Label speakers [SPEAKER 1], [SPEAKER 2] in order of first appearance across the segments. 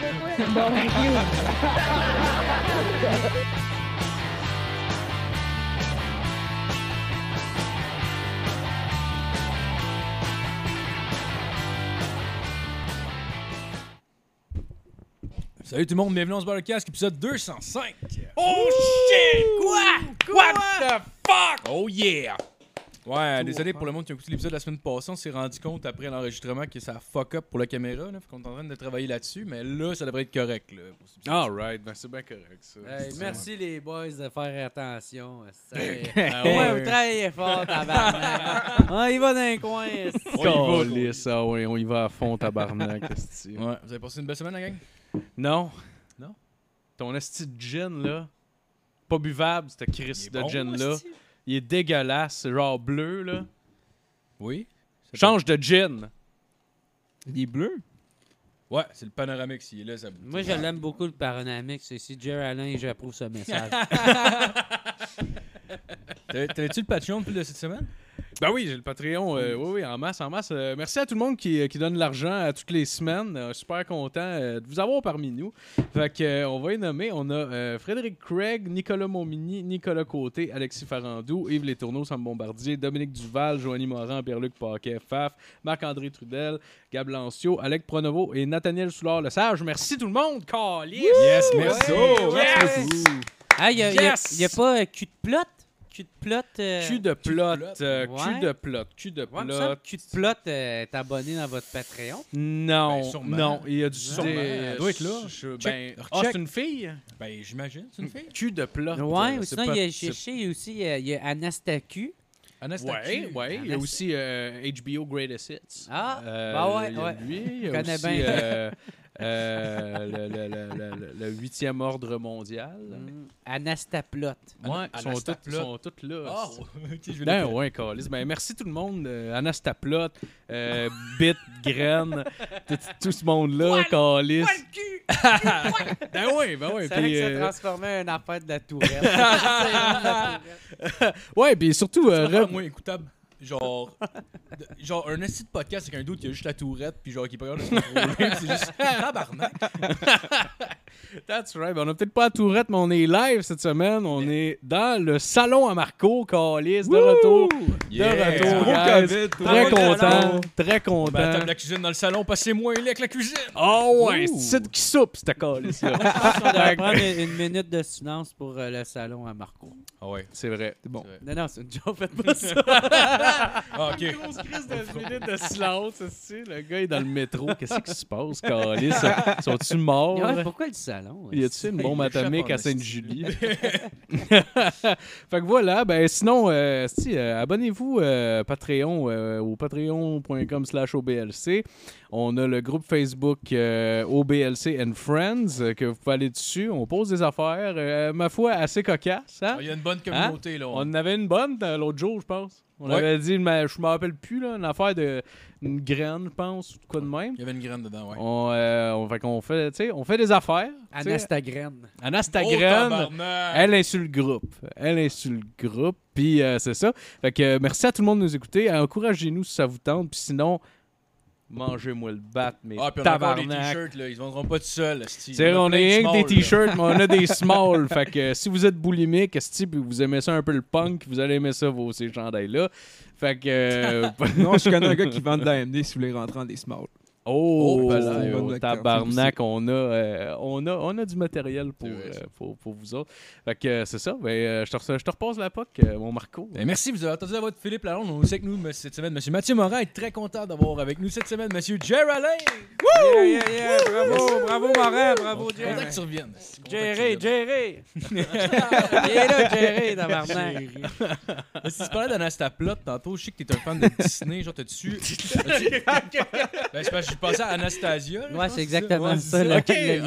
[SPEAKER 1] No, thank you.
[SPEAKER 2] Salut tout le monde, bienvenue dans ce bar de casque, épisode 205.
[SPEAKER 3] Oh shit! Quoi? What the fuck?
[SPEAKER 2] Oh yeah! Ouais,
[SPEAKER 3] Tout
[SPEAKER 2] désolé
[SPEAKER 3] au
[SPEAKER 2] pour le monde qui a écouté l'épisode la semaine passée, on s'est rendu compte après l'enregistrement que ça fuck up pour la caméra, là, fait qu'on est en train de travailler là-dessus, mais là, ça devrait être correct. Là, pour cet épisode.
[SPEAKER 3] Alright, ben c'est bien correct ça.
[SPEAKER 4] Hey,
[SPEAKER 3] C'est-
[SPEAKER 4] merci les boys de faire attention. ça.
[SPEAKER 2] Ah ouais.
[SPEAKER 4] ouais, vous travaillez fort, tabarnak. On y va dans un coin. esti.
[SPEAKER 3] On y va, Lys. Ah ouais, on y va à fond, tabarnak. esti.
[SPEAKER 2] Ouais, vous avez passé une belle semaine, la gang?
[SPEAKER 3] Non.
[SPEAKER 2] Non?
[SPEAKER 3] Ton esti de gin, là, pas buvable, cette
[SPEAKER 2] Il
[SPEAKER 3] crise
[SPEAKER 2] est
[SPEAKER 3] de
[SPEAKER 2] bon,
[SPEAKER 3] gin-là. Il est dégueulasse, c'est genre bleu, là.
[SPEAKER 2] Oui.
[SPEAKER 3] Change de gin.
[SPEAKER 5] Il est bleu.
[SPEAKER 2] Ouais, c'est le panoramix, il est là, ça bouge.
[SPEAKER 4] Moi, je l'aime beaucoup le Paranamix. Ici, Jerry Allen, et j'approuve ce message.
[SPEAKER 2] T'avais- T'avais-tu le Patreon depuis le- cette semaine?
[SPEAKER 3] Ben oui, j'ai le Patreon. euh, oui, oui, en masse, en masse. Euh, merci à tout le monde qui, euh, qui donne de l'argent à toutes les semaines. Euh, super content euh, de vous avoir parmi nous. Fait que, euh, on va les nommer. On a euh, Frédéric Craig, Nicolas Momini, Nicolas Côté, Alexis Farandou, Yves Les Tourneaux, Sam Bombardier, Dominique Duval, Joanie Morin, Pierre-Luc Paquet, Faf, Marc-André Trudel, Gab Lancio, Alec Pronovo et Nathaniel Soulard le Sage. Merci tout le monde, Calais!
[SPEAKER 2] Yes, merci!
[SPEAKER 3] Yes!
[SPEAKER 4] Ah, il n'y a, y a-
[SPEAKER 3] Yes!
[SPEAKER 4] y a pas euh, cul de plot? Cul de plot? euh,
[SPEAKER 3] Cul de plot, euh,
[SPEAKER 4] Ouais.
[SPEAKER 3] cul de plot, cul de
[SPEAKER 4] Ouais, il me semble
[SPEAKER 3] plot.
[SPEAKER 4] que cul de plot euh, est abonné dans votre Patreon.
[SPEAKER 3] Non,
[SPEAKER 2] Ben, sûrement.
[SPEAKER 3] non, il y a du
[SPEAKER 2] Sûrement, elle doit être là.
[SPEAKER 3] euh, je-
[SPEAKER 2] Check,
[SPEAKER 3] ben,
[SPEAKER 2] recheck.
[SPEAKER 3] ah, c'est une fille.
[SPEAKER 2] Ben, j'imagine, c'est une fille.
[SPEAKER 3] Cul de plot.
[SPEAKER 4] Ouais,
[SPEAKER 3] euh,
[SPEAKER 4] ou
[SPEAKER 3] c'est
[SPEAKER 4] sinon,
[SPEAKER 3] pas-
[SPEAKER 4] il y a
[SPEAKER 3] c'est-
[SPEAKER 4] chez- chez aussi, il y a- il y a Anastacu.
[SPEAKER 3] Ouais, ouais. Il y a
[SPEAKER 4] Anastasia.
[SPEAKER 3] aussi euh, HBO Greatest Hits.
[SPEAKER 4] Ah,
[SPEAKER 3] Euh,
[SPEAKER 4] bah ouais,
[SPEAKER 3] il y a
[SPEAKER 4] ouais.
[SPEAKER 3] Lui, il y a
[SPEAKER 4] Connais
[SPEAKER 3] aussi,
[SPEAKER 4] bien.
[SPEAKER 3] euh, euh, le- le- le- le- le- le huitième ordre mondial.
[SPEAKER 4] Mm. Anastaplot.
[SPEAKER 3] Ouais, ils sont
[SPEAKER 2] Anastasia
[SPEAKER 3] toutes-
[SPEAKER 2] Plot.
[SPEAKER 3] ils sont toutes
[SPEAKER 4] Ah,
[SPEAKER 3] là.
[SPEAKER 2] Oh, ok, je vais
[SPEAKER 3] Ben
[SPEAKER 2] le-
[SPEAKER 3] ouais, câlisse. Ben merci tout le monde. euh, Anastaplot, euh, Bit, Graine, tout, tout ce monde-là, Calis. Ben ouais, ben ouais.
[SPEAKER 4] C'est vrai
[SPEAKER 3] puis,
[SPEAKER 4] que ça
[SPEAKER 3] euh,
[SPEAKER 4] transformait en affaire de la tourelle. C'est la tourelle.
[SPEAKER 3] ouais, puis surtout, euh,
[SPEAKER 2] Vraiment
[SPEAKER 3] re-
[SPEAKER 2] moins écoutable. Genre, de- genre un esti de podcast avec un doute qui a juste la tourette, puis genre qui est pas capable de se contrôler, c'est juste tabarnak.
[SPEAKER 3] That's right. Ben, on a peut-être pas à Tourette, mais on est live cette semaine. On est dans le salon à Marco, Calis, de retour.
[SPEAKER 2] Yeah.
[SPEAKER 3] De retour,
[SPEAKER 2] Gros
[SPEAKER 3] guys.
[SPEAKER 5] COVID, toi.
[SPEAKER 3] Très
[SPEAKER 2] Bravo, le
[SPEAKER 3] content.
[SPEAKER 2] salon.
[SPEAKER 3] Très content.
[SPEAKER 2] Ben, table de la cuisine dans le salon, passez moins laid que la cuisine.
[SPEAKER 3] oh ouais,
[SPEAKER 5] Ouh.
[SPEAKER 3] c'est qui soupe, cette Calis là.
[SPEAKER 4] On devrait prendre une une minute de silence pour euh, le salon à Marco.
[SPEAKER 2] Ah ouais.
[SPEAKER 3] c'est vrai. C'est bon.
[SPEAKER 2] C'est vrai.
[SPEAKER 4] Non, non, c'est une joke, faites pas ça.
[SPEAKER 2] Ah, ok.
[SPEAKER 3] Grosse crise de minute de silence, c'est le gars est dans le métro. Qu'est-ce qui se passe, Calis? Sont-ils morts?
[SPEAKER 4] Ouais, pourquoi le salon?
[SPEAKER 3] Y a-tu une bombe
[SPEAKER 2] Il échappe
[SPEAKER 3] atomique
[SPEAKER 2] en
[SPEAKER 3] à Sainte-Julie? fait que voilà, ben sinon, euh, si, euh, abonnez-vous euh, Patreon, euh, au patreon.com slash OBLC. On a le groupe Facebook euh, OBLC and Friends euh, que vous pouvez aller dessus. On pose des affaires, euh, ma foi, assez cocasses. Hein?
[SPEAKER 2] Ah, Il y a une bonne communauté, là.
[SPEAKER 3] On en avait une bonne euh, l'autre jour, je pense. On
[SPEAKER 2] Ouais.
[SPEAKER 3] avait dit, mais je me rappelle plus, là, une affaire de une graine, je pense, ou de quoi de même.
[SPEAKER 2] Il y avait une graine dedans, ouais.
[SPEAKER 3] On, euh, on- fait, qu'on fait, tu sais, on fait des affaires. tu sais. ben,
[SPEAKER 4] Anastagraine.
[SPEAKER 2] Oh,
[SPEAKER 3] Anastagraine.
[SPEAKER 2] tabarnak! Ah,
[SPEAKER 3] Elle insulte le groupe. Elle insulte le groupe. Puis euh, c'est ça. Fait que euh, merci à tout le monde de nous écouter. Euh, Encouragez-nous si ça vous tente. Puis sinon, mangez-moi le bat, mais
[SPEAKER 2] Ah, puis on a encore des
[SPEAKER 3] tabarnak.
[SPEAKER 2] t-shirts, là. Ils se vendront pas tout seuls, esti.
[SPEAKER 3] C'est
[SPEAKER 2] Il y en a
[SPEAKER 3] on
[SPEAKER 2] plein
[SPEAKER 3] est rien
[SPEAKER 2] qui
[SPEAKER 3] que
[SPEAKER 2] se
[SPEAKER 3] des
[SPEAKER 2] mordent, là.
[SPEAKER 3] t-shirts, mais on a des small. fait que euh, si vous êtes boulimique, esti, puis vous aimez ça un peu le punk, vous allez aimer ça, vos, ces chandails-là. Fait que. euh,
[SPEAKER 5] Non, je connais un gars qui vend de l'AMD si vous voulez rentrer en des small.
[SPEAKER 3] Oh,
[SPEAKER 5] Oh, ben là,
[SPEAKER 3] oh,
[SPEAKER 5] bonne lecture,
[SPEAKER 3] tabarnak,
[SPEAKER 5] merci.
[SPEAKER 3] on a, euh, on, a, on a du matériel pour,
[SPEAKER 2] C'est vrai, ça.
[SPEAKER 3] euh, pour, pour vous autres. Fait que euh, c'est ça, ben, euh, je, te, re- je te repose la POC, euh, mon Marco.
[SPEAKER 2] Ben, merci, vous avez entendu la voix de Philippe Lalonde. On sait que nous, cette semaine, Monsieur Mathieu Morin est très content d'avoir avec nous cette semaine Monsieur Jerry Alain.
[SPEAKER 4] Yeah, yeah, yeah, Bravo, bravo, Marin,
[SPEAKER 5] Ah,
[SPEAKER 4] bravo,
[SPEAKER 2] Content
[SPEAKER 4] Jerry.
[SPEAKER 2] que tu reviennes. esti. Content que tu
[SPEAKER 4] Jerry,
[SPEAKER 2] reviennes.
[SPEAKER 4] Jerry. Il est là, Jerry, tabarnak.
[SPEAKER 2] Mais Si tu parlais d'Anastaplot tantôt, je sais que t'es un fan de Disney, genre t'as-tu. t'as-tu- ben, c'est parce que je pensais à Anastasia. là,
[SPEAKER 4] Ouais,
[SPEAKER 2] je pense
[SPEAKER 4] c'est
[SPEAKER 2] que ça.
[SPEAKER 4] exactement
[SPEAKER 2] Ouais,
[SPEAKER 4] ça,
[SPEAKER 2] c'est
[SPEAKER 4] le- le lien,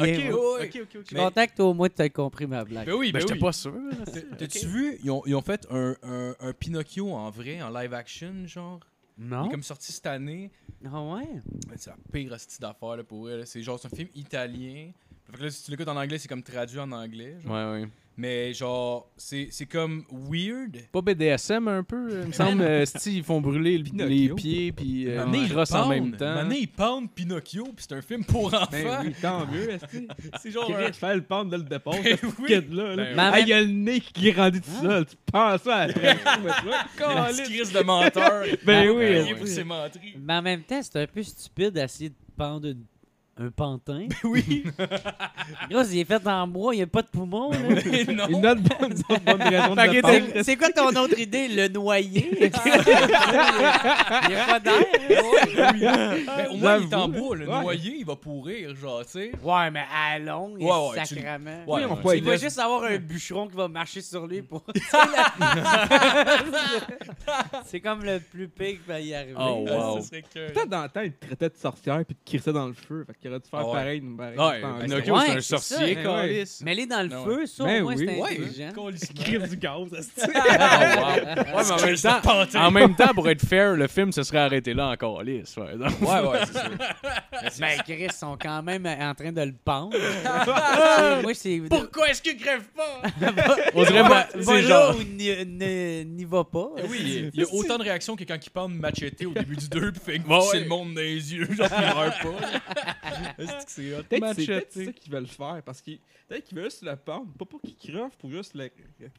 [SPEAKER 2] Ok,
[SPEAKER 4] ouais.
[SPEAKER 2] ouais, ouais.
[SPEAKER 4] Je
[SPEAKER 2] Mais-
[SPEAKER 4] suis content que toi, au moins, tu as compris ma blague.
[SPEAKER 2] Ben oui,
[SPEAKER 3] Ben,
[SPEAKER 2] ben
[SPEAKER 3] j'étais
[SPEAKER 2] oui.
[SPEAKER 3] pas sûr.
[SPEAKER 2] T'as-tu vu, ils ont, ils ont fait un, un, un Pinocchio en vrai, en live action, genre. Il
[SPEAKER 4] Non?
[SPEAKER 2] est comme sorti cette année.
[SPEAKER 4] Ah ouais?
[SPEAKER 2] Ben, c'est la pire hostie d'affaires là, pour elle. C'est genre, c'est un film italien. Fait que là, si tu l'écoutes en anglais, c'est comme traduit en anglais. genre.
[SPEAKER 3] Ouais, ouais.
[SPEAKER 2] Mais genre, c'est c'est comme weird.
[SPEAKER 3] Pas BDSM un peu, euh, il me semble. euh, sti, ils font brûler le- les
[SPEAKER 5] Pinocchio.
[SPEAKER 3] pieds puis euh,
[SPEAKER 2] Mané,
[SPEAKER 3] ils
[SPEAKER 2] ils
[SPEAKER 3] crossent en
[SPEAKER 2] pendent.
[SPEAKER 3] même temps.
[SPEAKER 2] Mané, ils pendent Pinocchio, puis c'est un film pour enfants.
[SPEAKER 5] Ben oui, tant mieux, est-ce que
[SPEAKER 2] C'est genre. un-
[SPEAKER 5] Chris, fais le pendre dès le départ,
[SPEAKER 2] Ben
[SPEAKER 5] ce
[SPEAKER 2] oui. Hein?
[SPEAKER 5] kid-là. là.
[SPEAKER 3] Ben
[SPEAKER 4] oui.
[SPEAKER 5] Ah, il y a le nez qui grandit tout seul. Tu penses ça après.
[SPEAKER 2] un petit crise de menteur.
[SPEAKER 5] Ben
[SPEAKER 2] Il est
[SPEAKER 5] oui.
[SPEAKER 2] payé pour ses menteries.
[SPEAKER 4] Ah, Mais en même temps, c'est un peu stupide d'essayer de pendre une- un pantin.
[SPEAKER 2] Oui.
[SPEAKER 4] Gros, il est fait en bois, il n'y a pas de poumon. là.
[SPEAKER 2] Mais non.
[SPEAKER 5] Une autre bonne, une autre bonne raison
[SPEAKER 3] Fait
[SPEAKER 5] de
[SPEAKER 3] qu'il
[SPEAKER 5] le
[SPEAKER 3] était-
[SPEAKER 5] pendre.
[SPEAKER 4] C'est- C'est quoi ton autre idée? Le noyer? Il n'y a pas d'air.
[SPEAKER 2] Ah, Mais Oh, Ben, au moins, il est
[SPEAKER 5] J'avoue.
[SPEAKER 2] en bois. Le
[SPEAKER 5] Ouais.
[SPEAKER 2] noyer, il va pourrir, genre, tu sais.
[SPEAKER 4] Ouais, mais à long, il
[SPEAKER 2] Ouais, ouais, tu-
[SPEAKER 4] sacrament.
[SPEAKER 2] Ouais,
[SPEAKER 5] on
[SPEAKER 2] ouais.
[SPEAKER 5] peut
[SPEAKER 4] Il va
[SPEAKER 5] laisse-
[SPEAKER 4] juste avoir un bûcheron qui va marcher sur lui pour. c'est comme le plus pire qui va y arriver.
[SPEAKER 3] Oh,
[SPEAKER 2] Ah, ça
[SPEAKER 3] wow.
[SPEAKER 2] serait que-
[SPEAKER 5] Peut-être dans le temps, il te traitait de sorcière puis te crissait dans le feu. Fait qu'il aurait dû faire
[SPEAKER 2] Ah ouais.
[SPEAKER 5] pareil. nous, pareil,
[SPEAKER 3] Ouais,
[SPEAKER 5] dans le temps.
[SPEAKER 3] Pinocchio,
[SPEAKER 4] Ouais,
[SPEAKER 3] c'est un
[SPEAKER 4] c'est ça,
[SPEAKER 3] sorcier,
[SPEAKER 5] hein,
[SPEAKER 3] câlisse.
[SPEAKER 4] Mais aller dans le
[SPEAKER 2] Non,
[SPEAKER 4] feu, ça,
[SPEAKER 5] Ben
[SPEAKER 4] au moins,
[SPEAKER 5] oui.
[SPEAKER 4] c'est
[SPEAKER 2] Ouais,
[SPEAKER 4] intelligent.
[SPEAKER 2] colissement.
[SPEAKER 5] Crisse du gaz, est-ce que-
[SPEAKER 3] Ah, Ouais, mais en même
[SPEAKER 2] Crise de
[SPEAKER 3] temps,
[SPEAKER 2] pantin.
[SPEAKER 3] en même temps, pour être fair, le film se serait arrêté là en câlisse. Ouais, donc-
[SPEAKER 2] Ouais, ouais, c'est sûr.
[SPEAKER 4] Ben, Chris, ils sont quand même en train de le pendre. C'est- moi, c'est.
[SPEAKER 2] Pourquoi est-ce qu'il crève pas?
[SPEAKER 3] On dirait
[SPEAKER 4] Va,
[SPEAKER 3] pas-
[SPEAKER 4] va
[SPEAKER 3] c'est
[SPEAKER 4] là
[SPEAKER 3] genre.
[SPEAKER 4] où n'y n'y- n'y va pas.
[SPEAKER 2] Oui, il y a autant de réactions que quand il parle de machete au début du 2 puis fait que
[SPEAKER 3] Ouais,
[SPEAKER 2] c'est
[SPEAKER 3] ouais.
[SPEAKER 2] le monde dans les yeux, genre il meurt pas. Est-ce que c'est hot?
[SPEAKER 5] Peut-être que c'est
[SPEAKER 3] Machete.
[SPEAKER 5] peut-être ça qu'ils veulent faire. Parce que peut-être qu'ils veulent juste le pendre. Pas pour qu'il creve, pour juste le-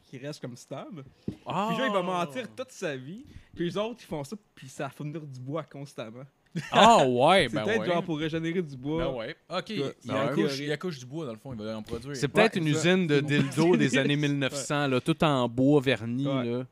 [SPEAKER 5] qu'il reste comme stable.
[SPEAKER 3] ah.
[SPEAKER 5] Puis genre, il va mentir toute sa vie. Puis les autres, ils font ça, puis ça va fournir du bois constamment.
[SPEAKER 3] Ah ouais,
[SPEAKER 5] C'est
[SPEAKER 3] ben
[SPEAKER 5] peut-être
[SPEAKER 3] ouais.
[SPEAKER 5] genre pour régénérer du bois.
[SPEAKER 3] Ben ouais.
[SPEAKER 2] Ok,
[SPEAKER 5] Ouais.
[SPEAKER 2] il,
[SPEAKER 5] Ouais.
[SPEAKER 2] accouche, il accouche du bois dans le fond, il va en produire.
[SPEAKER 3] C'est peut-être
[SPEAKER 5] Ouais,
[SPEAKER 3] une
[SPEAKER 5] exact.
[SPEAKER 3] usine de
[SPEAKER 5] C'est mon
[SPEAKER 3] dildo des
[SPEAKER 5] idée.
[SPEAKER 3] années 1900, là, tout en bois verni.
[SPEAKER 5] Ouais.
[SPEAKER 3] Là.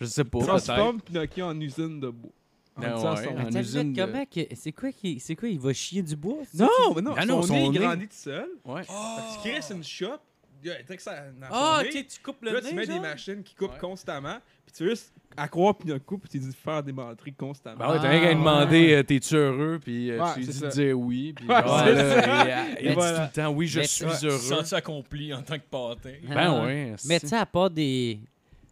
[SPEAKER 3] Je sais pas, peut-être.
[SPEAKER 5] Transforme Pinocchio en usine de bois. En
[SPEAKER 3] Ben
[SPEAKER 5] disant
[SPEAKER 3] ouais,
[SPEAKER 5] son-
[SPEAKER 3] en
[SPEAKER 4] Attends,
[SPEAKER 3] usine
[SPEAKER 4] minute,
[SPEAKER 3] de-
[SPEAKER 4] comment que- C'est quoi, qui- c'est quoi, il va chier du bois? ça?
[SPEAKER 5] Non, mais non,
[SPEAKER 3] Ah non,
[SPEAKER 5] son,
[SPEAKER 3] son
[SPEAKER 5] nez, il
[SPEAKER 3] nez.
[SPEAKER 5] grandit tout seul.
[SPEAKER 3] Ouais.
[SPEAKER 2] Ah,
[SPEAKER 5] Parce qu'il reste une shop. il y a- dès que ça- dans
[SPEAKER 4] Ah,
[SPEAKER 5] son nez,
[SPEAKER 4] ok, tu coupes le
[SPEAKER 5] Là,
[SPEAKER 4] nez,
[SPEAKER 5] tu mets des
[SPEAKER 4] genre?
[SPEAKER 5] machines qui coupent
[SPEAKER 3] Ouais.
[SPEAKER 5] constamment. Puis tu veux juste accroire Pinocchio, puis tu dis de faire des menteries constamment.
[SPEAKER 3] Ben ouais, t'as rien qu'à
[SPEAKER 4] Ah,
[SPEAKER 3] demander, euh, t'es-tu heureux, puis euh,
[SPEAKER 5] Ouais,
[SPEAKER 3] tu lui
[SPEAKER 5] c'est
[SPEAKER 3] dis de
[SPEAKER 5] ça.
[SPEAKER 3] dire oui, puis
[SPEAKER 5] Ouais,
[SPEAKER 3] genre,
[SPEAKER 5] c'est
[SPEAKER 3] là,
[SPEAKER 5] ça.
[SPEAKER 3] et, euh,
[SPEAKER 5] Et
[SPEAKER 3] elle dit
[SPEAKER 5] voilà.
[SPEAKER 3] tout le temps, oui, je
[SPEAKER 4] Mais-
[SPEAKER 3] suis
[SPEAKER 4] Ouais.
[SPEAKER 2] Il se
[SPEAKER 3] heureux.
[SPEAKER 2] sent accompli en tant que pantin.
[SPEAKER 4] Ah.
[SPEAKER 3] Ben ouais.
[SPEAKER 4] Mais
[SPEAKER 3] c'est-
[SPEAKER 4] tu sais, à part des,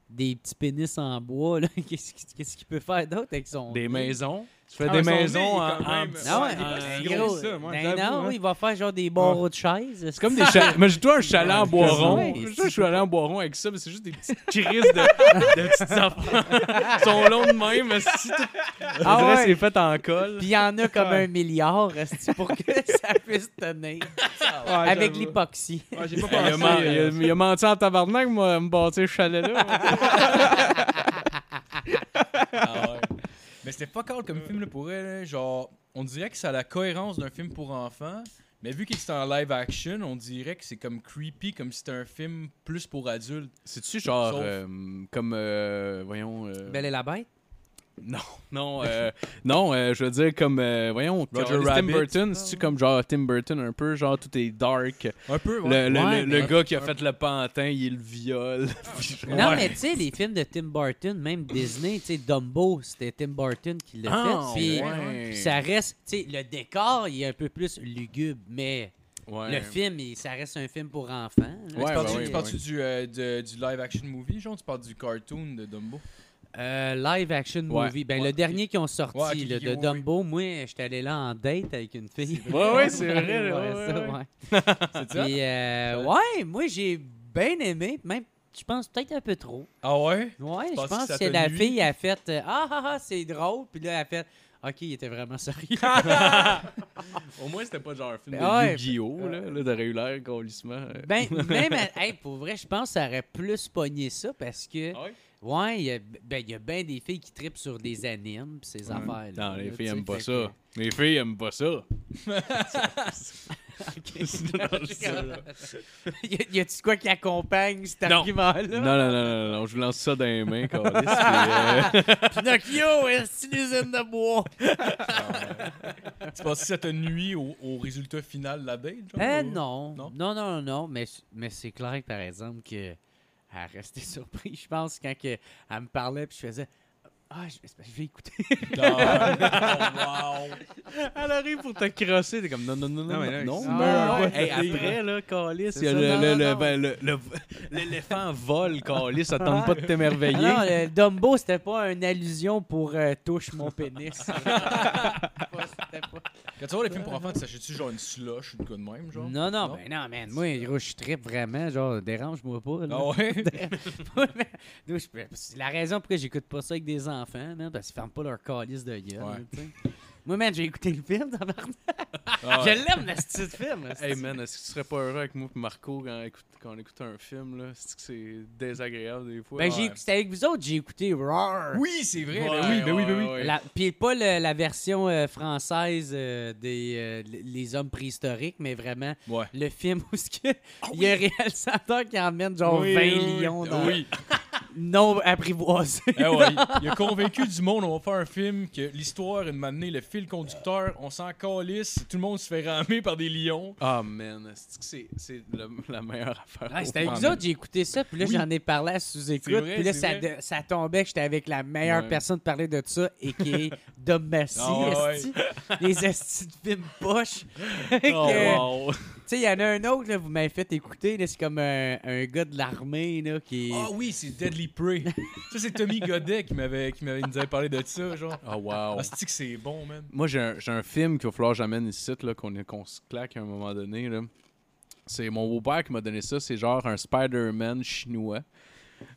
[SPEAKER 4] des petits pénis en bois, là, qu'est-ce qu'il qu'est-ce qu'il peut faire d'autre avec son.
[SPEAKER 3] Des maisons. Tu fais
[SPEAKER 5] Ah,
[SPEAKER 3] des
[SPEAKER 5] son nez,
[SPEAKER 3] maisons
[SPEAKER 5] il est
[SPEAKER 3] en,
[SPEAKER 5] quand
[SPEAKER 3] en
[SPEAKER 5] même-
[SPEAKER 3] petit-
[SPEAKER 4] Non, ouais,
[SPEAKER 5] il est pas si
[SPEAKER 4] un
[SPEAKER 5] gros
[SPEAKER 4] gros.
[SPEAKER 5] que ça, moi,
[SPEAKER 4] ben
[SPEAKER 5] j'avoue,
[SPEAKER 4] non,
[SPEAKER 5] hein.
[SPEAKER 4] il va faire genre des barreaux de chaise.
[SPEAKER 3] C'est comme des chalets. Mais j'ai-toi un chalet en bois
[SPEAKER 4] c'est
[SPEAKER 3] rond.
[SPEAKER 4] vrai,
[SPEAKER 3] Je
[SPEAKER 4] c'est
[SPEAKER 3] je suis allé en bois rond avec ça, mais c'est juste des petites crises de, de petits enfants. Ils sont longs de même, mais si tout...
[SPEAKER 4] Ah
[SPEAKER 3] On dirait
[SPEAKER 4] ouais.
[SPEAKER 3] c'est fait en colle.
[SPEAKER 4] Puis il y en a comme un milliard reste-tu, pour que ça puisse tenir.
[SPEAKER 5] Ah,
[SPEAKER 4] avec
[SPEAKER 5] j'avoue.
[SPEAKER 4] l'hypoxie.
[SPEAKER 5] Ah, j'ai pas
[SPEAKER 3] Il a,
[SPEAKER 5] pensé.
[SPEAKER 3] men-
[SPEAKER 5] euh,
[SPEAKER 3] il a- il a menti en tabarnak, moi, à me bâtir ce chalet-là.
[SPEAKER 2] Ah ouais. Mais c'était pas cool comme film là, pour elle. là. Genre, on dirait que ça a la cohérence d'un film pour enfants. Mais vu que c'est en live action, on dirait que c'est comme creepy, comme si c'était un film plus pour adultes.
[SPEAKER 3] C'est-tu genre,
[SPEAKER 2] Sauf-
[SPEAKER 3] euh, comme, euh, voyons... euh,
[SPEAKER 4] Belle et la bête.
[SPEAKER 3] Non, non, euh, non, euh, je veux dire comme, euh, voyons,
[SPEAKER 2] Roger
[SPEAKER 3] Tim
[SPEAKER 2] Rabbit.
[SPEAKER 4] Ah,
[SPEAKER 3] Burton, c'est-tu comme genre Tim Burton un peu, genre tout est dark.
[SPEAKER 2] Un peu,
[SPEAKER 3] Le,
[SPEAKER 2] ouais.
[SPEAKER 3] le-
[SPEAKER 4] Ouais,
[SPEAKER 3] le- le
[SPEAKER 4] mais-
[SPEAKER 3] gars qui a fait le pantin, il le viole. Puis je-
[SPEAKER 4] Non,
[SPEAKER 3] Ouais.
[SPEAKER 4] mais tu sais, les films de Tim Burton, même Disney, tu sais, Dumbo, c'était Tim Burton qui l'a
[SPEAKER 3] Ah,
[SPEAKER 4] fait. Puis,
[SPEAKER 3] ouais.
[SPEAKER 4] puis ça reste, tu sais, le décor, il est un peu plus lugubre, mais
[SPEAKER 3] Ouais.
[SPEAKER 4] le film, il- ça reste un film pour enfants. hein.
[SPEAKER 3] Ouais,
[SPEAKER 4] là.
[SPEAKER 2] tu
[SPEAKER 3] bah
[SPEAKER 2] parles-tu
[SPEAKER 3] oui,
[SPEAKER 2] tu
[SPEAKER 3] bah
[SPEAKER 2] parles-tu du, euh, de- du live action movie, genre, ou tu parles du cartoon de Dumbo?
[SPEAKER 4] Euh, live action
[SPEAKER 3] Ouais.
[SPEAKER 4] movie. Ben,
[SPEAKER 2] Ouais.
[SPEAKER 4] le dernier qu'ils ont sorti
[SPEAKER 2] Ouais, ok,
[SPEAKER 4] là,
[SPEAKER 2] ok,
[SPEAKER 4] de
[SPEAKER 2] ouais,
[SPEAKER 4] Dumbo, moi, j'étais allé là en date avec une fille.
[SPEAKER 3] Ouais, ouais, c'est vrai, là,
[SPEAKER 4] Ouais,
[SPEAKER 3] ouais,
[SPEAKER 4] ça,
[SPEAKER 3] ouais.
[SPEAKER 4] ouais.
[SPEAKER 2] C'est ça?
[SPEAKER 4] Puis, euh, ouais, moi, j'ai bien aimé, même, je pense, peut-être un peu trop.
[SPEAKER 2] Ah ouais?
[SPEAKER 4] Ouais, je
[SPEAKER 2] penses que
[SPEAKER 4] pense
[SPEAKER 2] ça
[SPEAKER 4] que
[SPEAKER 2] te
[SPEAKER 4] c'est la
[SPEAKER 2] nuit?
[SPEAKER 4] fille a fait euh, Ah ah ah, c'est drôle. Puis là, elle a fait Ok, il était vraiment sérieux.
[SPEAKER 3] Au moins, c'était pas genre un film de
[SPEAKER 4] Ouais.
[SPEAKER 3] Yu-Gi-oh! Là, là t'aurais eu l'air gaullissement.
[SPEAKER 4] ben, même, à- hey, pour vrai, je pense que ça aurait plus pogné ça parce que,
[SPEAKER 3] Ah ouais?
[SPEAKER 4] ouais, il y a ben, il y a bien des filles qui tripent sur des animes pis ces affaires-là.
[SPEAKER 3] Non, les
[SPEAKER 4] Ah, là,
[SPEAKER 3] filles
[SPEAKER 4] tu sais,
[SPEAKER 3] aiment pas
[SPEAKER 4] fait
[SPEAKER 3] ça. Les filles aiment pas ça.
[SPEAKER 4] que- y a- y a-tu quoi qui accompagne cet
[SPEAKER 3] Non.
[SPEAKER 4] argument-là?
[SPEAKER 3] Non, non, non, non, non, je vous lance ça dans les mains, câlisse, puis, euh,
[SPEAKER 4] Pinocchio, est-ce une usine de bois?
[SPEAKER 2] Tu penses que ça te nuit au, au résultat final de la date? genre,
[SPEAKER 4] Eh
[SPEAKER 2] ou-
[SPEAKER 4] non.
[SPEAKER 2] Non?
[SPEAKER 4] non. Non, non, non, mais, c- mais c'est clair, que, par exemple, que à rester surpris, je pense, quand que, elle me parlait puis je faisais Ah, je, je vais écouter.
[SPEAKER 2] Non.
[SPEAKER 3] euh,
[SPEAKER 2] Oh, wow.
[SPEAKER 3] Elle arrive pour te crosser, t'es comme non, non, non, non,
[SPEAKER 5] Non, mais
[SPEAKER 3] non.
[SPEAKER 5] là,
[SPEAKER 3] non.
[SPEAKER 5] il se
[SPEAKER 4] Ah,
[SPEAKER 5] meurt
[SPEAKER 4] ouais.
[SPEAKER 5] pas.
[SPEAKER 3] Hey, après, là, Calis,
[SPEAKER 4] C'est
[SPEAKER 3] il y a
[SPEAKER 4] ça,
[SPEAKER 3] le-
[SPEAKER 4] non,
[SPEAKER 3] le-
[SPEAKER 4] non,
[SPEAKER 3] le-
[SPEAKER 4] non.
[SPEAKER 3] ben, le- le- l'éléphant vole, Calis, ça tente pas de
[SPEAKER 4] Ah non,
[SPEAKER 3] t'émerveiller.
[SPEAKER 4] le Dumbo, c'était pas une allusion pour euh, touche mon pénis. C'était pas- c'était pas-
[SPEAKER 2] Quand tu vois les films pour enfants, tu t'achètes-tu genre une slush ou de quoi de même, genre?
[SPEAKER 4] Non, non,
[SPEAKER 2] Non?
[SPEAKER 4] ben non, man. Moi, gros, je trippe vraiment. Genre, dérange-moi pas. là.
[SPEAKER 2] Ah ouais?
[SPEAKER 4] Moi, man, d'où je peux- c'est la raison pourquoi j'écoute pas ça avec des enfants, man, parce qu'ils ferment pas leur calice de gueule.
[SPEAKER 2] Ouais.
[SPEAKER 4] là, tu sais. Moi, man, j'ai écouté le film. tabarnak.
[SPEAKER 2] Ah
[SPEAKER 4] Je
[SPEAKER 2] ouais.
[SPEAKER 4] l'aime, le style de film. là,
[SPEAKER 3] Hey
[SPEAKER 4] c'est-
[SPEAKER 3] man, est-ce que tu serais pas heureux avec moi et Marco quand, on écoute- quand on écoute un film là C'est que c'est désagréable des fois.
[SPEAKER 4] Ben,
[SPEAKER 2] Ouais.
[SPEAKER 4] j'ai c'était avec vous autres, j'ai écouté Roar.
[SPEAKER 2] Oui, c'est vrai.
[SPEAKER 3] Ouais,
[SPEAKER 2] ben oui, ben oui, ben
[SPEAKER 3] ouais,
[SPEAKER 2] oui.
[SPEAKER 3] ouais.
[SPEAKER 4] La- Puis pas le- la version euh, française euh, des euh, l- les hommes préhistoriques, mais vraiment
[SPEAKER 2] Ouais.
[SPEAKER 4] le film où ce que- il y a un réalisateur qui emmène genre 20 lions dans
[SPEAKER 2] Ah Oui.
[SPEAKER 4] non apprivoisé.
[SPEAKER 2] Eh ouais, il a convaincu du monde, on va faire un film, que l'histoire, une matinée, le fil conducteur, on s'en calisse, tout le monde se fait ramer par des lions.
[SPEAKER 3] Ah man, est-ce que c'est c'est le- la meilleure affaire.
[SPEAKER 4] Ouais,
[SPEAKER 3] au
[SPEAKER 4] Ah, c'était avec
[SPEAKER 3] monde.
[SPEAKER 4] vous autres, j'ai écouté ça, puis là j'en ai parlé à
[SPEAKER 2] C'est
[SPEAKER 4] sous-écoute,
[SPEAKER 2] vrai,
[SPEAKER 4] puis là
[SPEAKER 2] c'est
[SPEAKER 4] ça,
[SPEAKER 2] vrai.
[SPEAKER 4] de- ça tombait que j'étais avec la meilleure
[SPEAKER 3] Ouais.
[SPEAKER 4] personne de parler de ça, et qui est Dom Massy,
[SPEAKER 2] Ah ouais.
[SPEAKER 4] esti. les estis de films poches.
[SPEAKER 3] Oh,
[SPEAKER 4] Que-
[SPEAKER 3] wow.
[SPEAKER 4] Tu sais, il y en a un autre, là, vous m'avez fait écouter, là, c'est comme un, un gars de l'armée là, qui.
[SPEAKER 2] Ah oui, c'est Deadly Prey. ça, c'est Tommy Godet qui m'avait, qui m'avait, il nous avait parlé de ça, genre.
[SPEAKER 3] Ah, wow.
[SPEAKER 2] Ah, c'est-tu que c'est bon, man.
[SPEAKER 3] Moi, j'ai un, j'ai un film qu'il va falloir que j'amène ici, là, qu'on qu'on se claque à un moment donné. là. C'est mon beau-père qui m'a donné ça. C'est genre un Spider-Man chinois.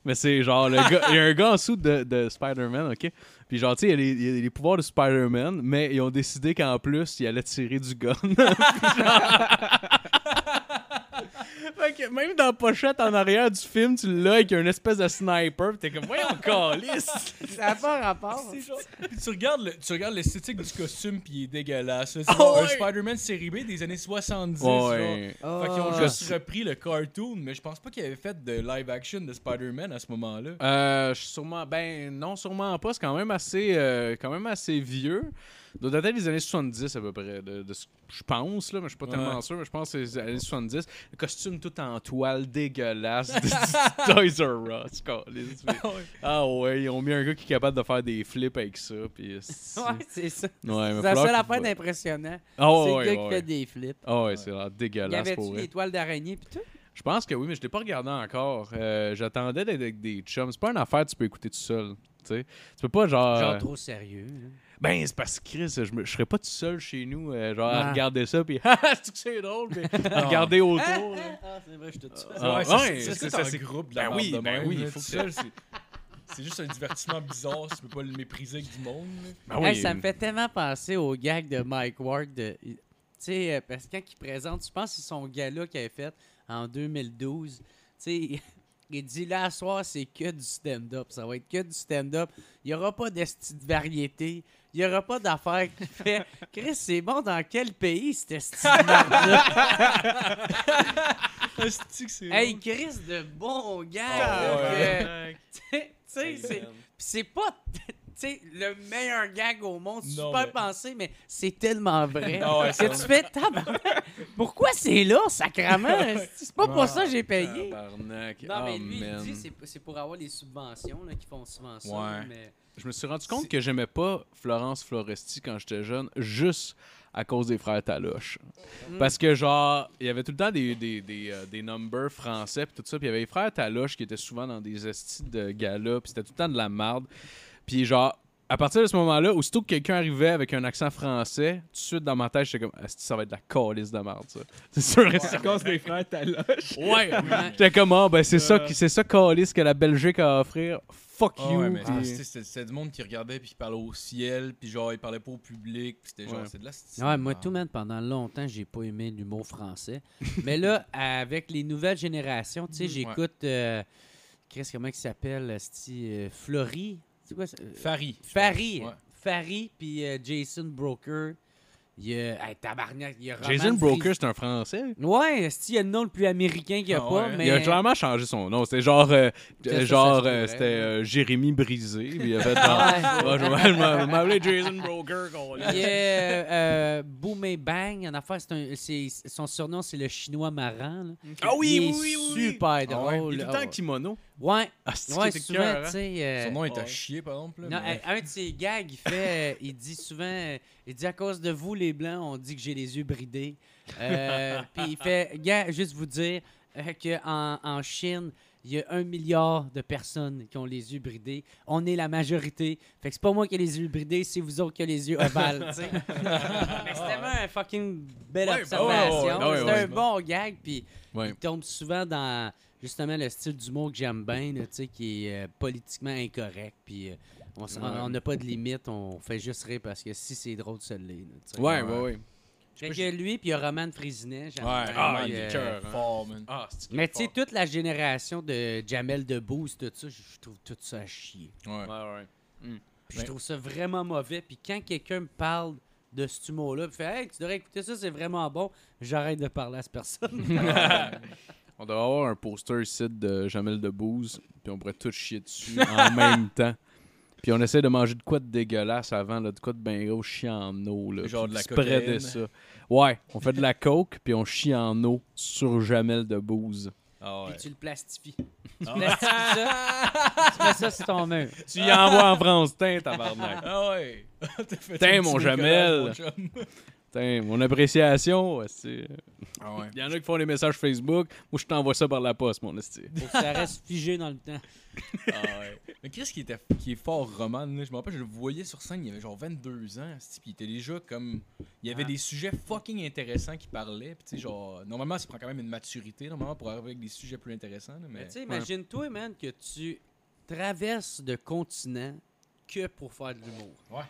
[SPEAKER 3] Mais c'est genre, le gars- il y a un gars en dessous de, de Spider-Man, OK? Puis genre, tu sais, il, y a les- il y a les pouvoirs de Spider-Man, mais ils ont décidé qu'en plus, il allait tirer du gun. Puis genre- Fait que même dans la pochette en arrière du film, tu l'as avec une espèce de sniper, pis t'es comme, voyons, calice!
[SPEAKER 4] Ça n'a pas
[SPEAKER 2] Ah,
[SPEAKER 4] rapport.
[SPEAKER 2] Puis tu regardes, le- tu regardes l'esthétique du costume, puis il est dégueulasse. là. C'est
[SPEAKER 3] Ah
[SPEAKER 2] genre un
[SPEAKER 3] ouais.
[SPEAKER 2] Spider-Man série B des années 70, genre.
[SPEAKER 3] Ouais.
[SPEAKER 2] Fait qu'ils ont
[SPEAKER 4] Ah.
[SPEAKER 2] juste repris le cartoon, mais je pense pas qu'ils avaient fait de live action de Spider-Man à ce moment-là.
[SPEAKER 3] Euh, je suis sûrement ben non sûrement pas c'est quand même assez euh, quand même assez vieux doit dater des années 70 à peu près de, de ce que je pense là mais je suis pas
[SPEAKER 2] Ouais.
[SPEAKER 3] tellement sûr mais je pense que c'est les années 70 le costume tout en toile dégueulasse du- du Toys R Us câlisse. ah ouais ils ont mis un gars qui est capable de faire des flips avec ça puis c'est-
[SPEAKER 4] Ouais, c'est ça.
[SPEAKER 3] Ouais, mais
[SPEAKER 4] c'est la
[SPEAKER 3] falloir
[SPEAKER 4] seule
[SPEAKER 3] qu'il
[SPEAKER 4] affaire
[SPEAKER 3] voit.
[SPEAKER 4] d'impressionnant.
[SPEAKER 3] ah
[SPEAKER 2] Oh,
[SPEAKER 3] ouais,
[SPEAKER 4] c'est
[SPEAKER 3] ouais,
[SPEAKER 4] le gars
[SPEAKER 3] ouais.
[SPEAKER 4] qui fait des flips.
[SPEAKER 3] Ah ouais, c'est vraiment
[SPEAKER 4] Y
[SPEAKER 3] dégueulasse pour
[SPEAKER 4] avait-tu
[SPEAKER 3] vrai.
[SPEAKER 4] des toiles d'araignée pis tout?
[SPEAKER 3] Je pense que oui, mais je l'ai pas regardé encore. Euh, J'attendais d'être avec des chums. C'est pas une affaire que tu peux écouter tout seul. Tu sais. Tu peux pas
[SPEAKER 2] Euh.
[SPEAKER 3] genre.
[SPEAKER 4] Genre trop sérieux. là.
[SPEAKER 3] Ben, c'est parce que Chris, je, me- je serais pas tout seul chez nous, euh, genre à
[SPEAKER 4] Ouais.
[SPEAKER 3] regarder ça, puis ah, c'est que c'est drôle, puis à regarder autour. là.
[SPEAKER 4] Ah, c'est vrai, je te tue.
[SPEAKER 2] ouais,
[SPEAKER 3] Ah, ouais,
[SPEAKER 2] c'est
[SPEAKER 3] c'est-
[SPEAKER 2] ça,
[SPEAKER 3] c'est-
[SPEAKER 2] c'est groupe de
[SPEAKER 3] Ben
[SPEAKER 2] la merde
[SPEAKER 3] oui,
[SPEAKER 2] de
[SPEAKER 3] ben
[SPEAKER 2] même,
[SPEAKER 3] oui,
[SPEAKER 2] là,
[SPEAKER 3] il faut
[SPEAKER 2] tout
[SPEAKER 3] que
[SPEAKER 2] seul, c'est c'est juste un divertissement bizarre, tu peux pas le mépriser avec du monde. là.
[SPEAKER 3] Ah
[SPEAKER 4] Hey, ça me fait tellement penser au gag de Mike Ward. de- il- Tu sais, euh, parce que quand il présente, je pense que c'est son gala qu'il avait fait en 2012. Tu sais, il- il dit là, à soir, c'est que du stand-up. Ça va être que du stand-up. Il n'y aura pas d'esti de variété. Il n'y aura pas d'affaires qui fait. Chris, c'est bon dans quel pays cet esti de merde-là?
[SPEAKER 2] Ah, c'est-tu que c'est
[SPEAKER 4] Hey,
[SPEAKER 2] drôle?
[SPEAKER 4] Chris, de bon gag!
[SPEAKER 2] Ah,
[SPEAKER 4] là,
[SPEAKER 3] ouais.
[SPEAKER 4] que- Tu sais, c'est. Pis c'est pas tu sais, le meilleur gag au monde,
[SPEAKER 2] Non,
[SPEAKER 4] super
[SPEAKER 2] mais-
[SPEAKER 4] pensé, mais c'est tellement vrai.
[SPEAKER 2] Ah ouais,
[SPEAKER 4] que
[SPEAKER 2] ça-
[SPEAKER 4] tu fais tabarnak, Pourquoi c'est là, sacrament? C'est pas pour ça que j'ai payé.
[SPEAKER 3] Tabarnak.
[SPEAKER 4] Non, mais
[SPEAKER 3] Ah,
[SPEAKER 4] lui,
[SPEAKER 3] man.
[SPEAKER 4] il dit c'est- c'est pour avoir les subventions là, qui font souvent ça.
[SPEAKER 2] Ouais.
[SPEAKER 4] Mais...
[SPEAKER 3] Je me suis rendu compte que j'aimais pas Florence Foresti quand j'étais jeune, juste à cause des frères Taloche. Parce que, genre, il y avait tout le temps des, des, des, euh, des numbers français, puis tout ça. Puis il y avait les frères Taloche qui étaient souvent dans des estis de gala, puis c'était tout le temps de la marde. Puis, genre, à partir de ce moment-là, aussitôt que quelqu'un arrivait avec un accent français, tout de suite dans ma tête, j'étais comme, Asti, ça va être de la calice de marde, ça. C'est sûr et
[SPEAKER 5] C'est à
[SPEAKER 3] certain.
[SPEAKER 5] cause des frères Taloche.
[SPEAKER 3] Ouais!
[SPEAKER 4] Ouais.
[SPEAKER 3] J'étais comme, ah, ben, c'est ça,
[SPEAKER 5] Euh.
[SPEAKER 3] qui- c'est ça, calice que la Belgique a à offrir. Fuck
[SPEAKER 2] Ah
[SPEAKER 3] you!
[SPEAKER 2] ouais, mais
[SPEAKER 3] puis-
[SPEAKER 2] c'était- c'était c'était du monde qui regardait puis qui parlait au ciel, puis genre il parlait pas au public, puis c'était genre
[SPEAKER 3] Ouais.
[SPEAKER 2] c'est de la c'est-
[SPEAKER 4] Ouais, moi,
[SPEAKER 2] Ah.
[SPEAKER 4] tout, man, pendant longtemps, j'ai pas aimé l'humour français. Mais là, avec les nouvelles générations, tu sais, j'écoute. euh, Chris, comment il s'appelle? esti, euh, Flory? C'est quoi ça?
[SPEAKER 2] Farid. je
[SPEAKER 4] Farid.
[SPEAKER 2] pense, ouais.
[SPEAKER 4] Farid, puis euh, Jason Broker. Il y a. Hey, tabarnak, il y a Roman
[SPEAKER 3] Jason Broker,
[SPEAKER 4] Fris-
[SPEAKER 3] c'est un français.
[SPEAKER 4] Ouais, est-ce qu'il y a le nom le plus américain qu'il n'y a
[SPEAKER 2] Ah
[SPEAKER 4] pas,
[SPEAKER 2] ouais.
[SPEAKER 4] mais.
[SPEAKER 3] Il a clairement changé son nom. C'était genre, euh,
[SPEAKER 4] Ça, ça,
[SPEAKER 3] genre,
[SPEAKER 4] ça se
[SPEAKER 3] euh,
[SPEAKER 4] pourrait.
[SPEAKER 3] c'était euh, Jérémy Brisé. Puis il a fait genre,
[SPEAKER 4] Ouais.
[SPEAKER 3] Ouais, je m'appelle- je m'appelle Jason Broker. qu'on
[SPEAKER 4] Il
[SPEAKER 3] l'aime.
[SPEAKER 4] y a euh, euh, Boomé Bang, en affaire, c'est un- c'est- son surnom, c'est le chinois marrant. là.
[SPEAKER 3] Ah oui,
[SPEAKER 4] Il
[SPEAKER 3] oui,
[SPEAKER 4] est
[SPEAKER 3] oui, oui.
[SPEAKER 4] Super
[SPEAKER 3] Ah ouais,
[SPEAKER 4] drôle.
[SPEAKER 3] Il est tout le temps en kimono.
[SPEAKER 4] Ouais,
[SPEAKER 3] Ah, c'est
[SPEAKER 4] ouais,
[SPEAKER 3] qu'il était
[SPEAKER 4] souvent,
[SPEAKER 3] cœur,
[SPEAKER 4] tu
[SPEAKER 3] hein.
[SPEAKER 4] sais. euh,
[SPEAKER 2] Son nom est à
[SPEAKER 3] ouais.
[SPEAKER 2] chier par exemple. là,
[SPEAKER 4] Non, euh,
[SPEAKER 2] mais-
[SPEAKER 4] un un de ses gags, il fait, euh, il dit souvent, euh, il dit à cause de vous les blancs, on dit que j'ai les yeux bridés. Euh, Puis il fait, gars, juste vous dire euh, que en, en Chine, Il y a un milliard de personnes qui ont les yeux bridés. On est la majorité. Fait que c'est pas moi qui ai les yeux bridés, c'est vous autres qui avez les yeux ovales. tu sais. ah, Mais c'est tellement un fucking belle
[SPEAKER 2] Ouais, bah ouais, ouais,
[SPEAKER 4] observation.
[SPEAKER 3] ouais, ouais,
[SPEAKER 4] c'est
[SPEAKER 3] ouais.
[SPEAKER 4] un bon gag. Puis
[SPEAKER 3] Ouais.
[SPEAKER 4] il tombe souvent dans justement le style d'humour que j'aime bien, là, tu sais, qui est euh, politiquement incorrect. Puis euh, on s'en- on n'a pas de limite, on fait juste rire parce que si c'est drôle, ça l'est. là, tu sais.
[SPEAKER 3] Ouais, ouais, ouais.
[SPEAKER 4] Fait que lui, puis il y a Roman Frisinet. j'aime
[SPEAKER 2] Ouais,
[SPEAKER 4] bien,
[SPEAKER 2] ah,
[SPEAKER 4] puis,
[SPEAKER 2] il est
[SPEAKER 4] euh,
[SPEAKER 2] cœur.
[SPEAKER 3] hein.
[SPEAKER 2] Fort, man.
[SPEAKER 3] Ah,
[SPEAKER 4] Mais tu sais, toute la génération de Jamel Debbouze, tout ça, je je trouve tout ça à chier.
[SPEAKER 2] Ouais.
[SPEAKER 3] ouais.
[SPEAKER 4] Puis
[SPEAKER 2] Ouais.
[SPEAKER 4] je trouve ça vraiment mauvais. Puis quand quelqu'un me parle de ce humour-là, puis fait Hey, tu devrais écouter ça, c'est vraiment bon », j'arrête de parler à cette personne.
[SPEAKER 3] On devrait avoir un poster ici de Jamel Debbouze, puis on pourrait tout chier dessus en même temps. Puis on essaie de manger de quoi de dégueulasse avant, là, de quoi de ben gros chie en eau. Là,
[SPEAKER 2] Genre
[SPEAKER 3] puis
[SPEAKER 2] de la
[SPEAKER 3] se prédait
[SPEAKER 2] cocaïne.
[SPEAKER 3] ça. Ouais, on fait de la coke, puis on chie en eau sur Jamel Debbouze.
[SPEAKER 2] Ah ouais. Ah
[SPEAKER 4] Puis tu le plastifies. Tu plastifies ça, tu mets ça sur ton mur.
[SPEAKER 3] Tu y envoies en France, tin, tabarnak.
[SPEAKER 2] Ah ouais. T'as fait
[SPEAKER 3] Tain,
[SPEAKER 2] un petit
[SPEAKER 3] mon
[SPEAKER 2] bricolage, mon chum.
[SPEAKER 3] Tin, mon appréciation, ouais, c'est...
[SPEAKER 2] Ah ouais.
[SPEAKER 3] Il y en a qui font des messages Facebook. Moi, je t'envoie ça par la poste, mon esti.
[SPEAKER 4] Pour que ça reste figé dans le temps.
[SPEAKER 2] Ah ouais. Mais qu'est-ce qui, était, qui est fort Roman, là? Je me rappelle, je le voyais sur scène, il avait genre 22 ans, c'ti, puis il était déjà comme... Il y avait
[SPEAKER 4] Ah.
[SPEAKER 2] des sujets fucking intéressants qui parlaient, puis tu sais, genre... Normalement, ça prend quand même une maturité, normalement, pour arriver avec des sujets plus intéressants, là, mais...
[SPEAKER 4] Mais tu sais, imagine-toi, man, que tu traverses de continent que pour faire de l'humour.
[SPEAKER 2] Ouais.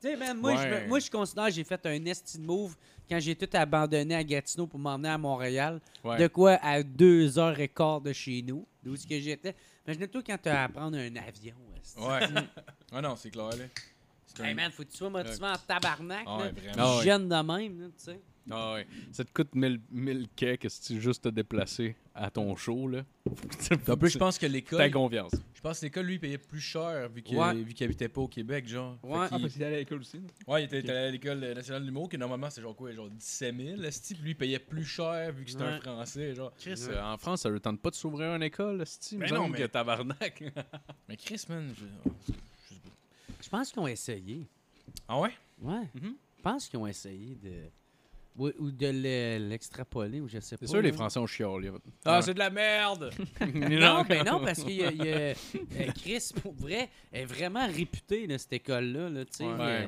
[SPEAKER 4] Tu sais, man, moi, je me-
[SPEAKER 3] Ouais.
[SPEAKER 4] moi, je considère que j'ai fait un esti de move quand j'ai tout abandonné à Gatineau pour m'emmener à Montréal.
[SPEAKER 3] Ouais.
[SPEAKER 4] De quoi à deux heures et quart de chez nous, d'où ce que j'étais. Imagine-toi quand tu as à prendre un avion. esti.
[SPEAKER 2] Ouais. ah non, c'est clair, là. C'est
[SPEAKER 4] Hey, man, faut que tu sois motivé en tabarnak.
[SPEAKER 2] Ah ouais,
[SPEAKER 4] là.
[SPEAKER 2] vraiment.
[SPEAKER 3] Ah ouais.
[SPEAKER 4] Jeune de même, là, tu sais.
[SPEAKER 3] Ah ouais. Ça te coûte 1000 1000 que si tu juste te déplacer à ton show, là.
[SPEAKER 2] En plus, je pense que
[SPEAKER 3] T'as
[SPEAKER 2] l'école,
[SPEAKER 3] confiance.
[SPEAKER 2] je pense que l'école, lui, payait plus cher vu qu'il
[SPEAKER 4] Ouais.
[SPEAKER 2] vu qu'il habitait pas au Québec, genre. Fait
[SPEAKER 4] Ouais.
[SPEAKER 5] Ah,
[SPEAKER 2] qu'il-
[SPEAKER 5] parce qu'il allait à l'école aussi. là.
[SPEAKER 2] Ouais, il était allé à l'école nationale de l'humour, qui normalement c'est genre quoi, genre 17 000. Le type, lui, il payait plus cher vu que c'était un
[SPEAKER 4] Ouais.
[SPEAKER 2] Français, genre.
[SPEAKER 3] Chris, euh, en France, ça ne tente pas de s'ouvrir une école, si
[SPEAKER 2] Ben non, mais-
[SPEAKER 3] tabarnak.
[SPEAKER 2] Mais Chris, man, je... je sais pas.
[SPEAKER 4] Je pense qu'ils ont essayé.
[SPEAKER 2] Ah ouais?
[SPEAKER 4] Ouais.
[SPEAKER 3] Mm-hmm.
[SPEAKER 4] Je pense qu'ils ont essayé de. Ou, ou de le- l'extrapoler, ou je sais pas.
[SPEAKER 3] C'est sûr, les
[SPEAKER 4] là.
[SPEAKER 3] Français ont chiolé.
[SPEAKER 2] Ah,
[SPEAKER 3] c'est de la merde!
[SPEAKER 4] Non, mais non, parce que euh, Chris, pour vrai, est vraiment réputée, là, cette école-là. Là, tu sais.
[SPEAKER 3] Ouais.
[SPEAKER 4] Euh,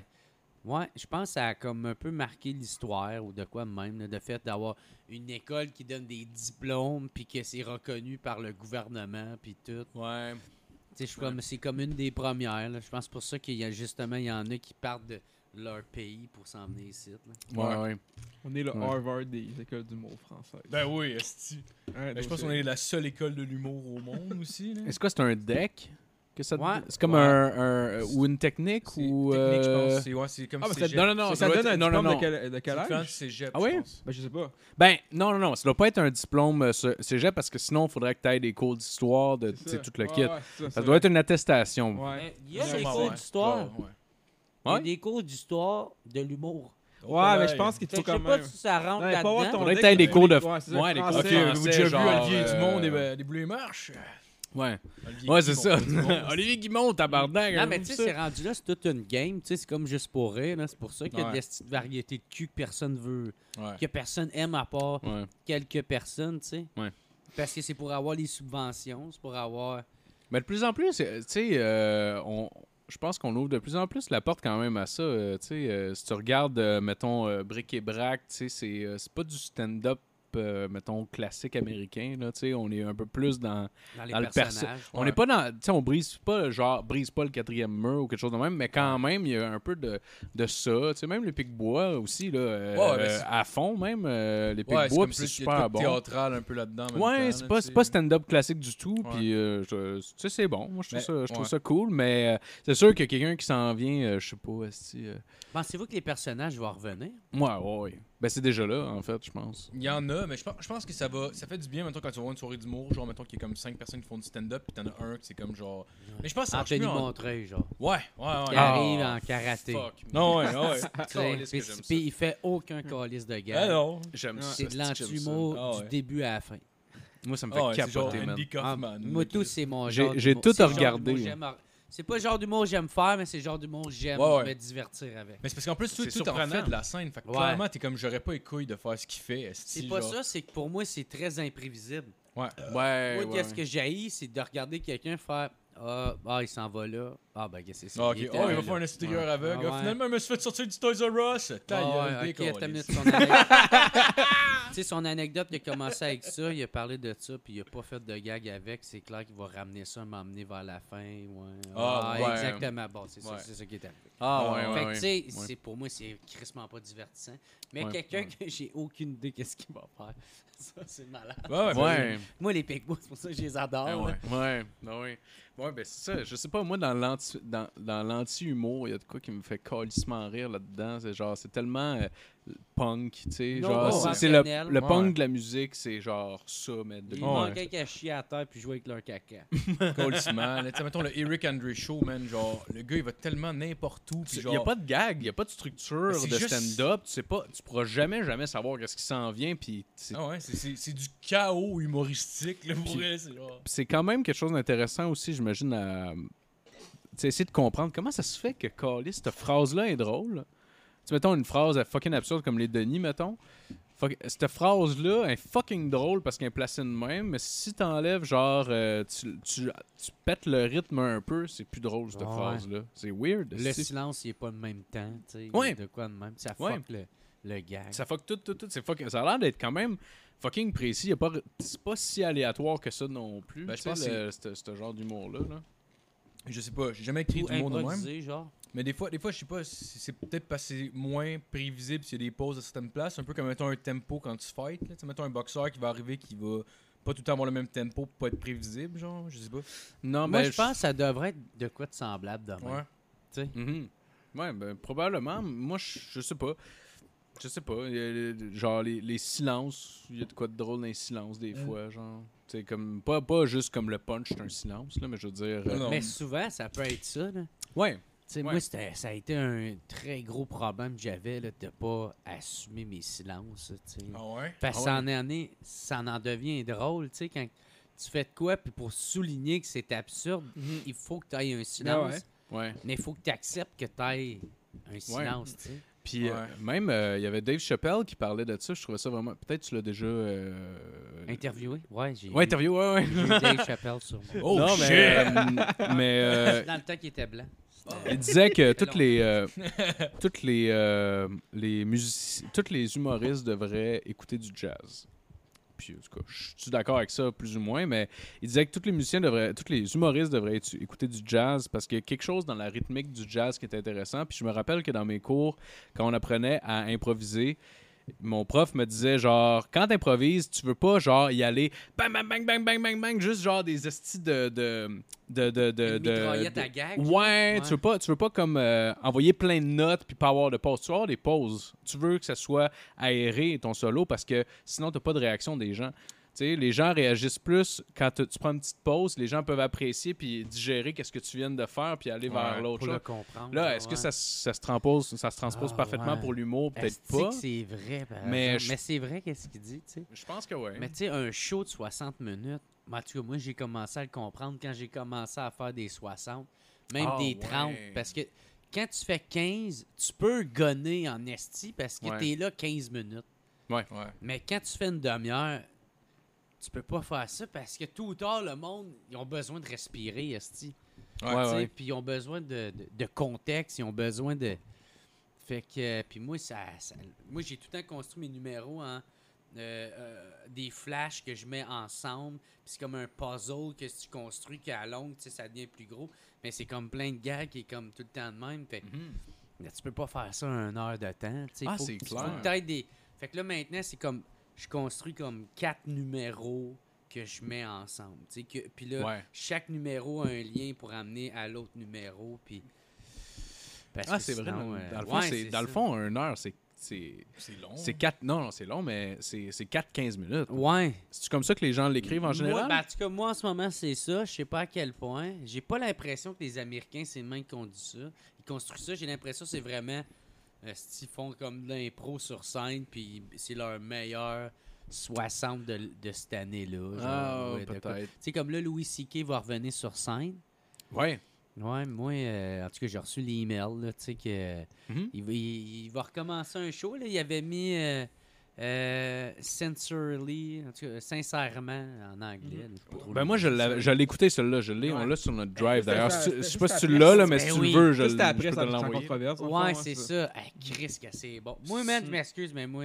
[SPEAKER 4] ouais, je pense que ça a comme un peu marqué l'histoire ou de quoi de même, là, de fait d'avoir une école qui donne des diplômes, puis que c'est reconnu par le gouvernement, puis tout.
[SPEAKER 3] Ouais.
[SPEAKER 4] Tu sais, je suis comme- C'est comme une des premières. là. Je pense pour ça qu'il y a justement, il y en a qui partent de leur pays pour s'en venir ici. là.
[SPEAKER 3] Ouais,
[SPEAKER 2] Ouais.
[SPEAKER 3] ouais.
[SPEAKER 5] On est le
[SPEAKER 3] Ouais.
[SPEAKER 5] Harvard des écoles d'humour françaises.
[SPEAKER 2] Ben oui, esti.
[SPEAKER 5] Ouais,
[SPEAKER 2] Ben, je
[SPEAKER 5] donc,
[SPEAKER 2] pense
[SPEAKER 5] euh,
[SPEAKER 2] qu'on est la seule école de l'humour au monde aussi, là.
[SPEAKER 3] Est-ce que c'est un deck? que ça te-
[SPEAKER 4] Ouais.
[SPEAKER 3] C'est comme
[SPEAKER 2] Ouais.
[SPEAKER 3] un, un- Ou une technique?
[SPEAKER 2] C'est
[SPEAKER 3] ou,
[SPEAKER 2] technique, je
[SPEAKER 3] euh,
[SPEAKER 2] pense. C'est ouais, c'est comme
[SPEAKER 3] Ah, mais ça-
[SPEAKER 2] cégep.
[SPEAKER 3] non, non, non,
[SPEAKER 5] Ça,
[SPEAKER 3] doit
[SPEAKER 5] donne un
[SPEAKER 3] être- non, non,
[SPEAKER 5] diplôme
[SPEAKER 3] non.
[SPEAKER 5] de quel, de quel
[SPEAKER 2] C'est différent du
[SPEAKER 5] âge
[SPEAKER 2] cégep,
[SPEAKER 3] Ah
[SPEAKER 2] je
[SPEAKER 3] oui?
[SPEAKER 2] pense.
[SPEAKER 5] Ben, je sais pas.
[SPEAKER 3] Ben, non, non, non, ça doit pas être un diplôme euh, cé- cégep parce que sinon, il faudrait que tu aies des cours d'histoire, de tu
[SPEAKER 5] C'est
[SPEAKER 3] sais,
[SPEAKER 5] ça.
[SPEAKER 3] tout le
[SPEAKER 5] Ouais,
[SPEAKER 3] kit.
[SPEAKER 5] ouais, c'est
[SPEAKER 3] Ça
[SPEAKER 5] c'est
[SPEAKER 3] doit
[SPEAKER 5] vrai.
[SPEAKER 3] être une attestation.
[SPEAKER 5] Ouais.
[SPEAKER 4] Il y a des
[SPEAKER 2] Sûrement,
[SPEAKER 4] cours
[SPEAKER 2] ouais.
[SPEAKER 4] d'histoire.
[SPEAKER 2] Ouais, ouais.
[SPEAKER 4] Il y a
[SPEAKER 3] Ouais.
[SPEAKER 4] des cours d'histoire de l'humour.
[SPEAKER 5] Ouais, mais ben, je pense qu'il
[SPEAKER 4] Fait
[SPEAKER 5] faut euh,
[SPEAKER 4] que Je
[SPEAKER 5] quand
[SPEAKER 4] sais pas
[SPEAKER 5] même.
[SPEAKER 4] si ça rentre
[SPEAKER 5] Ouais, faut avoir
[SPEAKER 4] là-dedans.
[SPEAKER 5] ton
[SPEAKER 3] Faudrait que
[SPEAKER 5] deck,
[SPEAKER 3] t'aies des
[SPEAKER 5] mais-
[SPEAKER 3] cours de-
[SPEAKER 5] Ouais, c'est ça,
[SPEAKER 3] ouais, des cours de
[SPEAKER 2] Ok,
[SPEAKER 5] français.
[SPEAKER 2] avez-vous déjà vu
[SPEAKER 3] genre,
[SPEAKER 2] Ah, Olivier
[SPEAKER 3] euh,
[SPEAKER 2] Dumont des, des Bleus et Marche?
[SPEAKER 3] Ouais.
[SPEAKER 2] Olivier
[SPEAKER 3] Ouais, c'est
[SPEAKER 2] Dumont,
[SPEAKER 3] ça.
[SPEAKER 2] Dumont.
[SPEAKER 3] Olivier Guimond, tabarnak.
[SPEAKER 4] Non,
[SPEAKER 3] hein,
[SPEAKER 4] mais tu
[SPEAKER 3] ouvre
[SPEAKER 4] sais,
[SPEAKER 3] ça.
[SPEAKER 4] c'est rendu là, c'est toute une game. Tu sais, c'est comme juste pour rire. là. C'est pour ça qu'il y a
[SPEAKER 2] Ouais.
[SPEAKER 4] des petites variétés de cul que personne veut,
[SPEAKER 2] Ouais.
[SPEAKER 4] que personne aime à part
[SPEAKER 3] Ouais.
[SPEAKER 4] quelques personnes, tu sais.
[SPEAKER 3] Ouais.
[SPEAKER 4] Parce que c'est pour avoir les subventions, c'est pour avoir.
[SPEAKER 3] Mais de plus en plus, euh, tu sais, euh, on- je pense qu'on ouvre de plus en plus la porte quand même à ça. euh, tu sais, euh, si tu regardes, euh, mettons, euh, Brick et Brac, tu sais, c'est euh, c'est pas du stand-up, euh, mettons, classique américain. Là, tu sais, on est un peu plus dans.
[SPEAKER 4] Dans les
[SPEAKER 3] Dans le perso-
[SPEAKER 4] personnages.
[SPEAKER 3] On n'est pas dans. Tu sais, on brise pas, genre, brise pas le quatrième mur ou quelque chose de même, mais quand même, il y a un peu de, de ça. Tu sais, même les pics-bois aussi, là, euh,
[SPEAKER 2] Ouais, mais
[SPEAKER 3] euh,
[SPEAKER 2] c'est-
[SPEAKER 3] à fond, même, euh, les
[SPEAKER 2] Ouais, c'est
[SPEAKER 3] pics-bois,
[SPEAKER 2] comme
[SPEAKER 3] puis
[SPEAKER 2] plus- il y
[SPEAKER 3] c'est
[SPEAKER 2] a de
[SPEAKER 3] super
[SPEAKER 2] quoi de
[SPEAKER 3] bon.
[SPEAKER 2] théâtral un peu là-dedans. en même
[SPEAKER 3] Ouais,
[SPEAKER 2] temps,
[SPEAKER 3] c'est
[SPEAKER 2] là,
[SPEAKER 3] pas,
[SPEAKER 2] tu
[SPEAKER 3] c'est
[SPEAKER 2] sais.
[SPEAKER 3] pas stand-up classique du tout,
[SPEAKER 2] Ouais.
[SPEAKER 3] puis euh, je- tu sais, c'est bon. Moi, je trouve,
[SPEAKER 2] Mais-
[SPEAKER 3] ça, je trouve
[SPEAKER 2] ouais.
[SPEAKER 3] ça cool, mais euh, c'est sûr que quelqu'un qui s'en vient, euh, je sais pas, si.
[SPEAKER 4] Pensez-vous que les personnages vont revenir?
[SPEAKER 3] Ouais, ouais, ouais. Ben, c'est déjà là, en fait, je pense.
[SPEAKER 2] Il y en a, mais je pense, je pense que ça va. Ça fait du bien, maintenant quand tu vois une soirée d'humour, genre, mettons qu'il y a comme 5 personnes qui font du stand-up, puis t'en as un qui c'est comme genre. Mais je pense que ça marche
[SPEAKER 4] Anthony
[SPEAKER 2] mieux en-
[SPEAKER 4] Montreuil, genre.
[SPEAKER 2] Ouais, Ah, ouais, ouais.
[SPEAKER 4] Qui arrive en karaté.
[SPEAKER 2] Non, ouais, ouais.
[SPEAKER 4] tu
[SPEAKER 3] Calisse
[SPEAKER 4] sais.
[SPEAKER 3] Ah, que
[SPEAKER 4] Puis-
[SPEAKER 3] j'aime ça.
[SPEAKER 4] Puis il fait aucun calice de
[SPEAKER 2] Ah
[SPEAKER 4] guerre.
[SPEAKER 2] non.
[SPEAKER 3] J'aime
[SPEAKER 5] Ouais.
[SPEAKER 3] ça.
[SPEAKER 4] C'est de
[SPEAKER 3] c'est-tu, j'aime ça.
[SPEAKER 4] l'anti-humour
[SPEAKER 2] Ah
[SPEAKER 4] du
[SPEAKER 2] ouais.
[SPEAKER 4] début à la fin.
[SPEAKER 3] Moi, ça me fait
[SPEAKER 2] Ah ouais, c'est genre
[SPEAKER 3] capoter, man.
[SPEAKER 2] Andy
[SPEAKER 4] Ah,
[SPEAKER 2] Kaufman.
[SPEAKER 4] moi, tout, c'est mon
[SPEAKER 3] J'ai-
[SPEAKER 4] genre.
[SPEAKER 3] j'ai
[SPEAKER 4] d'humour.
[SPEAKER 3] tout
[SPEAKER 4] C'est le genre
[SPEAKER 3] regardé.
[SPEAKER 4] d'humour que j'aime à- C'est pas le genre d'humour que j'aime faire, mais c'est le genre d'humour que j'aime
[SPEAKER 2] Ouais, ouais.
[SPEAKER 4] me divertir avec.
[SPEAKER 2] Mais c'est parce qu'en plus, tout,
[SPEAKER 3] C'est
[SPEAKER 2] tout en
[SPEAKER 3] surprenant.
[SPEAKER 2] fait de la scène. Fait que
[SPEAKER 4] Ouais.
[SPEAKER 2] clairement, t'es comme, j'aurais pas les couilles de faire ce qu'il fait. esti,
[SPEAKER 4] C'est pas
[SPEAKER 2] genre. Eh
[SPEAKER 4] ça, Euh, c'est que pour moi, c'est très imprévisible.
[SPEAKER 2] Ouais.
[SPEAKER 3] Ouais,
[SPEAKER 4] Moi,
[SPEAKER 3] ouais,
[SPEAKER 4] qu'est-ce
[SPEAKER 3] ouais.
[SPEAKER 4] que j'ai c'est de regarder quelqu'un faire Ah, ah, il s'en va là. Ah, ben, qu'est-ce que c'est
[SPEAKER 2] Ah, ok.
[SPEAKER 4] était
[SPEAKER 2] Oh,
[SPEAKER 4] là,
[SPEAKER 2] il va
[SPEAKER 4] là.
[SPEAKER 2] faire un extérieur
[SPEAKER 4] Ouais.
[SPEAKER 2] aveugle.
[SPEAKER 4] Ah,
[SPEAKER 2] Ah,
[SPEAKER 4] ouais.
[SPEAKER 2] Finalement, il me suis fait sortir du Toys R Us. Ta gueule,
[SPEAKER 4] Ah ouais,
[SPEAKER 2] décolle.
[SPEAKER 4] ok, attends une minute, son anecdote. Tu sais, son anecdote, il a commencé avec ça, il a parlé de ça, puis il a pas fait de gag avec. C'est clair qu'il va ramener ça, m'emmener vers la fin. Ouais.
[SPEAKER 2] Ah, ouais.
[SPEAKER 4] Exactement. Bon, c'est ça,
[SPEAKER 2] Ouais.
[SPEAKER 4] c'est ça qui est arrivé.
[SPEAKER 3] Ah, ouais,
[SPEAKER 2] Ah,
[SPEAKER 3] ouais,
[SPEAKER 4] fait que,
[SPEAKER 3] ouais.
[SPEAKER 4] tu sais,
[SPEAKER 3] Ouais.
[SPEAKER 4] c'est- pour moi, c'est crissement pas divertissant. Mais
[SPEAKER 3] Ouais,
[SPEAKER 4] quelqu'un
[SPEAKER 3] ouais.
[SPEAKER 4] que j'ai aucune idée qu'est-ce qu'il va faire. Ça, c'est malade.
[SPEAKER 2] Ouais, ouais, ben oui.
[SPEAKER 3] Ouais.
[SPEAKER 4] Moi, les Pigbois, c'est pour ça que je les adore.
[SPEAKER 3] Ah
[SPEAKER 4] là.
[SPEAKER 3] ouais. Ouais, ben ouais. Ouais, ben c'est ça. Je sais pas, moi, dans l'anti- dans, dans l'anti-humour, il y a de quoi qui me fait calissement rire là-dedans. C'est genre, c'est tellement euh, punk, tu sais.
[SPEAKER 4] Non,
[SPEAKER 3] Genre, c'est- c'est
[SPEAKER 4] conventionnel.
[SPEAKER 3] le, le
[SPEAKER 2] Ouais.
[SPEAKER 3] punk de la musique, c'est genre ça, mais de
[SPEAKER 4] Il
[SPEAKER 2] Ouais.
[SPEAKER 4] manquait qu'à chier à terre puis jouer avec leur caca.
[SPEAKER 2] Colissement. là, tu sais, mettons le Eric Andre Show, man. Genre, le gars, il va tellement n'importe où. Puis
[SPEAKER 3] Il
[SPEAKER 2] genre,
[SPEAKER 3] n'y a pas de gag, il n'y a pas de structure
[SPEAKER 2] Mais c'est
[SPEAKER 3] de
[SPEAKER 2] juste-
[SPEAKER 3] stand-up. Tu sais pas, tu pourras jamais, jamais savoir qu'est-ce qui s'en vient. Puis c'est
[SPEAKER 2] Ah ouais, c'est- c'est c'est du chaos humoristique, là, pour
[SPEAKER 3] Puis-
[SPEAKER 2] vrai. C'est genre.
[SPEAKER 3] c'est quand même quelque chose d'intéressant aussi, j'imagine, à tu sais, essayer de comprendre comment ça se fait que Callis, cette phrase-là est drôle. Tu sais, mettons une phrase fucking absurde comme les Denis, mettons. Fuck- Cette phrase-là est fucking drôle parce qu'elle est placée de même, mais si t'enlèves, genre, euh, tu, tu, tu pètes le rythme un peu, c'est plus drôle, cette
[SPEAKER 4] Ouais.
[SPEAKER 3] phrase-là. C'est weird.
[SPEAKER 4] Le
[SPEAKER 3] c'est-
[SPEAKER 4] silence, il est pas le même temps, tu sais.
[SPEAKER 3] Ouais.
[SPEAKER 4] De quoi de même. Ça fuck
[SPEAKER 3] Ouais.
[SPEAKER 4] le, le gag.
[SPEAKER 3] Ça fuck tout, tout, tout. c'est fuck- Ça a l'air d'être quand même fucking précis. Y a pas... C'est pas si aléatoire que ça non plus.
[SPEAKER 2] Ben, je
[SPEAKER 3] tu sais,
[SPEAKER 2] pense que
[SPEAKER 3] le- ce ce genre d'humour-là. Là.
[SPEAKER 2] Je sais pas, j'ai jamais écrit
[SPEAKER 4] Ou
[SPEAKER 2] du monde de même.
[SPEAKER 4] improvisé, genre.
[SPEAKER 2] Mais des fois, des fois je sais pas, c'est c'est peut-être parce que c'est moins prévisible s'il y a des pauses à certaines places. Un peu comme mettons un tempo quand tu fights. Là. Tu sais, Mettons un boxeur qui va arriver qui va pas tout le temps avoir le même tempo pour pas être prévisible, genre, je sais pas.
[SPEAKER 3] Non,
[SPEAKER 4] Moi,
[SPEAKER 3] ben,
[SPEAKER 4] je pense que ça devrait être de quoi de semblable demain.
[SPEAKER 2] Ouais.
[SPEAKER 3] Mhm. Ouais, ben, probablement. Moi, je je sais pas. Je sais pas. Euh, Genre, les, les silences, il y a de quoi de drôle dans les silences des fois, genre. C'est comme pas, pas juste comme le punch, c'est un silence, là, mais je veux dire. euh,
[SPEAKER 2] Non.
[SPEAKER 4] Mais souvent, ça peut être ça. Là. Tu
[SPEAKER 2] ben.
[SPEAKER 3] Ouais,
[SPEAKER 4] sais,
[SPEAKER 3] Ouais.
[SPEAKER 4] Moi, c'était- ça a été un très gros problème que j'avais là, de pas assumer mes silences. tu sais.
[SPEAKER 2] Ah ouais?
[SPEAKER 4] Parce que
[SPEAKER 3] Ah
[SPEAKER 4] en année, ça en devient drôle. tu sais, Quand tu fais de quoi, puis pour souligner que c'est absurde,
[SPEAKER 5] Mhm.
[SPEAKER 4] il faut que tu aies un silence.
[SPEAKER 5] ouais.
[SPEAKER 3] ouais.
[SPEAKER 4] Mais il faut que tu acceptes que tu aies un silence. tu sais.
[SPEAKER 3] Puis euh,
[SPEAKER 2] Ouais.
[SPEAKER 3] même, euh, il y avait Dave Chappelle qui parlait de ça. Je trouvais ça vraiment. Peut-être tu l'as déjà. euh,
[SPEAKER 4] Interviewé? Ouais, j'ai
[SPEAKER 3] Ouais,
[SPEAKER 4] eu-
[SPEAKER 3] interview, ouais, ouais.
[SPEAKER 4] j'ai eu Dave Chappelle sur moi.
[SPEAKER 2] Oh
[SPEAKER 3] non,
[SPEAKER 2] shit!
[SPEAKER 3] mais. euh, mais euh,
[SPEAKER 4] Dans le temps qu'il était blanc.
[SPEAKER 3] Il disait que toutes les euh, toutes les euh, les musici- toutes les humoristes devraient écouter du jazz. Puis en tout cas, je suis d'accord avec ça plus ou moins, mais il disait que tous les musiciens devraient tous les humoristes devraient étu- écouter du jazz parce qu'il y a quelque chose dans la rythmique du jazz qui est intéressant. Puis je me rappelle que dans mes cours quand on apprenait à improviser, mon prof me disait genre quand t'improvises, tu veux pas genre y aller bang bang bang bang bang bang bang juste genre des estis de de de de de-
[SPEAKER 4] Une
[SPEAKER 3] de-
[SPEAKER 4] mitraillette
[SPEAKER 3] de-
[SPEAKER 4] à gag.
[SPEAKER 3] Ouais, tu veux
[SPEAKER 4] Ouais.
[SPEAKER 3] pas, tu veux pas comme euh, envoyer plein de notes puis pas avoir de pause. Tu veux avoir des pauses. Tu veux que ça soit aéré ton solo parce que sinon t'as pas de réaction des gens. Tu sais, les gens réagissent plus quand tu tu prends une petite pause. Les gens peuvent apprécier puis digérer qu'est-ce que tu viens de faire puis aller vers
[SPEAKER 2] Ouais,
[SPEAKER 3] l'autre
[SPEAKER 4] Pour le
[SPEAKER 3] chose.
[SPEAKER 4] comprendre.
[SPEAKER 3] Là, est-ce que
[SPEAKER 4] ouais.
[SPEAKER 3] ça, s- ça se transpose, ça se transpose
[SPEAKER 4] Ah,
[SPEAKER 3] parfaitement
[SPEAKER 4] ouais.
[SPEAKER 3] pour l'humour Peut-être
[SPEAKER 4] Est-ce
[SPEAKER 3] pas.
[SPEAKER 4] que c'est vrai, par
[SPEAKER 3] Mais
[SPEAKER 4] exemple?
[SPEAKER 3] je-
[SPEAKER 4] Mais c'est vrai qu'est-ce qu'il dit, tu sais.
[SPEAKER 3] Je pense que oui.
[SPEAKER 4] Mais tu sais, un show de 60 minutes, ben, en tout cas, moi, j'ai commencé à le comprendre quand j'ai commencé à faire des 60, même
[SPEAKER 3] Ah,
[SPEAKER 4] des 30,
[SPEAKER 3] ouais.
[SPEAKER 4] parce que quand tu fais 15, tu peux gonner en esti parce que
[SPEAKER 3] Ouais.
[SPEAKER 4] t'es là 15 minutes.
[SPEAKER 3] Ouais.
[SPEAKER 2] Ouais.
[SPEAKER 4] Mais quand tu fais une demi-heure, tu peux pas faire ça parce que tout ou tard, le monde, ils ont besoin de respirer, esti.
[SPEAKER 2] Ouais,
[SPEAKER 3] Ouais,
[SPEAKER 4] Tu sais,
[SPEAKER 3] ouais.
[SPEAKER 4] Puis ils ont besoin de, de- de contexte, ils ont besoin de. Fait que. euh, Puis moi, ça, ça- moi j'ai tout le temps construit mes numéros en. euh, euh, des flashs que je mets ensemble, puis c'est comme un puzzle que si tu construis qu'à longue, tu sais, ça devient plus gros, mais c'est comme plein de gars qui est comme tout le temps de même. Fait mais tu peux pas faire ça en une heure de temps. tu sais,
[SPEAKER 3] Mhm. Ah,
[SPEAKER 4] faut
[SPEAKER 3] c'est
[SPEAKER 4] que tu-
[SPEAKER 3] clair.
[SPEAKER 4] faut que t'aies des... Fait que là, maintenant, c'est comme... Je construis comme quatre numéros que je mets ensemble. tu sais, que- Puis là,
[SPEAKER 3] Ouais.
[SPEAKER 4] chaque numéro a un lien pour amener à l'autre numéro. Puis... Parce
[SPEAKER 3] Ah,
[SPEAKER 4] que
[SPEAKER 3] c'est vrai.
[SPEAKER 4] sinon,
[SPEAKER 3] Dans,
[SPEAKER 4] euh,
[SPEAKER 3] dans le fond,
[SPEAKER 4] ouais,
[SPEAKER 3] c'est, dans le
[SPEAKER 4] ça.
[SPEAKER 3] fond, une heure, c'est c'est
[SPEAKER 2] C'est long.
[SPEAKER 3] c'est quatre. Non, non, c'est long, mais c'est c'est quatre 15 minutes.
[SPEAKER 4] Ouais.
[SPEAKER 3] C'est comme ça que les gens l'écrivent en général.
[SPEAKER 4] Moi, ben, en tout cas, moi, en ce moment, c'est ça. Je sais pas à quel point. J'ai pas l'impression que les Américains, c'est le même qui conduisent ça. Ils construisent ça. J'ai l'impression que c'est vraiment. Euh, s'ils font comme de l'impro sur scène, puis c'est leur meilleur 60 de, de cette année-là. genre,
[SPEAKER 3] Ah,
[SPEAKER 4] ouais, de quoi.
[SPEAKER 3] peut-être.
[SPEAKER 4] Tu sais, comme là, Louis C.K. va revenir sur scène.
[SPEAKER 3] Ouais.
[SPEAKER 4] Ouais, moi, euh, en tout cas, j'ai reçu l'email, là, tu sais, que, euh,
[SPEAKER 2] Mhm.
[SPEAKER 4] il, va- il- il va recommencer un show, là. Il avait mis euh, euh, Sincerely, en tout cas, sincèrement, en anglais. là, c'est pas trop
[SPEAKER 3] Ben
[SPEAKER 4] le
[SPEAKER 3] moi,
[SPEAKER 4] mot.
[SPEAKER 3] je l'avais- je l'ai écouté, celle-là. Je l'ai, on
[SPEAKER 4] Ouais.
[SPEAKER 3] l'a sur notre
[SPEAKER 5] Est-ce
[SPEAKER 3] drive
[SPEAKER 5] que
[SPEAKER 3] d'ailleurs.
[SPEAKER 5] c'est
[SPEAKER 3] Si
[SPEAKER 5] ça-
[SPEAKER 3] tu- Je
[SPEAKER 5] est-ce
[SPEAKER 3] sais
[SPEAKER 5] que
[SPEAKER 3] pas
[SPEAKER 5] c'est
[SPEAKER 3] si tu
[SPEAKER 5] après
[SPEAKER 3] l'as, là,
[SPEAKER 5] ça?
[SPEAKER 3] mais
[SPEAKER 4] Ben
[SPEAKER 3] si tu
[SPEAKER 4] oui.
[SPEAKER 3] veux, je
[SPEAKER 5] Juste
[SPEAKER 3] je
[SPEAKER 5] après,
[SPEAKER 3] peux te
[SPEAKER 5] ça sans
[SPEAKER 3] l'envoyer.
[SPEAKER 5] controverse. au
[SPEAKER 4] Ouais,
[SPEAKER 5] fond, hein,
[SPEAKER 4] c'est
[SPEAKER 5] ça.
[SPEAKER 4] ça. Hey, Chris, que c'est bon. Moi, man, je m'excuse, mais moi,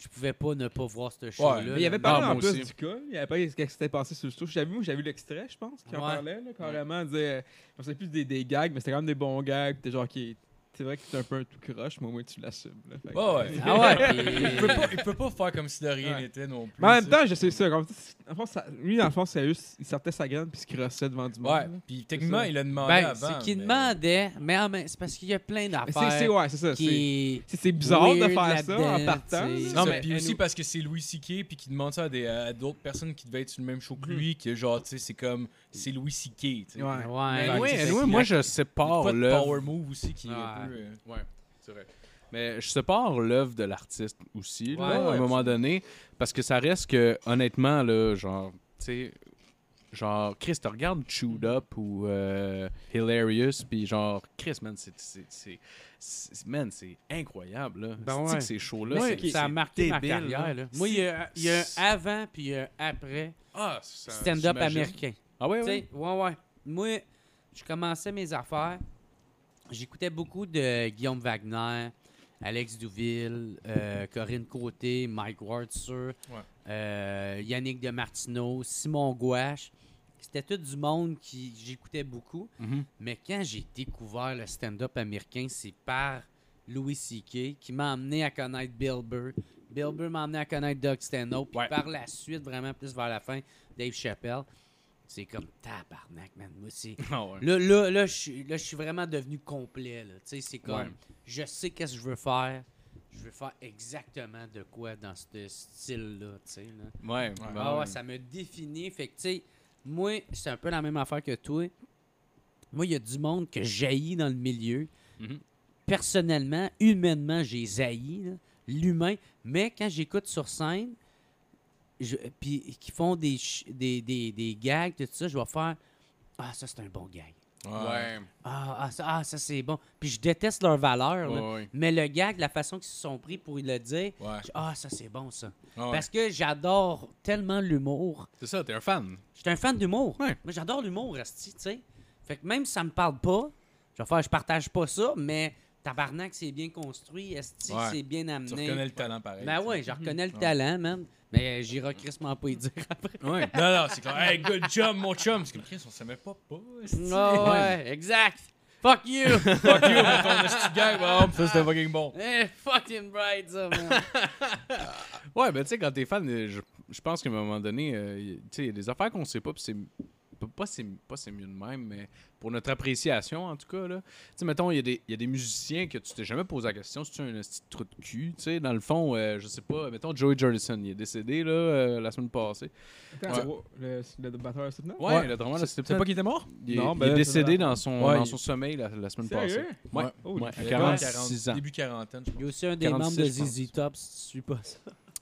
[SPEAKER 4] je pouvais pas ne pas voir ce
[SPEAKER 2] Ouais,
[SPEAKER 4] show-là.
[SPEAKER 2] mais
[SPEAKER 5] Mais il y avait
[SPEAKER 4] là.
[SPEAKER 3] pas-
[SPEAKER 5] parlé
[SPEAKER 3] Ah,
[SPEAKER 5] en
[SPEAKER 3] moi
[SPEAKER 5] plus
[SPEAKER 3] aussi.
[SPEAKER 5] du cas. Il y avait parlé de ce qui s'était passé sur le show. J'avais vu, j'avais vu l'extrait, je pense, qui en
[SPEAKER 4] Ouais.
[SPEAKER 5] parlait, là, carrément. il Disait, je sais plus des, des gags, mais c'était quand même des bons gags. T'es genre qui. C'est vrai que t'es un peu un tout croche, mais au moins tu l'assumes. là. Fait que-
[SPEAKER 2] Ouais, ouais.
[SPEAKER 4] Ah ouais,
[SPEAKER 2] Il peut, pas, il peut pas faire comme si de rien
[SPEAKER 5] Ouais.
[SPEAKER 2] n'était non plus.
[SPEAKER 5] Mais en même
[SPEAKER 2] tu sais.
[SPEAKER 5] temps, je sais ça. Comme, en fond, ça- lui, dans le fond, c'est juste, il sortait sa graine puis il se crossait devant du monde.
[SPEAKER 2] Ouais,
[SPEAKER 5] là.
[SPEAKER 2] puis techniquement,
[SPEAKER 5] ça.
[SPEAKER 2] il a demandé
[SPEAKER 4] Ben,
[SPEAKER 2] avant.
[SPEAKER 4] c'est qu'il
[SPEAKER 2] mais-
[SPEAKER 4] demandait, mais en même- c'est parce qu'il y a plein
[SPEAKER 5] Mais C'est, c'est,
[SPEAKER 4] d'affaires
[SPEAKER 5] ouais, c'est ça. c'est-
[SPEAKER 4] qui...
[SPEAKER 5] C'est, c'est bizarre de
[SPEAKER 4] weird
[SPEAKER 5] faire ça en
[SPEAKER 4] là-dedans,
[SPEAKER 5] partant.
[SPEAKER 4] tu sais.
[SPEAKER 5] là.
[SPEAKER 2] Non,
[SPEAKER 4] Ça,
[SPEAKER 2] mais puis
[SPEAKER 5] elle
[SPEAKER 2] aussi
[SPEAKER 5] nous-
[SPEAKER 2] parce que c'est Louis C.K. puis qui demande ça à des- à d'autres personnes qui devaient être sur le même show que lui, que genre, tu sais, c'est comme, c'est Louis C.K. tu sais.
[SPEAKER 5] Ouais.
[SPEAKER 4] Ouais.
[SPEAKER 3] Ben
[SPEAKER 2] Ouais,
[SPEAKER 3] oui,
[SPEAKER 2] c'est
[SPEAKER 3] anyway,
[SPEAKER 2] ça.
[SPEAKER 3] moi, je
[SPEAKER 2] Il y a
[SPEAKER 3] sépare
[SPEAKER 2] pas de
[SPEAKER 3] l'œuvre.
[SPEAKER 2] power move aussi qui est un
[SPEAKER 4] Ouais.
[SPEAKER 2] peu. euh,
[SPEAKER 3] Ouais, c'est vrai. Mais je sépare l'œuvre de l'artiste aussi, là,
[SPEAKER 4] Ouais,
[SPEAKER 3] à un
[SPEAKER 2] ouais,
[SPEAKER 3] moment donné, parce que ça reste que, honnêtement, là, genre, tu sais, genre, Chris, tu regardes Chewed Up ou euh, Hilarious, puis genre, Chris, man, c'est- c'est- c'est- c'est man, c'est incroyable, là.
[SPEAKER 4] Ben
[SPEAKER 3] C'est-tu
[SPEAKER 4] ouais.
[SPEAKER 3] que ces shows-là,
[SPEAKER 4] Moi,
[SPEAKER 3] c'est
[SPEAKER 4] ça a
[SPEAKER 3] c'est
[SPEAKER 4] marqué ma
[SPEAKER 3] débile,
[SPEAKER 4] carrière.
[SPEAKER 3] là.
[SPEAKER 4] là. Moi, il y a, il y a un avant puis il y a un après
[SPEAKER 3] Ah, ça-
[SPEAKER 4] stand-up
[SPEAKER 3] j'imagine.
[SPEAKER 4] américain.
[SPEAKER 3] Ah ouais,
[SPEAKER 4] Tu
[SPEAKER 3] ouais.
[SPEAKER 4] sais, ouais, ouais. Moi, je commençais mes affaires. J'écoutais beaucoup de Guillaume Wagner, Alex Douville, euh, Corinne Côté, Mike Ward, sûr, euh, Yannick Demartino, Simon Gouache. C'était tout du monde qui j'écoutais beaucoup.
[SPEAKER 3] Mhm.
[SPEAKER 4] Mais quand j'ai découvert le stand-up américain, c'est par Louis C.K. qui m'a amené à connaître Bill Burr. Bill Burr m'a amené à connaître Doug Stanhope. Puis
[SPEAKER 3] Ouais.
[SPEAKER 4] par la suite, vraiment plus vers la fin, Dave Chappelle. C'est comme tabarnak, man. Moi, c'est...
[SPEAKER 3] Ah ouais.
[SPEAKER 4] Là, là, là, je suis- là, je suis vraiment devenu complet. là. Tu sais, c'est comme,
[SPEAKER 3] Ouais.
[SPEAKER 4] je sais qu'est-ce que je veux faire. Je veux faire exactement de quoi dans ce style-là. tu sais, là.
[SPEAKER 3] Ouais, ben
[SPEAKER 4] Ah ouais,
[SPEAKER 3] ouais.
[SPEAKER 4] ça me définit. Fait que, tu sais, moi, c'est un peu la même affaire que toi. Moi, il y a du monde que j'haïs dans le milieu.
[SPEAKER 3] Mhm.
[SPEAKER 4] Personnellement, humainement, j'ai haï là, l'humain. Mais quand j'écoute sur scène, je- puis qui font des, ch- des, des, des gags, tout ça, je vais faire Ah, ça, c'est un bon gag.
[SPEAKER 3] Ouais.
[SPEAKER 4] Ah, ah, ça, ah, ça, c'est bon. Puis je déteste leur valeur. là.
[SPEAKER 3] Ouais, ouais.
[SPEAKER 4] Mais le gag, la façon qu'ils se sont pris pour le dire,
[SPEAKER 2] Ouais.
[SPEAKER 4] je- ah, ça, c'est bon, ça.
[SPEAKER 2] Ah ouais.
[SPEAKER 4] Parce que j'adore tellement l'humour.
[SPEAKER 3] C'est ça, t'es un fan.
[SPEAKER 4] J'étais un fan d'humour.
[SPEAKER 3] Ouais.
[SPEAKER 4] Moi, j'adore l'humour, Resti, tu sais. Fait que même si ça me parle pas, je vais faire, je partage pas ça, mais tabarnak, c'est bien construit, Esti,
[SPEAKER 2] Ouais.
[SPEAKER 4] c'est bien
[SPEAKER 2] Tu
[SPEAKER 4] amené.
[SPEAKER 2] reconnais le talent pareil.
[SPEAKER 4] Ben
[SPEAKER 2] tu sais.
[SPEAKER 4] ouais, je reconnais le talent, man. Mais j'irai crissement pas y dire après.
[SPEAKER 3] Ouais.
[SPEAKER 2] Non, non, c'est clair. Hey, good job, mon chum. Parce que Chris, on savait pas pas. esti.
[SPEAKER 4] Ah ouais, exact. Fuck you.
[SPEAKER 2] Fuck you, mais ton esti de gag, bon, ça c'était fucking bon.
[SPEAKER 4] Eh, fucking bright, ça, man.
[SPEAKER 3] Ouais, ben tu sais, quand t'es fan, euh, je, je pense qu'à un moment donné, euh, y- tu sais, il y a des affaires qu'on sait pas, puis c'est. p- Pas c'est, pas c'est mieux de même, mais pour notre appréciation, en tout cas, là. Tu sais, mettons, il y, a des- il y a des musiciens que tu t'es jamais posé la question si tu es un petit trou de cul. Tu sais, dans le fond, euh, je sais pas, mettons, Joey Jordison, il est décédé, là, euh, la semaine passée.
[SPEAKER 5] Attends, oh, Le le batteur, c'est
[SPEAKER 3] Ouais,
[SPEAKER 2] Ouais.
[SPEAKER 3] le drama, là, c'était
[SPEAKER 2] C'est
[SPEAKER 3] peut-être-
[SPEAKER 2] pas qu'il était mort?
[SPEAKER 3] Il, est-
[SPEAKER 5] Non,
[SPEAKER 3] il
[SPEAKER 5] ben
[SPEAKER 3] est
[SPEAKER 5] là,
[SPEAKER 3] décédé
[SPEAKER 5] c'est-
[SPEAKER 3] dans son,
[SPEAKER 2] Ouais,
[SPEAKER 3] dans
[SPEAKER 2] il-
[SPEAKER 3] son sommeil la, la semaine
[SPEAKER 5] Sérieux?
[SPEAKER 3] passée. Ouais,
[SPEAKER 5] Holy
[SPEAKER 3] ouais, à
[SPEAKER 5] shit.
[SPEAKER 3] 46 ans.
[SPEAKER 2] Euh, Début quarantaine, je pense.
[SPEAKER 4] Il y a aussi un des
[SPEAKER 3] 46,
[SPEAKER 4] membres de
[SPEAKER 3] je pense.
[SPEAKER 4] ZZ Top, si tu suis pas ça.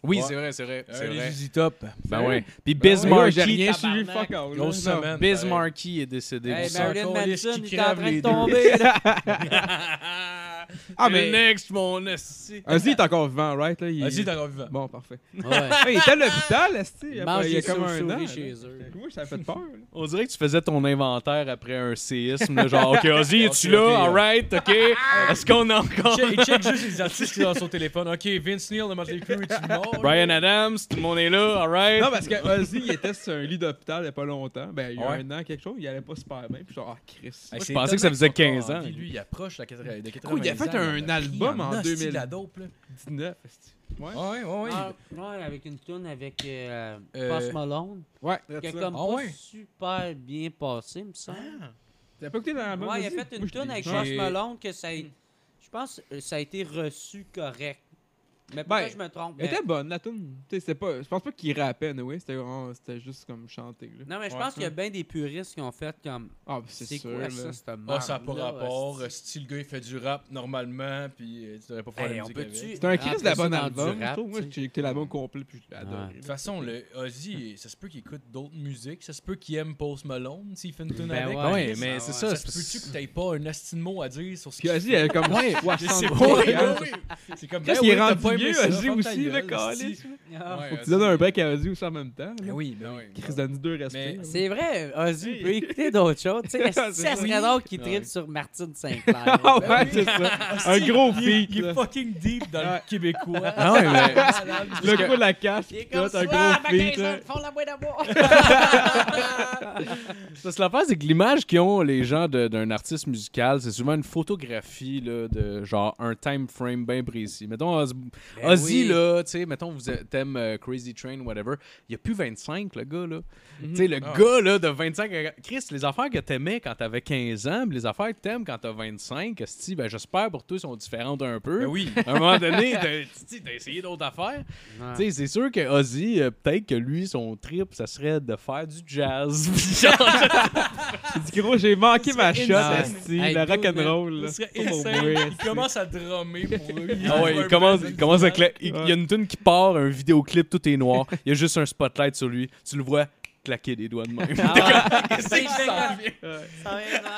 [SPEAKER 3] Oui,
[SPEAKER 2] Ouais.
[SPEAKER 3] c'est vrai, c'est vrai. c'est
[SPEAKER 2] Euh,
[SPEAKER 3] vrai.
[SPEAKER 2] les Uzi Top.
[SPEAKER 3] Ben ouais. Puis
[SPEAKER 5] Ben ouais,
[SPEAKER 3] Biz
[SPEAKER 5] ouais, J'ai
[SPEAKER 3] Markie-
[SPEAKER 5] rien suivi,
[SPEAKER 4] tabarnak.
[SPEAKER 5] fuck out.
[SPEAKER 2] Grosse
[SPEAKER 5] là. Non.
[SPEAKER 2] semaine.
[SPEAKER 3] Biz
[SPEAKER 2] pareil.
[SPEAKER 3] Markie est décédé.
[SPEAKER 4] Hey,
[SPEAKER 3] vous
[SPEAKER 2] Mar-
[SPEAKER 4] Marilyn
[SPEAKER 2] encore, les
[SPEAKER 4] Manson,
[SPEAKER 2] qui
[SPEAKER 4] il est en
[SPEAKER 2] crèvent,
[SPEAKER 4] train de
[SPEAKER 2] les deux.
[SPEAKER 4] tomber, là.
[SPEAKER 5] Ah,
[SPEAKER 3] Le
[SPEAKER 5] mais.
[SPEAKER 3] next, mon esti.
[SPEAKER 5] Ozzy est encore vivant, right? Là, il...
[SPEAKER 2] Vas-y, t'es encore vivant.
[SPEAKER 5] Bon, parfait.
[SPEAKER 4] Ouais.
[SPEAKER 5] Ouais, il était à l'hôpital, esti, il y a pas-
[SPEAKER 4] Mange
[SPEAKER 5] il y a
[SPEAKER 4] des
[SPEAKER 5] comme un
[SPEAKER 4] chauves-souris
[SPEAKER 5] an.
[SPEAKER 4] chez
[SPEAKER 5] là.
[SPEAKER 4] eux.
[SPEAKER 5] Moi, ça a fait peur. là.
[SPEAKER 3] On dirait que tu faisais ton inventaire après un séisme. là, genre, OK, Ozzy, es-tu
[SPEAKER 2] Ok,
[SPEAKER 3] là?
[SPEAKER 2] ok,
[SPEAKER 3] Alright, OK. Est-ce qu'on a encore
[SPEAKER 2] Check, il check juste les artistes qui sont dans son téléphone. Ok, Vince Neil de Motley Crue, est-tu mort?
[SPEAKER 3] Brian Adams? Tout le monde est là? Alright.
[SPEAKER 5] Non, parce que Ozzy, il était sur un lit d'hôpital il y a pas longtemps. Ben, il y a
[SPEAKER 2] Ouais.
[SPEAKER 5] un an, quelque chose, il allait pas super bien. Puis genre, ah, Chris.
[SPEAKER 2] Hey,
[SPEAKER 3] Moi, je
[SPEAKER 2] c'est
[SPEAKER 3] pensais que ça faisait
[SPEAKER 2] étonnant
[SPEAKER 3] 15 ans.
[SPEAKER 2] Puis lui, il approche la 80 de 80
[SPEAKER 5] Cool, il a fait
[SPEAKER 2] ans,
[SPEAKER 5] un
[SPEAKER 2] il a pris
[SPEAKER 5] album en
[SPEAKER 2] hostie de
[SPEAKER 5] 2000.
[SPEAKER 2] la dope, là.
[SPEAKER 5] 19, esti. Ouais.
[SPEAKER 2] Ah ouais, ouais, ouais.
[SPEAKER 4] Ah, ouais, avec une tune avec euh,
[SPEAKER 2] Euh,
[SPEAKER 4] Post Malone.
[SPEAKER 5] Ouais,
[SPEAKER 4] qui a
[SPEAKER 5] c'est ça.
[SPEAKER 4] comme
[SPEAKER 2] Ah
[SPEAKER 4] pas
[SPEAKER 2] ouais. Ah,
[SPEAKER 4] super bien passé, me semble.
[SPEAKER 5] T'as pas écouté dans l'album?
[SPEAKER 4] Ah, ouais, il a
[SPEAKER 5] Ozzy?
[SPEAKER 4] fait une
[SPEAKER 5] Moi, je
[SPEAKER 4] tune
[SPEAKER 5] l'ai-
[SPEAKER 4] avec
[SPEAKER 2] Ouais.
[SPEAKER 4] euh, Post Malone que ça a- je pense que ça a été reçu correct. Mais pourquoi
[SPEAKER 5] Ben,
[SPEAKER 4] je me trompe?
[SPEAKER 5] Elle
[SPEAKER 4] Mais-
[SPEAKER 5] était bonne, la tune. Tu sais, c'était pas. Je pense pas qu'il rappait, oui. C'était vraiment. C'était juste comme chanter, là.
[SPEAKER 4] Non, mais je
[SPEAKER 5] Ouais.
[SPEAKER 4] pense qu'il y a
[SPEAKER 2] hein.
[SPEAKER 4] bien des puristes qui ont fait comme.
[SPEAKER 5] Ah, ben, c'est
[SPEAKER 4] C'est
[SPEAKER 5] sûr,
[SPEAKER 4] quoi
[SPEAKER 5] là.
[SPEAKER 4] ça, cette
[SPEAKER 2] Ah,
[SPEAKER 4] merde
[SPEAKER 2] ça n'a pas rapport. euh, Si le gars il fait du rap normalement, puis euh, tu devrais pas faire la
[SPEAKER 4] Ben, on
[SPEAKER 2] musique avec.
[SPEAKER 4] peut-tu.
[SPEAKER 2] De
[SPEAKER 5] C'était un crise de la bonne
[SPEAKER 4] rentrer ça dans du
[SPEAKER 5] album. je
[SPEAKER 4] rap,
[SPEAKER 5] trouve. Moi,
[SPEAKER 4] tu sais?
[SPEAKER 5] j'ai écouté l'album complet, puis je l'ai adoré.
[SPEAKER 4] Ouais.
[SPEAKER 2] toute façon, le Ozzy, ça se peut qu'il écoute d'autres musiques, ça se peut qu'il aime Post Malone s'il fait une tune
[SPEAKER 4] Ben
[SPEAKER 2] avec.
[SPEAKER 4] ouais,
[SPEAKER 3] Ouais, mais c'est ça.
[SPEAKER 2] Ça
[SPEAKER 3] c'est-
[SPEAKER 2] se peut-tu que t'aies pas un asti de mot à dire sur ce
[SPEAKER 5] Puis
[SPEAKER 2] qu'il
[SPEAKER 5] Ozzy, elle a comme.
[SPEAKER 3] Ouais.
[SPEAKER 2] Je sais
[SPEAKER 5] 60
[SPEAKER 2] pas,
[SPEAKER 5] ans,
[SPEAKER 2] ouais,
[SPEAKER 5] hein.
[SPEAKER 2] ouais. C'est comme
[SPEAKER 5] Qu'est-ce
[SPEAKER 2] ben
[SPEAKER 5] qu'il
[SPEAKER 2] oui,
[SPEAKER 5] est
[SPEAKER 2] t'as
[SPEAKER 5] rendu
[SPEAKER 2] pas aimé
[SPEAKER 5] vieux,
[SPEAKER 2] ça,
[SPEAKER 5] Ozzy
[SPEAKER 2] ferme ta
[SPEAKER 5] aussi, le
[SPEAKER 2] gueule,
[SPEAKER 5] calice.
[SPEAKER 2] esti.
[SPEAKER 4] Ah.
[SPEAKER 3] Ouais,
[SPEAKER 5] Faut que
[SPEAKER 3] euh,
[SPEAKER 5] tu donnes un break à Ozzy aussi en même temps.
[SPEAKER 2] Ben oui, ben oui.
[SPEAKER 5] Chris donne deux respects.
[SPEAKER 2] Mais-
[SPEAKER 5] là.
[SPEAKER 4] C'est vrai, Ozzy
[SPEAKER 5] Hey.
[SPEAKER 4] peut écouter d'autres choses. Tu sais, ça
[SPEAKER 5] C'est
[SPEAKER 4] serait
[SPEAKER 5] oui.
[SPEAKER 4] drôle qu'il
[SPEAKER 2] Ah Ouais.
[SPEAKER 4] tripe sur Martine Sinclair.
[SPEAKER 5] Ah
[SPEAKER 4] Ben,
[SPEAKER 5] ouais, c'est ça. Un gros beat,
[SPEAKER 2] Il
[SPEAKER 5] là.
[SPEAKER 2] est fucking deep dans le québécois.
[SPEAKER 3] Ah ouais, mais-
[SPEAKER 5] Le coup de la cache,
[SPEAKER 4] Il est
[SPEAKER 5] pis tout,
[SPEAKER 4] comme ça,
[SPEAKER 5] un gros
[SPEAKER 4] ah, ma
[SPEAKER 5] beat,
[SPEAKER 4] quinzaine,
[SPEAKER 2] hein.
[SPEAKER 5] là.
[SPEAKER 4] font la boîte à bois.
[SPEAKER 3] Parce que l'affaire, c'est que l'image qu'ils ont les gens de- d'un artiste musical, c'est souvent une photographie là, de genre un time frame bien précis. Mettons, Oz-
[SPEAKER 4] Ben
[SPEAKER 3] Ozzy,
[SPEAKER 4] oui.
[SPEAKER 3] là, tu sais, mettons, vous êtes- t'aimes euh, Crazy Train, whatever, il a plus 25, le gars, là. Tu sais, le
[SPEAKER 2] Ah.
[SPEAKER 3] gars, là, de 25 à... Chris, les affaires que t'aimais quand t'avais 15 ans, puis les affaires que t'aimes quand t'as 25, esti, ben, j'espère pour toi, sont différentes un peu.
[SPEAKER 2] Ben oui.
[SPEAKER 3] À un moment donné, t'as esti, t'as essayé d'autres affaires.
[SPEAKER 4] Ouais.
[SPEAKER 3] Tu sais, c'est sûr que Ozzy, euh, peut-être que lui, son trip, ça serait de faire du jazz. Genre,
[SPEAKER 5] Dis, gros, j'ai manqué ma
[SPEAKER 2] C'est
[SPEAKER 5] shot,
[SPEAKER 2] insane.
[SPEAKER 5] esti.
[SPEAKER 4] Hey,
[SPEAKER 5] Le
[SPEAKER 4] dude,
[SPEAKER 5] rock'n'roll, là.
[SPEAKER 2] Ce serait
[SPEAKER 5] Pas pour
[SPEAKER 2] insane.
[SPEAKER 5] moi,
[SPEAKER 2] Il
[SPEAKER 5] esti.
[SPEAKER 2] commence à drummer pour eux.
[SPEAKER 3] Ah ouais, il commence, il commence avec la- il, il y a une tune qui part, un vidéoclip, tout est noir. Il y a juste un spotlight sur lui. Tu le vois claquer des doigts de même.
[SPEAKER 4] Ah ouais. C'est
[SPEAKER 2] qui s'en
[SPEAKER 4] dégueulasse.
[SPEAKER 2] vient?
[SPEAKER 5] Ouais.
[SPEAKER 4] Ça vient de-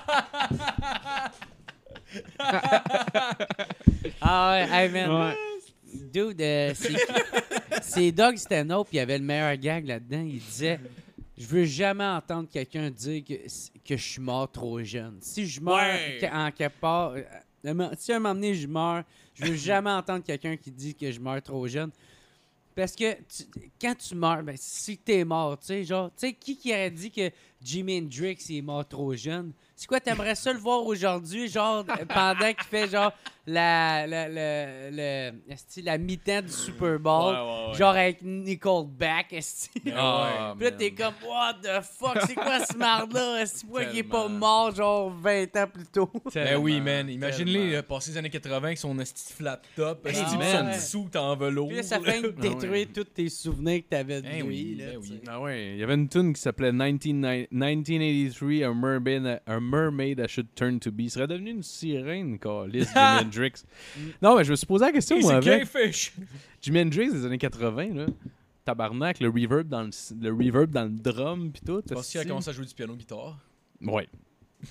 [SPEAKER 4] Ah ouais, hey man.
[SPEAKER 5] Ouais.
[SPEAKER 4] Dude, euh, c'est- c'est Doug Stanhope, il avait le meilleur gag là-dedans. Il disait Je veux jamais entendre quelqu'un dire que, que je suis mort trop jeune. Si je meurs
[SPEAKER 3] Ouais.
[SPEAKER 4] que- en quelque part, euh, un mo- si à un moment donné je meurs, je veux jamais entendre quelqu'un qui dit que je meurs trop jeune. Parce que tu- quand tu meurs, ben, si t'es mort, tu sais, genre, tu sais, qui qui aurait dit que Jimi Hendrix il est mort trop jeune? C'est quoi, t'aimerais ça le voir aujourd'hui, genre, euh, pendant qu'il fait, genre, la, la, la, la, esti, la mi-temps du Super Bowl, genre avec Nicole Back, esti.
[SPEAKER 3] Ah,
[SPEAKER 4] Puis là,
[SPEAKER 3] man.
[SPEAKER 4] t'es comme, what the fuck, c'est quoi ce marde-là? Est-ce qu'il est pas
[SPEAKER 3] Tellement.
[SPEAKER 4] mort, genre, 20 ans plus tôt?
[SPEAKER 2] Ben oui, man.
[SPEAKER 3] Tellement,
[SPEAKER 2] Imagine-les
[SPEAKER 3] tellement.
[SPEAKER 2] euh, passer les années 80 avec son esti de flat top,
[SPEAKER 4] Hey,
[SPEAKER 2] esti de son
[SPEAKER 3] man.
[SPEAKER 2] petit suit en velours.
[SPEAKER 4] Puis là, ça fait
[SPEAKER 3] Ah ouais.
[SPEAKER 4] détruire tous tes souvenirs que t'avais de
[SPEAKER 2] Ben oui,
[SPEAKER 4] lui, là,
[SPEAKER 2] ben
[SPEAKER 4] tu sais.
[SPEAKER 2] oui.
[SPEAKER 3] Ah ouais, il y avait une tune qui s'appelait 19 1983, a mermaid, a mermaid I Should Turn to Be. Il serait devenu une sirène, Carlis, Jimi Hendrix. Non, mais je me suis posé la question,
[SPEAKER 2] Hey,
[SPEAKER 3] moi,
[SPEAKER 2] C'est
[SPEAKER 3] avec
[SPEAKER 2] Kingfish.
[SPEAKER 3] Jimi Hendrix des années 80, là. Tabarnak, le reverb dans le, le reverb dans le drum, pis tout.
[SPEAKER 2] Parce qu'il a
[SPEAKER 3] esti.
[SPEAKER 2] commencé à jouer du piano-guitare.
[SPEAKER 3] Ouais.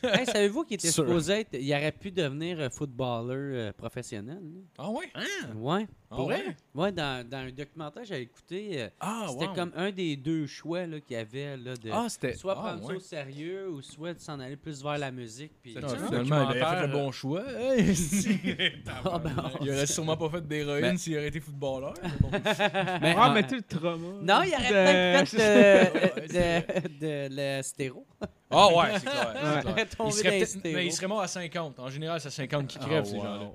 [SPEAKER 4] Hey, savez-vous qu'il était
[SPEAKER 3] Sûr.
[SPEAKER 4] supposé être. Il aurait pu devenir euh, footballeur euh, professionnel? là?
[SPEAKER 2] Ah ouais? Hein?
[SPEAKER 4] Ouais.
[SPEAKER 2] Ah
[SPEAKER 4] Pour
[SPEAKER 2] ouais?
[SPEAKER 4] vrai? Ouais, dans, dans un documentaire que j'avais écouté, euh,
[SPEAKER 2] Ah,
[SPEAKER 4] c'était
[SPEAKER 2] wow.
[SPEAKER 4] comme un des deux choix là, qu'il y avait là, de
[SPEAKER 3] Ah, c'était.
[SPEAKER 4] soit
[SPEAKER 2] ah,
[SPEAKER 4] prendre ça
[SPEAKER 2] ouais.
[SPEAKER 4] au sérieux ou soit de s'en aller plus vers la musique. Puis...
[SPEAKER 2] Ah,
[SPEAKER 3] C'est un
[SPEAKER 2] finalement, il a fait
[SPEAKER 3] documentaire,
[SPEAKER 2] le
[SPEAKER 3] euh,
[SPEAKER 2] bon choix. Hey, esti.
[SPEAKER 4] Ah, ben, on-
[SPEAKER 2] Il aurait sûrement pas fait d'héroïne
[SPEAKER 3] Ben-
[SPEAKER 2] s'il aurait été footballeur. Ben
[SPEAKER 3] Mais,
[SPEAKER 5] Ah, mais tu sais, le trauma.
[SPEAKER 4] Non, il aurait peut-être
[SPEAKER 5] De-
[SPEAKER 4] fait euh,
[SPEAKER 2] Ouais,
[SPEAKER 4] de, de, de le stéro.
[SPEAKER 2] Ah ouais, c'est clair. c'est clair. Il
[SPEAKER 4] aurait tombé
[SPEAKER 2] serait,
[SPEAKER 4] dans le
[SPEAKER 2] peut-être-
[SPEAKER 4] stéro.
[SPEAKER 2] mais il serait mort à 50. En général, c'est à 50 qui crèvent, ces gens-là.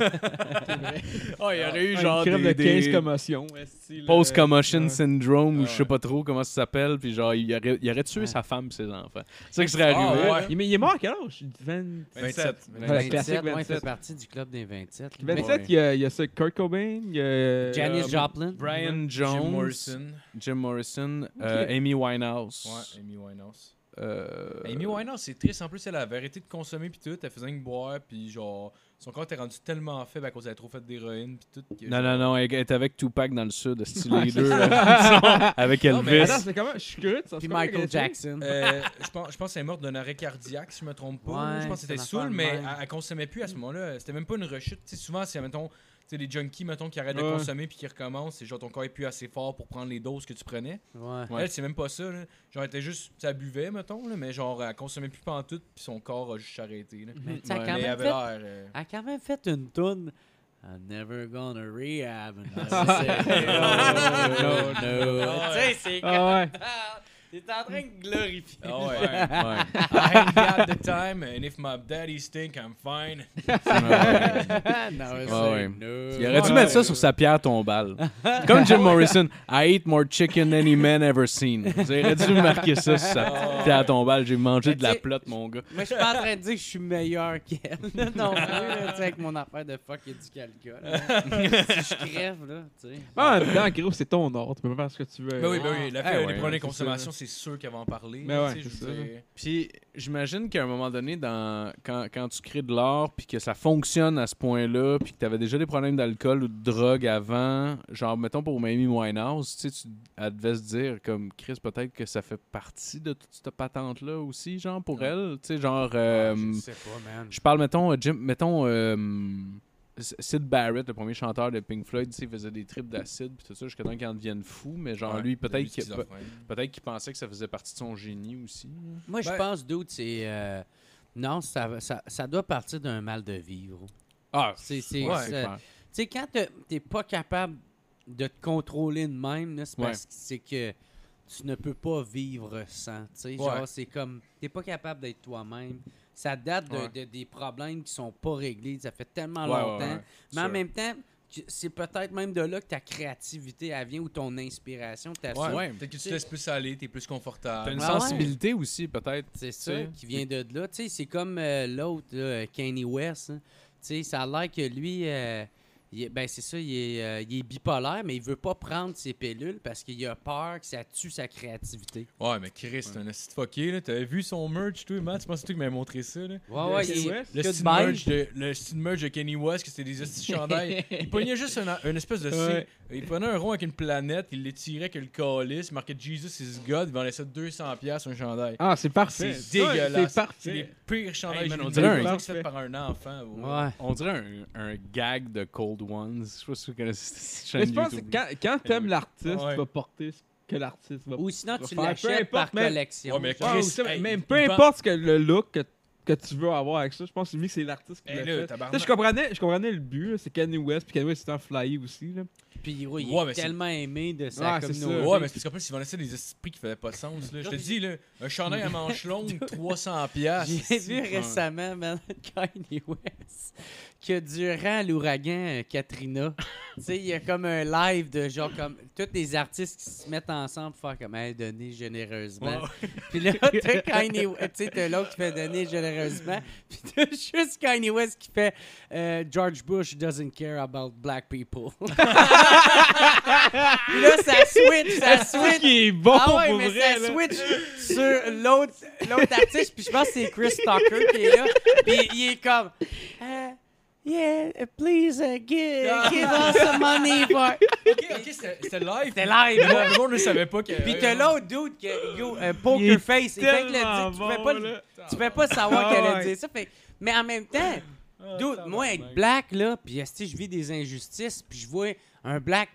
[SPEAKER 3] Ah, il y aurait eu
[SPEAKER 5] Ouais,
[SPEAKER 3] genre
[SPEAKER 5] il crève
[SPEAKER 3] des,
[SPEAKER 5] de
[SPEAKER 3] des
[SPEAKER 5] 15 commotions. esti, là.
[SPEAKER 3] post-commotion
[SPEAKER 5] Ouais.
[SPEAKER 3] syndrome ou
[SPEAKER 2] Ouais.
[SPEAKER 3] je sais pas trop comment ça s'appelle, puis genre il aurait, il aurait tué sa femme et ses enfants. C'est ça qui serait
[SPEAKER 2] Ah,
[SPEAKER 3] arrivé.
[SPEAKER 2] ouais.
[SPEAKER 5] Il, mais il est mort à quel âge? 20...
[SPEAKER 2] 27.
[SPEAKER 5] Ouais. le classique
[SPEAKER 4] ouais, il fait
[SPEAKER 5] 27.
[SPEAKER 4] partie du club des 27. là.
[SPEAKER 5] 27, il y a, il y a ce Kurt Cobain, il y a...
[SPEAKER 4] Janis
[SPEAKER 5] euh,
[SPEAKER 4] Joplin.
[SPEAKER 3] Brian Jones,
[SPEAKER 2] Jim Morrison.
[SPEAKER 3] Jim Morrison, euh, Amy Winehouse.
[SPEAKER 2] Ouais, Amy Winehouse.
[SPEAKER 3] euh,
[SPEAKER 2] Ben, Amy Winehouse, c'est triste. En plus, elle avait arrêté de consommer puis tout. Elle faisait que boire puis genre son corps était rendu tellement faible à cause qu'elle avait trop fait d'héroïne puis tout. que
[SPEAKER 3] Non,
[SPEAKER 2] genre-
[SPEAKER 3] non, non, elle est avec Tupac dans le sud, style
[SPEAKER 5] Ouais,
[SPEAKER 3] les
[SPEAKER 5] c'est
[SPEAKER 3] deux,
[SPEAKER 5] ça.
[SPEAKER 3] là, ils sont avec
[SPEAKER 2] Non, mais
[SPEAKER 3] Elvis.
[SPEAKER 5] Attends, c'est comment? Je suis curieux de savoir
[SPEAKER 4] Puis
[SPEAKER 5] comment il
[SPEAKER 4] Michael
[SPEAKER 5] était.
[SPEAKER 4] Jackson.
[SPEAKER 2] Euh, je pense, je pense qu'elle est morte d'un arrêt cardiaque, si je me trompe pas.
[SPEAKER 4] Ouais,
[SPEAKER 2] je pense
[SPEAKER 4] c'est
[SPEAKER 2] que c'était
[SPEAKER 4] une
[SPEAKER 2] saoul,
[SPEAKER 4] affaire de
[SPEAKER 2] mais elle,
[SPEAKER 4] même.
[SPEAKER 2] elle consommait plus à ce moment-là. C'était même pas une rechute. Tu sais, souvent, c'est, mettons, tu sais, les junkies, mettons, qui arrêtent
[SPEAKER 5] Ouais.
[SPEAKER 2] de consommer puis qui recommencent, c'est genre ton corps est plus assez fort pour prendre les doses que tu prenais.
[SPEAKER 4] Ouais.
[SPEAKER 3] Ouais.
[SPEAKER 2] Elle, c'est même pas ça. Là. Genre, elle était juste, ça buvait, mettons, là, mais genre, elle consommait plus pantoute puis son corps a juste arrêté. Là.
[SPEAKER 4] Mais tu sais, elle a
[SPEAKER 3] Ouais.
[SPEAKER 4] quand
[SPEAKER 2] mais elle
[SPEAKER 4] même
[SPEAKER 2] avait
[SPEAKER 4] fait
[SPEAKER 2] l'air. euh,
[SPEAKER 4] a quand même fait une toune. I'm never gonna rehab.
[SPEAKER 5] Ah,
[SPEAKER 4] "Oh,
[SPEAKER 3] Oh,
[SPEAKER 4] no, no. Tu sais, c'est
[SPEAKER 5] Ah ouais.
[SPEAKER 4] T'es en train de glorifier.
[SPEAKER 2] Ah ouais.
[SPEAKER 3] Ouais.
[SPEAKER 2] I ain't got the time, and if my daddy stink, I'm fine.
[SPEAKER 4] non,
[SPEAKER 3] Ouais,
[SPEAKER 4] c'est
[SPEAKER 3] ouais.
[SPEAKER 4] nul.
[SPEAKER 3] Il aurait dû mettre ça sur sa pierre tombale. Comme Jim Morrison, I eat more chicken than any man ever seen. Il aurait dû marquer ça sur sa pierre tombale. J'ai mangé de la plotte, mon gars.
[SPEAKER 4] Mais je suis pas en train de dire que je suis meilleur qu'elle. là, non, plus, là, tu sais, avec mon affaire de fuck et du calcul. là. si je crève, là, tu sais.
[SPEAKER 5] Ah, dedans, gros, c'est ton ordre. Tu peux faire ce que tu veux.
[SPEAKER 2] Ben oui, ben oui. La
[SPEAKER 3] Ah,
[SPEAKER 2] fille a
[SPEAKER 3] ouais,
[SPEAKER 2] des problèmes de
[SPEAKER 5] c'est ça.
[SPEAKER 2] consommation, c'est sûr qu'elle va en parler.
[SPEAKER 5] Mais
[SPEAKER 2] là,
[SPEAKER 5] ouais,
[SPEAKER 2] tu sais,
[SPEAKER 5] c'est
[SPEAKER 2] je
[SPEAKER 5] ça.
[SPEAKER 2] veux dire.
[SPEAKER 3] Puis j'imagine qu'à un moment donné, dans, quand, quand tu crées de l'art, puis que ça fonctionne à ce point-là, puis que tu avais déjà des problèmes d'alcool ou de drogue avant, genre, mettons pour Mamie Winehouse, tu sais, tu- elle devait se dire, comme Chris, peut-être que ça fait partie de toute cette patente-là aussi, genre, pour
[SPEAKER 2] Ouais.
[SPEAKER 3] elle. Tu sais, genre. euh,
[SPEAKER 4] sais pas, man.
[SPEAKER 3] Je parle, mettons, euh, Jim, mettons, euh, C- Sid Barrett, le premier chanteur de Pink Floyd, tu sais, il faisait des trips d'acide puis tout ça jusqu'à temps qu'il en devienne fou, mais genre
[SPEAKER 2] Ouais,
[SPEAKER 3] lui,
[SPEAKER 2] devenu
[SPEAKER 3] peut-être qu'il peut-
[SPEAKER 2] schizophrène.
[SPEAKER 3] peut-être qu'il pensait que ça faisait partie de son génie aussi.
[SPEAKER 4] Moi, je
[SPEAKER 2] Ben-
[SPEAKER 4] pense, dude, c'est. euh, Non, ça, ça, ça doit partir d'un mal de vivre.
[SPEAKER 3] Ah,
[SPEAKER 4] C'est- c'est-
[SPEAKER 3] ouais,
[SPEAKER 4] c'est-
[SPEAKER 3] clair.
[SPEAKER 4] Tu sais, quand t'es- t'es pas capable de te contrôler de même, là, c'est
[SPEAKER 3] Ouais.
[SPEAKER 4] parce que c'est que tu ne peux pas vivre sans. Tu sais, genre, c'est comme. T'es pas capable d'être toi-même. Ça date de-
[SPEAKER 3] Ouais.
[SPEAKER 4] de- des problèmes qui sont pas réglés. Ça fait tellement
[SPEAKER 3] Ouais, ouais,
[SPEAKER 4] longtemps.
[SPEAKER 3] ouais,
[SPEAKER 4] Mais en
[SPEAKER 3] sûr.
[SPEAKER 4] même temps, tu- c'est peut-être même de là que ta créativité elle vient ou ton inspiration. ta
[SPEAKER 2] Ouais,
[SPEAKER 3] Ouais.
[SPEAKER 2] Peut-être que tu te laisses plus aller, t'es plus
[SPEAKER 3] T'as
[SPEAKER 2] confortable.
[SPEAKER 3] une
[SPEAKER 4] Ouais,
[SPEAKER 3] sensibilité aussi, peut-être.
[SPEAKER 4] C'est
[SPEAKER 3] Tu
[SPEAKER 4] ça
[SPEAKER 3] sais.
[SPEAKER 4] qui vient de de là. Tu sais, c'est comme euh, l'autre, là, euh, Kanye West. hein. Tu sais, ça a l'air que lui, euh, il est- ben c'est ça, il est, euh, il est bipolaire, mais il veut pas prendre ses pilules parce qu'il a peur que ça tue sa créativité.
[SPEAKER 2] Ouais, mais Chris, t'es un assis fucké, là. T'avais vu son merch, toi, Matt? Tu penses que tu m'avais montré ça, là?
[SPEAKER 4] Ouais, Ah ouais,
[SPEAKER 5] Kanye
[SPEAKER 4] il-
[SPEAKER 5] West?
[SPEAKER 2] Le
[SPEAKER 4] Que de
[SPEAKER 2] style
[SPEAKER 4] beige.
[SPEAKER 2] merch de, le style merch de Kenny West, que c'était des hosties de chandail. il pognait juste un- une espèce de C.
[SPEAKER 5] Ouais.
[SPEAKER 2] Il prenait un rond avec une planète, il l'étirait que le calice, il marquait Jesus is God, il vendait ça 200$ piastres un chandail.
[SPEAKER 5] Ah, c'est parfait.
[SPEAKER 2] c'est
[SPEAKER 5] Ouais,
[SPEAKER 2] dégueulasse.
[SPEAKER 5] C'est
[SPEAKER 2] C'est les
[SPEAKER 5] parfait.
[SPEAKER 2] pires chandails
[SPEAKER 3] Hey, man, on
[SPEAKER 2] que j'ai
[SPEAKER 3] dirait
[SPEAKER 2] vus,
[SPEAKER 5] un-
[SPEAKER 2] faits par un enfant. ouais.
[SPEAKER 4] Ouais.
[SPEAKER 3] On dirait un, un gag de Cold Ones. Je sais pas si vous connaissez cette
[SPEAKER 5] Mais
[SPEAKER 3] chaîne
[SPEAKER 5] je pense que
[SPEAKER 3] YouTube.
[SPEAKER 5] quand, quand t'aimes l'artiste,
[SPEAKER 2] Ouais.
[SPEAKER 5] tu vas porter ce que l'artiste va
[SPEAKER 4] Ou sinon,
[SPEAKER 5] va
[SPEAKER 4] tu
[SPEAKER 5] faire peu
[SPEAKER 4] l'achètes
[SPEAKER 5] importe,
[SPEAKER 4] par
[SPEAKER 5] mais-
[SPEAKER 4] collection.
[SPEAKER 2] Ouais, mais
[SPEAKER 5] Ouais,
[SPEAKER 2] Chris,
[SPEAKER 5] ou ça,
[SPEAKER 2] hey,
[SPEAKER 5] même
[SPEAKER 2] il
[SPEAKER 5] peu
[SPEAKER 2] vend-
[SPEAKER 5] importe ce que le look que, que tu veux avoir avec ça, je pense que vu que c'est l'artiste qui
[SPEAKER 2] Hey,
[SPEAKER 4] Ben
[SPEAKER 5] l'a
[SPEAKER 2] là,
[SPEAKER 5] fait.
[SPEAKER 2] tabarnak.
[SPEAKER 5] Tu sais, Je comprenais, je comprenais le but, là, c'est Kanye West, puis Kanye West c'était un flyé aussi. Là.
[SPEAKER 4] Puis ouais, il
[SPEAKER 2] Ouais,
[SPEAKER 4] est
[SPEAKER 2] mais c'est-
[SPEAKER 4] tellement aimé de sa
[SPEAKER 5] Ouais, c'est ça.
[SPEAKER 4] communauté.
[SPEAKER 2] Ouais, mais c'est parce qu'en plus, ils vendaient ça des esprits qui faisaient pas de sens. Là. Je te dis, là, un chandail à manches longues, 300$. piastres.
[SPEAKER 4] J'ai vu récemment, man, Kanye West, que durant l'ouragan euh, Katrina, tu sais, il y a comme un live de genre comme tous les artistes qui se mettent ensemble pour faire comme hey, donner généreusement. Puis là, t'as Kanye West, tu sais, t'as l'autre qui fait donner généreusement. Puis t'as juste Kanye West qui fait euh, George Bush doesn't care about black people. Puis là, ça switch, ça switch.
[SPEAKER 5] qui est bon
[SPEAKER 4] Ah ouais,
[SPEAKER 5] pour
[SPEAKER 4] mais
[SPEAKER 5] vrai.
[SPEAKER 4] ça
[SPEAKER 5] là.
[SPEAKER 4] switch sur l'autre l'autre artiste, puis je pense que c'est Chris Tucker qui est là, puis il est comme Euh, Yeah, uh, please uh, give,
[SPEAKER 5] Ah.
[SPEAKER 4] give us some money for...
[SPEAKER 2] ok, ok, c'était c'était live.
[SPEAKER 4] C'était live,
[SPEAKER 2] Le
[SPEAKER 4] là.
[SPEAKER 2] monde- le monde ne savait pas que. euh,
[SPEAKER 4] Puis t'as l'autre dude qui yo, euh, poker
[SPEAKER 5] Il est
[SPEAKER 4] face, il fait que le
[SPEAKER 5] tellement
[SPEAKER 4] dit, tu pouvais
[SPEAKER 5] bon,
[SPEAKER 4] pas le-
[SPEAKER 5] là.
[SPEAKER 4] tu pouvais pas savoir qu'elle
[SPEAKER 5] Ah
[SPEAKER 4] allait
[SPEAKER 5] ouais.
[SPEAKER 4] dire ça, fait- mais en même temps, dude,
[SPEAKER 5] Ah,
[SPEAKER 4] moi avec Black là, puis esti, je vis des injustices, puis je vois un Black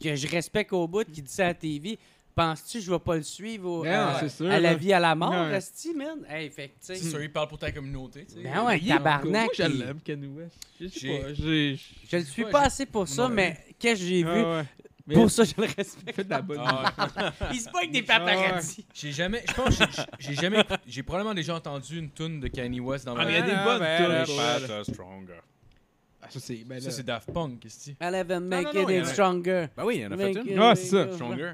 [SPEAKER 4] que je respecte au bout qui dit ça à la TV. Penses-tu que je vais pas le suivre au-
[SPEAKER 5] Non,
[SPEAKER 4] à-
[SPEAKER 5] c'est sûr,
[SPEAKER 4] à la
[SPEAKER 5] là.
[SPEAKER 4] vie à la mort,
[SPEAKER 5] Ouais.
[SPEAKER 4] esti, man? Hey, fait que, tu sais,
[SPEAKER 2] C'est sûr, il parle pour ta communauté. tu sais.
[SPEAKER 4] Ben
[SPEAKER 5] Il
[SPEAKER 4] ouais,
[SPEAKER 5] est cool. Moi,
[SPEAKER 4] tabarnak.
[SPEAKER 5] je
[SPEAKER 4] il-
[SPEAKER 5] l'aime, Kanye West. Je sais
[SPEAKER 2] J'ai-
[SPEAKER 5] pas, j'ai.
[SPEAKER 4] Je ne suis
[SPEAKER 2] Ouais,
[SPEAKER 4] pas
[SPEAKER 2] j'ai-
[SPEAKER 4] assez pour ça,
[SPEAKER 2] Ouais.
[SPEAKER 4] mais qu'est-ce que j'ai vu?
[SPEAKER 5] Ah ouais. Mais
[SPEAKER 4] Pour ça, je le respecte.
[SPEAKER 5] fais de la bonne
[SPEAKER 2] Ah, ouais.
[SPEAKER 4] Il se bat avec des
[SPEAKER 5] paparazzi.
[SPEAKER 4] paparazzi.
[SPEAKER 2] J'ai jamais. Je pense que j'ai- j'ai jamais. écouté- J'ai probablement déjà entendu une tune de Kanye West dans ma
[SPEAKER 5] Ah, mais il y a des
[SPEAKER 2] vie.
[SPEAKER 5] bonnes tunes.
[SPEAKER 3] Fat,
[SPEAKER 5] pour
[SPEAKER 3] uh, stronger.
[SPEAKER 5] elle. Ça, c'est. ben
[SPEAKER 2] Ça,
[SPEAKER 5] là.
[SPEAKER 2] c'est Daft Punk, qu'est-ce que
[SPEAKER 4] I haven't make
[SPEAKER 3] non, non,
[SPEAKER 4] it
[SPEAKER 3] il y
[SPEAKER 4] in
[SPEAKER 3] en a-
[SPEAKER 4] stronger.
[SPEAKER 3] Ben oui, il en a fait
[SPEAKER 4] Make
[SPEAKER 3] une.
[SPEAKER 4] it
[SPEAKER 5] Ah,
[SPEAKER 4] in
[SPEAKER 5] c'est ça.
[SPEAKER 3] Stronger.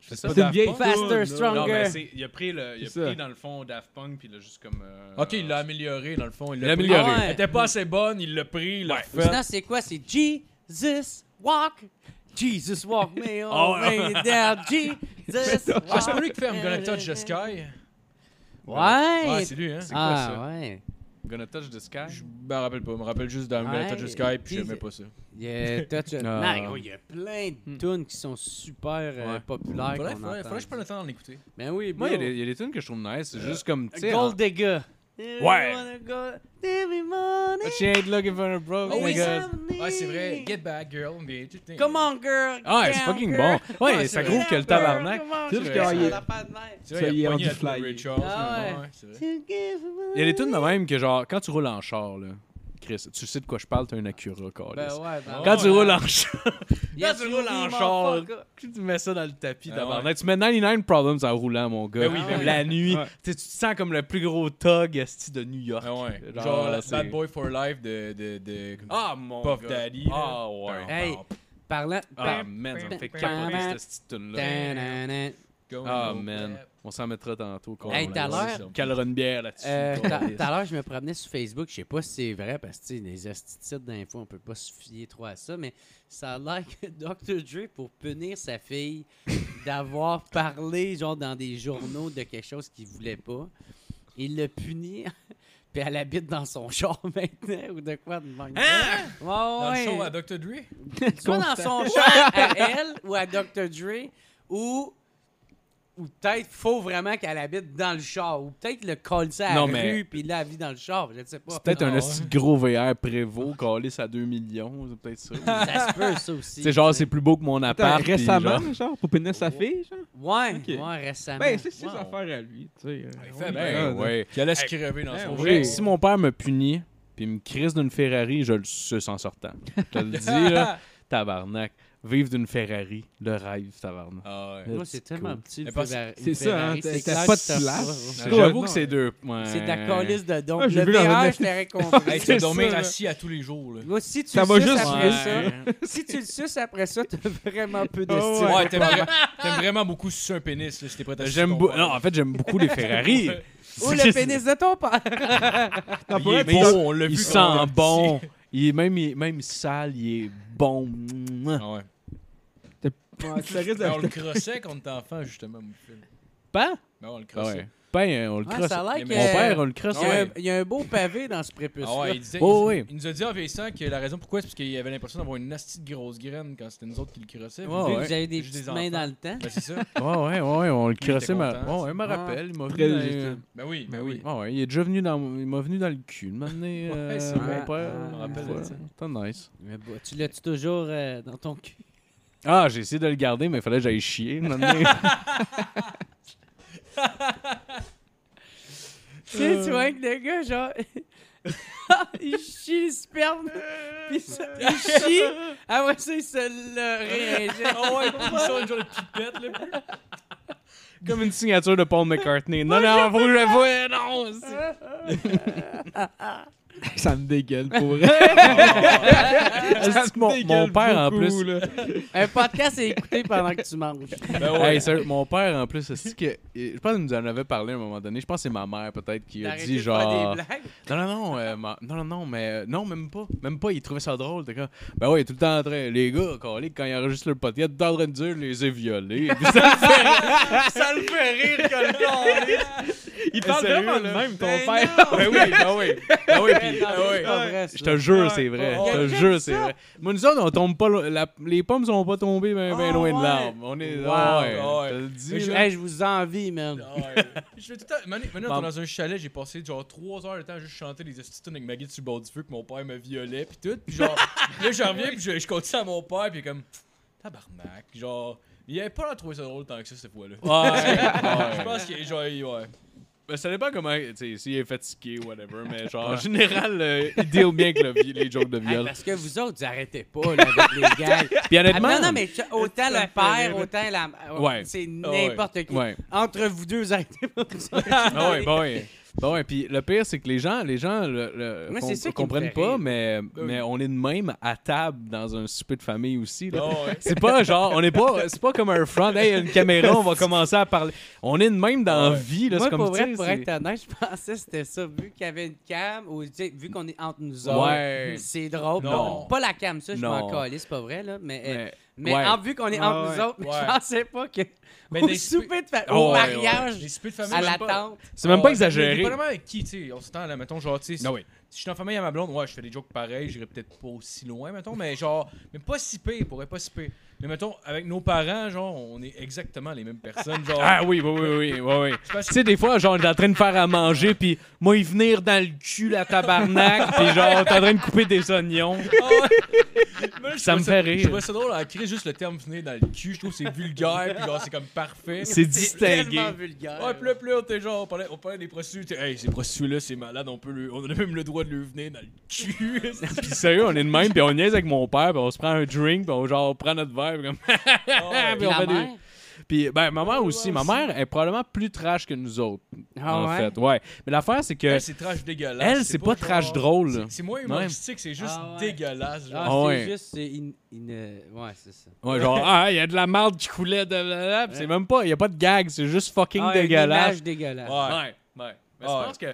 [SPEAKER 3] C'est
[SPEAKER 2] ça.
[SPEAKER 5] C'est une
[SPEAKER 2] Daft
[SPEAKER 5] vieille
[SPEAKER 2] Punk.
[SPEAKER 5] tune, là.
[SPEAKER 4] Faster,
[SPEAKER 3] Non, ben,
[SPEAKER 4] stronger.
[SPEAKER 3] c'est- il a pris, le, il a
[SPEAKER 5] C'est ça.
[SPEAKER 3] pris dans le fond Daft Punk, puis il a juste comme. euh,
[SPEAKER 2] Ok, il l'a amélioré dans le fond. Il
[SPEAKER 3] l'a
[SPEAKER 2] l'a pris.
[SPEAKER 3] amélioré.
[SPEAKER 4] Ah ouais.
[SPEAKER 2] Elle était pas assez bonne, il l'a pris, il l'a fait.
[SPEAKER 4] Sinon, c'est quoi? C'est Jesus walk. Jesus walk me
[SPEAKER 2] Oh,
[SPEAKER 4] all
[SPEAKER 2] ouais.
[SPEAKER 4] the way down. Jesus
[SPEAKER 2] Ah, c'est pas lui
[SPEAKER 4] walk.
[SPEAKER 2] qui fait I'm gonna touch the sky. Ouais,
[SPEAKER 4] Ouais.
[SPEAKER 2] c'est lui, hein.
[SPEAKER 3] C'est quoi ça?
[SPEAKER 4] Ah, ouais.
[SPEAKER 3] Gonna touch the sky.
[SPEAKER 2] Je me rappelle pas, je me rappelle juste dans
[SPEAKER 4] Ouais.
[SPEAKER 2] le Touch of Sky, puis
[SPEAKER 4] Puis-
[SPEAKER 2] j'aimais pas ça.
[SPEAKER 4] Il y a, touch-
[SPEAKER 3] Ah.
[SPEAKER 4] Non, gros, il y a plein de tunes qui sont super euh,
[SPEAKER 3] Ouais.
[SPEAKER 4] populaires.
[SPEAKER 2] Faudrait,
[SPEAKER 4] qu'on
[SPEAKER 2] faudrait,
[SPEAKER 4] entend.
[SPEAKER 2] faudrait que je prenne le temps d'en écouter.
[SPEAKER 4] Ben oui,
[SPEAKER 3] Moi, il y a
[SPEAKER 4] bro.
[SPEAKER 3] des- il y, a des tunes que je trouve nice. C'est juste comme. tu sais,
[SPEAKER 4] Gold Digger.
[SPEAKER 3] Ouais.
[SPEAKER 4] money.
[SPEAKER 3] en- She ain't looking for a broke
[SPEAKER 2] Oh, oui,
[SPEAKER 3] nigga.
[SPEAKER 2] Ah, c'est vrai. Get back, girl. mais tu sais-
[SPEAKER 4] Come on, girl.
[SPEAKER 3] Ah, c'est
[SPEAKER 4] Down,
[SPEAKER 3] fucking bon.
[SPEAKER 4] girl.
[SPEAKER 3] Ouais,
[SPEAKER 2] Ouais,
[SPEAKER 3] ça
[SPEAKER 2] c'est
[SPEAKER 3] groove
[SPEAKER 2] vrai.
[SPEAKER 3] que le tabarnak.
[SPEAKER 5] Tu
[SPEAKER 4] Tu
[SPEAKER 5] sais,
[SPEAKER 4] sais,
[SPEAKER 5] parce que, il-
[SPEAKER 2] C'est vrai,
[SPEAKER 5] Ça,
[SPEAKER 2] il
[SPEAKER 5] il est
[SPEAKER 2] y a pogné
[SPEAKER 5] rendu
[SPEAKER 2] la Ray
[SPEAKER 5] flyé.
[SPEAKER 2] Charles.
[SPEAKER 4] Ah
[SPEAKER 2] mais
[SPEAKER 4] ouais.
[SPEAKER 2] ouais, c'est vrai.
[SPEAKER 3] Il y a des tunes de même que genre, quand tu roules en char, là. Chris, tu sais de quoi je parle, t'as un Acura, Carlis.
[SPEAKER 4] Ben ouais, ben
[SPEAKER 3] Quand
[SPEAKER 4] ouais.
[SPEAKER 3] tu roules en char,
[SPEAKER 4] Yes,
[SPEAKER 3] quand tu roules
[SPEAKER 4] you
[SPEAKER 3] en
[SPEAKER 4] motherfucker.
[SPEAKER 3] char. tu te mets ça dans le tapis
[SPEAKER 2] Ah
[SPEAKER 3] d'abord.
[SPEAKER 2] ouais.
[SPEAKER 3] Ben Tu mets 99 Problems en roulant, mon gars. Ah
[SPEAKER 2] Ben oui,
[SPEAKER 4] ben oui.
[SPEAKER 3] La nuit,
[SPEAKER 5] Ouais.
[SPEAKER 3] tu sais, tu te sens comme le plus gros thug esti, de New York.
[SPEAKER 2] Ah ouais. Genre, la
[SPEAKER 3] c'est-
[SPEAKER 2] Bad Boy for Life de, de, de
[SPEAKER 3] Ah, mon
[SPEAKER 2] Puff
[SPEAKER 3] gars.
[SPEAKER 2] Daddy. Ben
[SPEAKER 3] Ah, ouais.
[SPEAKER 4] Hey, parlant.
[SPEAKER 3] Ah, man, ça me fait capoter cette petite
[SPEAKER 4] Ben
[SPEAKER 3] tune-là.
[SPEAKER 4] Ta-na-na.
[SPEAKER 3] Ah, man. On s'en mettra tantôt. Carlis.
[SPEAKER 4] Hey, tout à l'heure-
[SPEAKER 3] Calera une bière là-dessus.
[SPEAKER 4] Euh, Tout
[SPEAKER 3] Carlis.
[SPEAKER 4] tout à l'heure, je me promenais sur Facebook. Je sais pas si c'est vrai parce que tu sais, les astuces d'infos, on peut pas se fier trop à ça, mais ça a l'air que Dr. Dre, pour punir sa fille d'avoir parlé genre dans des journaux de quelque chose qu'il voulait pas, il l'a puni. Puis elle habite dans son char maintenant ou de quoi de même.
[SPEAKER 3] Hein?
[SPEAKER 4] Ouais,
[SPEAKER 2] Dans le
[SPEAKER 4] ouais.
[SPEAKER 2] show à Dr. Dre?
[SPEAKER 4] soit dans son char à elle ou à Dr. Dre ou ou peut-être faut vraiment qu'elle habite dans le char ou peut-être le coller à
[SPEAKER 3] Non,
[SPEAKER 4] la
[SPEAKER 3] mais-
[SPEAKER 4] rue puis là elle vit dans le char je ne sais pas
[SPEAKER 3] C'est peut-être
[SPEAKER 2] Ah,
[SPEAKER 3] un
[SPEAKER 2] ouais.
[SPEAKER 3] esti de gros VR prévôt, Carlis à 2 millions. C'est peut-être ça.
[SPEAKER 4] ça se peut ça aussi
[SPEAKER 3] C'est genre, c'est plus beau que mon
[SPEAKER 5] Attends,
[SPEAKER 3] appart. puis
[SPEAKER 5] récemment,
[SPEAKER 3] genre-
[SPEAKER 5] genre, pour pénir sa fille, genre.
[SPEAKER 4] ouais
[SPEAKER 5] Ok.
[SPEAKER 4] ouais récemment
[SPEAKER 5] Ben, c'est ses
[SPEAKER 4] Wow.
[SPEAKER 5] affaires à lui, tu sais. euh,
[SPEAKER 2] fait
[SPEAKER 5] on
[SPEAKER 4] Ah,
[SPEAKER 2] bien,
[SPEAKER 5] est-
[SPEAKER 3] Ben ouais.
[SPEAKER 2] Qui allait se crever dans
[SPEAKER 5] eh,
[SPEAKER 2] son
[SPEAKER 5] oui.
[SPEAKER 2] jeu.
[SPEAKER 3] Si mon père me punit, puis me crise d'une Ferrari, je le suce en sortant. Je te le dis, là, tabarnak. Vivre d'une Ferrari, le rêve, tabarnak.
[SPEAKER 2] Ah, ouais.
[SPEAKER 4] moi c'est tellement petit
[SPEAKER 2] Mais
[SPEAKER 4] le
[SPEAKER 2] parce-
[SPEAKER 4] Ferrari-
[SPEAKER 5] c'est ça,
[SPEAKER 4] Ferrari,
[SPEAKER 5] hein, t'as-
[SPEAKER 4] c'est
[SPEAKER 5] t'as
[SPEAKER 4] clair
[SPEAKER 5] pas
[SPEAKER 4] que
[SPEAKER 5] de
[SPEAKER 4] t'as
[SPEAKER 5] place.
[SPEAKER 4] ça.
[SPEAKER 5] C'est
[SPEAKER 3] Ah, J'avoue
[SPEAKER 5] non,
[SPEAKER 3] que c'est deux. ouais.
[SPEAKER 4] c'est de la calisse de don
[SPEAKER 5] Ah, j'ai
[SPEAKER 4] le
[SPEAKER 5] vu dans
[SPEAKER 4] VR
[SPEAKER 5] un-
[SPEAKER 4] je t'aurais compris
[SPEAKER 2] Hey, tu vas
[SPEAKER 5] C'est
[SPEAKER 2] dormir
[SPEAKER 5] ça, là.
[SPEAKER 2] assis à tous les jours. Là.
[SPEAKER 4] Moi, si tu
[SPEAKER 5] Ça
[SPEAKER 4] le
[SPEAKER 5] va
[SPEAKER 4] suces
[SPEAKER 5] juste-
[SPEAKER 4] après
[SPEAKER 3] Ouais.
[SPEAKER 4] ça si tu le suces après ça t'as vraiment peu de
[SPEAKER 5] Oh,
[SPEAKER 4] style
[SPEAKER 2] Ouais, t'aimes vra- t'aimes vraiment beaucoup sucer un pénis là, si t'es prêt à sucer
[SPEAKER 3] J'aime
[SPEAKER 2] ton
[SPEAKER 3] beau- Ah,
[SPEAKER 2] père.
[SPEAKER 3] Non, en fait, j'aime beaucoup les Ferrari.
[SPEAKER 4] ou le pénis de ton
[SPEAKER 3] Ah,
[SPEAKER 4] père
[SPEAKER 5] T'as
[SPEAKER 2] Il
[SPEAKER 5] pas
[SPEAKER 2] est
[SPEAKER 5] être-
[SPEAKER 2] beau, on l'a vu.
[SPEAKER 3] Il
[SPEAKER 2] quand on
[SPEAKER 3] sent
[SPEAKER 2] était
[SPEAKER 3] bon.
[SPEAKER 2] petit.
[SPEAKER 3] Il est même, il est- même sale, il est bon.
[SPEAKER 2] Ah ouais.
[SPEAKER 5] Ouais, Ah, tu risques
[SPEAKER 2] Ben, on le
[SPEAKER 5] de-
[SPEAKER 2] crossait quand on était enfant, justement. mon fils.
[SPEAKER 3] Pas?
[SPEAKER 2] Ben, on le crossait.
[SPEAKER 3] Ouais. Pas, hein, on le
[SPEAKER 4] Ouais,
[SPEAKER 3] crosse.
[SPEAKER 4] Ah, ça a l'air
[SPEAKER 2] Mais
[SPEAKER 4] que
[SPEAKER 3] Mon père, on le crosse.
[SPEAKER 4] Il y, a un, il y a un beau pavé dans ce prépuce.
[SPEAKER 2] Ah ouais, il, disait,
[SPEAKER 3] Oh,
[SPEAKER 2] il,
[SPEAKER 3] oui.
[SPEAKER 2] il nous a dit en vieillissant que la raison pourquoi, c'est parce qu'il avait l'impression d'avoir une nasty de grosse graine quand c'était nous autres qui le crossaient.
[SPEAKER 3] Ouais, Ah ouais.
[SPEAKER 4] Vous avez des
[SPEAKER 2] J'ai
[SPEAKER 4] petites
[SPEAKER 2] des
[SPEAKER 4] mains
[SPEAKER 2] enfants.
[SPEAKER 4] dans le temps.
[SPEAKER 2] Ben, c'est ça.
[SPEAKER 3] Ouais, ouais, ouais, ouais, on le
[SPEAKER 2] était
[SPEAKER 3] crossait. ma-
[SPEAKER 2] content.
[SPEAKER 3] Ouais, il me rappelle. Il m'a
[SPEAKER 5] Très
[SPEAKER 3] vu dans-
[SPEAKER 5] légitime.
[SPEAKER 2] Ben oui, ben
[SPEAKER 5] Ben
[SPEAKER 2] oui.
[SPEAKER 3] Ah ouais, il est déjà venu dans, il m'a venu dans le cul, il m'a amené
[SPEAKER 2] Ouais,
[SPEAKER 3] euh,
[SPEAKER 2] c'est
[SPEAKER 4] vrai.
[SPEAKER 3] mon père.
[SPEAKER 4] Ah, je me
[SPEAKER 2] rappelle de
[SPEAKER 3] Ouais,
[SPEAKER 2] ça.
[SPEAKER 3] C'était nice.
[SPEAKER 4] Mais bon, tu l'as-tu toujours euh, dans ton cul?
[SPEAKER 3] Ah, j'ai essayé de le garder, mais il fallait que j'aille chier. un moment donné.
[SPEAKER 4] Tu sais, tu vois que le gars, genre... il chie le sperme, puis ça- il chie, après ça, il se le réinjecte.
[SPEAKER 2] Ah ouais, puis ils sont une genre de pipette, là.
[SPEAKER 3] Comme une signature de Paul McCartney. Non, non, faut que je le voie, non! c'est-
[SPEAKER 5] Ça me dégueule pour vrai. Ah,
[SPEAKER 3] Est-ce que mon, mon père, en plus.
[SPEAKER 4] Un podcast à écouter pendant que tu manges.
[SPEAKER 2] Ben
[SPEAKER 3] Hey, sérieux, mon père, en plus, est-ce que. Je pense qu'il nous en avait parlé à un moment donné. Je pense que c'est ma mère, peut-être, qui a
[SPEAKER 4] T'arrêtes
[SPEAKER 3] dit
[SPEAKER 4] de faire
[SPEAKER 3] genre.
[SPEAKER 4] des blagues.
[SPEAKER 3] Non, non, non, euh, ma- non, non, non, mais euh, non, même pas. Même pas, il trouvait ça drôle. T'es comme, ben ouais, il est tout le temps en train. Les gars, calé, quand ils enregistrent le podcast, tout le temps en train de dire, les ai violés. Puis ça, le fait, ça le fait rire que le calé.
[SPEAKER 5] Il parle
[SPEAKER 3] sérieux,
[SPEAKER 5] vraiment de
[SPEAKER 3] là?
[SPEAKER 5] même, ton
[SPEAKER 4] Ben
[SPEAKER 5] père.
[SPEAKER 3] Ben oui, ben oui. Ben oui, puis,
[SPEAKER 4] Non,
[SPEAKER 3] ben
[SPEAKER 4] c'est
[SPEAKER 3] oui.
[SPEAKER 4] pas vrai, ça.
[SPEAKER 3] Je te jure, c'est vrai.
[SPEAKER 5] Ouais.
[SPEAKER 3] Je te
[SPEAKER 5] Il a
[SPEAKER 3] jure, c'est vrai. Mais nous autres, on tombe pas. lo- la- les pommes sont pas tombées ben, ben
[SPEAKER 4] Ah,
[SPEAKER 3] loin
[SPEAKER 4] ouais.
[SPEAKER 3] de l'arbre. On est.
[SPEAKER 4] Wow.
[SPEAKER 3] ah ouais,
[SPEAKER 2] Ouais.
[SPEAKER 3] Je te le
[SPEAKER 2] Mais
[SPEAKER 3] dis.
[SPEAKER 2] je-
[SPEAKER 3] là.
[SPEAKER 4] Hey, je vous envie, man.
[SPEAKER 2] Ah Je vais tout le temps. Maintenant, maintenant,
[SPEAKER 3] Mam-
[SPEAKER 2] on est dans un chalet, j'ai passé genre 3 heures de temps à juste chanter les astuces avec Maggie sur le bord du feu que mon père me violait, pis tout. Pis genre, là, je reviens, pis je, je compte ça à mon père, pis il est comme, tabarnak. Genre, il avait pas l'air de trouver ça drôle tant que ça cette fois-là.
[SPEAKER 3] Ah Ouais.
[SPEAKER 2] Je pense qu'il est genre, il- ouais.
[SPEAKER 3] Ben, ça dépend comment. Tu sais, s'il est fatigué, whatever. Mais genre, en général, euh, il deal bien avec le vi- les jokes de
[SPEAKER 4] Hey,
[SPEAKER 3] viol.
[SPEAKER 4] parce que vous autres, vous arrêtez pas là, avec les gags.
[SPEAKER 3] Puis
[SPEAKER 4] Ah,
[SPEAKER 3] honnêtement.
[SPEAKER 4] non, non, mais tu- autant le père,
[SPEAKER 5] rire.
[SPEAKER 4] autant la.
[SPEAKER 3] Ouais.
[SPEAKER 4] C'est
[SPEAKER 2] Ah ouais.
[SPEAKER 4] n'importe qui.
[SPEAKER 3] Ouais.
[SPEAKER 4] Entre vous deux, vous arrêtez pas de vous
[SPEAKER 3] Ah ouais, bah ouais. Bah ouais, puis le pire, c'est que les gens, les gens le, le-
[SPEAKER 4] Moi,
[SPEAKER 3] com-
[SPEAKER 4] c'est ça qui me
[SPEAKER 3] comprennent
[SPEAKER 4] fait
[SPEAKER 3] pas,
[SPEAKER 4] rire.
[SPEAKER 3] mais, mais on est de même à table dans un souper de famille aussi. là.
[SPEAKER 4] Oh.
[SPEAKER 2] Ah ouais.
[SPEAKER 3] C'est pas genre, on est pas, c'est pas comme un front, hey, il y a une caméra, on va commencer à parler. On est de même dans la
[SPEAKER 2] Ouais.
[SPEAKER 3] vie, là,
[SPEAKER 4] Moi,
[SPEAKER 3] c'est comme
[SPEAKER 4] pour
[SPEAKER 3] tu
[SPEAKER 4] vrai,
[SPEAKER 3] sais,
[SPEAKER 4] pour
[SPEAKER 3] c'est-
[SPEAKER 4] être honnête, je pensais que c'était ça. Vu qu'il y avait une cam, ou tu sais, vu qu'on est entre nous autres,
[SPEAKER 3] Ouais.
[SPEAKER 4] c'est drôle.
[SPEAKER 2] Non.
[SPEAKER 4] Pas, pas la cam, ça, je
[SPEAKER 3] Non.
[SPEAKER 4] m'en calais, c'est pas vrai, là. Mais, euh,
[SPEAKER 3] Mais-
[SPEAKER 4] mais
[SPEAKER 3] ouais.
[SPEAKER 4] en- vu qu'on est entre
[SPEAKER 5] Ouais,
[SPEAKER 4] nous autres,
[SPEAKER 2] Ah ouais.
[SPEAKER 4] je pensais pas que.
[SPEAKER 2] Mais
[SPEAKER 4] au
[SPEAKER 2] des
[SPEAKER 4] souper de famille,
[SPEAKER 3] Oh,
[SPEAKER 4] au
[SPEAKER 3] ouais, ouais.
[SPEAKER 4] mariage,
[SPEAKER 2] Les soupers de famille,
[SPEAKER 4] à
[SPEAKER 2] même
[SPEAKER 4] la
[SPEAKER 2] pas-
[SPEAKER 4] tante.
[SPEAKER 3] c'est même pas
[SPEAKER 2] Ouais, mais
[SPEAKER 3] exagéré.
[SPEAKER 2] dépendamment avec qui, tu sais, on s'entend là, mettons, genre, tu sais, si,
[SPEAKER 3] Non, oui.
[SPEAKER 2] si je suis en famille à ma blonde, ouais, je fais des jokes pareils, j'irai peut-être pas aussi loin, mettons, mais genre, mais pas si pire, pourrait pas si pire. Mais mettons, avec nos parents, genre, on est exactement les mêmes personnes. Genre,
[SPEAKER 3] Ah oui, oui, oui, oui, oui, oui.
[SPEAKER 2] c'est parce que-
[SPEAKER 3] Tu sais, des fois, genre, t'es en train de faire à manger, puis moi, il venir dans le cul, la tabarnak, puis genre, t'es en train de couper des oignons.
[SPEAKER 2] Ah ouais. Mais là, je
[SPEAKER 3] Ça
[SPEAKER 2] trouvais
[SPEAKER 3] me fait
[SPEAKER 2] Je
[SPEAKER 3] rire.
[SPEAKER 2] trouvais ça drôle à créer juste le terme venir dans le cul. Je trouve que c'est vulgaire, puis genre, c'est comme parfait.
[SPEAKER 3] C'est
[SPEAKER 4] tellement
[SPEAKER 3] distingué.
[SPEAKER 4] vulgaire.
[SPEAKER 2] Ouais, plus, plus, on était genre, on parlait, on parlait des prostituées. t'es, Hey, ces prostituées-là, c'est malade, on, peut lui- on a même le droit de lui venir dans le cul.
[SPEAKER 3] Puis sérieux, on est de même, puis on niaise avec mon père, puis on se prend un drink, puis on genre prend notre verre, puis comme.
[SPEAKER 2] Ah
[SPEAKER 3] Puis
[SPEAKER 2] ouais.
[SPEAKER 3] on
[SPEAKER 4] La
[SPEAKER 3] fait des-
[SPEAKER 4] mère?
[SPEAKER 3] Puis ben, ma mère
[SPEAKER 2] Ouais,
[SPEAKER 3] aussi. Ma
[SPEAKER 2] aussi.
[SPEAKER 3] mère est probablement plus trash que nous autres,
[SPEAKER 4] Ah
[SPEAKER 3] en
[SPEAKER 4] ouais?
[SPEAKER 3] fait. Ouais. Mais l'affaire, c'est que.
[SPEAKER 2] Elle, Ben, c'est trash dégueulasse.
[SPEAKER 3] Elle, c'est pas
[SPEAKER 2] genre-
[SPEAKER 3] trash drôle.
[SPEAKER 2] C'est- C'est moins humoristique, c'est juste
[SPEAKER 4] Ah ouais.
[SPEAKER 2] dégueulasse.
[SPEAKER 4] Ah,
[SPEAKER 2] Genre.
[SPEAKER 3] Ah
[SPEAKER 4] c'est
[SPEAKER 3] ouais.
[SPEAKER 4] juste, c'est in- in- euh, ouais, c'est ça.
[SPEAKER 3] Ouais, genre, ah, il y a de la merde qui coulait de la. puis C'est
[SPEAKER 4] Ouais.
[SPEAKER 3] même pas. Il y a pas de gag, c'est juste fucking
[SPEAKER 4] Ah, une
[SPEAKER 3] dégueulasse.
[SPEAKER 4] image dégueulasse.
[SPEAKER 2] Ouais.
[SPEAKER 3] Ouais, ouais. Mais
[SPEAKER 2] Ouais.
[SPEAKER 3] je pense que.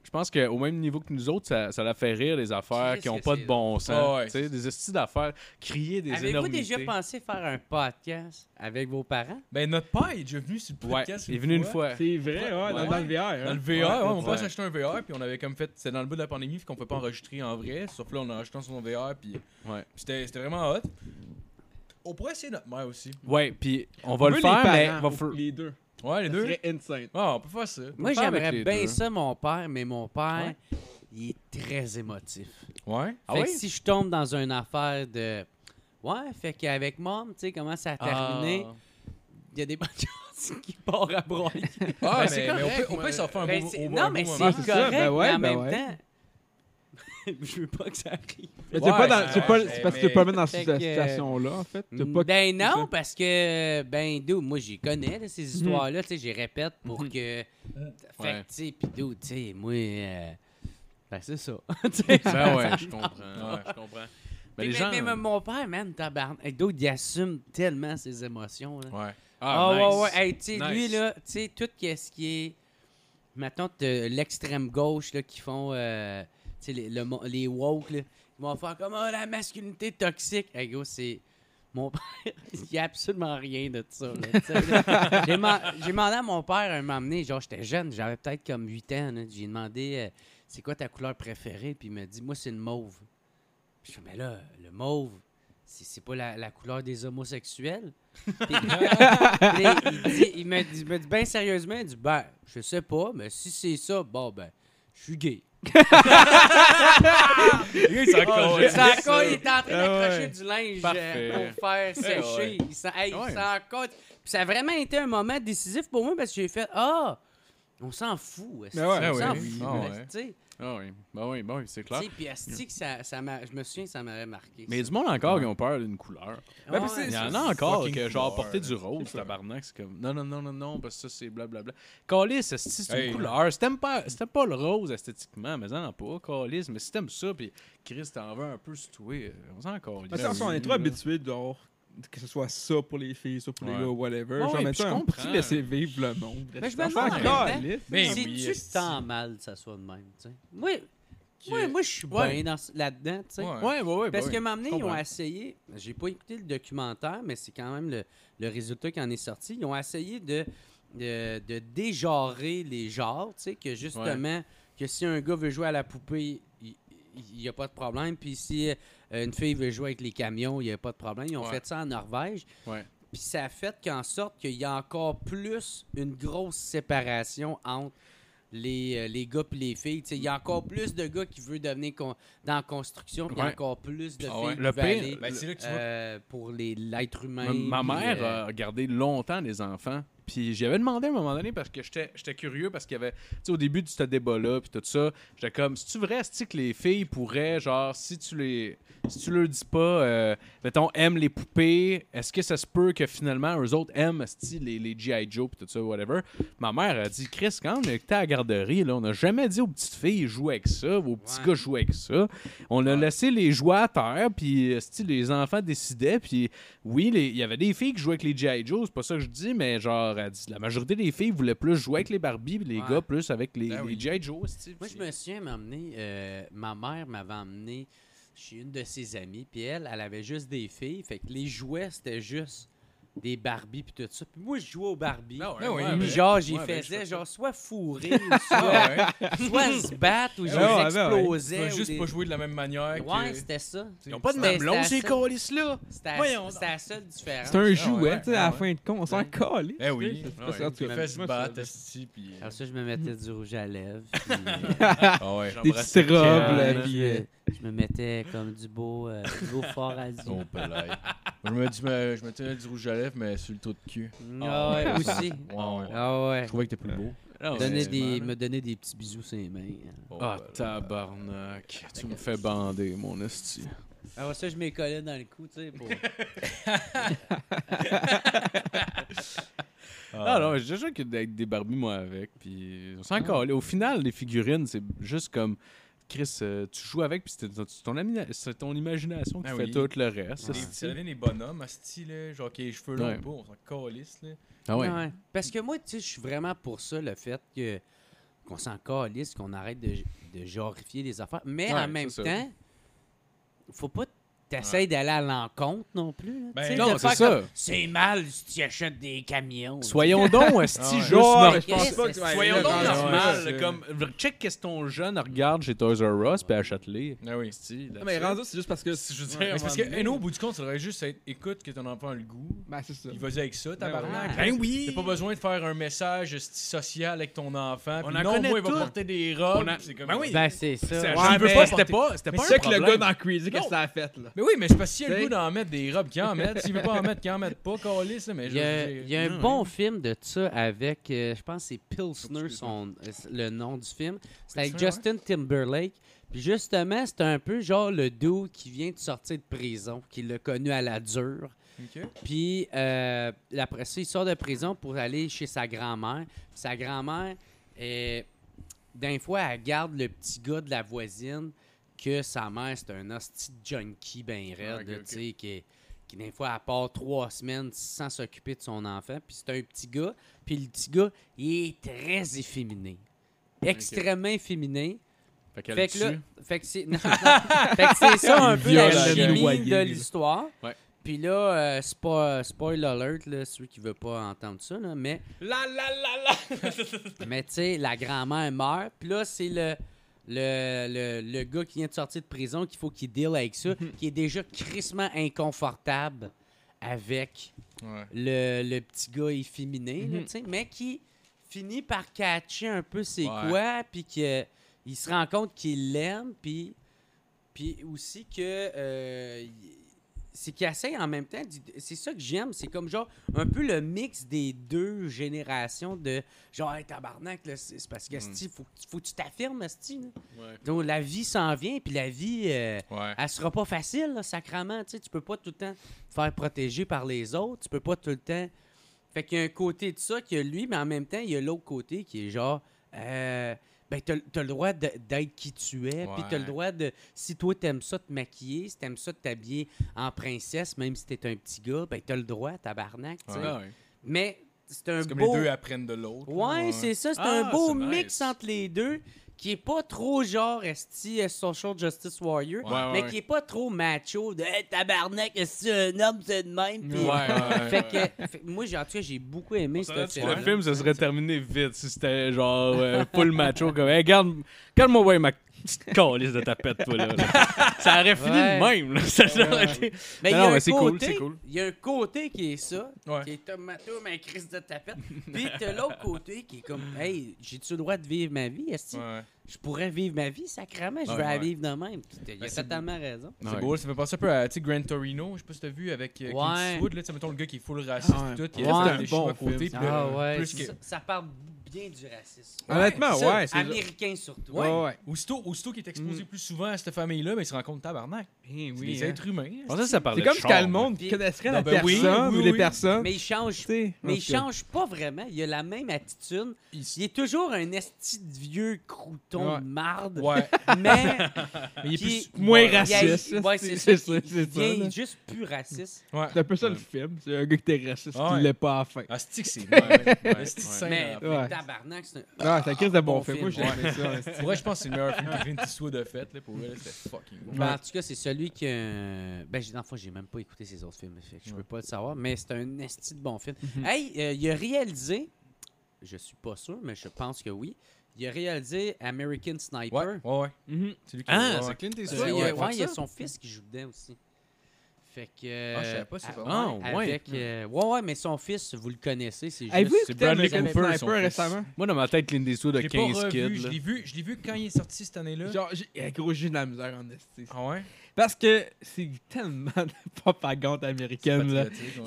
[SPEAKER 3] Je pense qu'au même niveau que nous autres, ça, ça la fait rire les affaires
[SPEAKER 4] Qu'est-ce
[SPEAKER 3] qui ont
[SPEAKER 4] que
[SPEAKER 3] pas de
[SPEAKER 4] c'est,
[SPEAKER 3] bon sens.
[SPEAKER 2] Ah ouais.
[SPEAKER 3] Tu sais, des estis d'affaires, crier des
[SPEAKER 4] Avez-vous
[SPEAKER 3] énormités.
[SPEAKER 4] déjà pensé faire un podcast avec vos parents?
[SPEAKER 2] Ben, notre père est déjà venu sur le
[SPEAKER 3] Ouais,
[SPEAKER 2] podcast.
[SPEAKER 3] il est venu une fois.
[SPEAKER 5] C'est vrai, ouais, dans,
[SPEAKER 2] Ouais.
[SPEAKER 5] dans le VR. hein.
[SPEAKER 2] Dans le VR, ouais, mon
[SPEAKER 3] ouais.
[SPEAKER 2] père s'est acheté un VR, puis on avait comme fait. C'était dans le bout de la pandémie, puis qu'on pouvait pas enregistrer en vrai. Sauf que là, on a enregistré son VR, puis
[SPEAKER 3] Ouais.
[SPEAKER 2] c'était c'était vraiment hot. On pourrait essayer notre mère aussi.
[SPEAKER 3] Ouais, puis on va le
[SPEAKER 5] veut
[SPEAKER 3] faire,
[SPEAKER 5] les
[SPEAKER 3] mais.
[SPEAKER 5] parents,
[SPEAKER 3] va fa-
[SPEAKER 5] Les deux.
[SPEAKER 2] Ouais, les
[SPEAKER 5] Les
[SPEAKER 2] deux.
[SPEAKER 5] deux. C'est insane.
[SPEAKER 2] Ah, on peut faire ça.
[SPEAKER 4] Moi,
[SPEAKER 3] faire avec les
[SPEAKER 4] j'aimerais bien
[SPEAKER 3] deux.
[SPEAKER 4] ça, mon père, mais mon père,
[SPEAKER 3] Ouais.
[SPEAKER 4] il est très émotif.
[SPEAKER 2] Ouais.
[SPEAKER 3] Ah
[SPEAKER 4] fait que
[SPEAKER 3] oui?
[SPEAKER 4] si je tombe dans une affaire de. Ouais, fait qu'avec mom, tu sais, comment ça a terminé,
[SPEAKER 3] Ah.
[SPEAKER 4] il y a des bonnes chances qu'il part à broyer.
[SPEAKER 2] Ah,
[SPEAKER 3] Ben,
[SPEAKER 2] mais,
[SPEAKER 3] c'est
[SPEAKER 2] mais on
[SPEAKER 3] correct,
[SPEAKER 2] peut, on peut s'en faire un
[SPEAKER 4] Ben,
[SPEAKER 2] beau,
[SPEAKER 4] c'est-
[SPEAKER 2] au- un
[SPEAKER 4] non, mais
[SPEAKER 2] beau
[SPEAKER 4] c'est
[SPEAKER 2] moment.
[SPEAKER 4] correct,
[SPEAKER 5] c'est ça, ben ouais,
[SPEAKER 4] mais en
[SPEAKER 5] ben
[SPEAKER 4] même
[SPEAKER 5] ouais.
[SPEAKER 4] temps, je veux pas que ça arrive.
[SPEAKER 5] Mais
[SPEAKER 2] Ouais,
[SPEAKER 5] t'es pas dans,
[SPEAKER 2] ouais,
[SPEAKER 5] t'es pas,
[SPEAKER 2] ouais,
[SPEAKER 5] c'est parce que
[SPEAKER 2] mais-
[SPEAKER 5] t'es pas mis dans
[SPEAKER 4] Fait
[SPEAKER 5] cette
[SPEAKER 4] que-
[SPEAKER 5] situation-là, en fait. T'as pas...
[SPEAKER 4] Ben non, parce que, ben, dude, moi, j'y connais, là, ces histoires-là, tu sais, j'y répète pour que... Fait que,
[SPEAKER 3] Mhm. Euh, Ouais.
[SPEAKER 4] tu sais, pis dude, tu sais, moi... euh, Ben, c'est ça. Tu sais,
[SPEAKER 3] Ben ouais, je comprends.
[SPEAKER 2] Ouais.
[SPEAKER 3] je comprends. Mais
[SPEAKER 4] Mais,
[SPEAKER 3] les gens. euh,
[SPEAKER 4] mais- mais mon père, man, tabarnak, hey, dude, il assume tellement ses émotions, là.
[SPEAKER 2] Ouais.
[SPEAKER 4] Ah, ouais, ouais,
[SPEAKER 3] nice.
[SPEAKER 4] hey, tu sais, lui,
[SPEAKER 3] Nice.
[SPEAKER 4] là, tu sais, tout ce qui est... Maintenant, t'as l'extrême gauche, là, qui font, euh, tu sais, les, le mo- les woke, là, ils vont faire comme, oh, la masculinité toxique. Hey, gros, c'est... Mon père, il n'y a absolument rien de ça. là, tu sais, là. J'ai man- j'ai demandé à mon père un moment donné, genre j'étais jeune, j'avais peut-être comme 8 ans, là, j'ai demandé euh, c'est quoi ta couleur préférée, puis il m'a dit moi c'est le mauve. Puis je fais mais là, le mauve, c'est c'est pas la, la couleur des homosexuels. Puis- puis là, il, dit- il me dit, il me dit ben sérieusement, il dit ben je sais pas, mais si c'est ça, bon ben je suis gay. Ah,
[SPEAKER 3] encore-
[SPEAKER 4] Il s'en encore- il est en train d'accrocher du linge
[SPEAKER 3] Ah, Parfait. Eh,
[SPEAKER 4] euh, pour faire sécher.
[SPEAKER 3] ouais.
[SPEAKER 4] Il s'en hey, il
[SPEAKER 3] Ouais.
[SPEAKER 4] s'en encore- Puis ça a vraiment été un moment décisif pour moi parce que j'ai fait Ah, on s'en fout. esti,
[SPEAKER 5] Ben ouais,
[SPEAKER 4] on
[SPEAKER 2] ben
[SPEAKER 4] s'en
[SPEAKER 2] oui.
[SPEAKER 4] fout.
[SPEAKER 2] Ah ouais.
[SPEAKER 4] esti, tu
[SPEAKER 3] Ah oui, ben oui, ben oui, c'est clair.
[SPEAKER 4] sais, Puis esti que ça, ça m'a- je me souviens que ça m'avait marqué.
[SPEAKER 3] Mais il y a du monde encore qui ont peur d'une couleur.
[SPEAKER 4] ça.
[SPEAKER 5] Ben,
[SPEAKER 4] Ouais,
[SPEAKER 5] puis c'est-
[SPEAKER 3] Il y en a
[SPEAKER 2] c'est
[SPEAKER 3] encore
[SPEAKER 2] fucking
[SPEAKER 3] que
[SPEAKER 2] couleur,
[SPEAKER 3] genre porter
[SPEAKER 2] là.
[SPEAKER 3] du rose, tabarnak, c'est comme non non non non non parce que ça c'est blablabla. Calis, esti, c'est
[SPEAKER 2] Hey.
[SPEAKER 3] une couleur. Si t'aimes pas, si t'aimes pas le rose esthétiquement, mais en pas, Calis, mais si t'aimes ça puis Chris t'en veux un peu se touer, on s'en calisse. Ben
[SPEAKER 5] Attention, on est trop
[SPEAKER 3] là.
[SPEAKER 5] habitué dehors. Que ce soit ça pour les filles, ça pour
[SPEAKER 3] Ouais.
[SPEAKER 5] les gars, whatever.
[SPEAKER 3] Ouais,
[SPEAKER 5] Genre,
[SPEAKER 3] puis
[SPEAKER 5] mais
[SPEAKER 3] je
[SPEAKER 5] un
[SPEAKER 3] comprends.
[SPEAKER 5] petit laisser vivre le monde.
[SPEAKER 4] Mais je me
[SPEAKER 5] Enfin,
[SPEAKER 4] demande hein, ben, en même temps,
[SPEAKER 5] caliste.
[SPEAKER 2] Mais
[SPEAKER 4] C'est-tu
[SPEAKER 2] oui,
[SPEAKER 4] que
[SPEAKER 2] esti.
[SPEAKER 4] tant mal que ça soit de même, tu sais? Moi, moi,
[SPEAKER 2] Que-
[SPEAKER 4] moi, je suis
[SPEAKER 3] Ouais.
[SPEAKER 4] bien dans ce- là-dedans, tu sais.
[SPEAKER 2] Ouais.
[SPEAKER 3] Ouais, ouais, ouais.
[SPEAKER 4] Parce
[SPEAKER 3] bah oui.
[SPEAKER 4] que à un moment donné,
[SPEAKER 3] Je
[SPEAKER 4] ils ont
[SPEAKER 3] comprends.
[SPEAKER 4] essayé, j'ai pas écouté le documentaire, mais c'est quand même le, le résultat qui en est sorti. Ils ont essayé de, de, de déjarrer les genres, tu sais, que justement, que si un gars veut jouer à la poupée, il n'y a pas de problème. Puis si euh, une fille veut jouer avec les camions, il n'y a pas de problème. Ils ont
[SPEAKER 3] Ouais.
[SPEAKER 4] fait ça en Norvège.
[SPEAKER 3] Ouais.
[SPEAKER 4] Puis ça a fait qu'en sorte qu'il y a encore plus une grosse séparation entre les, euh, les gars et les filles. Tu sais, il y a encore plus de gars qui veulent devenir con- dans la construction, puis il y a
[SPEAKER 3] Ouais. Ah
[SPEAKER 4] encore plus de filles
[SPEAKER 3] ouais.
[SPEAKER 4] qui
[SPEAKER 3] Le
[SPEAKER 4] veulent
[SPEAKER 3] pire,
[SPEAKER 4] aller,
[SPEAKER 2] Ben, c'est là que tu vois.
[SPEAKER 4] euh, pour les- l'être humain.
[SPEAKER 3] Ma, ma
[SPEAKER 4] puis,
[SPEAKER 3] mère
[SPEAKER 4] euh,
[SPEAKER 3] a regardé longtemps les enfants. Puis j'avais demandé à un moment donné parce que j'étais j'étais curieux parce qu'il y avait tu sais au début de ce débat là puis tout ça, j'étais comme si tu vrai est-ce que les filles pourraient genre si tu les si tu leur dis pas euh, mettons aiment les poupées, est-ce que ça se peut que finalement eux autres aiment esti, les les GI Joe puis tout ça whatever. Ma mère a dit Chris quand on était à la garderie là, on n'a jamais dit aux petites filles jouez avec ça, aux petits
[SPEAKER 4] Ouais.
[SPEAKER 3] gars jouez avec ça. On a laissé les jouets à terre, puis euh, c'ti, les enfants décidaient, puis oui, les- il y avait des filles qui jouaient avec les G.I. Joe, c'est pas ça que je dis, mais genre, elle dit, la majorité des filles voulaient plus jouer avec les Barbie, puis les
[SPEAKER 4] Ouais.
[SPEAKER 3] gars plus avec les,
[SPEAKER 2] Ben
[SPEAKER 3] les
[SPEAKER 2] oui.
[SPEAKER 3] G.I. Joe. c'ti,
[SPEAKER 4] Moi,
[SPEAKER 3] puis-
[SPEAKER 4] je me souviens m'emmener. euh, ma mère m'avait emmené chez une de ses amies, puis elle, elle avait juste des filles. Fait que les jouets, c'était juste des Barbies puis tout ça. Puis moi, je jouais aux Barbies.
[SPEAKER 3] Ah ouais,
[SPEAKER 2] Ah oui,
[SPEAKER 3] ouais,
[SPEAKER 4] Puis
[SPEAKER 2] mais-
[SPEAKER 3] ouais.
[SPEAKER 4] Ben genre, j'y
[SPEAKER 3] ouais, ben, je
[SPEAKER 4] faisais
[SPEAKER 3] fais
[SPEAKER 4] genre soit fourrer, ou soit,
[SPEAKER 2] Ah ouais.
[SPEAKER 4] soit se battre, ou je
[SPEAKER 5] Ah ouais,
[SPEAKER 4] les
[SPEAKER 5] ah ben ouais.
[SPEAKER 2] Tu
[SPEAKER 4] explosais.
[SPEAKER 2] vas
[SPEAKER 4] ou
[SPEAKER 2] juste
[SPEAKER 4] des-
[SPEAKER 2] pas jouer de la même manière
[SPEAKER 4] Ouais,
[SPEAKER 2] que...
[SPEAKER 4] c'était ça.
[SPEAKER 3] Ils n'ont pas de
[SPEAKER 4] C'était-
[SPEAKER 3] mamelon,
[SPEAKER 4] c'était
[SPEAKER 3] ces
[SPEAKER 4] ça.
[SPEAKER 3] colis-là.
[SPEAKER 4] C'était
[SPEAKER 3] Voyons
[SPEAKER 4] la- c'était la seule différence.
[SPEAKER 5] C'est un
[SPEAKER 2] ouais,
[SPEAKER 5] jouet, tu sais, à
[SPEAKER 2] ah
[SPEAKER 5] la
[SPEAKER 2] ouais.
[SPEAKER 5] fin de compte, on s'en calait.
[SPEAKER 2] Eh oui,
[SPEAKER 5] tu sais, c'est
[SPEAKER 2] ah
[SPEAKER 5] pas
[SPEAKER 2] ouais.
[SPEAKER 5] ça, en tout
[SPEAKER 2] tu
[SPEAKER 5] cas.
[SPEAKER 2] fais se
[SPEAKER 5] Moi, ça-
[SPEAKER 2] battre, esti, puis... euh,
[SPEAKER 4] Alors Ah, ça, je me mettais du rouge à lèvres. puis-
[SPEAKER 2] Ah ouais,
[SPEAKER 5] Des
[SPEAKER 2] j'embrasse
[SPEAKER 5] petites robes,
[SPEAKER 4] Ouais,
[SPEAKER 5] là,
[SPEAKER 4] je,
[SPEAKER 5] puis, euh,
[SPEAKER 4] me, je me mettais comme du beau, euh, du beau fort
[SPEAKER 5] Oh.
[SPEAKER 4] à du.
[SPEAKER 2] Son palais. je, me dis, mais- je mettais du rouge à lèvres, mais sur le taux de cul.
[SPEAKER 4] Ah ouais, Ah aussi.
[SPEAKER 2] Ouais, ouais.
[SPEAKER 4] Ah ouais.
[SPEAKER 2] Je trouvais que t'étais plus beau.
[SPEAKER 4] Donner des,
[SPEAKER 2] sérieusement,
[SPEAKER 4] me donner des petits bisous sur les mains. hein.
[SPEAKER 3] Ah, tabarnak. Tu me fais bander, mon esti.
[SPEAKER 4] Alors Ah ça, je m'écolais dans le cou, tu sais, pour...
[SPEAKER 3] Ah non, j'ai déjà que avec des Barbies, moi, avec. Puis on s'en calait. Au final, les figurines, c'est juste comme. Chris, euh, tu joues avec, puis c'est ton, c'est ton amina- c'est ton imagination qui
[SPEAKER 2] Ah
[SPEAKER 3] fait
[SPEAKER 2] oui.
[SPEAKER 3] tout le reste.
[SPEAKER 2] Des-
[SPEAKER 3] esti.
[SPEAKER 2] Ça devient des bonhommes, asti, là. Genre, qui a les cheveux longs
[SPEAKER 3] Ouais.
[SPEAKER 2] ou pas, on s'en calisse, là.
[SPEAKER 3] Ah ouais.
[SPEAKER 4] Ouais. Parce que moi, tu sais, je suis vraiment pour ça, le fait que qu'on s'en calisse, qu'on arrête de, de jarrifier les affaires. Mais
[SPEAKER 3] Ouais,
[SPEAKER 4] en même
[SPEAKER 3] c'est ça.
[SPEAKER 4] temps, faut pas t'essayer d'aller à l'encontre non plus. là.
[SPEAKER 2] Ben,
[SPEAKER 4] Tu sais,
[SPEAKER 3] non,
[SPEAKER 4] de
[SPEAKER 3] c'est
[SPEAKER 4] faire
[SPEAKER 3] ça.
[SPEAKER 4] comme, C'est mal si tu achètes des camions.
[SPEAKER 3] Soyons donc, esti,
[SPEAKER 2] Ah ouais.
[SPEAKER 5] Ouais,
[SPEAKER 3] juste
[SPEAKER 5] mais
[SPEAKER 3] normal.
[SPEAKER 5] je pense
[SPEAKER 4] Yes,
[SPEAKER 5] pas que.
[SPEAKER 4] c'est-
[SPEAKER 5] ouais,
[SPEAKER 3] Soyons
[SPEAKER 5] là,
[SPEAKER 3] donc
[SPEAKER 5] ouais,
[SPEAKER 3] normal.
[SPEAKER 5] ouais,
[SPEAKER 3] Comme, check qu'est-ce que ton jeune regarde chez Toys R Us, puis achète-les.
[SPEAKER 2] Ah oui.
[SPEAKER 3] Esti,
[SPEAKER 5] Non, mais
[SPEAKER 3] là-dessus.
[SPEAKER 5] rendu, c'est juste parce que. Je veux
[SPEAKER 2] Mais c'est parce que, Eno, au bout du compte, ça devrait juste être écoute que ton enfant a le goût.
[SPEAKER 5] Ben, c'est ça.
[SPEAKER 2] Il va dire avec ça,
[SPEAKER 4] ouais.
[SPEAKER 2] tabarnak.
[SPEAKER 4] Ben
[SPEAKER 2] oui! T'as pas besoin de faire un message esti, social avec ton enfant.
[SPEAKER 3] On
[SPEAKER 2] puis
[SPEAKER 3] en
[SPEAKER 2] non,
[SPEAKER 3] connaît
[SPEAKER 2] moi, il va
[SPEAKER 3] tout.
[SPEAKER 2] porter des robes.
[SPEAKER 3] On en-
[SPEAKER 2] puis c'est comme-
[SPEAKER 3] Ben oui.
[SPEAKER 4] Ben, c'est ça.
[SPEAKER 3] C'est-
[SPEAKER 5] Ouais,
[SPEAKER 3] je veux
[SPEAKER 5] mais-
[SPEAKER 3] pas, c'était pas, c'était
[SPEAKER 5] Mais
[SPEAKER 3] pas
[SPEAKER 5] c'est
[SPEAKER 3] un
[SPEAKER 5] sûr que le gars
[SPEAKER 3] problème.
[SPEAKER 5] dans Crazy, qu'est-ce
[SPEAKER 3] Non.
[SPEAKER 5] que ça a fait, là?
[SPEAKER 2] Mais oui, mais c'est parce qu'il y a le
[SPEAKER 5] T'sais.
[SPEAKER 2] goût d'en mettre des robes, qu'il en mette. S'il veut pas en mettre, qu'il en mette pas, calisse, là, mais
[SPEAKER 4] Il
[SPEAKER 2] je
[SPEAKER 4] y a,
[SPEAKER 2] veux dire-
[SPEAKER 4] il y a un
[SPEAKER 3] Non,
[SPEAKER 4] bon film de ça avec, euh, je pense que c'est Pilsner,
[SPEAKER 2] Excuse-moi.
[SPEAKER 4] son, euh, c'est le nom du film. C'est avec
[SPEAKER 2] Pilsner, ouais.
[SPEAKER 4] Justin Timberlake. Puis justement, c'est un peu genre le dude qui vient de sortir de prison, qui l'a connu à la dure.
[SPEAKER 2] Ok.
[SPEAKER 4] Puis euh, après ça, il sort de prison pour aller chez sa grand-mère. Sa grand-mère, euh, d'un fois, elle garde le petit gars de la voisine que sa mère, c'est un hostie de junkie ben raide,
[SPEAKER 3] Ah, ok,
[SPEAKER 4] là,
[SPEAKER 3] ok.
[SPEAKER 4] tu sais, qui, qui d'un fois, à part trois semaines sans s'occuper de son enfant. Puis c'est un petit gars. Puis le petit gars, il est très efféminé. Extrêmement efféminé.
[SPEAKER 3] Fait qu'elle
[SPEAKER 4] Fait que là,
[SPEAKER 3] tue.
[SPEAKER 4] fait que c'est non, non. Fait que c'est ça un peu la
[SPEAKER 3] viole la
[SPEAKER 4] chimie
[SPEAKER 5] gueule.
[SPEAKER 4] de l'histoire.
[SPEAKER 3] Ouais.
[SPEAKER 4] Puis là, euh, spo- spoil alert, là, celui qui veut pas entendre ça, là, mais,
[SPEAKER 5] La la la la!
[SPEAKER 4] mais tu sais, la grand-mère meurt. Puis là, c'est le, le, le, le gars qui vient de sortir de prison qu'il faut qu'il deal avec ça,
[SPEAKER 2] Mhm.
[SPEAKER 4] qui est déjà crissement inconfortable avec
[SPEAKER 2] Ouais.
[SPEAKER 4] le, le petit gars efféminé, là,
[SPEAKER 5] Mhm.
[SPEAKER 4] tu sais, mais qui finit par catcher un peu c'est
[SPEAKER 2] Ouais.
[SPEAKER 4] quoi, puis que il se rend compte qu'il l'aime, puis puis aussi que euh, il- c'est qu'il essaie en même temps. d'id- C'est ça que j'aime, c'est comme genre un peu le mix des deux générations de genre hey, tabarnak, là, c'est c'est parce que
[SPEAKER 2] Hmm.
[SPEAKER 4] esti, faut, faut que tu t'affirmes, esti, là.
[SPEAKER 3] Ouais.
[SPEAKER 4] Donc la vie s'en vient, puis la vie. euh,
[SPEAKER 2] Ouais.
[SPEAKER 4] elle sera pas facile, là, sacrament. Tu sais, tu peux pas tout le temps te faire protéger par les autres. Tu peux pas tout le temps. Fait qu'il y a un côté de ça qu'il y a lui, mais en même temps, il y a l'autre côté qui est genre. euh, ben, t'as t'as le droit de- d'être qui tu es, puis t'as le
[SPEAKER 2] Ouais.
[SPEAKER 4] droit de. Si toi, t'aimes ça te maquiller, si t'aimes ça t'habiller en princesse, même si t'es un petit gars, ben, t'as le droit, tabarnak, tu sais.
[SPEAKER 3] Ah ouais.
[SPEAKER 4] Mais c'est un
[SPEAKER 2] C'est comme
[SPEAKER 4] beau.
[SPEAKER 2] les deux apprennent de l'autre.
[SPEAKER 4] Ouais, c'est ça, c'est
[SPEAKER 3] Ah,
[SPEAKER 4] un beau
[SPEAKER 3] c'est
[SPEAKER 4] mix
[SPEAKER 3] nice.
[SPEAKER 4] entre les deux qui est pas trop genre esti euh, social justice warrior,
[SPEAKER 3] Ouais, ouais,
[SPEAKER 4] mais
[SPEAKER 3] ouais.
[SPEAKER 4] qui est pas trop macho de hey, tabarnak, c'est un homme c'est de même. Puis-
[SPEAKER 3] Ouais, ouais,
[SPEAKER 4] fait
[SPEAKER 3] ouais.
[SPEAKER 4] que fait- moi j'ai- en tout cas, j'ai beaucoup aimé
[SPEAKER 3] Ça
[SPEAKER 4] ce
[SPEAKER 3] aurait dit que
[SPEAKER 4] film.
[SPEAKER 3] le film, ça serait terminé vite si c'était genre euh, full macho comme hey, garde, garde moi ouais ma petite calice de tapette toi là. là. ça aurait fini
[SPEAKER 4] Ouais.
[SPEAKER 3] de même là. Ça, ça aurait été-
[SPEAKER 4] Mais il y
[SPEAKER 3] Non,
[SPEAKER 4] a
[SPEAKER 3] mais
[SPEAKER 4] un
[SPEAKER 3] c'est cool,
[SPEAKER 4] côté,
[SPEAKER 3] c'est cool.
[SPEAKER 4] il y a un côté qui est ça,
[SPEAKER 2] Ouais.
[SPEAKER 4] qui est tomato mais crise de tapette. Puis t'as l'autre côté qui est comme hey, j'ai tu le droit de vivre ma vie, est-ce que
[SPEAKER 2] Ouais, ouais.
[SPEAKER 4] je pourrais vivre ma vie sacrément, je
[SPEAKER 2] Ouais,
[SPEAKER 4] veux la
[SPEAKER 2] ouais.
[SPEAKER 4] vivre de même. Puis t'as- Il a
[SPEAKER 2] Ben, c'est-
[SPEAKER 4] totalement raison.
[SPEAKER 2] C'est
[SPEAKER 3] Ouais.
[SPEAKER 2] beau, ça me penser un peu à tu sais, Gran Torino, je sais pas si t'as vu avec euh, Clint
[SPEAKER 4] Ouais.
[SPEAKER 2] Eastwood, là, tu sais, mettons le gars qui est full raciste
[SPEAKER 5] Ah ouais.
[SPEAKER 2] et tout, il
[SPEAKER 4] Ouais.
[SPEAKER 2] a
[SPEAKER 4] C'est
[SPEAKER 2] des
[SPEAKER 5] un
[SPEAKER 2] cheveux
[SPEAKER 5] bon
[SPEAKER 2] à côté,
[SPEAKER 5] film,
[SPEAKER 2] puis
[SPEAKER 5] ça.
[SPEAKER 2] le-
[SPEAKER 4] Ah ouais,
[SPEAKER 2] plus que-
[SPEAKER 4] ça, ça parle bien du racisme.
[SPEAKER 5] Honnêtement,
[SPEAKER 2] ça,
[SPEAKER 5] ouais, c'est.
[SPEAKER 4] Américain surtout.
[SPEAKER 5] Ouais, ouais.
[SPEAKER 2] Aussitôt, aussitôt qu'il est
[SPEAKER 4] Mm.
[SPEAKER 2] exposé plus souvent à cette famille-là, ben, il se rend compte tabarnak.
[SPEAKER 5] Eh
[SPEAKER 2] C'est
[SPEAKER 5] oui,
[SPEAKER 2] des
[SPEAKER 5] hein.
[SPEAKER 2] êtres humains.
[SPEAKER 4] Ah,
[SPEAKER 3] Je pensais que ça parlait
[SPEAKER 5] C'est comme
[SPEAKER 3] de
[SPEAKER 5] si
[SPEAKER 3] char,
[SPEAKER 5] le monde
[SPEAKER 4] Puis-
[SPEAKER 5] connaisserait
[SPEAKER 2] Non,
[SPEAKER 5] la
[SPEAKER 2] ben oui,
[SPEAKER 5] personne
[SPEAKER 2] oui,
[SPEAKER 5] ou
[SPEAKER 2] oui.
[SPEAKER 5] les personnes.
[SPEAKER 4] Mais il change,
[SPEAKER 5] Mais
[SPEAKER 4] mais il change pas vraiment. Il a la même attitude.
[SPEAKER 2] Il-
[SPEAKER 4] Il est toujours un esti de vieux crouton
[SPEAKER 5] Ouais.
[SPEAKER 4] de marde.
[SPEAKER 2] Ouais.
[SPEAKER 4] Mais
[SPEAKER 5] Il est
[SPEAKER 4] Qui-
[SPEAKER 5] plus, moins
[SPEAKER 2] Ouais.
[SPEAKER 5] raciste.
[SPEAKER 4] il a-
[SPEAKER 5] là,
[SPEAKER 4] ouais, c'est ça. il-
[SPEAKER 5] c'est
[SPEAKER 4] il
[SPEAKER 5] ça,
[SPEAKER 4] devient
[SPEAKER 5] là.
[SPEAKER 4] juste plus raciste.
[SPEAKER 2] ouais.
[SPEAKER 5] C'est un peu ça le film. C'est un gars qui était raciste,
[SPEAKER 2] Ah
[SPEAKER 5] qui
[SPEAKER 2] ouais.
[SPEAKER 5] l'est pas à la fin.
[SPEAKER 2] Ah, c'est que c'est. Ouais, ouais. Esti de
[SPEAKER 3] ouais.
[SPEAKER 2] scène,
[SPEAKER 4] mais
[SPEAKER 2] hein.
[SPEAKER 4] mais
[SPEAKER 5] Ouais.
[SPEAKER 4] tabarnak, c'est un. ah,
[SPEAKER 5] Non, c'est un crise de bon
[SPEAKER 4] bon
[SPEAKER 5] film. Moi,
[SPEAKER 4] film.
[SPEAKER 5] j'ai aimé ça. hein, c'est-
[SPEAKER 2] Pour vrai, je pense que c'est le meilleur film que Clint Eastwood a fait. Là, pour vrai, là, c'était fucking bon.
[SPEAKER 4] Ben, en tout cas, c'est celui que. Ben, j'ai- dans le fond, j'ai même pas écouté ses autres films. fait que je peux pas le savoir, mais c'est un esti de bon film.
[SPEAKER 5] Mhm.
[SPEAKER 4] Hey, euh, il a réalisé, je suis pas sûr, mais je pense que oui, il a réalisé American Sniper.
[SPEAKER 2] Ouais, ouais, ouais.
[SPEAKER 5] Mhm.
[SPEAKER 2] C'est lui qui a-
[SPEAKER 3] Ah,
[SPEAKER 2] ouais, ouais.
[SPEAKER 3] c'est Clint
[SPEAKER 4] Ça,
[SPEAKER 3] Eastwood.
[SPEAKER 4] il y
[SPEAKER 3] ouais,
[SPEAKER 4] a,
[SPEAKER 3] fait
[SPEAKER 4] ouais,
[SPEAKER 3] que
[SPEAKER 4] il y a
[SPEAKER 3] ça.
[SPEAKER 4] son fils qui joue dedans aussi. Fait que.
[SPEAKER 2] Ah, je savais pas, c'est
[SPEAKER 4] ah,
[SPEAKER 2] pas
[SPEAKER 3] vrai. Ah, ouais.
[SPEAKER 4] Avec, euh, ouais, ouais, mais son fils, vous le connaissez, c'est juste.
[SPEAKER 5] Avez-vous
[SPEAKER 2] c'est
[SPEAKER 5] écouté
[SPEAKER 2] Bradley
[SPEAKER 5] American
[SPEAKER 2] Cooper, son
[SPEAKER 5] Sniper
[SPEAKER 2] fils.
[SPEAKER 5] récemment?
[SPEAKER 3] Moi, dans ma tête, Clint Eastwood
[SPEAKER 2] Je
[SPEAKER 3] a
[SPEAKER 2] l'ai
[SPEAKER 3] 15
[SPEAKER 2] pas revu,
[SPEAKER 3] kids.
[SPEAKER 2] je
[SPEAKER 3] là.
[SPEAKER 2] l'ai vu, je l'ai vu quand il est sorti cette année-là.
[SPEAKER 5] Genre, j'ai- eh, gros, j'ai de la misère en esti.
[SPEAKER 2] Ah ouais?
[SPEAKER 5] Parce que c'est tellement de propagande américaine, là.
[SPEAKER 2] Patriotique, ouais.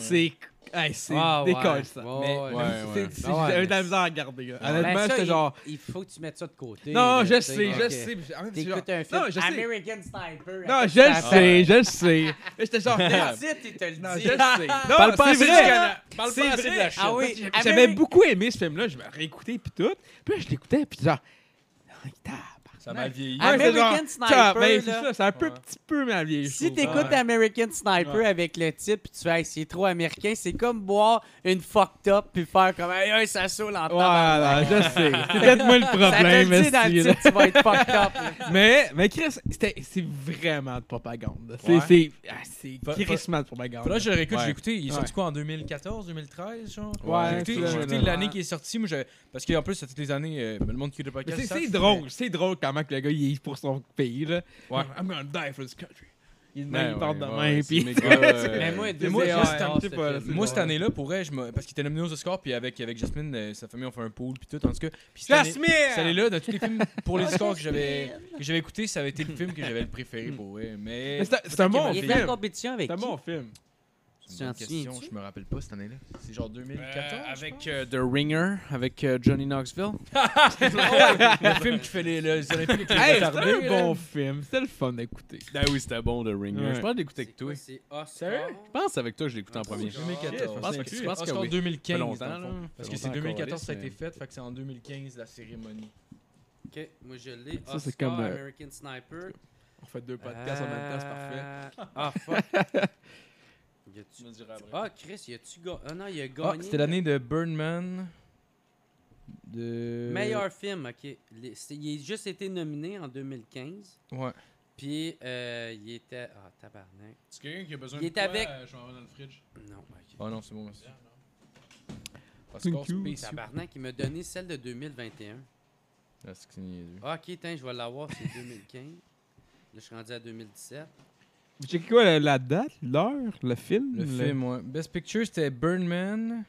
[SPEAKER 5] C'est hey, c'est
[SPEAKER 4] Ah, ouais.
[SPEAKER 5] décolle, ça.
[SPEAKER 4] Ouais,
[SPEAKER 2] Mais-
[SPEAKER 4] ouais.
[SPEAKER 3] Ouais,
[SPEAKER 5] C'est-
[SPEAKER 3] ouais.
[SPEAKER 5] c'est-
[SPEAKER 4] Ah ouais,
[SPEAKER 5] J'ai eu de la
[SPEAKER 4] mais-
[SPEAKER 5] misère à regarder, gars.
[SPEAKER 4] Ben,
[SPEAKER 5] Honnêtement,
[SPEAKER 4] ça,
[SPEAKER 5] j'étais
[SPEAKER 4] il-
[SPEAKER 5] genre.
[SPEAKER 4] Il faut que tu mettes ça de côté.
[SPEAKER 5] Non,
[SPEAKER 4] là,
[SPEAKER 5] je
[SPEAKER 4] tu
[SPEAKER 5] sais, je
[SPEAKER 4] donc,
[SPEAKER 5] sais.
[SPEAKER 4] euh,
[SPEAKER 5] mais j'ai- en même temps, j'étais genre,
[SPEAKER 4] T'écoutes un film
[SPEAKER 5] Non, je sais.
[SPEAKER 4] American Sniper.
[SPEAKER 5] Non,
[SPEAKER 4] après,
[SPEAKER 5] je le
[SPEAKER 4] ça-
[SPEAKER 5] sais, je le sais. Mais j'étais genre,
[SPEAKER 4] Ah,
[SPEAKER 5] merde.
[SPEAKER 4] titre, il te le
[SPEAKER 5] Non,
[SPEAKER 4] dit.
[SPEAKER 5] je le sais. Non,
[SPEAKER 3] Parle pas
[SPEAKER 5] c'est
[SPEAKER 3] assez
[SPEAKER 5] vrai.
[SPEAKER 3] du Canada. Parle
[SPEAKER 5] C'est
[SPEAKER 3] pas assez de
[SPEAKER 5] vrai.
[SPEAKER 3] la Chine.
[SPEAKER 4] Ah oui,
[SPEAKER 5] J'ai- J'avais
[SPEAKER 4] Ameri-
[SPEAKER 5] beaucoup aimé ce film-là, je me réécoutais puis tout. Puis là, je l'écoutais puis genre, Ah, tabarnak.
[SPEAKER 2] Ça m'a vieilli.
[SPEAKER 4] Ah,
[SPEAKER 5] Ouais,
[SPEAKER 4] mais-
[SPEAKER 5] c'est genre,
[SPEAKER 4] American
[SPEAKER 5] tiens,
[SPEAKER 4] Sniper,
[SPEAKER 5] ben, c'est
[SPEAKER 4] là.
[SPEAKER 5] ça, c'est un peu
[SPEAKER 2] Ouais.
[SPEAKER 5] petit peu ma vieille. je
[SPEAKER 4] Si
[SPEAKER 5] trouve.
[SPEAKER 4] t'écoutes
[SPEAKER 5] Ouais.
[SPEAKER 4] American Sniper
[SPEAKER 5] Ouais.
[SPEAKER 4] avec le type, puis tu fais, Hey, c'est trop américain, c'est comme boire une fucked up, puis faire comme, hey, hey, ça saoule en tabarnak.
[SPEAKER 5] Voilà, je sais. C'est peut-être moi le
[SPEAKER 4] Ça te
[SPEAKER 5] problème,
[SPEAKER 4] le dit dans le
[SPEAKER 5] esti, là.
[SPEAKER 4] titre, tu vas être fucked up. là.
[SPEAKER 5] mais, mais Chris, c'était- c'est vraiment de propagande. C'est
[SPEAKER 2] Ouais.
[SPEAKER 5] c'est ah, c'est
[SPEAKER 2] Fa- fa-
[SPEAKER 5] crissement de propagande.
[SPEAKER 2] Faudrait que je le réécoute,
[SPEAKER 5] Ouais.
[SPEAKER 2] je l'ai écouté. Il est sorti
[SPEAKER 5] Ouais.
[SPEAKER 2] quoi en 2014, 2013, genre?
[SPEAKER 5] Ouais,
[SPEAKER 2] J'ai écouté-
[SPEAKER 5] c'est
[SPEAKER 2] j'ai
[SPEAKER 5] vrai,
[SPEAKER 2] écouté
[SPEAKER 5] là.
[SPEAKER 2] l'année
[SPEAKER 4] Ouais.
[SPEAKER 2] qui est sortie. Moi, je- Parce qu'en plus, à toutes les années, euh, le monde qui est le
[SPEAKER 5] Mais
[SPEAKER 2] podcast.
[SPEAKER 5] c'est-
[SPEAKER 2] sache,
[SPEAKER 5] c'est drôle, c'est drôle comment que le gars il est pour son pays là.
[SPEAKER 2] Ouais.
[SPEAKER 5] I'm gonna die for this country. Il,
[SPEAKER 3] Ben
[SPEAKER 5] il parle de
[SPEAKER 3] ouais, ouais,
[SPEAKER 5] main
[SPEAKER 3] ouais,
[SPEAKER 5] puis.
[SPEAKER 3] c'est méga, euh,
[SPEAKER 4] Mais moi,
[SPEAKER 5] Mais moi,
[SPEAKER 4] deux
[SPEAKER 5] juste,
[SPEAKER 4] heures,
[SPEAKER 5] t'inquiète
[SPEAKER 4] ce
[SPEAKER 5] pas, là,
[SPEAKER 4] film.
[SPEAKER 5] c'est
[SPEAKER 2] Moi,
[SPEAKER 5] bon.
[SPEAKER 2] cette année-là, pour vrai, je me- parce qu'il était nominé aux Oscars, puis avec, avec Jasmine, euh, sa famille, on fait un pool, puis tout, en tout cas. Puis cette année-
[SPEAKER 5] Jasmine!
[SPEAKER 2] cette année-là, dans tous les films pour les Oscars que j'avais que j'avais écouté, ça avait été le film que j'avais le préféré pour vrai. Mais.
[SPEAKER 5] Mais c'est un- c'est un
[SPEAKER 2] Peut-être
[SPEAKER 5] bon
[SPEAKER 2] qu'il m'a-
[SPEAKER 4] Il était en
[SPEAKER 5] film.
[SPEAKER 4] compétition avec
[SPEAKER 5] C'est un
[SPEAKER 4] qui?
[SPEAKER 5] bon film.
[SPEAKER 2] C'est une bonne
[SPEAKER 4] Tu t'en
[SPEAKER 2] question,
[SPEAKER 4] souviens-tu?
[SPEAKER 2] je me rappelle pas cette année-là. C'est genre 2014.
[SPEAKER 3] Euh,
[SPEAKER 2] je
[SPEAKER 3] avec
[SPEAKER 2] pense.
[SPEAKER 3] euh, The Ringer, avec euh, Johnny Knoxville.
[SPEAKER 2] le film qui fait les, les Olympiques avec les
[SPEAKER 5] Hey, c'est
[SPEAKER 2] retardés,
[SPEAKER 5] un
[SPEAKER 2] là.
[SPEAKER 5] bon film. C'était le fun d'écouter.
[SPEAKER 3] Ah oui, c'était bon, The Ringer.
[SPEAKER 5] Ouais.
[SPEAKER 3] Je pense l'écouter avec toi.
[SPEAKER 4] quoi,
[SPEAKER 3] Je
[SPEAKER 4] c'est Oscar?
[SPEAKER 5] Sérieux?
[SPEAKER 3] pense que c'est avec toi que je l'ai écouté en premier.
[SPEAKER 5] Shit, je pense que-
[SPEAKER 3] je pense que
[SPEAKER 2] Oscar
[SPEAKER 3] oui.
[SPEAKER 2] 2015.
[SPEAKER 3] Ça fait longtemps,
[SPEAKER 2] dans le fond.
[SPEAKER 3] là.
[SPEAKER 2] Parce
[SPEAKER 3] Ça
[SPEAKER 2] que
[SPEAKER 3] fait
[SPEAKER 2] c'est
[SPEAKER 3] longtemps
[SPEAKER 2] 2014 ça a
[SPEAKER 3] qu'on
[SPEAKER 2] été
[SPEAKER 3] liste,
[SPEAKER 2] fait, fait que c'est en 2015 la cérémonie.
[SPEAKER 4] Ok, moi je l'ai.
[SPEAKER 5] Ça, c'est
[SPEAKER 4] Oscar,
[SPEAKER 5] comme, euh,
[SPEAKER 4] American Sniper.
[SPEAKER 5] On fait deux podcasts en même temps, c'est parfait.
[SPEAKER 4] parfait. Ah, fuck. Y a-tu- Ah, Chris, y a-tu gagné? Ah non, il a
[SPEAKER 2] Ah,
[SPEAKER 4] gagné.
[SPEAKER 2] c'était l'année de Birdman. De...
[SPEAKER 4] Meilleur film, ok. Les- c'est- Il a juste été nominé en 2015.
[SPEAKER 2] Ouais.
[SPEAKER 4] Puis, euh, il était. Ah, tabarnak.
[SPEAKER 3] C'est quelqu'un qui a besoin
[SPEAKER 4] Il de est quoi? avec-
[SPEAKER 3] Je vais dans le fridge.
[SPEAKER 4] Non, ok.
[SPEAKER 2] Oh non, c'est bon, merci.
[SPEAKER 5] Thank you.
[SPEAKER 4] Tabarnak, il m'a donné celle de 2021.
[SPEAKER 2] Ah, c'est que c'est niaiseux.
[SPEAKER 4] Ah, ok, tiens, je vais l'avoir, c'est 2015. Là, je suis rendu à 2017.
[SPEAKER 5] Vous checkez quoi, la, la date, l'heure, le film?
[SPEAKER 2] Le film, ouais. Best Picture, c'était Birdman.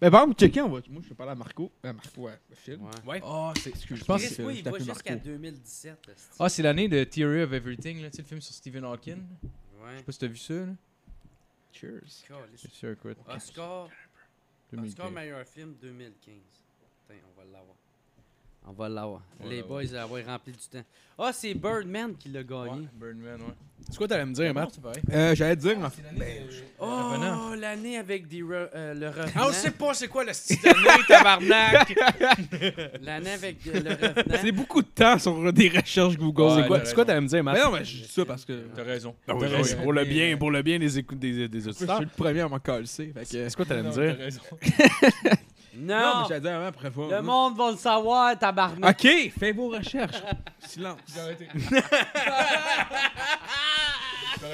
[SPEAKER 5] Mais par exemple, checker, on va- moi je vais parler à Marco. À Euh, Marco, ouais, le film.
[SPEAKER 4] Ouais.
[SPEAKER 3] Ouais.
[SPEAKER 2] Oh, c'est...
[SPEAKER 5] Excuse-moi,
[SPEAKER 2] Je pense
[SPEAKER 4] Chris,
[SPEAKER 5] c'est-
[SPEAKER 4] oui,
[SPEAKER 5] je
[SPEAKER 4] il
[SPEAKER 5] tape
[SPEAKER 4] va
[SPEAKER 5] le
[SPEAKER 4] jusqu'à
[SPEAKER 5] Marco.
[SPEAKER 4] 2017. hostie.
[SPEAKER 2] Ah, c'est l'année de Theory of Everything, là, tu sais, le film sur Stephen Hawking. Je
[SPEAKER 4] Ouais.
[SPEAKER 2] sais pas si t'as vu ça, là. Ah,
[SPEAKER 5] Cheers.
[SPEAKER 4] Calisse.
[SPEAKER 2] C'est sûr, quoi.
[SPEAKER 4] Ah, Oscar, Oscar meilleur film 2015. Putain, on va l'avoir. On va l'avoir.
[SPEAKER 2] On va
[SPEAKER 4] Les
[SPEAKER 2] l'avoir.
[SPEAKER 4] boys, ils avoir rempli du temps. Ah, c'est Birdman qui l'a gagné.
[SPEAKER 2] Birdman, ouais.
[SPEAKER 3] C'est quoi t'allais me dire, Matt?
[SPEAKER 2] c'est pareil.
[SPEAKER 5] Euh, J'allais dire,
[SPEAKER 4] Ah,
[SPEAKER 5] en
[SPEAKER 2] C'est
[SPEAKER 5] fait. ben,
[SPEAKER 2] l'année de... Revenant.
[SPEAKER 4] Oh, l'année avec des re- euh, le revenant.
[SPEAKER 5] Ah,
[SPEAKER 3] pas c'est quoi le style d'année, tabarnak!
[SPEAKER 4] L'année avec euh, le revenant.
[SPEAKER 5] C'est beaucoup de temps sur des recherches Google.
[SPEAKER 2] Ouais,
[SPEAKER 5] C'est
[SPEAKER 3] C'est
[SPEAKER 5] quoi?
[SPEAKER 3] quoi, c'est quoi t'allais me dire, Matt?
[SPEAKER 5] Mais non, mais je dis ça parce que.
[SPEAKER 2] T'as raison.
[SPEAKER 3] Ben oui,
[SPEAKER 2] T'as
[SPEAKER 3] oui,
[SPEAKER 2] raison.
[SPEAKER 3] pour le bien, pour le bien des, écou- des, des
[SPEAKER 5] Je suis
[SPEAKER 3] auditeurs.
[SPEAKER 5] le premier à m'en calcer. Fait que...
[SPEAKER 3] C'est quoi t'allais me
[SPEAKER 2] Non,
[SPEAKER 3] dire?
[SPEAKER 2] t'as raison.
[SPEAKER 5] Non,
[SPEAKER 4] Non,
[SPEAKER 5] mais j'allais dire avant après voir. moi.
[SPEAKER 4] le monde va le savoir, tabarnak.
[SPEAKER 5] Ok, fais vos recherches. Silence.
[SPEAKER 2] J'ai arrêté.
[SPEAKER 4] Non, non,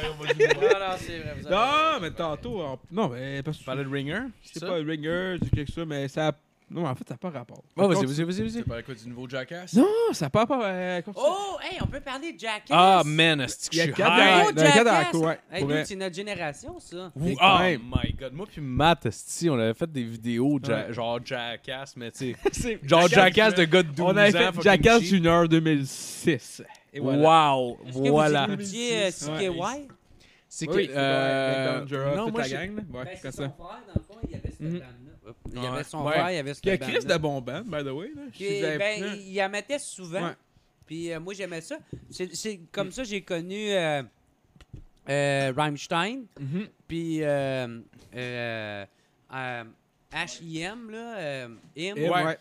[SPEAKER 4] c'est vrai. vous avez
[SPEAKER 5] Non,
[SPEAKER 4] raison.
[SPEAKER 5] mais tantôt. en- Non, mais parce
[SPEAKER 3] Tu
[SPEAKER 5] que
[SPEAKER 3] parlais de Ringer?
[SPEAKER 5] c'est pas Ringer, c'est quelque chose, mais ça. Non, en fait, ça n'a pas rapport.
[SPEAKER 3] Oh, vas-y,
[SPEAKER 5] Continue.
[SPEAKER 3] vas-y, vas-y, vas-y.
[SPEAKER 2] Tu parles quoi du nouveau Jackass?
[SPEAKER 5] Non, ça n'a pas rapport. euh, continue.
[SPEAKER 4] Oh, hey, on peut parler de Jackass.
[SPEAKER 3] Ah, man, est-ce que
[SPEAKER 5] Il y
[SPEAKER 3] je
[SPEAKER 5] a
[SPEAKER 3] suis
[SPEAKER 5] quatre
[SPEAKER 3] high?
[SPEAKER 5] derrière.
[SPEAKER 4] Oh,
[SPEAKER 5] dans le cadre de la
[SPEAKER 4] Jackass.
[SPEAKER 5] cour, ouais,
[SPEAKER 4] Hey,
[SPEAKER 5] pour
[SPEAKER 4] nous,
[SPEAKER 5] vrai.
[SPEAKER 4] c'est notre génération, ça.
[SPEAKER 3] Ouh,
[SPEAKER 5] Big
[SPEAKER 3] oh
[SPEAKER 5] time.
[SPEAKER 3] my god, moi puis Matt, esti, on avait fait des vidéos de ja-
[SPEAKER 5] Ouais.
[SPEAKER 3] genre Jackass, mais tu sais,
[SPEAKER 5] C'est-
[SPEAKER 3] genre Jackass de gars de 12 ans.
[SPEAKER 5] On avait fait
[SPEAKER 3] fucking
[SPEAKER 5] Jackass
[SPEAKER 3] cheap.
[SPEAKER 5] Junior 2006. Et voilà.
[SPEAKER 3] Wow,
[SPEAKER 4] Est-ce que
[SPEAKER 3] voilà.
[SPEAKER 4] vous écoutiez euh, CKY?
[SPEAKER 3] C'est
[SPEAKER 5] Oui,
[SPEAKER 3] euh,
[SPEAKER 5] non,
[SPEAKER 3] non, moi,
[SPEAKER 5] la
[SPEAKER 3] je-
[SPEAKER 5] gang, là.
[SPEAKER 4] Ben,
[SPEAKER 5] ouais,
[SPEAKER 4] c'est
[SPEAKER 5] c'est
[SPEAKER 4] son
[SPEAKER 5] ça.
[SPEAKER 4] frère, dans le fond, il y avait cette
[SPEAKER 5] Mhm.
[SPEAKER 4] bande-là. Hop, Il y avait son
[SPEAKER 3] Ouais.
[SPEAKER 4] frère, il y avait cette
[SPEAKER 5] Il y a
[SPEAKER 4] bande-là.
[SPEAKER 5] Chris de bon band, by the way. Là. Je
[SPEAKER 4] Puis,
[SPEAKER 5] suis allé-
[SPEAKER 4] ben, il y en mettait souvent.
[SPEAKER 5] Ouais. Mm.
[SPEAKER 4] Puis euh, moi, j'aimais ça. C'est c'est comme ça j'ai connu euh, euh, Rammstein,
[SPEAKER 5] Mhm.
[SPEAKER 4] puis euh, euh, euh, H.I.M., là, euh, Him.
[SPEAKER 5] Et ouais. ouais.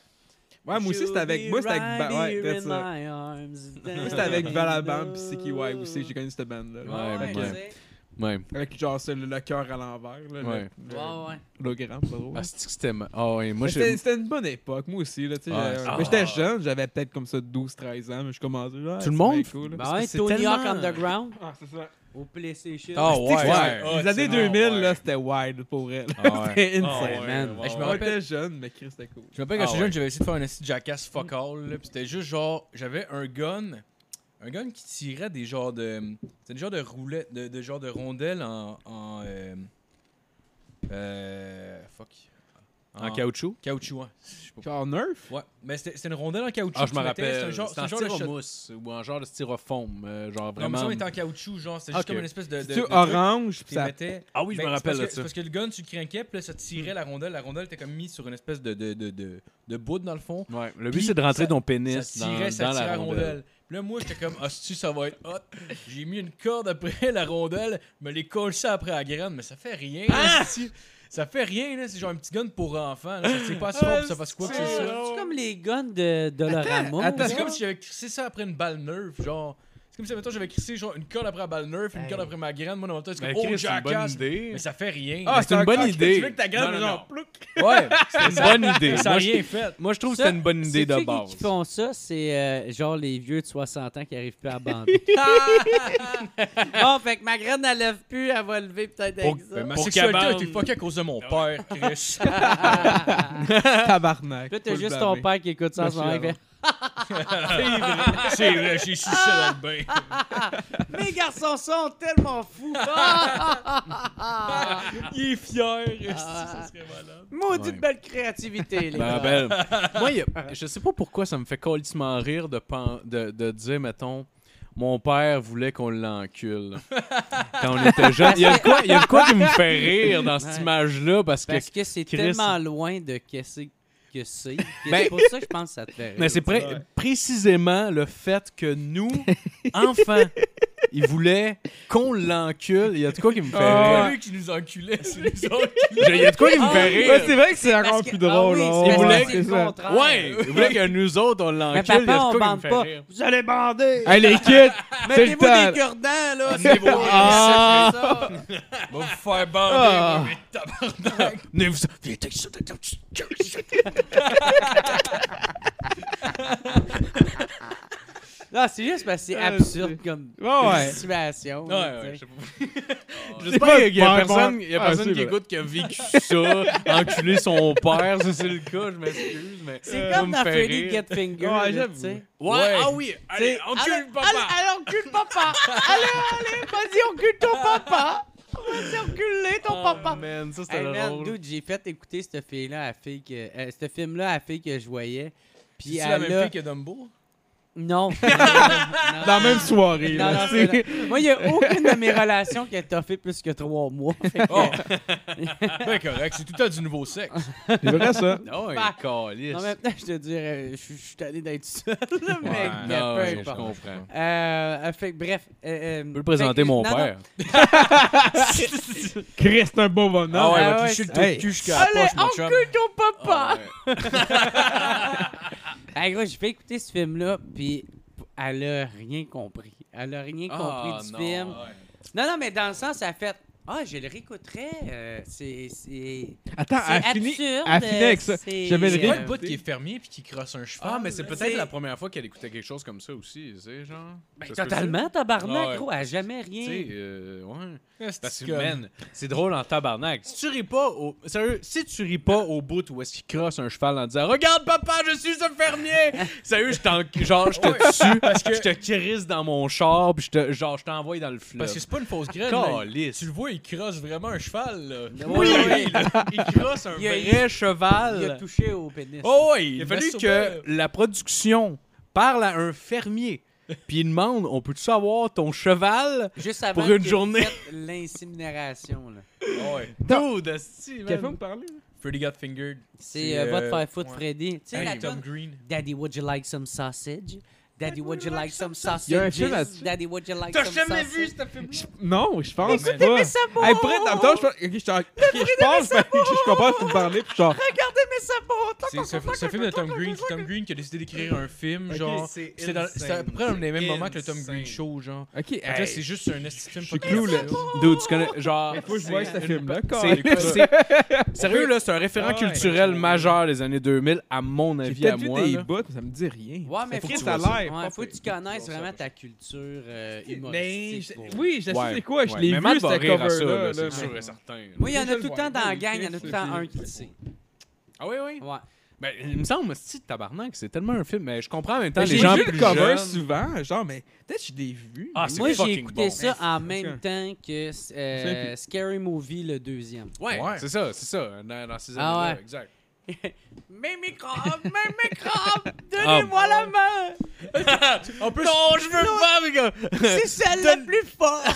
[SPEAKER 5] moi aussi, c'était avec. Moi, c'était avec.
[SPEAKER 4] Should
[SPEAKER 5] Ba-
[SPEAKER 4] be
[SPEAKER 5] Ouais, peut-être
[SPEAKER 4] in
[SPEAKER 5] ça.
[SPEAKER 4] my arms.
[SPEAKER 5] Moi, c'était avec Valabam pis Siki White aussi, j'ai connu cette band là.
[SPEAKER 4] Ouais,
[SPEAKER 3] Ouais,
[SPEAKER 4] je
[SPEAKER 3] ouais.
[SPEAKER 4] sais.
[SPEAKER 3] Ouais.
[SPEAKER 5] Avec genre c'est le, le cœur à l'envers, là,
[SPEAKER 3] Ouais.
[SPEAKER 5] le,
[SPEAKER 4] Ouais, Ben ouais.
[SPEAKER 5] le hologramme, pas drôle.
[SPEAKER 3] Ah, c'est que c'était. ma- Ah ouais, moi
[SPEAKER 5] Mais c'était,
[SPEAKER 3] j'ai.
[SPEAKER 5] c'était une bonne époque, moi aussi. Là, tu sais,
[SPEAKER 3] Ah,
[SPEAKER 5] j'avais-
[SPEAKER 3] c'est-
[SPEAKER 5] mais j'étais jeune, j'avais peut-être comme ça 12-13 ans, mais je commençais. là,
[SPEAKER 3] Tout le
[SPEAKER 5] c'est
[SPEAKER 3] monde-
[SPEAKER 5] bien Cool, là.
[SPEAKER 4] Ben
[SPEAKER 3] que
[SPEAKER 4] ouais,
[SPEAKER 3] c'est
[SPEAKER 4] Tony Hawk
[SPEAKER 3] tellement-
[SPEAKER 4] Underground
[SPEAKER 5] Ah, c'est ça.
[SPEAKER 4] au PlayStation.
[SPEAKER 2] Ah ouais,
[SPEAKER 5] C'est-
[SPEAKER 2] ouais.
[SPEAKER 5] c'est- les années 2000, là, c'était wild pour elle.
[SPEAKER 2] Ah ouais.
[SPEAKER 5] c'était
[SPEAKER 2] Ah
[SPEAKER 5] insane.
[SPEAKER 2] ouais,
[SPEAKER 4] man.
[SPEAKER 2] ouais,
[SPEAKER 5] Je
[SPEAKER 2] ouais.
[SPEAKER 5] me rappelle jeune, mais Chris, c'était cool.
[SPEAKER 2] Je me rappelle quand
[SPEAKER 3] Ah
[SPEAKER 2] j'étais jeune,
[SPEAKER 3] ouais.
[SPEAKER 2] j'avais essayé de faire un esti de jackass fuck all. là, pis c'était juste genre, j'avais un gun, un gun qui tirait des genres de. C'était des genres de roulettes, de, de genres de rondelles en. en euh, euh, fuck.
[SPEAKER 3] En caoutchouc.
[SPEAKER 2] caoutchouc. hein. Je sais pas.
[SPEAKER 5] Genre neuf?
[SPEAKER 2] Ouais, mais c'était c'était une rondelle en caoutchouc.
[SPEAKER 3] Ah, je me
[SPEAKER 2] tu mettais,
[SPEAKER 3] rappelle.
[SPEAKER 2] c'était un genre,
[SPEAKER 3] C'était en
[SPEAKER 2] c'était un genre de shot-
[SPEAKER 3] styromousse ou en genre de styrofoam. euh, genre
[SPEAKER 2] Non, mais
[SPEAKER 3] vraiment.
[SPEAKER 2] ça, on était en caoutchouc, genre, c'était juste
[SPEAKER 3] Ok.
[SPEAKER 2] comme une espèce de. de-
[SPEAKER 5] Tu
[SPEAKER 2] de truc
[SPEAKER 5] orange,
[SPEAKER 2] que
[SPEAKER 5] pis
[SPEAKER 2] tu
[SPEAKER 5] ça.
[SPEAKER 2] mettais.
[SPEAKER 3] Ah oui, je
[SPEAKER 2] Ben,
[SPEAKER 3] me
[SPEAKER 2] c'est
[SPEAKER 3] rappelle
[SPEAKER 2] parce
[SPEAKER 3] de
[SPEAKER 2] que-
[SPEAKER 3] ça.
[SPEAKER 2] Parce que le gun, tu le craquais, puis là, ça tirait la rondelle. La rondelle était comme mise sur une espèce de, de, de, de, de bout dans le fond.
[SPEAKER 3] Ouais, le but
[SPEAKER 2] Puis
[SPEAKER 3] c'est de rentrer
[SPEAKER 2] ça-
[SPEAKER 3] ton pénis
[SPEAKER 2] ça
[SPEAKER 3] dans,
[SPEAKER 2] tirait, ça
[SPEAKER 3] dans
[SPEAKER 2] tirait
[SPEAKER 3] la
[SPEAKER 2] la
[SPEAKER 3] rondelle.
[SPEAKER 2] Puis là, moi, j'étais comme, hostie, ça va être hot. J'ai mis une corde après la rondelle, me les ça après la graine, mais ça fait rien. là, hostie. Ça fait rien, là. C'est genre un petit gun pour enfant. Là. Ça tire pas assez fort, puis ça passe quoi, puis
[SPEAKER 4] Ah,
[SPEAKER 2] c'est ça.
[SPEAKER 4] C'est comme les guns de Dolorama.
[SPEAKER 5] attends,
[SPEAKER 2] C'est comme si j'avais crissé ça après une balle neuve, genre. C'est comme si, mettons, j'avais crissé genre une corde après la balle neuve, une
[SPEAKER 4] Hey.
[SPEAKER 2] corde après ma graine. Moi, dans le temps, c'est
[SPEAKER 3] Ben,
[SPEAKER 2] comme,
[SPEAKER 3] Chris,
[SPEAKER 2] oh,
[SPEAKER 3] c'est une bonne
[SPEAKER 2] jackass.
[SPEAKER 3] idée.
[SPEAKER 2] Mais ça fait rien.
[SPEAKER 3] Ah, c'est une
[SPEAKER 5] encore-
[SPEAKER 3] bonne idée.
[SPEAKER 5] Tu veux que ta graine,
[SPEAKER 3] Non, non,
[SPEAKER 5] genre, plouc.
[SPEAKER 2] ouais,
[SPEAKER 3] C'est une bonne idée.
[SPEAKER 2] ça a
[SPEAKER 3] Moi, je-
[SPEAKER 2] rien fait.
[SPEAKER 3] Moi, je trouve que c'était une bonne idée de
[SPEAKER 4] sais-tu qui-
[SPEAKER 3] base.
[SPEAKER 4] qui font ça, c'est euh, genre les vieux de 60 ans qui arrivent plus à bander. bon, fait que ma graine, elle lève plus, elle va lever peut-être avec ça.
[SPEAKER 2] Ma
[SPEAKER 3] Pour Ah
[SPEAKER 2] sexualité a
[SPEAKER 3] qu'elle
[SPEAKER 2] été
[SPEAKER 3] bande.
[SPEAKER 2] fuckée à cause de mon père, Chris.
[SPEAKER 5] Tabarnak.
[SPEAKER 4] Là,
[SPEAKER 5] faut
[SPEAKER 4] t'as
[SPEAKER 5] le
[SPEAKER 4] juste ton
[SPEAKER 5] blâmer.
[SPEAKER 4] père qui écoute ça en ce moment. il fait,
[SPEAKER 2] C'est vrai, j'ai sucé dans le bain.
[SPEAKER 4] Mes garçons sont tellement fous. Ah!
[SPEAKER 2] Il est fier. esti, ça serait malade.
[SPEAKER 4] Maudite
[SPEAKER 3] Ouais.
[SPEAKER 4] belle créativité, les
[SPEAKER 3] Je me
[SPEAKER 4] gars.
[SPEAKER 3] rappelle. Ben, Moi, il y a- je sais pas pourquoi ça me fait colissement rire de, pen- de, de dire, mettons, mon père voulait qu'on l'encule. Quand on était jeune. Il y a de quoi, il y a de quoi qui me fait rire dans cette
[SPEAKER 4] Ouais.
[SPEAKER 3] image-là parce que.
[SPEAKER 2] Ben,
[SPEAKER 4] Parce que c'est
[SPEAKER 3] Chris-
[SPEAKER 4] tellement loin de qu'est-ce que c'est. que
[SPEAKER 3] Ben-
[SPEAKER 4] c'est pour ça que je pense que ça te fait rire.
[SPEAKER 3] Mais c'est pré-
[SPEAKER 5] Ouais.
[SPEAKER 3] précisément le fait que nous, enfants, ils voulaient qu'on l'encule. Il y a de quoi qui me fait
[SPEAKER 5] Ah.
[SPEAKER 3] rire.
[SPEAKER 2] C'est lui qui nous enculait, c'est nous autres.
[SPEAKER 3] Je- Il y a de quoi qui me fait rire.
[SPEAKER 5] Ouais, c'est vrai que c'est
[SPEAKER 4] Parce
[SPEAKER 5] encore
[SPEAKER 4] que-
[SPEAKER 5] plus
[SPEAKER 4] ah
[SPEAKER 5] drôle.
[SPEAKER 4] oui,
[SPEAKER 5] là.
[SPEAKER 4] c'est
[SPEAKER 5] Ouais,
[SPEAKER 4] parce
[SPEAKER 3] voulait-
[SPEAKER 4] que
[SPEAKER 5] c'est
[SPEAKER 4] c'est le
[SPEAKER 5] ça.
[SPEAKER 4] contraire.
[SPEAKER 3] Ouais, vous voulez que nous autres, on
[SPEAKER 4] Mais
[SPEAKER 3] l'encule. Il y a de
[SPEAKER 4] papa, on
[SPEAKER 3] quoi qui me
[SPEAKER 4] bande
[SPEAKER 3] fait
[SPEAKER 4] pas.
[SPEAKER 3] rire. Ah,
[SPEAKER 4] Vous allez bander.
[SPEAKER 5] Hey, les kids, c'est le
[SPEAKER 4] Mettez-vous
[SPEAKER 5] temps.
[SPEAKER 4] des cure-dents, là.
[SPEAKER 2] Mettez-vous des-
[SPEAKER 4] Ah! C'est ça.
[SPEAKER 2] On va vous faire bander,
[SPEAKER 5] Ah.
[SPEAKER 2] oui, mais tabarnak.
[SPEAKER 3] Venez vous-
[SPEAKER 4] Non, c'est juste parce que c'est
[SPEAKER 5] Ah,
[SPEAKER 4] absurde comme
[SPEAKER 5] Ouais, ouais.
[SPEAKER 4] situation. là, tu sais.
[SPEAKER 3] J'espère qu'il y a
[SPEAKER 5] Bon,
[SPEAKER 3] personne,
[SPEAKER 5] bon.
[SPEAKER 3] il y a
[SPEAKER 5] Ah,
[SPEAKER 3] personne
[SPEAKER 5] c'est
[SPEAKER 3] qui
[SPEAKER 5] vrai.
[SPEAKER 3] écoute qui a vécu ça, enculer son père, si c'est le cas, je m'excuse, mais.
[SPEAKER 4] C'est
[SPEAKER 3] ça Euh,
[SPEAKER 4] comme
[SPEAKER 3] me
[SPEAKER 4] dans
[SPEAKER 3] fait
[SPEAKER 4] Freddy
[SPEAKER 3] rire.
[SPEAKER 4] Get Finger.
[SPEAKER 5] Ouais,
[SPEAKER 4] là,
[SPEAKER 5] j'avoue.
[SPEAKER 4] tu sais.
[SPEAKER 3] Ouais,
[SPEAKER 2] Ouais.
[SPEAKER 3] ah oui, allez, encule papa!
[SPEAKER 4] Allez, allez, encule papa! allez, allez, vas-y, encule ton papa! Vas-y, encule ton
[SPEAKER 3] Oh,
[SPEAKER 4] papa!
[SPEAKER 3] man, ça c'était
[SPEAKER 4] Hey, man,
[SPEAKER 3] drôle.
[SPEAKER 4] dude, j'ai fait écouter ce film-là à la fille que... euh, ce film-là à la fille que je voyais. Puis
[SPEAKER 2] C'est
[SPEAKER 4] elle
[SPEAKER 2] la même
[SPEAKER 4] a-
[SPEAKER 2] fille que Dumbo?
[SPEAKER 4] Non.
[SPEAKER 5] Dans la même soirée.
[SPEAKER 4] Non,
[SPEAKER 5] là,
[SPEAKER 4] non,
[SPEAKER 5] tu sais.
[SPEAKER 4] c'est- Moi, il n'y a aucune de mes relations qui a toffé plus que trois mois. Fait que-
[SPEAKER 2] Oh! ben correct, c'est tout le temps du nouveau sexe.
[SPEAKER 5] C'est vrai, ça.
[SPEAKER 3] Non, il
[SPEAKER 4] Fuck.
[SPEAKER 3] calisse.
[SPEAKER 4] Non, mais maintenant, je te dirais, je suis- je suis tanné d'être seul, mais
[SPEAKER 2] Ouais,
[SPEAKER 4] que
[SPEAKER 3] Non,
[SPEAKER 4] peu
[SPEAKER 3] je
[SPEAKER 4] importe.
[SPEAKER 3] comprends.
[SPEAKER 4] Euh, euh, fait que bref. Euh,
[SPEAKER 3] Je peux le présenter mon père.
[SPEAKER 5] Chris, c'est un bon
[SPEAKER 2] Ah
[SPEAKER 5] bonhomme.
[SPEAKER 2] ouais,
[SPEAKER 4] Ah
[SPEAKER 2] va te
[SPEAKER 4] ouais,
[SPEAKER 2] licher le
[SPEAKER 4] c'est-
[SPEAKER 2] trou de
[SPEAKER 5] Hey.
[SPEAKER 2] cul jusqu'à la
[SPEAKER 4] Allez,
[SPEAKER 2] poche, mon chum.
[SPEAKER 4] encule ton papa!
[SPEAKER 3] Ouais.
[SPEAKER 4] Hey, gros, j'ai fait écouter ce film-là, puis elle a rien compris. Elle a rien compris
[SPEAKER 3] Ah,
[SPEAKER 4] du
[SPEAKER 3] non,
[SPEAKER 4] film.
[SPEAKER 3] ouais.
[SPEAKER 4] Non, non, mais dans le sens, elle a fait Ah, je le réécouterais. euh, c'est. c'est-
[SPEAKER 5] Ah. Attends,
[SPEAKER 4] c'est
[SPEAKER 5] elle finit
[SPEAKER 4] absurde,
[SPEAKER 5] elle finit avec ça.
[SPEAKER 4] c'est-
[SPEAKER 5] J'avais
[SPEAKER 2] C'est
[SPEAKER 5] le
[SPEAKER 2] pas
[SPEAKER 5] rire.
[SPEAKER 2] le bout qui est fermier puis qui crosse un cheval.
[SPEAKER 3] Ah, mais c'est
[SPEAKER 2] là.
[SPEAKER 3] peut-être la première fois qu'elle écoutait quelque chose comme ça aussi, tu sais, genre.
[SPEAKER 4] Ben,
[SPEAKER 3] Ça se peut-tu?
[SPEAKER 4] totalement, tabarnak,
[SPEAKER 3] Ah ouais.
[SPEAKER 4] gros. Elle a jamais
[SPEAKER 3] Tu sais,
[SPEAKER 4] rien.
[SPEAKER 3] euh, ouais.
[SPEAKER 2] Esti
[SPEAKER 3] Parce que,
[SPEAKER 2] comme-
[SPEAKER 3] man, c'est drôle en tabarnak. Si tu ris pas au... Sérieux, si tu ris pas au bout où est-ce qu'il crosse un cheval en disant « Regarde, papa, je suis un fermier! » Sérieux, je t'en... Genre, je te tue, je te crisse dans mon char, puis je te... Genre, je t'envoie dans le fleuve.
[SPEAKER 2] Parce que c'est pas une fausse graine. là.
[SPEAKER 3] Calisse.
[SPEAKER 2] Tu le vois, il crosse vraiment un cheval. Là.
[SPEAKER 4] Oui, oui.
[SPEAKER 2] là, il crosse un
[SPEAKER 4] Il y a-
[SPEAKER 2] vrai.
[SPEAKER 3] Vrai
[SPEAKER 4] Il a
[SPEAKER 3] cheval!
[SPEAKER 4] touché au pénis.
[SPEAKER 2] Oh, ouais,
[SPEAKER 3] Il a
[SPEAKER 2] il
[SPEAKER 3] fallu
[SPEAKER 2] masturbe.
[SPEAKER 3] que la production parle à un fermier, puis il demande « On peut-tu avoir ton cheval?
[SPEAKER 4] Juste avant
[SPEAKER 3] Pour une
[SPEAKER 4] qu'il
[SPEAKER 3] journée.
[SPEAKER 4] fasse l'inséminération. là.
[SPEAKER 2] Ah ouais. »
[SPEAKER 3] Dude, asti, man.
[SPEAKER 5] Quelqu'un me parlait? là?
[SPEAKER 2] Freddy got fingered.
[SPEAKER 4] C'est euh, va te faire foutre,
[SPEAKER 2] ouais.
[SPEAKER 4] Freddy. Tu sais,
[SPEAKER 2] Hey,
[SPEAKER 4] la
[SPEAKER 2] Tom
[SPEAKER 4] tune,
[SPEAKER 2] Green.
[SPEAKER 4] Daddy, would you like some sausage? Daddy, would you like some
[SPEAKER 5] Il y a un film
[SPEAKER 4] sausages?
[SPEAKER 5] là-dessus.
[SPEAKER 4] Daddy, would you like
[SPEAKER 2] T'as
[SPEAKER 4] some
[SPEAKER 2] jamais
[SPEAKER 4] sausage?
[SPEAKER 2] vu ce film
[SPEAKER 5] Non, je pense pas.
[SPEAKER 4] Écoutez mes sabots!
[SPEAKER 5] Hey, pour être dans le temps, ben, je pense. ok, je t'en- ok, je pense, mais je comprends ce que tu me parlais, puis genre.
[SPEAKER 4] Regardez mes
[SPEAKER 2] C'est ce, ce film de Tom Green. C'est Tom Green qui a décidé d'écrire un film,
[SPEAKER 5] Ok,
[SPEAKER 2] genre.
[SPEAKER 6] c'est
[SPEAKER 2] C'est dans-
[SPEAKER 6] insane.
[SPEAKER 2] c'est à peu près dans les mêmes moments que le Tom
[SPEAKER 6] Insane.
[SPEAKER 2] Green Show, genre.
[SPEAKER 5] Ok,
[SPEAKER 2] Fait que là, c'est juste un estime
[SPEAKER 3] Je suis clou, là. Dude, tu connais. Genre.
[SPEAKER 5] Il Oh! faut que je vois ce
[SPEAKER 3] une-
[SPEAKER 5] film-là.
[SPEAKER 3] c'est-
[SPEAKER 5] Colin.
[SPEAKER 3] c'est- Sérieux, là, c'est un référent
[SPEAKER 5] Ah ouais.
[SPEAKER 3] culturel majeur des années 2000, à mon
[SPEAKER 5] J'ai
[SPEAKER 3] avis, à
[SPEAKER 5] peut-être
[SPEAKER 3] moi.
[SPEAKER 5] vu des
[SPEAKER 3] là.
[SPEAKER 5] bouts, mais ça me dit rien.
[SPEAKER 4] Ouais, mais
[SPEAKER 5] Faut que
[SPEAKER 4] faut, que,
[SPEAKER 5] tu
[SPEAKER 4] tu
[SPEAKER 5] vois ça.
[SPEAKER 4] ouais,
[SPEAKER 5] Ouais,
[SPEAKER 4] faut que tu
[SPEAKER 5] faut-
[SPEAKER 4] connaisses
[SPEAKER 5] faut
[SPEAKER 4] vraiment
[SPEAKER 5] ça.
[SPEAKER 4] ta culture euh,
[SPEAKER 5] Mais
[SPEAKER 4] humoristique.
[SPEAKER 5] je-
[SPEAKER 4] pour-
[SPEAKER 5] oui, je
[SPEAKER 3] Ouais.
[SPEAKER 5] sais c'est quoi, je
[SPEAKER 3] Ouais.
[SPEAKER 5] l'ai
[SPEAKER 3] Mais
[SPEAKER 5] vu
[SPEAKER 3] Matt va
[SPEAKER 5] cette
[SPEAKER 3] rire à ça,
[SPEAKER 5] cover-là.
[SPEAKER 3] là, c'est
[SPEAKER 5] là, mais-
[SPEAKER 3] sûr et certain. là.
[SPEAKER 4] Moi, il y en a
[SPEAKER 5] Déjà,
[SPEAKER 4] tout
[SPEAKER 5] le
[SPEAKER 4] le temps
[SPEAKER 5] voir.
[SPEAKER 4] dans la
[SPEAKER 5] Oui,
[SPEAKER 4] gang, il y en a
[SPEAKER 5] Chris,
[SPEAKER 4] tout le temps
[SPEAKER 5] c'est-
[SPEAKER 4] un qui le sait.
[SPEAKER 3] Ah oui, oui.
[SPEAKER 4] Ouais.
[SPEAKER 3] Ben, il me semble, c'est tabarnak, c'est tellement un film. Mais je comprends en même temps
[SPEAKER 5] Mais
[SPEAKER 3] les
[SPEAKER 5] J'ai
[SPEAKER 3] gens
[SPEAKER 5] vu
[SPEAKER 3] plus
[SPEAKER 5] le cover
[SPEAKER 3] jeunes.
[SPEAKER 5] souvent, genre, mais peut-être que je l'ai vu.
[SPEAKER 3] Ah,
[SPEAKER 5] mais-
[SPEAKER 3] c'est
[SPEAKER 4] Moi, j'ai
[SPEAKER 3] fucking
[SPEAKER 4] écouté
[SPEAKER 3] bon.
[SPEAKER 4] ça en
[SPEAKER 5] aucun.
[SPEAKER 4] même temps que euh, Scary Movie, le deuxième.
[SPEAKER 3] Ouais,
[SPEAKER 2] Ouais.
[SPEAKER 3] c'est ça, c'est ça. Dans, dans ces
[SPEAKER 4] Ah
[SPEAKER 3] années-là,
[SPEAKER 4] ouais.
[SPEAKER 3] exact.
[SPEAKER 4] Mes microbes, mes microbes, donnez-moi la main!
[SPEAKER 2] Ah,
[SPEAKER 3] En plus, non, je veux pas, les gars.
[SPEAKER 4] C'est celle la plus forte!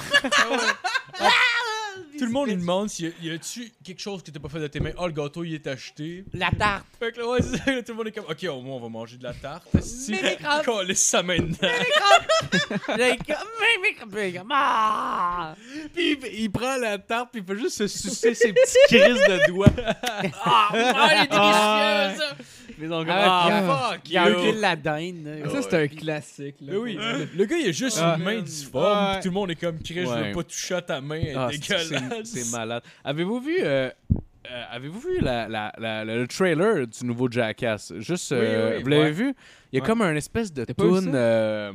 [SPEAKER 2] Tout le monde lui demande s'il y a- y a-tu quelque chose que t'as pas fait de tes mains. Ah, le gâteau, il est acheté.
[SPEAKER 4] La tarte!
[SPEAKER 2] Fait que là, ouais, c'est ça, là, tout le monde est comme, ok, au moins on va manger de la tarte. Si,
[SPEAKER 4] Mais les crabes.
[SPEAKER 2] on laisse ça maintenant.
[SPEAKER 4] Là, il est comme, Mes microbes! Là, il est comme, Ah!
[SPEAKER 3] Puis il, il prend la tarte, puis il fait juste se sucer ses petites crises de doigts.
[SPEAKER 4] Ah, il est
[SPEAKER 3] Ah.
[SPEAKER 4] délicieux, ça!
[SPEAKER 3] Mais donc,
[SPEAKER 4] Ah,
[SPEAKER 3] ah, fuck
[SPEAKER 4] Il a
[SPEAKER 3] you.
[SPEAKER 4] enculé la dinde.
[SPEAKER 3] Ah
[SPEAKER 4] là.
[SPEAKER 5] Ah, Ça, c'est un classique. Là,
[SPEAKER 2] Mais oui, le gars, il a juste
[SPEAKER 5] Ah,
[SPEAKER 2] une main
[SPEAKER 5] man.
[SPEAKER 2] disforme.
[SPEAKER 5] Ouais.
[SPEAKER 2] pis Tout le monde est comme, Chris, je
[SPEAKER 3] Ouais.
[SPEAKER 2] veux pas toucher à ta main. Elle est
[SPEAKER 3] Ah, c'est- c'est-
[SPEAKER 2] dégueulasse.
[SPEAKER 3] C'est malade. Avez-vous vu, euh, euh, avez-vous vu la, la- la- le trailer du nouveau Jackass? Juste, euh,
[SPEAKER 5] oui,
[SPEAKER 3] vous l'avez
[SPEAKER 5] ouais.
[SPEAKER 3] vu? Il y a
[SPEAKER 5] Ouais.
[SPEAKER 3] comme un espèce de
[SPEAKER 5] pas vu
[SPEAKER 3] tune.
[SPEAKER 5] ça?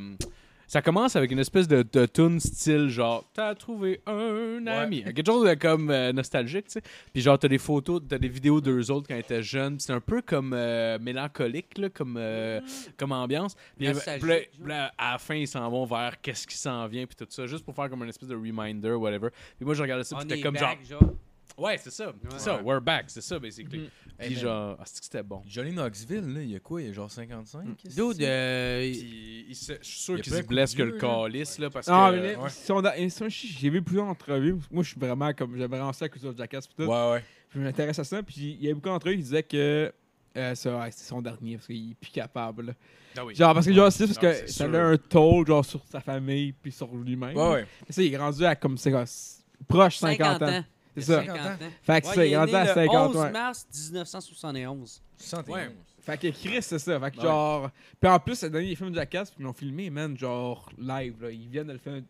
[SPEAKER 3] ça commence avec une espèce de, de tune style genre t'as trouvé un ami quelque chose de comme euh, nostalgique tu sais puis genre t'as des photos t'as des vidéos d'eux autres quand ils étaient jeunes puis c'est un peu comme euh, mélancolique là, comme euh,
[SPEAKER 5] Mm.
[SPEAKER 3] comme ambiance puis,
[SPEAKER 4] Nostalgique,
[SPEAKER 3] puis là-
[SPEAKER 4] genre.
[SPEAKER 3] puis là, à la fin ils s'en vont vers qu'est-ce qui s'en vient puis tout ça juste pour faire comme une espèce de reminder whatever puis moi je regardais ça
[SPEAKER 4] On
[SPEAKER 3] puis c'était
[SPEAKER 4] est
[SPEAKER 3] comme genre
[SPEAKER 4] back, genre.
[SPEAKER 3] Ouais, c'est ça. C'est ça. We're back. C'est ça, basically.
[SPEAKER 4] Mhm.
[SPEAKER 3] Puis
[SPEAKER 2] Hey, man.
[SPEAKER 3] genre, ah, c'est que c'était bon.
[SPEAKER 2] Johnny Knoxville, là, il y a quoi Il y a genre 55
[SPEAKER 3] Mm.
[SPEAKER 2] qu'est-ce que
[SPEAKER 4] Dude,
[SPEAKER 2] c'est?
[SPEAKER 4] euh,
[SPEAKER 3] Puis, il se- je suis sûr
[SPEAKER 2] Il a pris
[SPEAKER 3] qu'il se
[SPEAKER 2] un coup de
[SPEAKER 3] blesse que le
[SPEAKER 2] vieux, là.
[SPEAKER 3] calice, là, parce
[SPEAKER 5] Ah,
[SPEAKER 3] que.
[SPEAKER 5] mais là,
[SPEAKER 2] ouais.
[SPEAKER 5] si on a- et ça, j'ai j'ai vu plusieurs entrevues. Moi, je suis vraiment comme. J'aimerais en ça à Culture Jackass. Pis tout.
[SPEAKER 2] Ouais, ouais.
[SPEAKER 5] Je m'intéresse à ça. Puis il y a beaucoup d'entre eux qui disaient que. euh, ça, ouais, c'est son dernier parce qu'il est plus capable. là.
[SPEAKER 3] Ah oui.
[SPEAKER 5] Genre, parce que genre, c'est juste
[SPEAKER 3] Non,
[SPEAKER 5] parce que
[SPEAKER 3] c'est
[SPEAKER 5] ça
[SPEAKER 3] sûr.
[SPEAKER 5] a un toll genre, sur sa famille puis sur lui-même.
[SPEAKER 2] Ouais, ouais.
[SPEAKER 5] Mais ça, il est rendu à comme c'est quoi, c- proche 50,
[SPEAKER 4] 50
[SPEAKER 5] ans.
[SPEAKER 4] ans.
[SPEAKER 5] C'est ça.
[SPEAKER 4] 50 ans.
[SPEAKER 5] Fait que
[SPEAKER 4] Ouais,
[SPEAKER 5] ça,
[SPEAKER 4] il
[SPEAKER 5] il est
[SPEAKER 4] est
[SPEAKER 5] rendu
[SPEAKER 4] né
[SPEAKER 5] à
[SPEAKER 4] le
[SPEAKER 5] 50
[SPEAKER 4] 11
[SPEAKER 5] ans.
[SPEAKER 4] mars 1971.
[SPEAKER 2] 71.
[SPEAKER 3] Ouais.
[SPEAKER 5] Fait que Chris, c'est ça. Fait que
[SPEAKER 3] Ouais.
[SPEAKER 5] genre. Puis en plus, c'est le dernier film de Jackass, puis ils l'ont filmé, man, genre live. Là. Ils viennent de le faire.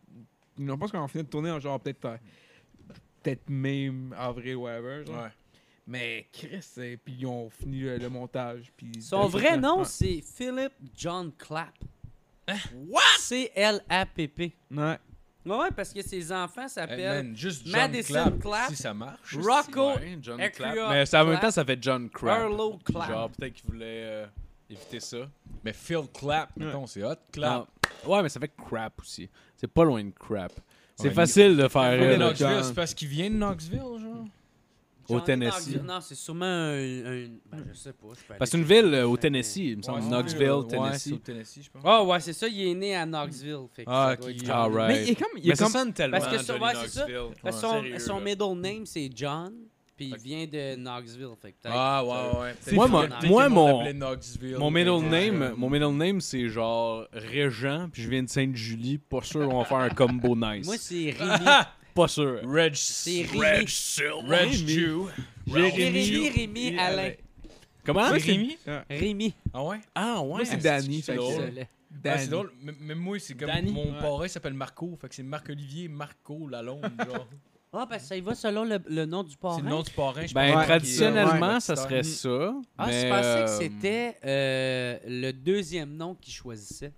[SPEAKER 5] Ils n'ont pas qu'on fini de tourner en genre peut-être. euh, peut-être même avril, whatever. Genre.
[SPEAKER 2] Ouais.
[SPEAKER 5] Mais Chris, euh, puis ils ont fini le, le montage. Puis
[SPEAKER 4] Son vrai nom, Hein?
[SPEAKER 5] Ouais.
[SPEAKER 4] c'est Philip John Clapp. What? C-L-A-P-P.
[SPEAKER 5] Ouais.
[SPEAKER 4] Ouais, ouais, parce que ses enfants
[SPEAKER 2] Hey,
[SPEAKER 4] s'appellent
[SPEAKER 2] man, juste John
[SPEAKER 4] Madison
[SPEAKER 2] Clapp,
[SPEAKER 4] Clapp.
[SPEAKER 2] si ça marche.
[SPEAKER 4] Rocco
[SPEAKER 3] Ouais, John
[SPEAKER 4] Acura
[SPEAKER 3] Clapp. Mais ça, en même
[SPEAKER 4] Clapp.
[SPEAKER 3] temps, ça fait John Crap.
[SPEAKER 4] Harlow Clapp.
[SPEAKER 3] Genre, peut-être qu'il voulait euh, éviter ça.
[SPEAKER 2] Mais Phil Clapp,
[SPEAKER 5] Ouais.
[SPEAKER 2] mettons, c'est hot. Clapp.
[SPEAKER 3] Non. Ouais, mais ça fait Crap aussi. C'est pas loin de Crap. C'est
[SPEAKER 2] Ouais,
[SPEAKER 3] facile de faire.
[SPEAKER 2] Johnny
[SPEAKER 5] Ouais,
[SPEAKER 3] euh,
[SPEAKER 5] non,
[SPEAKER 2] Knoxville,
[SPEAKER 5] John.
[SPEAKER 2] c'est parce qu'il vient de Knoxville, genre.
[SPEAKER 3] au
[SPEAKER 4] Johnny
[SPEAKER 3] Tennessee.
[SPEAKER 4] Knoxville. Non, c'est sûrement un. un- ben, je sais pas. je peux
[SPEAKER 3] Parce que c'est
[SPEAKER 4] aller
[SPEAKER 3] une ville
[SPEAKER 4] chercher.
[SPEAKER 3] euh, au Tennessee, il me semble.
[SPEAKER 2] Ouais,
[SPEAKER 3] Knoxville,
[SPEAKER 2] c'est- ouais, c'est au
[SPEAKER 3] Tennessee.
[SPEAKER 2] Tennessee, je pense.
[SPEAKER 4] Ah, ouais, c'est ça, il est né à Knoxville. Fait que ça
[SPEAKER 2] Ah,
[SPEAKER 4] doit
[SPEAKER 2] ok.
[SPEAKER 4] être
[SPEAKER 3] Ah,
[SPEAKER 4] John.
[SPEAKER 3] right.
[SPEAKER 5] Mais il est comme. Il est
[SPEAKER 3] Mais ça
[SPEAKER 5] comme...
[SPEAKER 3] sonne tellement.
[SPEAKER 4] Parce que ça-
[SPEAKER 3] Johnny
[SPEAKER 4] ouais, c'est ça.
[SPEAKER 3] Knoxville.
[SPEAKER 4] Parce que
[SPEAKER 3] Ouais.
[SPEAKER 4] son,
[SPEAKER 3] Sérieux,
[SPEAKER 4] son
[SPEAKER 3] là.
[SPEAKER 4] middle name, c'est John. Puis il vient de Knoxville. Fait que peut-être.
[SPEAKER 2] Ah, ouais, ouais. Peut-être
[SPEAKER 3] Moi,
[SPEAKER 2] que
[SPEAKER 3] mon-
[SPEAKER 2] tout le
[SPEAKER 3] moi,
[SPEAKER 2] monde
[SPEAKER 3] mon-
[SPEAKER 2] l'appelait Knoxville.
[SPEAKER 3] Mon middle
[SPEAKER 2] Ouais.
[SPEAKER 3] name, mon middle name c'est genre Régent, puis je viens de Sainte-Julie, pas sûr on va faire un combo nice.
[SPEAKER 4] Moi, c'est Rémi.
[SPEAKER 3] pas sûr.
[SPEAKER 2] Reg.
[SPEAKER 4] C'est Rémi.
[SPEAKER 2] Reg. Sil- Reg Jew.
[SPEAKER 4] Jérémy, Rémi, Alain.
[SPEAKER 3] Comment
[SPEAKER 2] C'est
[SPEAKER 3] C'est-
[SPEAKER 2] Rémi?
[SPEAKER 5] Ouais.
[SPEAKER 4] Rémi.
[SPEAKER 2] Ah ouais?
[SPEAKER 3] Ah ouais.
[SPEAKER 5] Moi, c'est Danny.
[SPEAKER 3] c'est
[SPEAKER 5] fait que
[SPEAKER 3] drôle.
[SPEAKER 5] c'est-
[SPEAKER 4] Désolé.
[SPEAKER 2] Ah,
[SPEAKER 5] Danny.
[SPEAKER 2] c'est drôle, M- même moi, c'est comme
[SPEAKER 3] Danny.
[SPEAKER 2] mon
[SPEAKER 5] Ouais.
[SPEAKER 2] parrain s'appelle Marco, fait que c'est Marc-Olivier Marco Lalonde, genre.
[SPEAKER 4] Ah, parce que ça y va selon le, le nom du parrain.
[SPEAKER 2] C'est le nom du parrain, je
[SPEAKER 3] Ben
[SPEAKER 5] Ouais,
[SPEAKER 2] pense. euh,
[SPEAKER 3] traditionnellement
[SPEAKER 2] Ouais.
[SPEAKER 3] ça serait ça.
[SPEAKER 4] Ah,
[SPEAKER 3] mais,
[SPEAKER 4] je pensais
[SPEAKER 3] euh,
[SPEAKER 4] que c'était euh, le deuxième nom qu'il choisissait.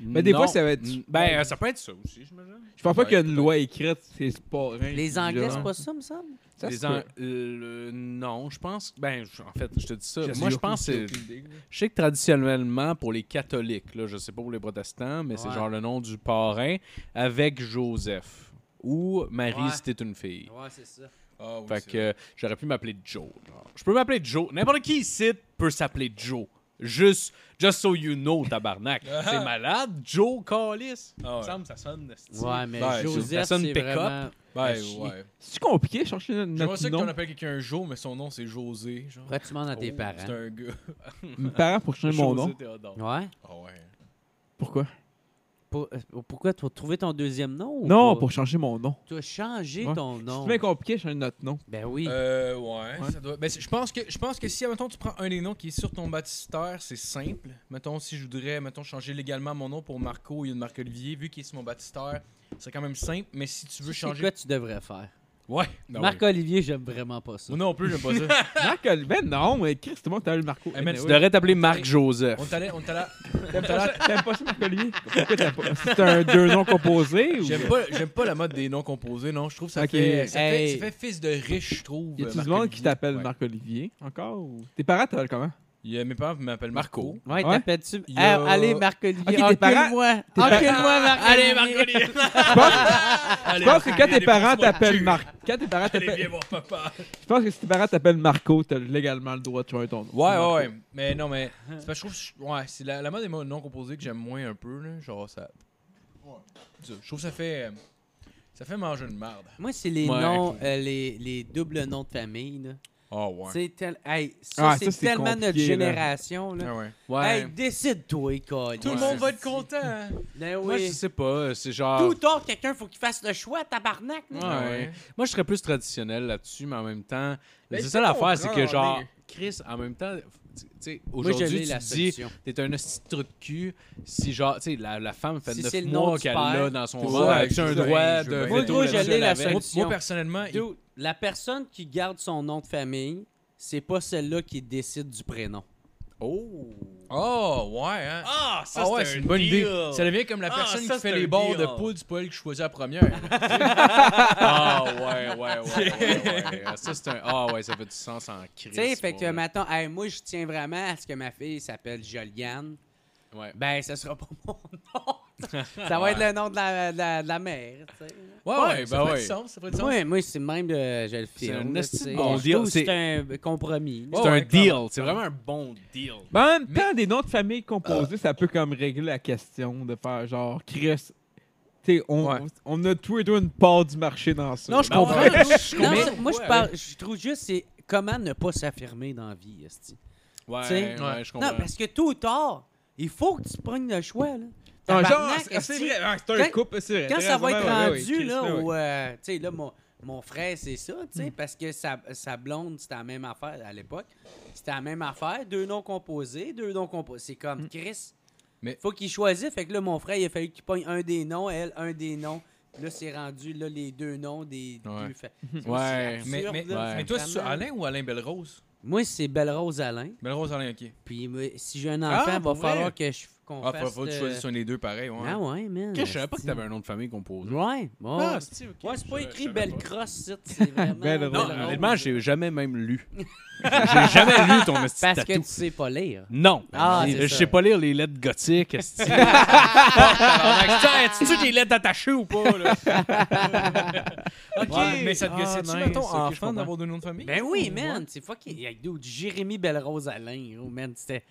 [SPEAKER 5] Mais des fois,
[SPEAKER 3] non.
[SPEAKER 5] ça va être-
[SPEAKER 3] Ben euh, ça peut être ça aussi, j'imagine.
[SPEAKER 5] Je pense pas qu'il y a une loi écrite, c'est pas rien.
[SPEAKER 4] Les Anglais, c'est pas ça, me semble?
[SPEAKER 5] Ça
[SPEAKER 3] Les
[SPEAKER 5] se
[SPEAKER 3] en-
[SPEAKER 5] peut.
[SPEAKER 3] le- non, je pense. Ben je- en fait, je te dis ça.
[SPEAKER 5] sais
[SPEAKER 3] Moi je
[SPEAKER 5] aucune-
[SPEAKER 3] pense que c'est
[SPEAKER 5] aucune idée, là.
[SPEAKER 3] Je sais que traditionnellement, pour les catholiques, là, je sais pas pour les protestants, mais c'est
[SPEAKER 4] Ouais.
[SPEAKER 3] genre le nom du parrain avec Joseph. Ou Marie
[SPEAKER 4] Ouais.
[SPEAKER 3] si t'es une fille.
[SPEAKER 4] Ouais, c'est ça.
[SPEAKER 2] Ah, oui,
[SPEAKER 3] fait
[SPEAKER 2] c'est
[SPEAKER 3] que euh, j'aurais pu m'appeler Joe. genre. Je peux m'appeler Joe. N'importe qui ici peut s'appeler Joe. Juste, just so you know, tabarnak.
[SPEAKER 4] Ah.
[SPEAKER 3] c'est malade, Joe Callis.
[SPEAKER 2] Ah ouais.
[SPEAKER 3] Il me semble que ça sonne. esti.
[SPEAKER 4] Ouais, mais
[SPEAKER 2] Ben,
[SPEAKER 4] Joseph,
[SPEAKER 3] ça sonne
[SPEAKER 4] c'est
[SPEAKER 3] pick-up.
[SPEAKER 4] vraiment...
[SPEAKER 2] Ben,
[SPEAKER 3] chier.
[SPEAKER 2] ouais.
[SPEAKER 5] C'est compliqué de chercher notre
[SPEAKER 2] J'aimerais
[SPEAKER 5] notre
[SPEAKER 2] ça que t'en
[SPEAKER 5] nom.
[SPEAKER 2] appelles quelqu'un Joe, mais son nom c'est José. Genre.
[SPEAKER 4] Pourquoi tu demandes à tes
[SPEAKER 2] Oh,
[SPEAKER 4] parents?
[SPEAKER 2] C'est un gars.
[SPEAKER 5] Mes parents pour changer mon
[SPEAKER 3] José
[SPEAKER 5] nom.
[SPEAKER 3] Théodore.
[SPEAKER 4] Ouais.
[SPEAKER 2] Ah ouais.
[SPEAKER 5] Pourquoi
[SPEAKER 4] pour- euh, pourquoi tu as trouvé ton deuxième nom? ou
[SPEAKER 5] Non,
[SPEAKER 4] pas?
[SPEAKER 5] pour changer mon nom.
[SPEAKER 4] Tu as changé
[SPEAKER 5] Ouais.
[SPEAKER 4] ton nom.
[SPEAKER 5] C'est bien compliqué, changer notre nom.
[SPEAKER 4] Ben oui.
[SPEAKER 2] Euh, ouais,
[SPEAKER 5] Ouais.
[SPEAKER 2] ça doit- ben, c'est- je pense que je pense que si mettons tu prends un des noms qui est sur ton baptistère, c'est simple. Mettons si je voudrais mettons changer légalement mon nom pour Marco, il y a Marc Olivier vu qu'il est sur mon baptistère, c'est quand même simple, mais si tu veux
[SPEAKER 4] Tu sais
[SPEAKER 2] changer
[SPEAKER 4] quoi tu devrais faire?
[SPEAKER 2] Ouais. non, oui.
[SPEAKER 4] Marc-Olivier, j'aime vraiment pas ça.
[SPEAKER 2] Moi non plus, j'aime pas ça.
[SPEAKER 5] Marc Olivier, ben non, mais Chris, tout le monde t'appelle Marco.
[SPEAKER 2] Eh, man,
[SPEAKER 5] Anyway,
[SPEAKER 3] Tu devrais t'appeler Marc-Joseph.
[SPEAKER 2] On t'allait on t'allait
[SPEAKER 5] T'aimes pas ça- t'aimes pas ça, Marc Olivier? Pourquoi t'aimes pas C'est un deux noms composés ou.
[SPEAKER 2] J'aime pas, j'aime pas la mode des noms composés, non. Je trouve que ça,
[SPEAKER 5] Ok.
[SPEAKER 2] fait, ça, fait-
[SPEAKER 4] Hey.
[SPEAKER 2] ça fait fils de riche, je trouve.
[SPEAKER 5] Y a-tu
[SPEAKER 2] euh,
[SPEAKER 5] du monde
[SPEAKER 2] Marc-Olivier.
[SPEAKER 5] qui t'appelle
[SPEAKER 2] Ouais.
[SPEAKER 5] Marc Olivier encore ou... Tes parents t'appellent comment
[SPEAKER 2] Il y a- Mes parents m'appellent Marco.
[SPEAKER 5] Ouais.
[SPEAKER 4] Ouais, t'appelles-tu?
[SPEAKER 2] Il y a-
[SPEAKER 4] Ah, Allez, Marc-Olivier,
[SPEAKER 5] Ok, tes parents-
[SPEAKER 4] encule-moi!
[SPEAKER 5] parents-
[SPEAKER 4] Encule-moi, Marc-Olivier!
[SPEAKER 5] Je pense que quand tes parents t'appellent Marc, quand tes parents
[SPEAKER 2] Allez, viens
[SPEAKER 5] t'appellent,
[SPEAKER 2] voir papa.
[SPEAKER 5] je pense que si tes parents t'appellent Marco, t'as légalement le droit de choisir ton nom.
[SPEAKER 2] Ouais, ouais, ouais. Mais non, mais. c'est parce que je trouve. que je- Ouais, c'est la, la mode des mots non composés que j'aime moins un peu, là. Genre, ça. Ça, Je trouve que ça fait. euh, Ça fait manger une merde.
[SPEAKER 4] Moi, c'est les
[SPEAKER 3] Ouais.
[SPEAKER 4] noms, euh, les, les doubles noms de famille. Là.
[SPEAKER 2] Ah ouais.
[SPEAKER 4] C'est tel- hey, ça,
[SPEAKER 5] Ah,
[SPEAKER 4] c'est
[SPEAKER 5] ça, c'est
[SPEAKER 4] tellement notre
[SPEAKER 5] compliqué, là.
[SPEAKER 4] génération. Là.
[SPEAKER 2] Ah ouais.
[SPEAKER 4] Hey, décide-toi, Colin.
[SPEAKER 2] Tout le monde va être content. hein.
[SPEAKER 4] Ben
[SPEAKER 3] Moi, je
[SPEAKER 4] oui.
[SPEAKER 3] sais pas. euh, C'est genre.
[SPEAKER 4] Tout tort, quelqu'un, faut qu'il fasse le choix, tabarnak. là.
[SPEAKER 3] Ouais.
[SPEAKER 2] Ah,
[SPEAKER 3] Moi, je serais plus traditionnel là-dessus, mais en même temps,
[SPEAKER 5] Mais
[SPEAKER 3] c'est
[SPEAKER 5] je
[SPEAKER 3] ça
[SPEAKER 5] peux
[SPEAKER 3] l'affaire, c'est que
[SPEAKER 5] comprendre,
[SPEAKER 3] genre,
[SPEAKER 5] mais-
[SPEAKER 3] Chris, en même temps, tu tu sais,
[SPEAKER 4] Moi, je
[SPEAKER 3] aujourd'hui,
[SPEAKER 4] l'ai,
[SPEAKER 3] tu
[SPEAKER 4] la
[SPEAKER 3] te dis,
[SPEAKER 4] solution.
[SPEAKER 3] t'es un hostie de trou de cul, si genre, tu sais, la, la femme fait
[SPEAKER 4] Si
[SPEAKER 3] neuf
[SPEAKER 4] c'est le nom
[SPEAKER 3] mois
[SPEAKER 4] du
[SPEAKER 3] qu'elle
[SPEAKER 4] père.
[SPEAKER 3] l'a dans son
[SPEAKER 2] Ouais,
[SPEAKER 3] ventre, tu as un
[SPEAKER 2] je veux
[SPEAKER 3] droit
[SPEAKER 2] bien, je
[SPEAKER 3] de...
[SPEAKER 2] veux bien.
[SPEAKER 3] vêtir
[SPEAKER 4] Moi, je
[SPEAKER 3] monsieur
[SPEAKER 4] l'ai, la
[SPEAKER 3] avec.
[SPEAKER 4] solution.
[SPEAKER 2] Moi, moi, personnellement, il-
[SPEAKER 4] Dude, la personne qui garde son nom de famille, c'est pas celle-là qui décide du prénom.
[SPEAKER 3] Oh!
[SPEAKER 2] Oh, ouais, hein.
[SPEAKER 6] Ah, ça,
[SPEAKER 2] ah
[SPEAKER 6] c'est
[SPEAKER 2] ouais, c'est
[SPEAKER 6] un
[SPEAKER 2] une bonne
[SPEAKER 6] deal.
[SPEAKER 2] idée. Ça devient comme la
[SPEAKER 6] Ah,
[SPEAKER 2] personne
[SPEAKER 6] ça,
[SPEAKER 2] qui fait
[SPEAKER 6] c'est
[SPEAKER 2] les
[SPEAKER 6] un
[SPEAKER 2] bords de
[SPEAKER 6] deal.
[SPEAKER 2] poule du poil qui choisit la première.
[SPEAKER 3] Ah ouais, ouais, ouais, ouais, ouais. Ah, Ça, c'est un... Ah ouais, ça fait du sens en Chris.
[SPEAKER 4] Tu sais, fait
[SPEAKER 3] pour
[SPEAKER 4] que
[SPEAKER 3] vrai.
[SPEAKER 4] maintenant, hey, moi, je tiens vraiment à ce que ma fille s'appelle Joliane.
[SPEAKER 3] Ouais.
[SPEAKER 4] Ben, ça sera pas mon nom. ça va être le nom de la, de la, de la mère, tu sais.
[SPEAKER 2] Ouais,
[SPEAKER 3] Ouais,
[SPEAKER 2] ouais,
[SPEAKER 3] ben
[SPEAKER 2] ça fait
[SPEAKER 3] ouais.
[SPEAKER 2] du sens, ça fait du sens.
[SPEAKER 4] Ouais, moi, c'est même de. Je le filme.
[SPEAKER 3] un
[SPEAKER 4] là,
[SPEAKER 3] esti
[SPEAKER 4] tu
[SPEAKER 3] de
[SPEAKER 4] sais.
[SPEAKER 3] bon
[SPEAKER 4] Je
[SPEAKER 3] deal,
[SPEAKER 4] trouve que
[SPEAKER 3] c'est-
[SPEAKER 4] C'est un euh, compromis. là.
[SPEAKER 3] C'est un
[SPEAKER 2] ouais, clairement.
[SPEAKER 3] deal, c'est vraiment un bon deal.
[SPEAKER 5] Mais en même temps, des noms de famille composés, ça peut comme régler la question de faire genre Chris. Tu sais, on,
[SPEAKER 2] Ouais.
[SPEAKER 5] on a tous et deux une part du marché dans ça.
[SPEAKER 4] Non, je
[SPEAKER 5] Ben,
[SPEAKER 4] comprends.
[SPEAKER 5] ouais.
[SPEAKER 4] non, je- non,
[SPEAKER 3] comprends.
[SPEAKER 4] ça- moi, je, parle, je trouve juste, c'est comment ne pas s'affirmer dans la vie, esti.
[SPEAKER 3] Ouais,
[SPEAKER 4] Tu sais,
[SPEAKER 3] ouais, je
[SPEAKER 4] Non,
[SPEAKER 3] comprends.
[SPEAKER 4] parce que tôt ou tard, il faut que tu prennes le choix, là.
[SPEAKER 5] Non, genre,
[SPEAKER 4] Tabarnak,
[SPEAKER 5] c'est- c'est
[SPEAKER 4] esti.
[SPEAKER 5] vrai, ah, c'est un
[SPEAKER 4] Quand-
[SPEAKER 5] couple, c'est vrai.
[SPEAKER 4] Quand
[SPEAKER 5] t'as
[SPEAKER 4] ça va
[SPEAKER 5] raison,
[SPEAKER 4] être
[SPEAKER 5] ouais, ouais, ouais,
[SPEAKER 4] rendu,
[SPEAKER 5] Chris,
[SPEAKER 4] là,
[SPEAKER 5] ouais, Hmm. ouais.
[SPEAKER 4] où, euh, tu sais, là, mon, mon frère, c'est ça, tu sais, parce que sa, sa blonde, c'était la même affaire à l'époque. C'était la même affaire, deux noms composés, deux noms composés. C'est
[SPEAKER 5] Hmm.
[SPEAKER 4] comme Chris.
[SPEAKER 2] Mais-
[SPEAKER 4] Faut qu'il choisisse. Fait que là, mon frère, il a fallu qu'il pogne un des noms, elle, un des noms. Là, c'est rendu, là, les deux noms des
[SPEAKER 2] Ouais.
[SPEAKER 4] deux fa-
[SPEAKER 3] Ouais.
[SPEAKER 4] C'est
[SPEAKER 2] Mais,
[SPEAKER 4] absurde,
[SPEAKER 2] mais,
[SPEAKER 4] là,
[SPEAKER 2] mais toi, c'est
[SPEAKER 4] vraiment.
[SPEAKER 2] Alain ou Alain Belrose
[SPEAKER 4] Moi, c'est Belle Rose Alain.
[SPEAKER 2] Belrose, Alain, ok.
[SPEAKER 4] Puis moi, si j'ai un
[SPEAKER 2] Ah,
[SPEAKER 4] enfant, il va
[SPEAKER 2] pour vrai?
[SPEAKER 4] falloir que je qu'on
[SPEAKER 2] Ah,
[SPEAKER 4] fasse.
[SPEAKER 2] faut, faut que tu
[SPEAKER 4] euh,
[SPEAKER 2] choisisses un des deux pareil, ouais.
[SPEAKER 4] Ah ouais, man.
[SPEAKER 3] Chris, je savais pas que
[SPEAKER 4] esti.
[SPEAKER 3] t'avais un nom de famille composé.
[SPEAKER 4] Ouais, bon.
[SPEAKER 3] Ah, c'est ok.
[SPEAKER 4] ouais, c'est pas
[SPEAKER 3] Je- je
[SPEAKER 4] écrit
[SPEAKER 3] savais
[SPEAKER 4] Belle
[SPEAKER 3] pas. Ben,
[SPEAKER 4] Crosse, ça, c'est vraiment.
[SPEAKER 5] Belle
[SPEAKER 3] Non,
[SPEAKER 5] Rose.
[SPEAKER 3] honnêtement, j'ai jamais même lu. j'ai jamais lu ton esti de
[SPEAKER 4] Parce que
[SPEAKER 3] tatou.
[SPEAKER 4] tu sais pas lire.
[SPEAKER 3] Non.
[SPEAKER 4] Ah,
[SPEAKER 3] J'ai-
[SPEAKER 4] c'est
[SPEAKER 3] je
[SPEAKER 4] ça.
[SPEAKER 3] sais pas lire les lettres gothiques. esti. Ah,
[SPEAKER 6] tu des lettres attachées ou pas, là?
[SPEAKER 2] Ok,
[SPEAKER 3] Ouais.
[SPEAKER 2] mais ça te
[SPEAKER 3] Ah,
[SPEAKER 2] gossait-tu,
[SPEAKER 3] nice,
[SPEAKER 2] mettons,
[SPEAKER 3] ok, je
[SPEAKER 2] enfant
[SPEAKER 3] comprends.
[SPEAKER 2] d'avoir deux noms de famille?
[SPEAKER 4] Ben oui, man, c'est fucking. Il y a d'autres Jérémy Belrose Alain, gros, man. C'était.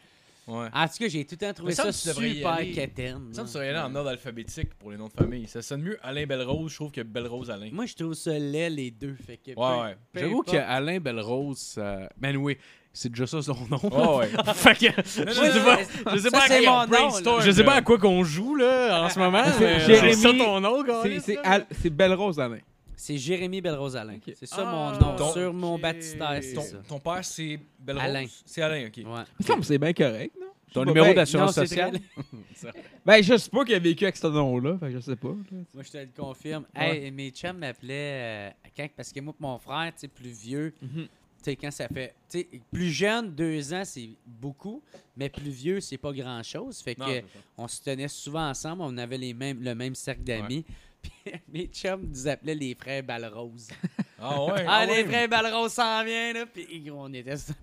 [SPEAKER 2] Ouais. Ah,
[SPEAKER 4] En tout cas, j'ai tout le temps trouvé
[SPEAKER 2] Mais ça
[SPEAKER 4] ça
[SPEAKER 2] me semble que tu devrais y
[SPEAKER 4] super
[SPEAKER 2] aller.
[SPEAKER 4] quétaine.
[SPEAKER 2] Ça me
[SPEAKER 4] là.
[SPEAKER 2] serait là en ordre alphabétique pour les noms de famille. Ça sonne mieux Alain Belrose, je trouve, que Belrose Alain.
[SPEAKER 4] Moi, je trouve ça laid, les deux. Fait que.
[SPEAKER 2] Ouais, ouais.
[SPEAKER 3] J'avoue qu'Alain Belrose, ça... man, oui, c'est déjà ça son nom.
[SPEAKER 2] Ouais, ouais.
[SPEAKER 3] fait que,
[SPEAKER 2] Non,
[SPEAKER 3] je
[SPEAKER 2] non,
[SPEAKER 3] sais
[SPEAKER 2] non,
[SPEAKER 3] pas,
[SPEAKER 2] mais-
[SPEAKER 3] je sais
[SPEAKER 4] ça,
[SPEAKER 3] pas à
[SPEAKER 4] c'est
[SPEAKER 3] quel-
[SPEAKER 4] mon nom,
[SPEAKER 3] brainstorm,
[SPEAKER 4] là.
[SPEAKER 3] je sais pas à quoi qu'on joue là en ce moment.
[SPEAKER 5] C'est
[SPEAKER 3] mais euh,
[SPEAKER 5] Jérémy-
[SPEAKER 3] c'est ça ton nom, gars.
[SPEAKER 5] C'est- C'est Al- c'est Belle Rose Alain.
[SPEAKER 4] C'est Jérémy Belrose Alain.
[SPEAKER 5] Ok.
[SPEAKER 4] C'est ça mon
[SPEAKER 3] Ah,
[SPEAKER 4] nom.
[SPEAKER 2] ton-
[SPEAKER 4] Sur mon
[SPEAKER 3] ok.
[SPEAKER 4] baptistère, c'est
[SPEAKER 2] Ton,
[SPEAKER 4] ça.
[SPEAKER 2] ton père, c'est Belrose?
[SPEAKER 4] Alain.
[SPEAKER 2] C'est Alain, ok.
[SPEAKER 4] Ouais.
[SPEAKER 5] Il me semble que c'est bien correct, non? Je sais
[SPEAKER 3] Ton
[SPEAKER 5] pas,
[SPEAKER 3] numéro
[SPEAKER 5] ben-
[SPEAKER 3] d'assurance
[SPEAKER 4] non, c'est
[SPEAKER 3] sociale.
[SPEAKER 5] Ben, je sais pas qu'il a vécu avec ce nom-là, fait que je sais pas. là.
[SPEAKER 4] Moi, je te le confirme.
[SPEAKER 5] Ouais.
[SPEAKER 4] Hey, mes chums m'appelaient. euh, quand- parce que moi, pis mon frère, tu sais, plus vieux,
[SPEAKER 5] Mhm.
[SPEAKER 4] tu sais, quand ça fait. Tu sais, plus jeune, deux ans, c'est beaucoup, mais plus vieux, c'est pas grand-chose. Fait
[SPEAKER 2] Non,
[SPEAKER 4] que
[SPEAKER 2] c'est ça.
[SPEAKER 4] on se tenait souvent ensemble, on avait les mêmes, le même cercle d'amis. Puis mes chums nous appelaient les frères Balrose.
[SPEAKER 2] Ah ouais.
[SPEAKER 4] ah, les
[SPEAKER 2] ouais.
[SPEAKER 4] frères Balrose s'en vient, là. Puis gros, on était. sur-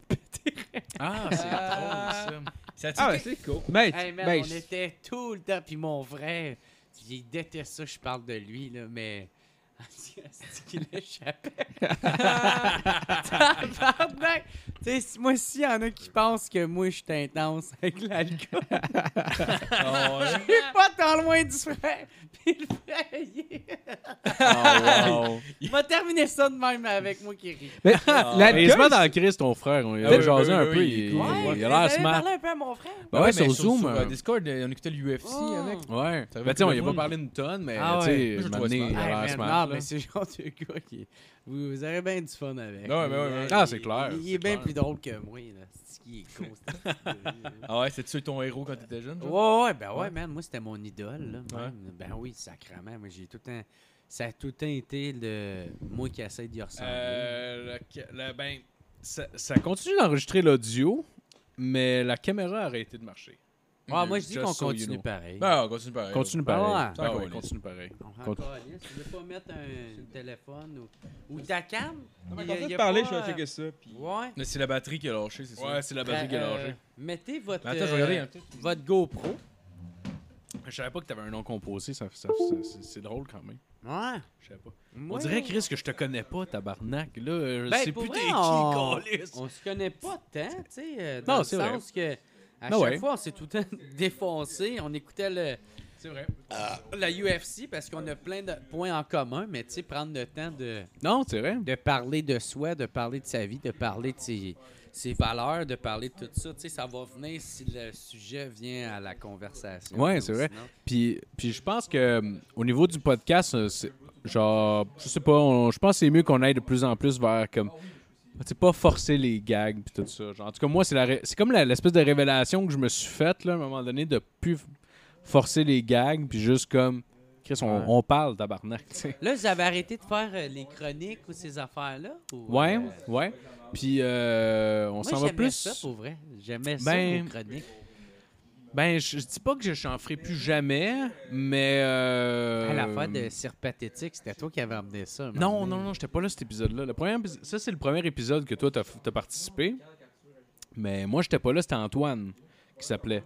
[SPEAKER 3] Ah, c'est drôle ça.
[SPEAKER 2] Ça te-
[SPEAKER 5] Ah, ben, c'est cool. Mate,
[SPEAKER 4] Hey, man,
[SPEAKER 5] ben,
[SPEAKER 4] on était tout le temps. Puis mon frère, il déteste ça, je parle de lui, là, mais. C'est qu'il échappait. Tabarnak! Tu sais, si- moi, s'il y en a qui pensent que moi, je suis intense avec l'alcool,
[SPEAKER 2] Ah ouais.
[SPEAKER 4] je suis pas tant loin du frère. Puis le frère, il est-
[SPEAKER 3] Ah,
[SPEAKER 4] il m'a terminé ça de même avec moi qui ris.
[SPEAKER 3] Mais
[SPEAKER 5] l'alcool,
[SPEAKER 3] il se met dans la crise, ton frère. On
[SPEAKER 2] Ah
[SPEAKER 3] l'a
[SPEAKER 2] oui,
[SPEAKER 3] jasé
[SPEAKER 2] oui,
[SPEAKER 3] un
[SPEAKER 2] oui,
[SPEAKER 3] peu.
[SPEAKER 2] oui,
[SPEAKER 3] Il
[SPEAKER 2] il est cool.
[SPEAKER 3] il a
[SPEAKER 4] mais
[SPEAKER 3] l'air
[SPEAKER 4] j'avais
[SPEAKER 3] smart.
[SPEAKER 4] parlé un peu à mon frère.
[SPEAKER 3] Ben ouais,
[SPEAKER 2] mais
[SPEAKER 3] sur Zoom.
[SPEAKER 2] Sur euh,
[SPEAKER 3] euh,
[SPEAKER 2] Discord, euh, on écoutait l'UFC
[SPEAKER 4] Oh.
[SPEAKER 2] avec.
[SPEAKER 3] Ouais.
[SPEAKER 2] Ça
[SPEAKER 3] Ben,
[SPEAKER 2] va
[SPEAKER 3] tu sais, on
[SPEAKER 2] plus
[SPEAKER 3] y a
[SPEAKER 2] loin.
[SPEAKER 3] pas parlé une tonne, mais
[SPEAKER 4] Ah
[SPEAKER 3] tu
[SPEAKER 4] ouais.
[SPEAKER 3] sais,
[SPEAKER 2] Moi, je trouvais
[SPEAKER 3] un moment
[SPEAKER 2] smart.
[SPEAKER 3] donné, il a
[SPEAKER 4] Hey,
[SPEAKER 3] l'air
[SPEAKER 4] man,
[SPEAKER 3] smart,
[SPEAKER 4] non,
[SPEAKER 3] là.
[SPEAKER 4] mais c'est le genre de gars qui. Vous, vous aurez bien du fun avec.
[SPEAKER 2] Ouais, ouais, ouais,
[SPEAKER 4] Il-
[SPEAKER 2] ouais.
[SPEAKER 3] Ah,
[SPEAKER 4] il-
[SPEAKER 3] c'est clair,
[SPEAKER 4] Il,
[SPEAKER 3] c'est
[SPEAKER 4] est bien
[SPEAKER 3] clair.
[SPEAKER 4] plus drôle que moi, là. C'est qui est con, ce type de-
[SPEAKER 2] Ah ouais, c'était ton héros quand t'étais jeune? genre?
[SPEAKER 4] Ouais, ouais, ben ouais,
[SPEAKER 2] Ouais.
[SPEAKER 4] man. Moi, c'était mon idole, là.
[SPEAKER 2] Ouais.
[SPEAKER 4] même. Ben oui, sacrément. Moi, j'ai tout le temps. Ça a tout le temps été le. Moi qui essaie d'y ressembler.
[SPEAKER 3] Euh, la- la- ben, ça, ça continue d'enregistrer l'audio, mais la caméra a arrêté de marcher.
[SPEAKER 4] Ouais, Ah, moi, je dis
[SPEAKER 3] just
[SPEAKER 4] qu'on
[SPEAKER 3] so you
[SPEAKER 4] continue
[SPEAKER 3] know.
[SPEAKER 4] pareil.
[SPEAKER 2] Ben, on continue pareil.
[SPEAKER 3] Continue
[SPEAKER 4] Ah
[SPEAKER 3] pareil.
[SPEAKER 4] ouais.
[SPEAKER 3] Ah ouais,
[SPEAKER 2] Encore,
[SPEAKER 3] continue pareil.
[SPEAKER 4] On rend
[SPEAKER 3] Continue.
[SPEAKER 4] pas lisse. Tu veux pas mettre un téléphone ou, ou ta cam?
[SPEAKER 5] Non, mais
[SPEAKER 4] Il
[SPEAKER 5] quand
[SPEAKER 4] y a-
[SPEAKER 5] tu
[SPEAKER 4] il y
[SPEAKER 5] vas
[SPEAKER 4] a
[SPEAKER 5] parler,
[SPEAKER 4] pas,
[SPEAKER 5] je vais
[SPEAKER 4] euh,
[SPEAKER 5] checker ça. Puis...
[SPEAKER 4] Ouais.
[SPEAKER 2] Mais c'est la batterie qui a lâché, c'est ça?
[SPEAKER 3] Ouais, c'est la batterie qui a
[SPEAKER 4] Euh,
[SPEAKER 3] lâché.
[SPEAKER 4] Mettez votre,
[SPEAKER 2] Mais attends, je vais
[SPEAKER 4] euh,
[SPEAKER 2] regarder, il y a
[SPEAKER 5] hein.
[SPEAKER 2] peut-être
[SPEAKER 4] votre GoPro.
[SPEAKER 3] Je savais pas que t'avais un nom composé, ça, ça- ça- c'est- c'est drôle quand même.
[SPEAKER 4] Ouais.
[SPEAKER 3] Je savais pas. On
[SPEAKER 4] Moi,
[SPEAKER 3] dirait, Chris, que je te connais pas, tabarnak. Là, euh, je
[SPEAKER 4] Ben,
[SPEAKER 3] sais
[SPEAKER 4] pour
[SPEAKER 3] plus
[SPEAKER 4] vrai,
[SPEAKER 3] t'es qui,
[SPEAKER 4] on-
[SPEAKER 3] câlisse.
[SPEAKER 4] On se connaît pas tant, tu sais, euh, dans
[SPEAKER 3] Non,
[SPEAKER 4] le
[SPEAKER 3] c'est vrai.
[SPEAKER 4] sens que à
[SPEAKER 3] Non,
[SPEAKER 4] chaque
[SPEAKER 3] ouais.
[SPEAKER 4] fois, on s'est tout le temps défoncé. On écoutait le,
[SPEAKER 3] C'est vrai.
[SPEAKER 4] la UFC parce qu'on a plein de points en commun, mais tu sais, prendre le temps de,
[SPEAKER 3] Non, c'est vrai.
[SPEAKER 4] de parler de soi, de parler de sa vie, de parler de ses, ses valeurs, de parler de tout ça, tu sais, ça va venir si le sujet vient à la conversation.
[SPEAKER 3] Ouais, c'est vrai.
[SPEAKER 4] Sinon-
[SPEAKER 3] Puis, puis je pense que euh, au niveau du podcast, euh, c'est- genre, je sais pas, on- je pense que c'est mieux qu'on aille de plus en plus vers comme. Tu sais, pas forcer les gags puis tout ça. Genre, en tout cas, moi, c'est la ré- c'est comme la- l'espèce de révélation que je me suis faite, là, à un moment donné, de plus f- forcer les gags puis juste comme. Chris, on, on parle, tabarnak, tu sais.
[SPEAKER 4] Là, vous avez arrêté de faire euh, les chroniques ou ces affaires-là? ou,
[SPEAKER 3] Ouais,
[SPEAKER 4] euh,
[SPEAKER 3] ouais. Puis euh, on
[SPEAKER 4] moi,
[SPEAKER 3] s'en va
[SPEAKER 4] j'aimais
[SPEAKER 3] plus.
[SPEAKER 4] ça, pour vrai. J'aimais
[SPEAKER 3] Ben,
[SPEAKER 4] ça, vos chroniques.
[SPEAKER 3] Ben, je, je dis pas que je n'en ferai plus jamais, mais. euh,
[SPEAKER 4] À la fois de Sir Pathétique, c'était toi qui avais emmené ça. un moment
[SPEAKER 3] Non,
[SPEAKER 4] donné.
[SPEAKER 3] non, non, j'étais pas là cet épisode-là. Le premier épis- ça, c'est le premier épisode que toi, t'as as participé. Mais moi, j'étais pas là, c'était Antoine qui s'appelait.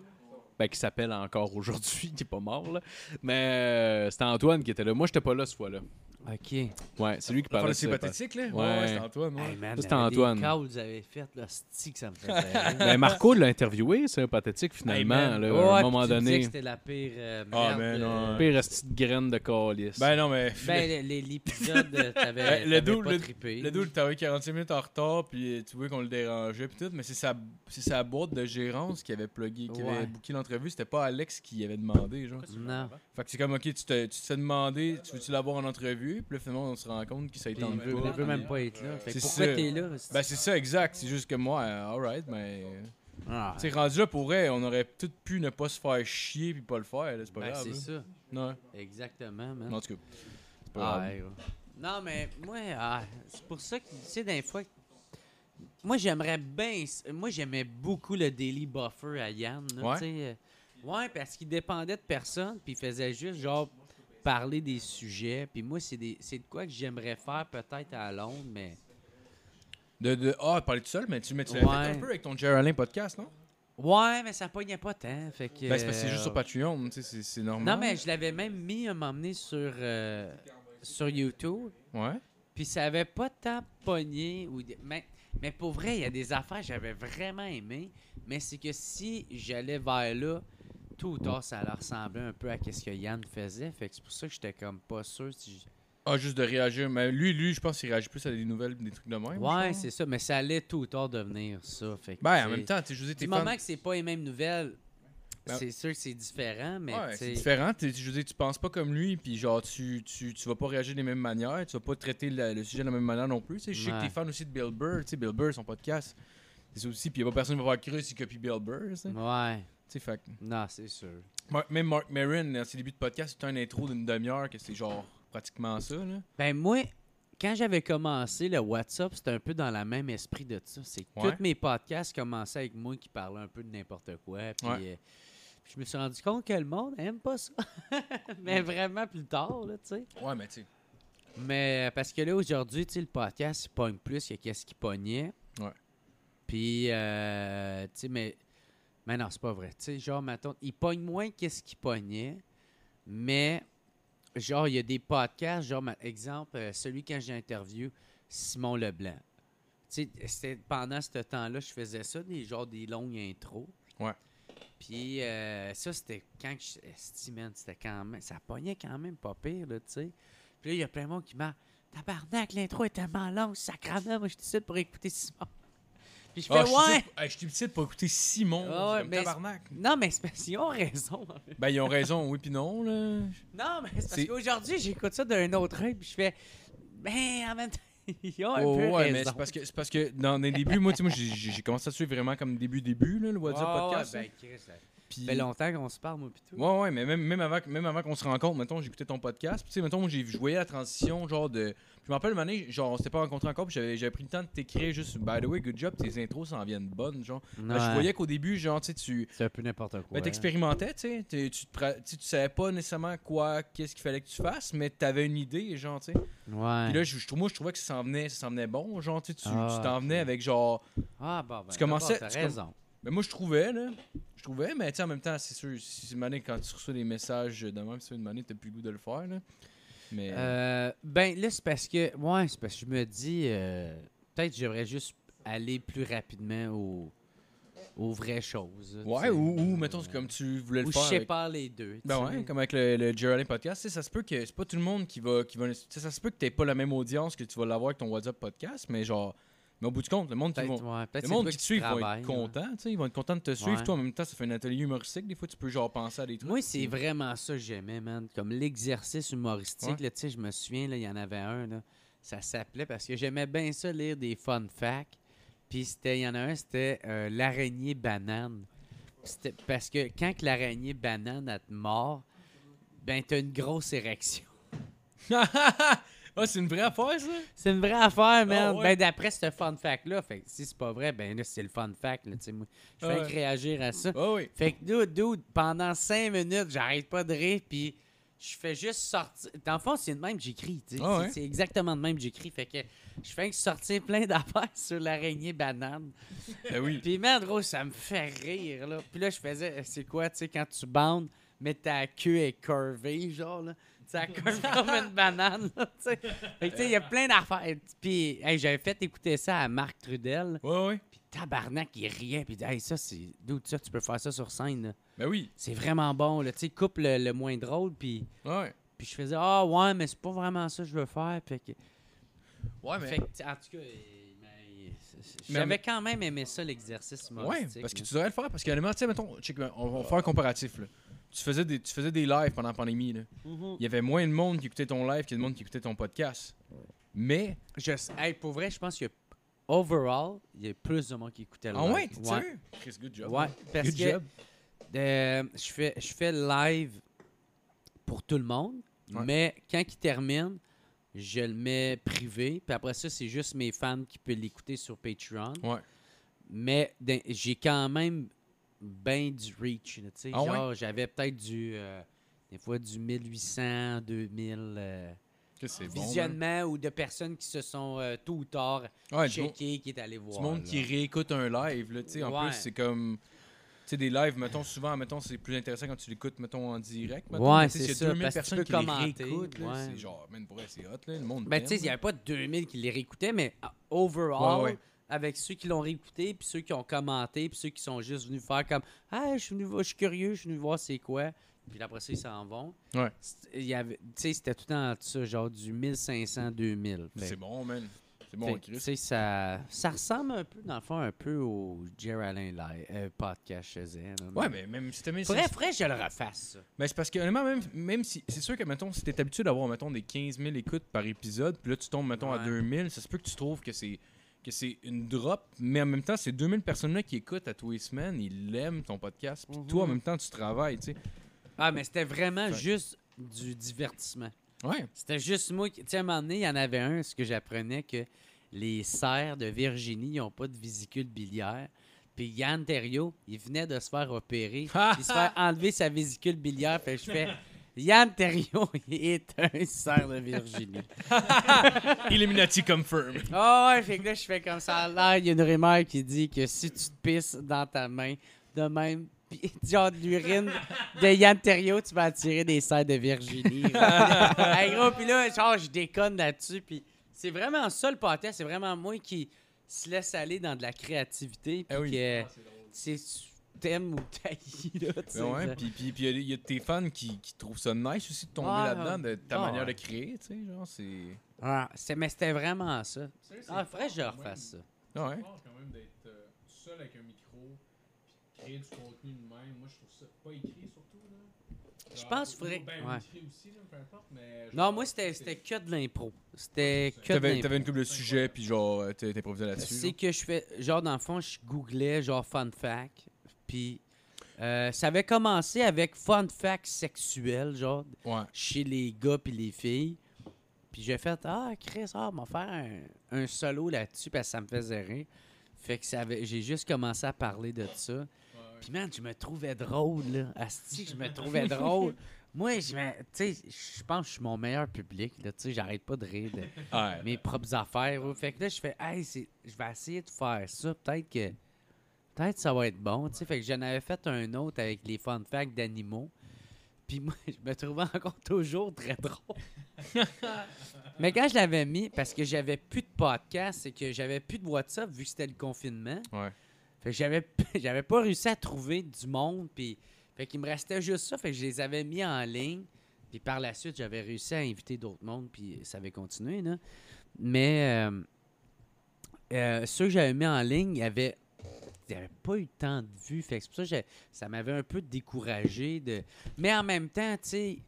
[SPEAKER 3] Ben, qui s'appelle encore aujourd'hui, qui est pas mort, là. Mais euh, c'était Antoine qui était là. Moi, j'étais pas là cette fois-là.
[SPEAKER 4] OK. Hey,
[SPEAKER 3] Ouais, c'est lui qui
[SPEAKER 2] Parle de
[SPEAKER 3] parlait de
[SPEAKER 2] c'est
[SPEAKER 3] ça.
[SPEAKER 2] pathétique, là? Ouais,
[SPEAKER 3] Ouais.
[SPEAKER 2] ouais, c'est Antoine, ouais.
[SPEAKER 4] man,
[SPEAKER 3] c'était
[SPEAKER 4] il y avait des
[SPEAKER 3] Antoine.
[SPEAKER 4] calls que vous avez faites, là, c'est que ça me faisait rire.
[SPEAKER 3] Ben, Marco l'a interviewé, c'est pathétique,
[SPEAKER 2] Hey,
[SPEAKER 3] finalement,
[SPEAKER 2] man.
[SPEAKER 3] là,
[SPEAKER 4] Ouais,
[SPEAKER 3] à un
[SPEAKER 4] puis
[SPEAKER 3] moment
[SPEAKER 4] tu me disais que
[SPEAKER 3] donné.
[SPEAKER 4] C'était la pire euh,
[SPEAKER 2] Ah,
[SPEAKER 4] merde,
[SPEAKER 2] ben, non,
[SPEAKER 4] euh,
[SPEAKER 2] ouais.
[SPEAKER 3] Pire petite graine de calice.
[SPEAKER 2] Ben non, mais...
[SPEAKER 4] ben, les- les- l'épisode, euh,
[SPEAKER 2] Le
[SPEAKER 4] t'avais t'avais
[SPEAKER 2] double-
[SPEAKER 4] pas
[SPEAKER 2] le-
[SPEAKER 4] trippé.
[SPEAKER 2] Le dude, t'avais 45 minutes en retard, puis tu vois qu'on le dérangeait, puis tout, mais c'est sa, c'est sa boîte de gérance qui avait plugué, qui
[SPEAKER 4] Ouais.
[SPEAKER 2] avait booké l'entrevue, c'était pas Alex qui avait demandé, genre.
[SPEAKER 4] Non.
[SPEAKER 2] Fait que c'est comme, ok, tu te, tu te fais demander, tu veux-tu l'avoir en entrevue, puis là, finalement, on se rend compte que ça
[SPEAKER 4] Puis,
[SPEAKER 2] étend
[SPEAKER 4] il
[SPEAKER 2] pas.
[SPEAKER 4] veut même pas être là. Fait que
[SPEAKER 2] C'est
[SPEAKER 4] pourquoi
[SPEAKER 2] ça.
[SPEAKER 4] t'es là?
[SPEAKER 2] Ben c'est ça, exact, c'est juste que moi, euh, alright, mais...
[SPEAKER 4] Ah,
[SPEAKER 2] Tu sais, rendu là, pour vrai, on aurait tout pu ne pas se faire chier, puis pas le faire, là, c'est pas
[SPEAKER 4] ben,
[SPEAKER 2] grave.
[SPEAKER 4] c'est
[SPEAKER 2] là.
[SPEAKER 3] hein.
[SPEAKER 4] ça.
[SPEAKER 2] Non,
[SPEAKER 4] Exactement, man.
[SPEAKER 2] en tout cas, c'est pas
[SPEAKER 4] Ah,
[SPEAKER 2] grave.
[SPEAKER 4] ouais, ouais. Non, mais moi, ah, c'est pour ça que, tu sais, des fois, moi, j'aimerais bien. s- Moi, j'aimais beaucoup le Daily Buffer à Yann. Là,
[SPEAKER 2] Ouais.
[SPEAKER 4] tu sais, euh, ouais, parce qu'il dépendait de personne, puis il faisait juste, genre, parler des sujets. Puis moi, c'est des- c'est de quoi que j'aimerais faire peut-être à Londres, mais.
[SPEAKER 2] De, de, ah, parler tout seul, mais tu, mais tu l'avais
[SPEAKER 4] Ouais.
[SPEAKER 2] fait un peu avec ton Geraldine podcast, non?
[SPEAKER 4] Ouais, mais ça pognait pas tant. Fait que,
[SPEAKER 2] Ben, c'est parce que c'est juste
[SPEAKER 4] euh,
[SPEAKER 2] sur Patreon, hein. tu sais, c'est- c'est normal.
[SPEAKER 4] Non, mais je l'avais même mis à m'emmener sur, euh, sur YouTube.
[SPEAKER 2] Ouais.
[SPEAKER 4] Puis ça avait pas tant pogné. Ou des- mais, mais pour vrai, il y a des affaires que j'avais vraiment aimées. Mais c'est que si j'allais vers là, tout ou tard, ça leur ressemblait un peu à ce que Yann faisait. Fait que c'est pour ça que j'étais comme pas sûr. Si j-
[SPEAKER 2] Ah, juste de réagir. Mais lui, lui, je pense qu'il réagit plus à des nouvelles, des trucs de même.
[SPEAKER 4] Ouais,
[SPEAKER 2] je pense.
[SPEAKER 4] c'est ça. Mais ça allait tout ou tard devenir ça. Fait que,
[SPEAKER 2] Ben,
[SPEAKER 4] tu
[SPEAKER 2] en
[SPEAKER 4] sais,
[SPEAKER 2] même temps, tu sais, je veux dire,
[SPEAKER 4] Du
[SPEAKER 2] t'es
[SPEAKER 4] moment
[SPEAKER 2] fan.
[SPEAKER 4] que c'est pas les mêmes nouvelles,
[SPEAKER 2] Ben-
[SPEAKER 4] c'est sûr que c'est différent. Mais
[SPEAKER 2] Ouais,
[SPEAKER 4] tu
[SPEAKER 2] c'est
[SPEAKER 4] sais-
[SPEAKER 2] différent. T'es- Je veux dire, tu penses pas comme lui, puis genre, tu, tu, tu vas pas réagir des mêmes manières, tu vas pas traiter la- le sujet de la même manière non plus. tu sais. Je sais
[SPEAKER 4] Ouais.
[SPEAKER 2] que t'es fan aussi de Bill Burr, tu sais, Bill Burr, son podcast. C'est ça aussi, puis y a pas personne qui va faire creux s'il copie Bill Burr, tu sais. Tu
[SPEAKER 4] Ouais,
[SPEAKER 2] sais, fait que-
[SPEAKER 4] non, c'est sûr.
[SPEAKER 2] Mark- Même Mark Maron, dans ses débuts de podcast, c'est un intro d'une demi-heure que c'est genre pratiquement ça, là.
[SPEAKER 4] Ben moi, quand j'avais commencé le WhatsApp, c'était un peu dans le même esprit de ça. C'est que
[SPEAKER 2] Ouais.
[SPEAKER 4] tous mes podcasts commençaient avec moi qui parlais un peu de n'importe quoi. Puis,
[SPEAKER 2] Ouais.
[SPEAKER 4] euh, puis je me suis rendu compte que le monde aime pas ça. Mais vraiment plus tard, là, tu sais.
[SPEAKER 2] Ouais, mais tu sais.
[SPEAKER 4] Mais euh, parce que là, aujourd'hui, tu sais, le podcast, il pogne plus que qu'est-ce qui pognait.
[SPEAKER 2] Ouais.
[SPEAKER 4] Puis, euh, tu sais, mais. Mais non, c'est pas vrai. Tu sais, genre, mettons, il pogne moins qu'est-ce qui pognait, mais genre, il y a des podcasts, genre, ma- exemple, euh, celui quand j'ai interviewé Simon Leblanc. Tu sais, c'était pendant ce temps-là, je faisais ça, des genre des longues intros.
[SPEAKER 2] Ouais.
[SPEAKER 4] Puis euh, ça, c'était quand que je. esti, man, c'était quand même. Ça pognait quand même pas pire, là, tu sais. Puis là, il y a plein de monde qui m'a. Tabarnak, l'intro est tellement longue, sacrament, moi, je suis tout seul pour écouter Simon. Puis je fais,
[SPEAKER 2] Ah, je suis
[SPEAKER 4] ouais!
[SPEAKER 2] petit- ah, je suis petit pour écouter Simon.
[SPEAKER 4] Ah ouais,
[SPEAKER 2] c'est comme
[SPEAKER 4] mais-
[SPEAKER 2] tabarnak.
[SPEAKER 4] Non, mais c'est parce qu'ils ont raison. hein.
[SPEAKER 2] Ben, ils ont raison, oui, puis non, là.
[SPEAKER 4] Non, mais c'est parce
[SPEAKER 2] C'est-
[SPEAKER 4] qu'aujourd'hui, j'écoute ça d'un autre œil, puis je fais, ben, en même temps, ils ont un
[SPEAKER 2] Oh,
[SPEAKER 4] peu
[SPEAKER 2] ouais, mais
[SPEAKER 4] raison.
[SPEAKER 2] c'est parce que, c'est parce que dans les débuts, moi, tu sais, moi, j'ai- j'ai j'ai commencé à suivre vraiment comme début-début, là, le WhatsApp
[SPEAKER 4] Ouais,
[SPEAKER 2] podcast.
[SPEAKER 4] ouais,
[SPEAKER 2] là.
[SPEAKER 4] ben, Chris, ça
[SPEAKER 2] Puis-
[SPEAKER 4] fait longtemps qu'on se parle, moi, pis tout.
[SPEAKER 2] Ouais, ouais, mais même, même avant, que- même avant qu'on se rencontre, mettons, j'écoutais ton podcast. puis Tu sais, mettons, moi, j'ai joué la transition, genre de. Je me rappelle, une année, genre, on s'était pas rencontrés encore, puis j'avais, j'avais pris le temps de t'écrire juste, by the way, good job, tes intros s'en viennent bonnes, genre. Parce que Ben, je voyais qu'au début, genre, tu sais, tu.
[SPEAKER 4] C'est un peu n'importe quoi. hein.
[SPEAKER 2] Ben, t'expérimentais, tu sais. t'es- Tu, te pra- tu sais, tu savais pas nécessairement quoi, qu'est-ce qu'il fallait que tu fasses, mais t'avais une idée, genre, tu sais.
[SPEAKER 4] Ouais.
[SPEAKER 2] Puis là, je, je trouve- moi, je trouvais que ça s'en venait, ça s'en venait bon, genre, tu sais, tu
[SPEAKER 4] Ah,
[SPEAKER 2] tu t'en venais avec, genre.
[SPEAKER 4] ah, bon, ben,
[SPEAKER 2] tu commençais-
[SPEAKER 4] d'abord, T'as
[SPEAKER 2] tu com-
[SPEAKER 4] raison.
[SPEAKER 2] Mais moi, je trouvais, là. Je trouvais, mais tu sais, en même temps, c'est sûr, si une année, quand tu reçois des messages de même, c'est une année, t'as plus le goût de le faire, là. Mais.
[SPEAKER 4] Euh, ben, là, c'est parce que, ouais, c'est parce que je me dis, euh, peut-être j'aurais juste aller plus rapidement aux, aux vraies choses. là, tu
[SPEAKER 2] ouais,
[SPEAKER 4] sais.
[SPEAKER 2] ou, ou, mettons, c'est comme tu voulais le
[SPEAKER 4] Ou je
[SPEAKER 2] faire. avec-
[SPEAKER 4] sépare les deux. tu
[SPEAKER 2] Ben
[SPEAKER 4] sais.
[SPEAKER 2] ouais, comme avec le, le Jerry podcast, tu sais, ça se peut que c'est pas tout le monde qui va. Qui va tu sais, ça se peut que t'aies pas la même audience que tu vas l'avoir avec ton WhatsApp podcast, mais genre. Mais au bout du compte, le monde qui vont-
[SPEAKER 4] Peut-être, ouais, peut-être
[SPEAKER 2] Le
[SPEAKER 4] c'est
[SPEAKER 2] monde
[SPEAKER 4] toi
[SPEAKER 2] qui te suit va
[SPEAKER 4] travaille,
[SPEAKER 2] être
[SPEAKER 4] ouais.
[SPEAKER 2] content, tu sais, ils vont être contents de te suivre.
[SPEAKER 4] Ouais.
[SPEAKER 2] Toi, en même temps, ça fait un atelier humoristique. Des fois, tu peux genre penser à des trucs.
[SPEAKER 4] Moi, c'est vraiment ça que j'aimais, man. Comme l'exercice humoristique,
[SPEAKER 2] Ouais.
[SPEAKER 4] là, tu sais, je me souviens, là, il y en avait un, là. Ça s'appelait parce que j'aimais bien ça, lire des fun facts. Puis c'était, il y en a un, c'était euh, l'araignée banane. C'était parce que quand que l'araignée banane, elle te mord, ben, t'as une grosse érection.
[SPEAKER 2] ah, c'est une vraie affaire, ça.
[SPEAKER 4] C'est une vraie affaire, man.
[SPEAKER 2] Ah ouais.
[SPEAKER 4] Ben, d'après ce fun fact-là, fait que si c'est pas vrai, ben là, c'est le fun fact, là, tu sais, moi. Je fais
[SPEAKER 2] Ah ouais.
[SPEAKER 4] que réagir à ça.
[SPEAKER 2] Ah oui.
[SPEAKER 4] Fait que, dude, dude, pendant cinq minutes, j'arrête pas de rire, puis je fais juste sortir. Dans le fond, c'est le même que j'écris. tu sais.
[SPEAKER 2] Ah
[SPEAKER 4] C'est-
[SPEAKER 2] ouais?
[SPEAKER 4] C'est exactement le même que j'écris. Fait que je fais que sortir plein d'affaires sur l'araignée banane.
[SPEAKER 2] Ben oui.
[SPEAKER 4] Puis, man, gros, ça me fait rire, là. Puis là, je faisais, euh, c'est quoi, tu sais, quand tu bandes, mais ta queue est curvée, genre, là. Tu sais, elle curve comme une banane, là, tu sais. Fait que, tu sais, il y a plein d'affaires. Puis, hey, j'avais fait écouter ça à Marc Trudel.
[SPEAKER 2] Ouais, ouais.
[SPEAKER 4] Puis, tabarnak, il riait. Puis, il dit, hey, ça, c'est. D'où ça, tu peux faire ça sur scène, là.
[SPEAKER 2] Ben oui.
[SPEAKER 4] C'est vraiment bon, là. Tu sais, coupe le, le moins drôle, puis,
[SPEAKER 2] Ouais.
[SPEAKER 4] puis je faisais Ah, ouais, mais c'est pas vraiment ça que je veux faire. Fait que,
[SPEAKER 2] Ouais,
[SPEAKER 4] fait que, en tout cas, euh, ben, c'est- c'est-
[SPEAKER 2] Mais-
[SPEAKER 4] j'avais quand même aimé ça, l'exercice
[SPEAKER 2] Ouais,
[SPEAKER 4] humoristique.
[SPEAKER 2] parce que
[SPEAKER 4] là.
[SPEAKER 2] tu devrais le faire. Parce qu'honnêtement, tu sais, mettons, check, ben, on, on va faire un comparatif, là. Tu faisais des, tu faisais des lives pendant la pandémie, là.
[SPEAKER 4] Mm-hmm.
[SPEAKER 2] Il y avait moins de monde qui écoutait ton live que de monde qui écoutait ton podcast. Mais.
[SPEAKER 4] Je sais- hey, pour vrai, je pense que, overall, il y a plus de monde qui écoutait le
[SPEAKER 2] Ah
[SPEAKER 4] live.
[SPEAKER 2] ouais, t'es sérieux? Chris, good job. hein?
[SPEAKER 4] Ouais, parce
[SPEAKER 2] Good
[SPEAKER 4] que
[SPEAKER 2] job.
[SPEAKER 4] euh, je fais je fais le live pour tout le monde,
[SPEAKER 2] Ouais.
[SPEAKER 4] mais quand il termine, je le mets privé. Puis après ça, c'est juste mes fans qui peuvent l'écouter sur Patreon.
[SPEAKER 2] Ouais.
[SPEAKER 4] Mais d'un- j'ai quand même bien du reach. là, tu sais.
[SPEAKER 2] Ah ouais?
[SPEAKER 4] Genre, j'avais peut-être du. euh, des fois du 1800, 2000 euh,
[SPEAKER 2] Chris, c'est bon. man.
[SPEAKER 4] visionnements ou de personnes qui se sont euh, tôt ou tard
[SPEAKER 2] Ouais, du monde-
[SPEAKER 4] checkées, qui est allé voir.
[SPEAKER 2] du monde qui
[SPEAKER 4] là.
[SPEAKER 2] réécoute un live, là, tu sais, en
[SPEAKER 4] Ouais.
[SPEAKER 2] plus, c'est comme... Tu sais, des lives, mettons, souvent, mettons, c'est plus intéressant quand tu l'écoutes, mettons, en direct, mettons.
[SPEAKER 4] Ouais,
[SPEAKER 2] mais tu sais, s'il
[SPEAKER 4] c'est
[SPEAKER 2] y a
[SPEAKER 4] ça,
[SPEAKER 2] 2000
[SPEAKER 4] parce que tu
[SPEAKER 2] personnes
[SPEAKER 4] peux
[SPEAKER 2] qui les
[SPEAKER 4] commenter,
[SPEAKER 2] réécoutent, là,
[SPEAKER 4] ouais.
[SPEAKER 2] c'est genre, man, pour vrai, c'est hot, là, le monde
[SPEAKER 4] Ben, tu sais, il n'y
[SPEAKER 2] a...
[SPEAKER 4] avait pas 2000 qui les réécoutaient, mais euh, overall,
[SPEAKER 2] Ouais, ouais.
[SPEAKER 4] avec ceux qui l'ont réécouté, puis ceux qui ont commenté, puis ceux qui sont juste venus faire comme Ah, je suis venu voir- je suis curieux, je suis venu voir c'est quoi. Puis après ça, ils s'en vont.
[SPEAKER 2] Ouais.
[SPEAKER 4] C'est- il y avait- Tu sais, c'était tout en ça, genre du 1500-2000.
[SPEAKER 2] C'est bon, man. C'est bon,
[SPEAKER 4] tu
[SPEAKER 2] Chris.
[SPEAKER 4] sais, ça, ça ressemble un peu, dans le fond, un peu au Jerry Alain Live, euh, podcast chez elle.
[SPEAKER 2] Ouais, mais même si t'as mis...
[SPEAKER 4] Faudrait, faudrait que je le refasse, ça.
[SPEAKER 2] Mais Ben, c'est parce que, honnêtement, même, même si... C'est sûr que, mettons, si t'es habitué d'avoir, mettons, des 15 000 écoutes par épisode, puis là, tu tombes, mettons, à
[SPEAKER 4] Ouais.
[SPEAKER 2] 2000, ça se peut que tu trouves que c'est que c'est une drop, mais en même temps, ces 2000 personnes-là qui écoutent à tous les semaines, ils aiment ton podcast, puis toi, en même temps, tu travailles, tu sais.
[SPEAKER 4] Ah, mais c'était vraiment
[SPEAKER 2] Fait-
[SPEAKER 4] juste du divertissement.
[SPEAKER 2] Ouais.
[SPEAKER 4] C'était juste moi qui. Tu sais, à un moment donné, il y en avait un, ce que j'apprenais que les cerfs de Virginie, ils n'ont pas de vésicule biliaire. Puis Yann Terriot, il venait de se faire opérer. il se fait enlever sa vésicule biliaire. Fait que je fais. Yann Terriot est un cerf de Virginie.
[SPEAKER 2] Illuminati confirm.
[SPEAKER 4] Ah ouais, fait que là, je fais comme ça. Là, il y a une rumeur qui dit que si tu te pisses dans ta main, de même, puis genre de l'urine de Yann Terriot, tu vas attirer des serres de Virginie. hey, gros, puis là, genre, je déconne là-dessus, puis c'est vraiment ça le pâté, c'est vraiment moi qui se laisse aller dans de la créativité, puis
[SPEAKER 2] Ah oui.
[SPEAKER 4] que c'est t'aimes ou t'haïs, là, tu sais.
[SPEAKER 2] Ben ouais,
[SPEAKER 4] là.
[SPEAKER 2] puis puis- puis il y a- il y, a tes fans qui, qui trouvent ça nice aussi de tomber
[SPEAKER 4] Ouais,
[SPEAKER 2] là-dedans, de ta
[SPEAKER 4] ouais.
[SPEAKER 2] manière de créer, tu sais, genre, c'est...
[SPEAKER 4] Ah, c'est- mais c'était vraiment ça. Ah, faudrait que je refasse ça.
[SPEAKER 2] Ah Ouais.
[SPEAKER 3] pense quand même d'être euh, seul avec un micro puis créer du contenu de même. Moi, je trouve ça pas écrit surtout. Là.
[SPEAKER 4] Je
[SPEAKER 3] Genre,
[SPEAKER 4] pense
[SPEAKER 3] ou-
[SPEAKER 4] faudrait-
[SPEAKER 3] ben,
[SPEAKER 4] ouais.
[SPEAKER 3] écrit aussi, là, peu importe, mais genre,
[SPEAKER 4] Non, moi, c'était c'était que de l'impro. C'était que de
[SPEAKER 2] Ah, T'avais,
[SPEAKER 4] l'impro.
[SPEAKER 2] t'avais une couple de sujets, puis genre, euh, t'es- t'improvisais là-dessus.
[SPEAKER 4] C'est
[SPEAKER 2] genre.
[SPEAKER 4] que je fais. Genre, dans le fond, je googlais, genre, fun fact. Puis, euh, ça avait commencé avec fun fact sexuel, genre,
[SPEAKER 2] Ouais.
[SPEAKER 4] chez les gars puis les filles. Puis, j'ai fait, ah, Chris, ah, m'en faire un, un solo là-dessus, parce que ça me faisait rire. Fait que ça avait- j'ai juste commencé à parler de ça. Puis, man, je me trouvais drôle, là. Asti, je me trouvais drôle. Moi, je me- tu sais, je pense que je suis mon meilleur public, là. Tu sais, j'arrête pas de rire. de-
[SPEAKER 2] Ouais.
[SPEAKER 4] mes propres affaires. ouais. Fait que là, je fais, hey, c'est- je vais essayer de faire ça. Peut-être que peut-être ça va être bon. tu sais. Fait que j'en avais fait un autre avec les fun facts d'animaux. Puis moi, je me trouvais encore toujours très drôle. Mais quand je l'avais mis, parce que j'avais plus de podcast et que j'avais plus de WhatsApp vu que c'était le confinement,
[SPEAKER 2] Ouais.
[SPEAKER 4] fait que j'avais, j'avais pas réussi à trouver du monde. Puis, fait qu'il me restait juste ça. Fait que je les avais mis en ligne. Puis par la suite, j'avais réussi à inviter d'autres mondes. Puis ça avait continué, là. Mais euh, euh, ceux que j'avais mis en ligne, il y avait il y avait pas eu tant de vues. Fait que c'est pour ça que j'ai- ça m'avait un peu découragé. De... Mais en même temps, tu sais,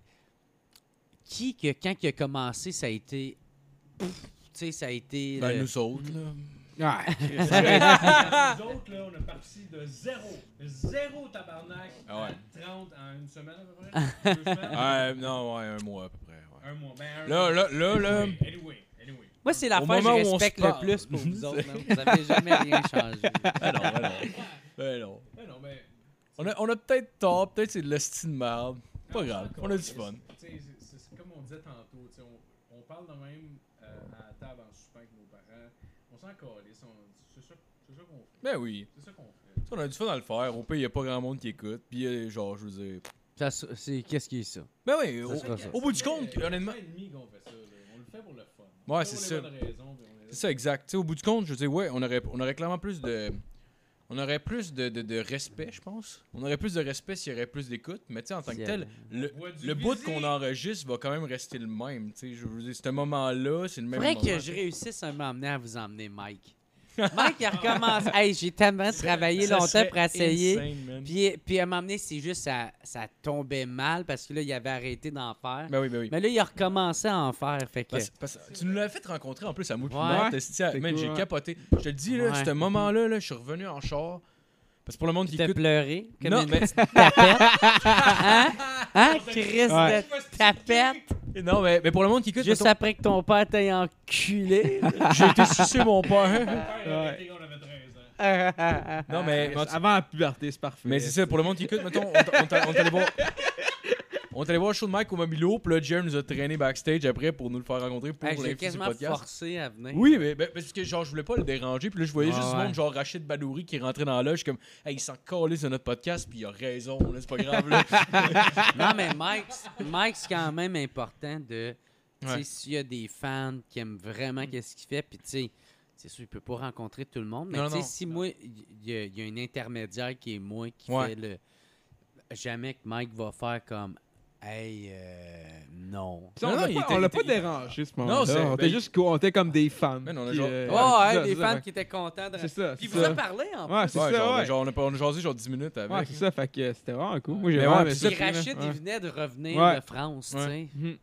[SPEAKER 4] qui que quand il a commencé, ça a été. Pouf, Tu sais, ça a été.
[SPEAKER 2] Ben,
[SPEAKER 4] le-
[SPEAKER 2] nous autres, là.
[SPEAKER 3] Nous autres, là, on est parti de zéro. Zéro tabarnak
[SPEAKER 2] Ah ouais.
[SPEAKER 3] à 30 en une semaine à peu près. Deux semaines.
[SPEAKER 2] Ouais, non, ouais, un mois à peu près, ouais.
[SPEAKER 3] Un mois. Ben, un
[SPEAKER 2] Là, là, là, là...
[SPEAKER 3] Anyway, anyway, anyway.
[SPEAKER 4] Moi, c'est
[SPEAKER 2] Au
[SPEAKER 4] l'affaire que
[SPEAKER 2] moment où on
[SPEAKER 4] je
[SPEAKER 2] se
[SPEAKER 4] respecte le
[SPEAKER 2] parle.
[SPEAKER 4] plus pour vous autres. man. Vous n'avez jamais rien changé.
[SPEAKER 2] Ben non, ben non. Ben non.
[SPEAKER 3] Ben non, mais.
[SPEAKER 2] On a, on a peut-être tort, peut-être c'est de l'hostie de merde. Pas
[SPEAKER 3] Non,
[SPEAKER 2] grave,
[SPEAKER 3] c'est
[SPEAKER 2] on a du
[SPEAKER 3] correct.
[SPEAKER 2] fun.
[SPEAKER 3] Tu sais, c'est- C'est c'est comme on disait tantôt, tu sais, on, on parle de même euh, à la table en soupant avec nos parents. On s'en calisse, on- c'est ça c'est ça qu'on fait.
[SPEAKER 2] Ben oui.
[SPEAKER 3] C'est ça qu'on fait.
[SPEAKER 2] Ça, On a du fun à le faire. Au pays, il n'y a pas grand monde qui écoute. Puis, euh, genre, je veux dire.
[SPEAKER 4] Ça, c'est, qu'est-ce qui est ça?
[SPEAKER 2] Ben oui, au,
[SPEAKER 4] sera ça.
[SPEAKER 2] au bout du compte,
[SPEAKER 3] Euh,
[SPEAKER 2] honnêtement.
[SPEAKER 3] c'est un ennemi qu'on fait ça, là. On le fait pour le fun.
[SPEAKER 2] Ouais,
[SPEAKER 3] Pas
[SPEAKER 2] c'est
[SPEAKER 3] pour les
[SPEAKER 2] ça.
[SPEAKER 3] bonnes raisons, mais on est là.
[SPEAKER 2] C'est ça, exact. Tu sais, au bout du compte, je veux dire, ouais, on aurait, on aurait clairement plus de. On aurait plus de, de- de respect, je pense. On aurait plus de respect s'il y aurait plus d'écoute. Mais tu sais, en tant
[SPEAKER 4] S'il
[SPEAKER 2] que
[SPEAKER 4] y
[SPEAKER 2] tel,
[SPEAKER 4] avait-
[SPEAKER 2] le,
[SPEAKER 3] On boit du
[SPEAKER 2] le bout
[SPEAKER 3] Vizy.
[SPEAKER 2] qu'on enregistre va quand même rester le même. Tu sais, je veux dire, c'est un moment-là, c'est le même
[SPEAKER 4] Faudrait
[SPEAKER 2] moment.
[SPEAKER 4] que je réussisse à m'emmener à vous emmener, Mike. Mike, il recommence. Hey, j'ai tellement travaillé longtemps pour essayer. Puis, puis à m'emmener, c'est juste ça, ça tombait mal parce que là, il avait arrêté d'en faire.
[SPEAKER 2] Ben oui, ben oui.
[SPEAKER 4] Mais là, il a recommencé à en faire. Fait que.
[SPEAKER 2] Parce- parce- tu nous l'as fait rencontrer en plus à moi puis
[SPEAKER 4] Ouais.
[SPEAKER 2] Matt, esti, à-
[SPEAKER 5] C'est
[SPEAKER 2] man,
[SPEAKER 5] cool,
[SPEAKER 2] j'ai
[SPEAKER 5] ouais.
[SPEAKER 2] capoté. Je te le dis, là,
[SPEAKER 4] Ouais.
[SPEAKER 2] ce moment-là, là, je suis revenu en char. Parce que pour le monde qui
[SPEAKER 4] T'as
[SPEAKER 2] écoute.
[SPEAKER 4] pleuré comme
[SPEAKER 2] Non,
[SPEAKER 4] une
[SPEAKER 2] mais-
[SPEAKER 4] petite tapette. hein? Hein, Chris
[SPEAKER 5] Ouais.
[SPEAKER 4] de tapette?
[SPEAKER 2] Non, mais, mais pour le monde qui écoute,
[SPEAKER 4] Juste
[SPEAKER 2] mettons,
[SPEAKER 4] après que ton père t'ait enculé.
[SPEAKER 2] j'ai été sucer mon père.
[SPEAKER 3] Ouais,
[SPEAKER 5] Ouais. Ah,
[SPEAKER 3] on avait 13 ans.
[SPEAKER 2] Non, mais. mais en tout-
[SPEAKER 5] Avant la puberté, c'est parfait.
[SPEAKER 2] Mais c'est ça, pour le monde qui écoute, mettons, on t'a- on t'a- on t'allait voir. On t'allait voir le show de Mike au Mobilo, puis là, Jerm nous a traîné backstage après pour nous le faire rencontrer pour
[SPEAKER 4] Hey, j'ai
[SPEAKER 2] l'info du
[SPEAKER 4] quasiment
[SPEAKER 2] podcast.
[SPEAKER 4] forcé à venir.
[SPEAKER 2] Oui, mais ben, parce que genre, je voulais pas le déranger, puis là, je voyais
[SPEAKER 4] Ah
[SPEAKER 2] juste du
[SPEAKER 4] ouais.
[SPEAKER 2] monde, genre Rachid Badouri qui rentrait dans la loge, comme, hey, il s'en calisse de notre podcast, puis il a raison, là, c'est pas grave, là.
[SPEAKER 4] Non, mais Mike, Mike c'est quand même important de. Tu sais,
[SPEAKER 2] Ouais.
[SPEAKER 4] s'il y a des fans qui aiment vraiment qu'est-ce qu'il fait, puis tu sais, c'est sûr, il peut pas rencontrer tout le monde, mais
[SPEAKER 2] Non,
[SPEAKER 4] tu sais,
[SPEAKER 2] non.
[SPEAKER 4] si moi, il y, a- il y a un intermédiaire qui est moi qui
[SPEAKER 2] Ouais.
[SPEAKER 4] fait le. Jamais que Mike va faire comme. Hey, euh, non.
[SPEAKER 5] Puis on l'a
[SPEAKER 2] Non, non,
[SPEAKER 5] pas-
[SPEAKER 2] il était-
[SPEAKER 5] on l'a
[SPEAKER 2] il
[SPEAKER 5] pas
[SPEAKER 2] était-
[SPEAKER 5] dérangé ce moment-là.
[SPEAKER 2] c'est-
[SPEAKER 5] on était
[SPEAKER 2] ben,
[SPEAKER 5] juste cool, on était comme des fans.
[SPEAKER 2] Man, on a
[SPEAKER 5] Puis,
[SPEAKER 2] genre-
[SPEAKER 5] euh,
[SPEAKER 4] Oh, ouais,
[SPEAKER 5] c'est ça,
[SPEAKER 4] des
[SPEAKER 5] c'est
[SPEAKER 4] fans
[SPEAKER 5] ça.
[SPEAKER 4] qui étaient contents de.
[SPEAKER 5] C'est ça.
[SPEAKER 4] Qui
[SPEAKER 5] c'est
[SPEAKER 4] vous
[SPEAKER 5] ça.
[SPEAKER 4] a parlé en
[SPEAKER 5] Ouais, c'est
[SPEAKER 2] Ouais, genre,
[SPEAKER 5] ça, ouais.
[SPEAKER 2] genre, on a, pas- on a jasé genre 10 minutes avec.
[SPEAKER 5] Ouais, c'est ça, fait que c'était vraiment cool. Moi, j'ai
[SPEAKER 2] Mais
[SPEAKER 5] vraiment
[SPEAKER 2] ouais, mais
[SPEAKER 5] apprécié
[SPEAKER 4] plus.
[SPEAKER 2] ça,
[SPEAKER 4] Puis
[SPEAKER 5] ce
[SPEAKER 4] Rachid,
[SPEAKER 5] film-là.
[SPEAKER 4] il
[SPEAKER 5] Ouais.
[SPEAKER 4] venait de revenir
[SPEAKER 5] Ouais.
[SPEAKER 4] de France, tu sais.
[SPEAKER 2] Ouais.
[SPEAKER 5] Mhm.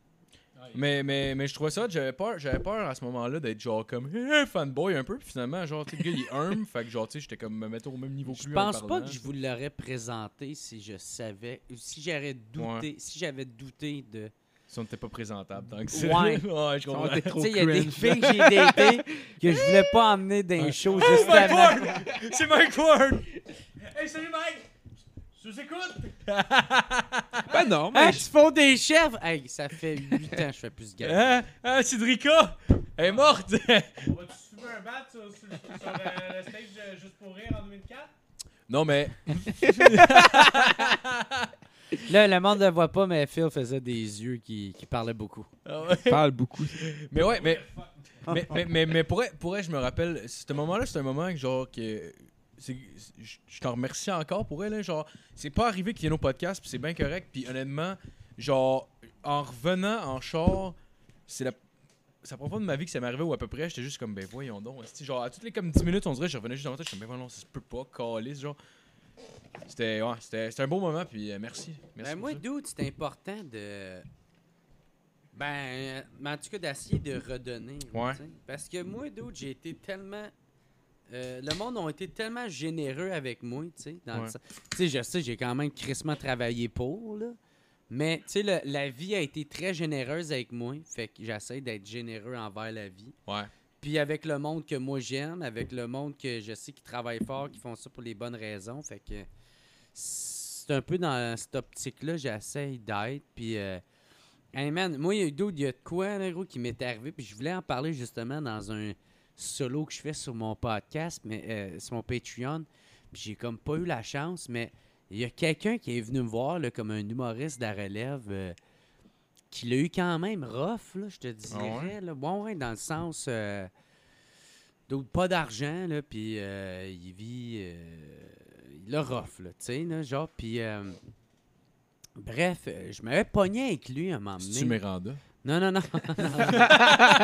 [SPEAKER 2] Mais, mais, mais je trouvais ça, j'avais peur, j'avais peur à ce moment-là d'être genre comme Eh, fanboy un peu, puis finalement, genre, tu sais, le gars il est humble, fait que genre, tu sais, j'étais comme me mettre au même niveau que
[SPEAKER 4] Je
[SPEAKER 2] lui. en
[SPEAKER 4] pense pas
[SPEAKER 2] parlant.
[SPEAKER 4] que je vous l'aurais présenté si je savais, ou si j'aurais douté, si j'avais douté de.
[SPEAKER 2] Si on n'était pas présentable, donc c'est.
[SPEAKER 4] Ouais.
[SPEAKER 2] je
[SPEAKER 5] Ça
[SPEAKER 2] comprends.
[SPEAKER 5] aurait été
[SPEAKER 4] Tu
[SPEAKER 5] trop
[SPEAKER 4] sais, il y a des
[SPEAKER 5] cringe.
[SPEAKER 4] filles que j'ai datées que je voulais pas emmener dans les shows juste
[SPEAKER 2] Mike
[SPEAKER 4] avant.
[SPEAKER 2] Ward! C'est Mike Ward!
[SPEAKER 3] Hey, salut Mike! Je vous écoute!
[SPEAKER 5] Ben non,
[SPEAKER 4] Hein,
[SPEAKER 5] mais
[SPEAKER 4] tu fais des chefs! Hey, ça fait 8 ans que je fais plus de gars.
[SPEAKER 2] Hein? Hein, Cédrica? Elle est morte! euh,
[SPEAKER 3] On va-tu fumer un bat sur, sur- sur, euh, le stage de Juste pour rire en 2004?
[SPEAKER 2] Non, mais
[SPEAKER 4] Là, le monde ne le voit pas, mais Phil faisait des yeux qui, qui parlaient beaucoup.
[SPEAKER 2] Ah
[SPEAKER 5] Parle beaucoup.
[SPEAKER 2] Mais ouais, mais. Mais, mais, mais, mais pour, vrai- pour vrai, je me rappelle, ce moment-là, c'est un moment que genre que. c'est- Je je t'en remercie encore pour elle. Genre, c'est pas arrivé qu'il y ait nos podcasts, puis c'est bien correct. Puis honnêtement, genre, en revenant en char, c'est la. Ça prend pas de ma vie que ça m'est arrivé ou à peu près, j'étais juste comme, ben voyons donc. esti. Genre, à toutes les comme 10 minutes, on dirait, je revenais juste dans ma tête, je suis comme, ben non, ça se peut pas, calice, genre. C'était ouais, c'était- c'était un beau moment, puis euh, merci. merci
[SPEAKER 4] Ben
[SPEAKER 2] pour
[SPEAKER 4] moi,
[SPEAKER 2] ça.
[SPEAKER 4] dude, c'est important de. Ben, mais en tout cas, d'essayer de redonner. là,
[SPEAKER 2] Ouais.
[SPEAKER 4] tu sais. Parce que moi, dude, j'ai été tellement. euh, le monde ont été tellement généreux avec moi, tu sais. dans le
[SPEAKER 2] Ouais.
[SPEAKER 4] sens- Tu sais, je sais, j'ai quand même crissement travaillé pour, là. Mais, tu sais, le- la vie a été très généreuse avec moi. Fait que j'essaie d'être généreux envers la vie.
[SPEAKER 2] Ouais.
[SPEAKER 4] Puis avec le monde que moi j'aime, avec le monde que je sais qui travaille fort, qui font ça pour les bonnes raisons. Fait que c'est un peu dans cette optique-là, j'essaye d'être. Puis, euh, hey man, moi, il y a d'autres, il y a de quoi, là, gros, qui m'est arrivé. Puis je voulais en parler justement dans un solo que je fais sur mon podcast, mais euh, sur mon Patreon. Puis j'ai comme pas eu la chance, mais il y a quelqu'un qui est venu me voir, là, comme un humoriste de la relève. euh, qui l'a eu quand même rough, là, je te dirais.
[SPEAKER 2] Ah ouais?
[SPEAKER 4] là. Bon, ouais, dans le sens. euh, d'autres pas d'argent, là, puis euh, il vit. euh, il a rough, là, tu sais, là, genre, puis. euh, bref, euh, je m'avais pogné avec lui à un moment
[SPEAKER 2] C'est-tu
[SPEAKER 4] donné.
[SPEAKER 2] Miranda?
[SPEAKER 4] Non, non, non. non, non, non,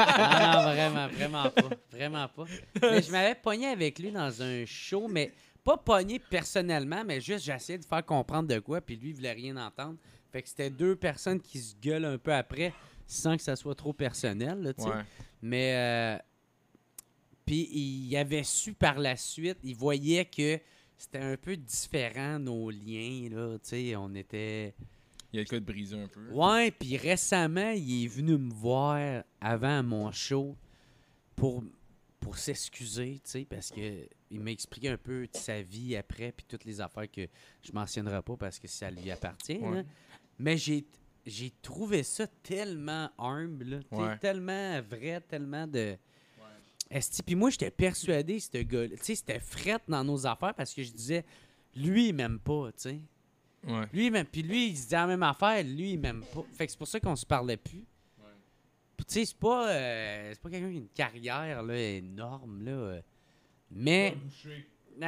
[SPEAKER 4] vraiment, vraiment pas. Vraiment pas. Mais je m'avais pogné avec lui dans un show, mais pas pogné personnellement, mais juste j'essayais de faire comprendre de quoi, puis lui, il voulait rien entendre. Fait que c'était deux personnes qui se gueulent un peu après, sans que ça soit trop personnel, là, tu sais.
[SPEAKER 2] Ouais.
[SPEAKER 4] Mais. euh, puis il avait su par la suite, il voyait que c'était un peu différent nos liens, là. Tu sais, on était.
[SPEAKER 2] Il y a le cas de briser un peu.
[SPEAKER 4] Ouais, puis récemment, il est venu me voir avant mon show pour, pour s'excuser, tu sais, parce que il m'a expliqué un peu de sa vie après, puis toutes les affaires que je mentionnerai pas parce que ça lui appartient. là. Mais j'ai j'ai trouvé ça tellement humble, là, tu sais,
[SPEAKER 2] Ouais.
[SPEAKER 4] tellement vrai, tellement de. Esti, puis moi, j'étais persuadé, ce gars Tu sais, c'était fret dans nos affaires parce que je disais, lui, il m'aime pas, tu sais.
[SPEAKER 2] Ouais.
[SPEAKER 4] Lui, même, puis lui, il se dit la même affaire, lui, il m'aime pas. Fait que c'est pour ça qu'on se parlait plus. Puis Tu sais, c'est pas, euh, c'est pas quelqu'un qui a une carrière là, énorme, là. euh, Mais.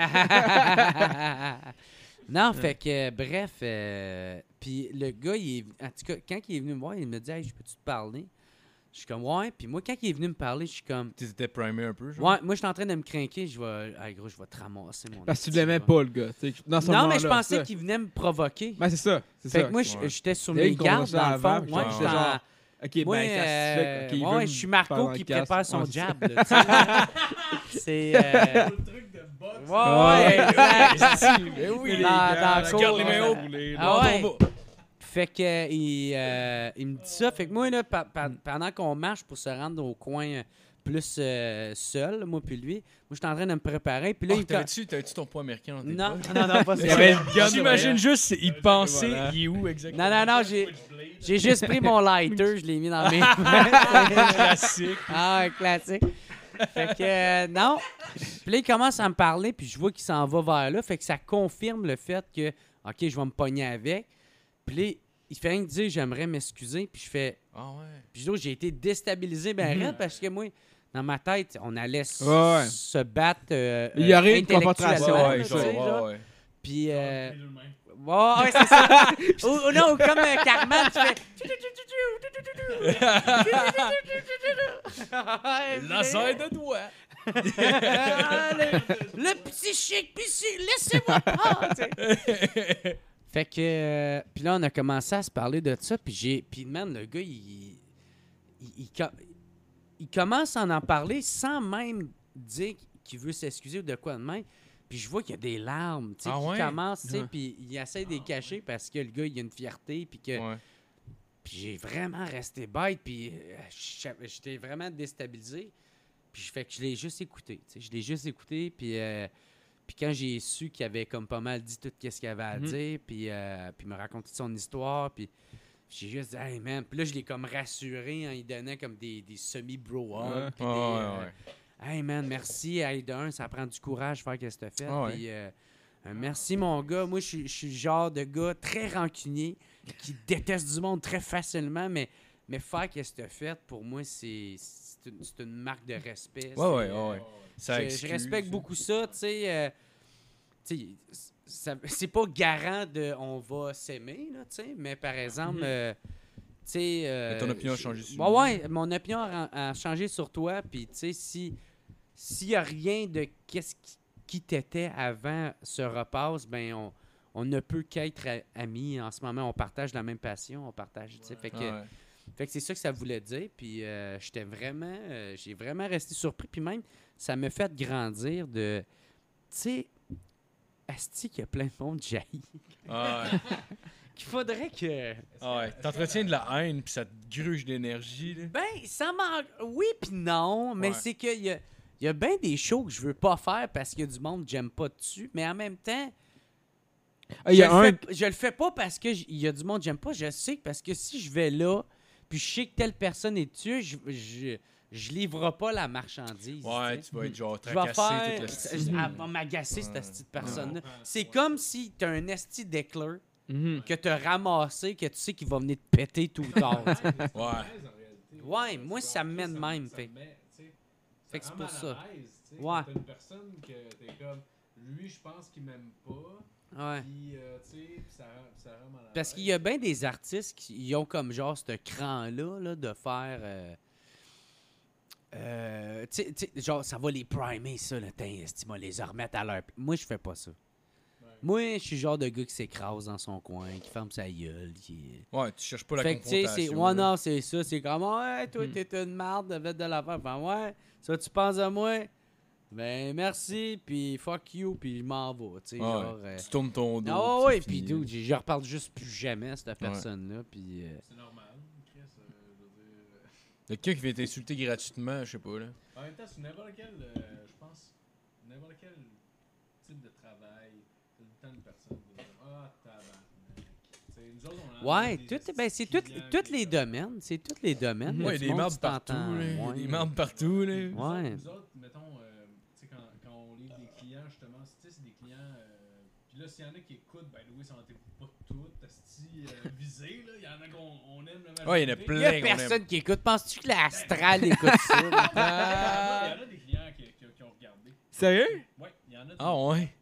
[SPEAKER 4] non, fait que, euh, bref. euh, puis le gars, il est, en tout cas, quand il est venu me voir, il me dit Hey, je peux-tu te parler Je suis comme, ouais. Puis moi, quand il est venu me parler, je suis comme,
[SPEAKER 2] Tu étais primé un peu, genre?
[SPEAKER 4] ouais, moi, je suis en train de me craquer. Je vais, ah, gros, je vais te ramasser, mon
[SPEAKER 5] Parce que tu
[SPEAKER 4] petit
[SPEAKER 5] l'aimais
[SPEAKER 4] gars.
[SPEAKER 5] pas, le gars. tu sais, dans ce
[SPEAKER 4] Non, mais
[SPEAKER 5] moment-là,
[SPEAKER 4] je pensais
[SPEAKER 5] ça.
[SPEAKER 4] qu'il venait me provoquer.
[SPEAKER 5] Ben, c'est ça. C'est
[SPEAKER 4] Fait
[SPEAKER 5] ça.
[SPEAKER 4] que moi,
[SPEAKER 5] ok.
[SPEAKER 4] je- j'étais sur
[SPEAKER 5] Il y a eu
[SPEAKER 4] mes
[SPEAKER 5] une
[SPEAKER 4] gardes, dans le
[SPEAKER 5] conversation
[SPEAKER 4] fond.
[SPEAKER 5] avant,
[SPEAKER 4] Moi,
[SPEAKER 5] puis
[SPEAKER 4] j'étais
[SPEAKER 5] j'étais
[SPEAKER 4] en-
[SPEAKER 5] genre, Ok, ben,
[SPEAKER 4] moi,
[SPEAKER 5] ça se fait.
[SPEAKER 4] euh,
[SPEAKER 5] ok, il
[SPEAKER 4] ouais,
[SPEAKER 5] veut me
[SPEAKER 4] je suis Marco
[SPEAKER 5] parler
[SPEAKER 4] qui
[SPEAKER 5] en casque.
[SPEAKER 4] prépare son
[SPEAKER 5] Ouais, c'est ça.
[SPEAKER 4] jab. là, tu sais, là. C'est. euh, Ouais,
[SPEAKER 5] Ouais.
[SPEAKER 4] exact.
[SPEAKER 5] Ben oui,
[SPEAKER 4] Dans-
[SPEAKER 5] les
[SPEAKER 4] dans
[SPEAKER 5] gars,
[SPEAKER 4] la
[SPEAKER 5] regarde
[SPEAKER 4] cour,
[SPEAKER 5] les
[SPEAKER 4] ouais.
[SPEAKER 5] mains roulées, là.
[SPEAKER 4] Ah ouais. Fait que euh, il, euh, il me dit ça. Fait que moi, là, pa- pa- pendant qu'on marche pour se rendre au coin euh, plus euh, seul, moi puis lui, moi, j'étais en train de me préparer. Puis là,
[SPEAKER 2] Oh,
[SPEAKER 4] il me
[SPEAKER 2] T'avais-tu t'avais-tu ton poids américain dans tes
[SPEAKER 4] Non,
[SPEAKER 2] poches?
[SPEAKER 4] non, non, pas ça.
[SPEAKER 2] J'imagine juste, il pensait,
[SPEAKER 5] voilà.
[SPEAKER 2] il est où exactement?
[SPEAKER 4] Non, non, non, j'ai, j'ai juste pris mon lighter, je l'ai mis dans mes
[SPEAKER 2] Classique.
[SPEAKER 4] Ah, un classique. Fait que, euh, non. Puis là, il commence à me parler, puis je vois qu'il s'en va vers là. Fait que ça confirme le fait que, OK, je vais me pogner avec. Puis là, il fait rien que dire, j'aimerais m'excuser. Puis je fais,
[SPEAKER 2] Ah ouais.
[SPEAKER 4] puis là, j'ai été déstabilisé, ben, raide, parce que moi, dans ma tête, on allait s-
[SPEAKER 5] Mhm. Ouais.
[SPEAKER 4] se battre. euh,
[SPEAKER 5] Il y
[SPEAKER 4] euh,
[SPEAKER 5] aurait une confrontation,
[SPEAKER 4] intellectuellement,
[SPEAKER 5] ouais,
[SPEAKER 4] là,
[SPEAKER 5] genre,
[SPEAKER 4] tu sais, genre.
[SPEAKER 2] ouais.
[SPEAKER 4] Puis. euh, Ouais, ouais, c'est ça. ou, ou non, ou comme euh, Carmen, tu fais.
[SPEAKER 2] Laser de doigts.
[SPEAKER 4] Ah, le, le psychique, psychique, laissez-moi pas! tu sais. fait que. euh, puis là, on a commencé à se parler de ça. Puis j'ai. Puis man, le gars, il. Il, il com- il commence à en parler sans même dire qu'il veut s'excuser ou de quoi de même. Puis je vois qu'il y a des larmes, tu sais,
[SPEAKER 2] Ah
[SPEAKER 4] qui
[SPEAKER 2] ouais?
[SPEAKER 4] commencent, tu sais,
[SPEAKER 5] Ouais.
[SPEAKER 4] puis il essaie de les cacher parce que le gars, il a une fierté, puis que...
[SPEAKER 2] Ouais.
[SPEAKER 4] Puis j'ai vraiment resté bête, puis euh, je- j'étais vraiment déstabilisé. Puis je fais que je l'ai juste écouté. tu sais, Je l'ai juste écouté, puis, euh, puis quand j'ai su qu'il avait comme pas mal dit tout ce qu'il avait à dire, puis, euh, puis il m'a raconté son histoire, puis j'ai juste dit, hey man, puis là je l'ai comme rassuré en lui donnant comme des, des semi-bro
[SPEAKER 5] Ouais.
[SPEAKER 4] hugs. puis
[SPEAKER 2] Ouais,
[SPEAKER 4] des,
[SPEAKER 2] ouais,
[SPEAKER 4] euh,
[SPEAKER 2] ouais.
[SPEAKER 4] Hey man, merci. Hey, d'un, ça prend du courage de faire ce que tu as fait.
[SPEAKER 2] Ah ouais.
[SPEAKER 4] Puis, euh, Un merci, mon gars. Moi, je suis- je suis le genre de gars très rancunier qui déteste du monde très facilement, mais, mais faire qu'est-ce que tu fait, pour moi, c'est c'est une, c'est une marque de respect. C'est,
[SPEAKER 2] Ouais, ouais,
[SPEAKER 4] euh,
[SPEAKER 2] ouais, ouais. Ça
[SPEAKER 4] je- je,
[SPEAKER 2] excuse. hein.
[SPEAKER 4] respecte beaucoup ça, tu sais. euh, tu sais, c- ça- c'est pas garant de on va s'aimer, là, tu sais, mais par exemple, euh, tu sais. euh,
[SPEAKER 2] Mhm. ton opinion a
[SPEAKER 4] je-
[SPEAKER 2] changé sur
[SPEAKER 4] Ouais,
[SPEAKER 2] moi.
[SPEAKER 4] ouais, mon opinion a, a changé sur toi, puis tu sais, si. S'il y a rien de qu'est-ce qui, qui t'était avant se repasse, ben on, on ne peut qu'être a- amis. En ce moment, on partage la même passion, on partage, tu sais. Fait que.
[SPEAKER 2] Ah ouais.
[SPEAKER 4] Fait que c'est ça que ça voulait dire. Puis euh, j'étais vraiment. euh, J'ai vraiment resté surpris. Puis même, ça me fait grandir de. Tu sais, Asti, qu'il y a plein de monde jaillit.
[SPEAKER 2] Ah ouais.
[SPEAKER 4] Qu'il faudrait que.
[SPEAKER 2] Ah ouais. T'entretiens de la haine, puis ça te gruge d'énergie. là.
[SPEAKER 4] Ben, ça manque. Oui, puis non. Mais
[SPEAKER 2] Ouais.
[SPEAKER 4] c'est qu'il y a, il y a bien des shows que je veux pas faire parce qu'il y a du monde que j'aime pas dessus. Mais en même temps.
[SPEAKER 3] Ah, il y a
[SPEAKER 4] je,
[SPEAKER 3] un-
[SPEAKER 4] le fais, je le fais pas parce que j- il y a du monde que j'aime pas. Je sais que parce que si je vais là, puis je sais que telle personne est dessus, je, je, je livre pas la marchandise. tu sais.
[SPEAKER 2] Ouais, tu vas être genre
[SPEAKER 4] Je vais
[SPEAKER 2] tracassé toute la
[SPEAKER 4] faire.
[SPEAKER 2] style.
[SPEAKER 4] Elle va m'agacer, cette
[SPEAKER 2] Hmm. Ouais.
[SPEAKER 4] esti de personne-là. C'est comme si t'as un esti d'éclair
[SPEAKER 2] Hmm.
[SPEAKER 5] Mhm.
[SPEAKER 4] que t'as ramassé, que tu sais qu'il va venir te péter tout ou tard. tu sais.
[SPEAKER 2] Ouais.
[SPEAKER 4] ouais, moi, ça me met de même. Fait. Fait que c'est pour ça. Ouais.
[SPEAKER 3] T'as une personne que t'es comme, lui, je pense qu'il m'aime pas.
[SPEAKER 4] Ouais.
[SPEAKER 3] Puis, euh, tu sais, puis ça rend- ça rend mal à
[SPEAKER 4] Parce
[SPEAKER 3] l'aise.
[SPEAKER 4] qu'il y a bien des artistes qui ils ont comme genre ce cran-là là, de faire. euh, euh, tu sais- tu sais, genre, ça va les primer, ça, là. Tain, esti, moi, les remettre à leur. Moi, je fais pas ça. Moi, je suis le genre de gars qui s'écrase dans son coin, qui ferme sa gueule, qui.
[SPEAKER 2] Ouais, tu cherches pas la
[SPEAKER 4] fait que, tu sais,
[SPEAKER 2] confrontation.
[SPEAKER 4] c'est.
[SPEAKER 2] là. Hmm.
[SPEAKER 4] Ouais, non, c'est ça. C'est comme, ouais, toi, t'es une marde de mettre de l'avant. Enfin, ouais, ça, tu penses à moi? Ben, merci, puis fuck you, puis je m'en vais. Tu sais,
[SPEAKER 2] Ouais,
[SPEAKER 4] genre. euh,
[SPEAKER 2] Tu tournes ton dos.
[SPEAKER 4] Ah, ouais, puis
[SPEAKER 2] tout.
[SPEAKER 4] dude, je je reparle juste plus jamais à cette personne-là, puis. euh,
[SPEAKER 3] C'est normal, Chris. euh, je veux dire, euh,
[SPEAKER 2] Quelqu'un qui vient t'insulter gratuitement, je sais pas, là.
[SPEAKER 3] En même temps, c'est n'importe quel, euh, je pense, n'importe quel type de travail, t'as le temps de personne. qui va dire, Ah, tabarnak. Tu sais, nous autres, on a
[SPEAKER 4] Ouais,
[SPEAKER 3] des
[SPEAKER 4] tout,
[SPEAKER 3] petits
[SPEAKER 4] ben, c'est tout-
[SPEAKER 3] clients,
[SPEAKER 4] toutes
[SPEAKER 3] puis,
[SPEAKER 4] les
[SPEAKER 3] euh,
[SPEAKER 4] domaines. C'est tous les domaines.
[SPEAKER 2] Ouais, il y a des
[SPEAKER 4] mardes
[SPEAKER 2] marbres partout, là. Il y a des marbres partout, là.
[SPEAKER 3] Nous autres-
[SPEAKER 4] Ouais.
[SPEAKER 3] Nous autres, mettons, euh, tu sais, quand, quand on livre des clients, justement, tu sais, c'est des clients. euh, Puis là, s'il y en a qui écoutent, ben Louis, ça n'en était pas toutes. Asti, euh, visé, là. Il y en a qu'on on aime la
[SPEAKER 2] Ouais, il y en a
[SPEAKER 3] majorité.
[SPEAKER 2] plein.
[SPEAKER 4] Il y a
[SPEAKER 2] qu'on aime.
[SPEAKER 4] personne qui écoute. Penses-tu que l'Astral écoute ça? là?
[SPEAKER 3] Il y en a des clients qui, qui- qui ont regardé.
[SPEAKER 5] Sérieux?
[SPEAKER 3] Ouais, il y en a. des-
[SPEAKER 2] Ah ouais.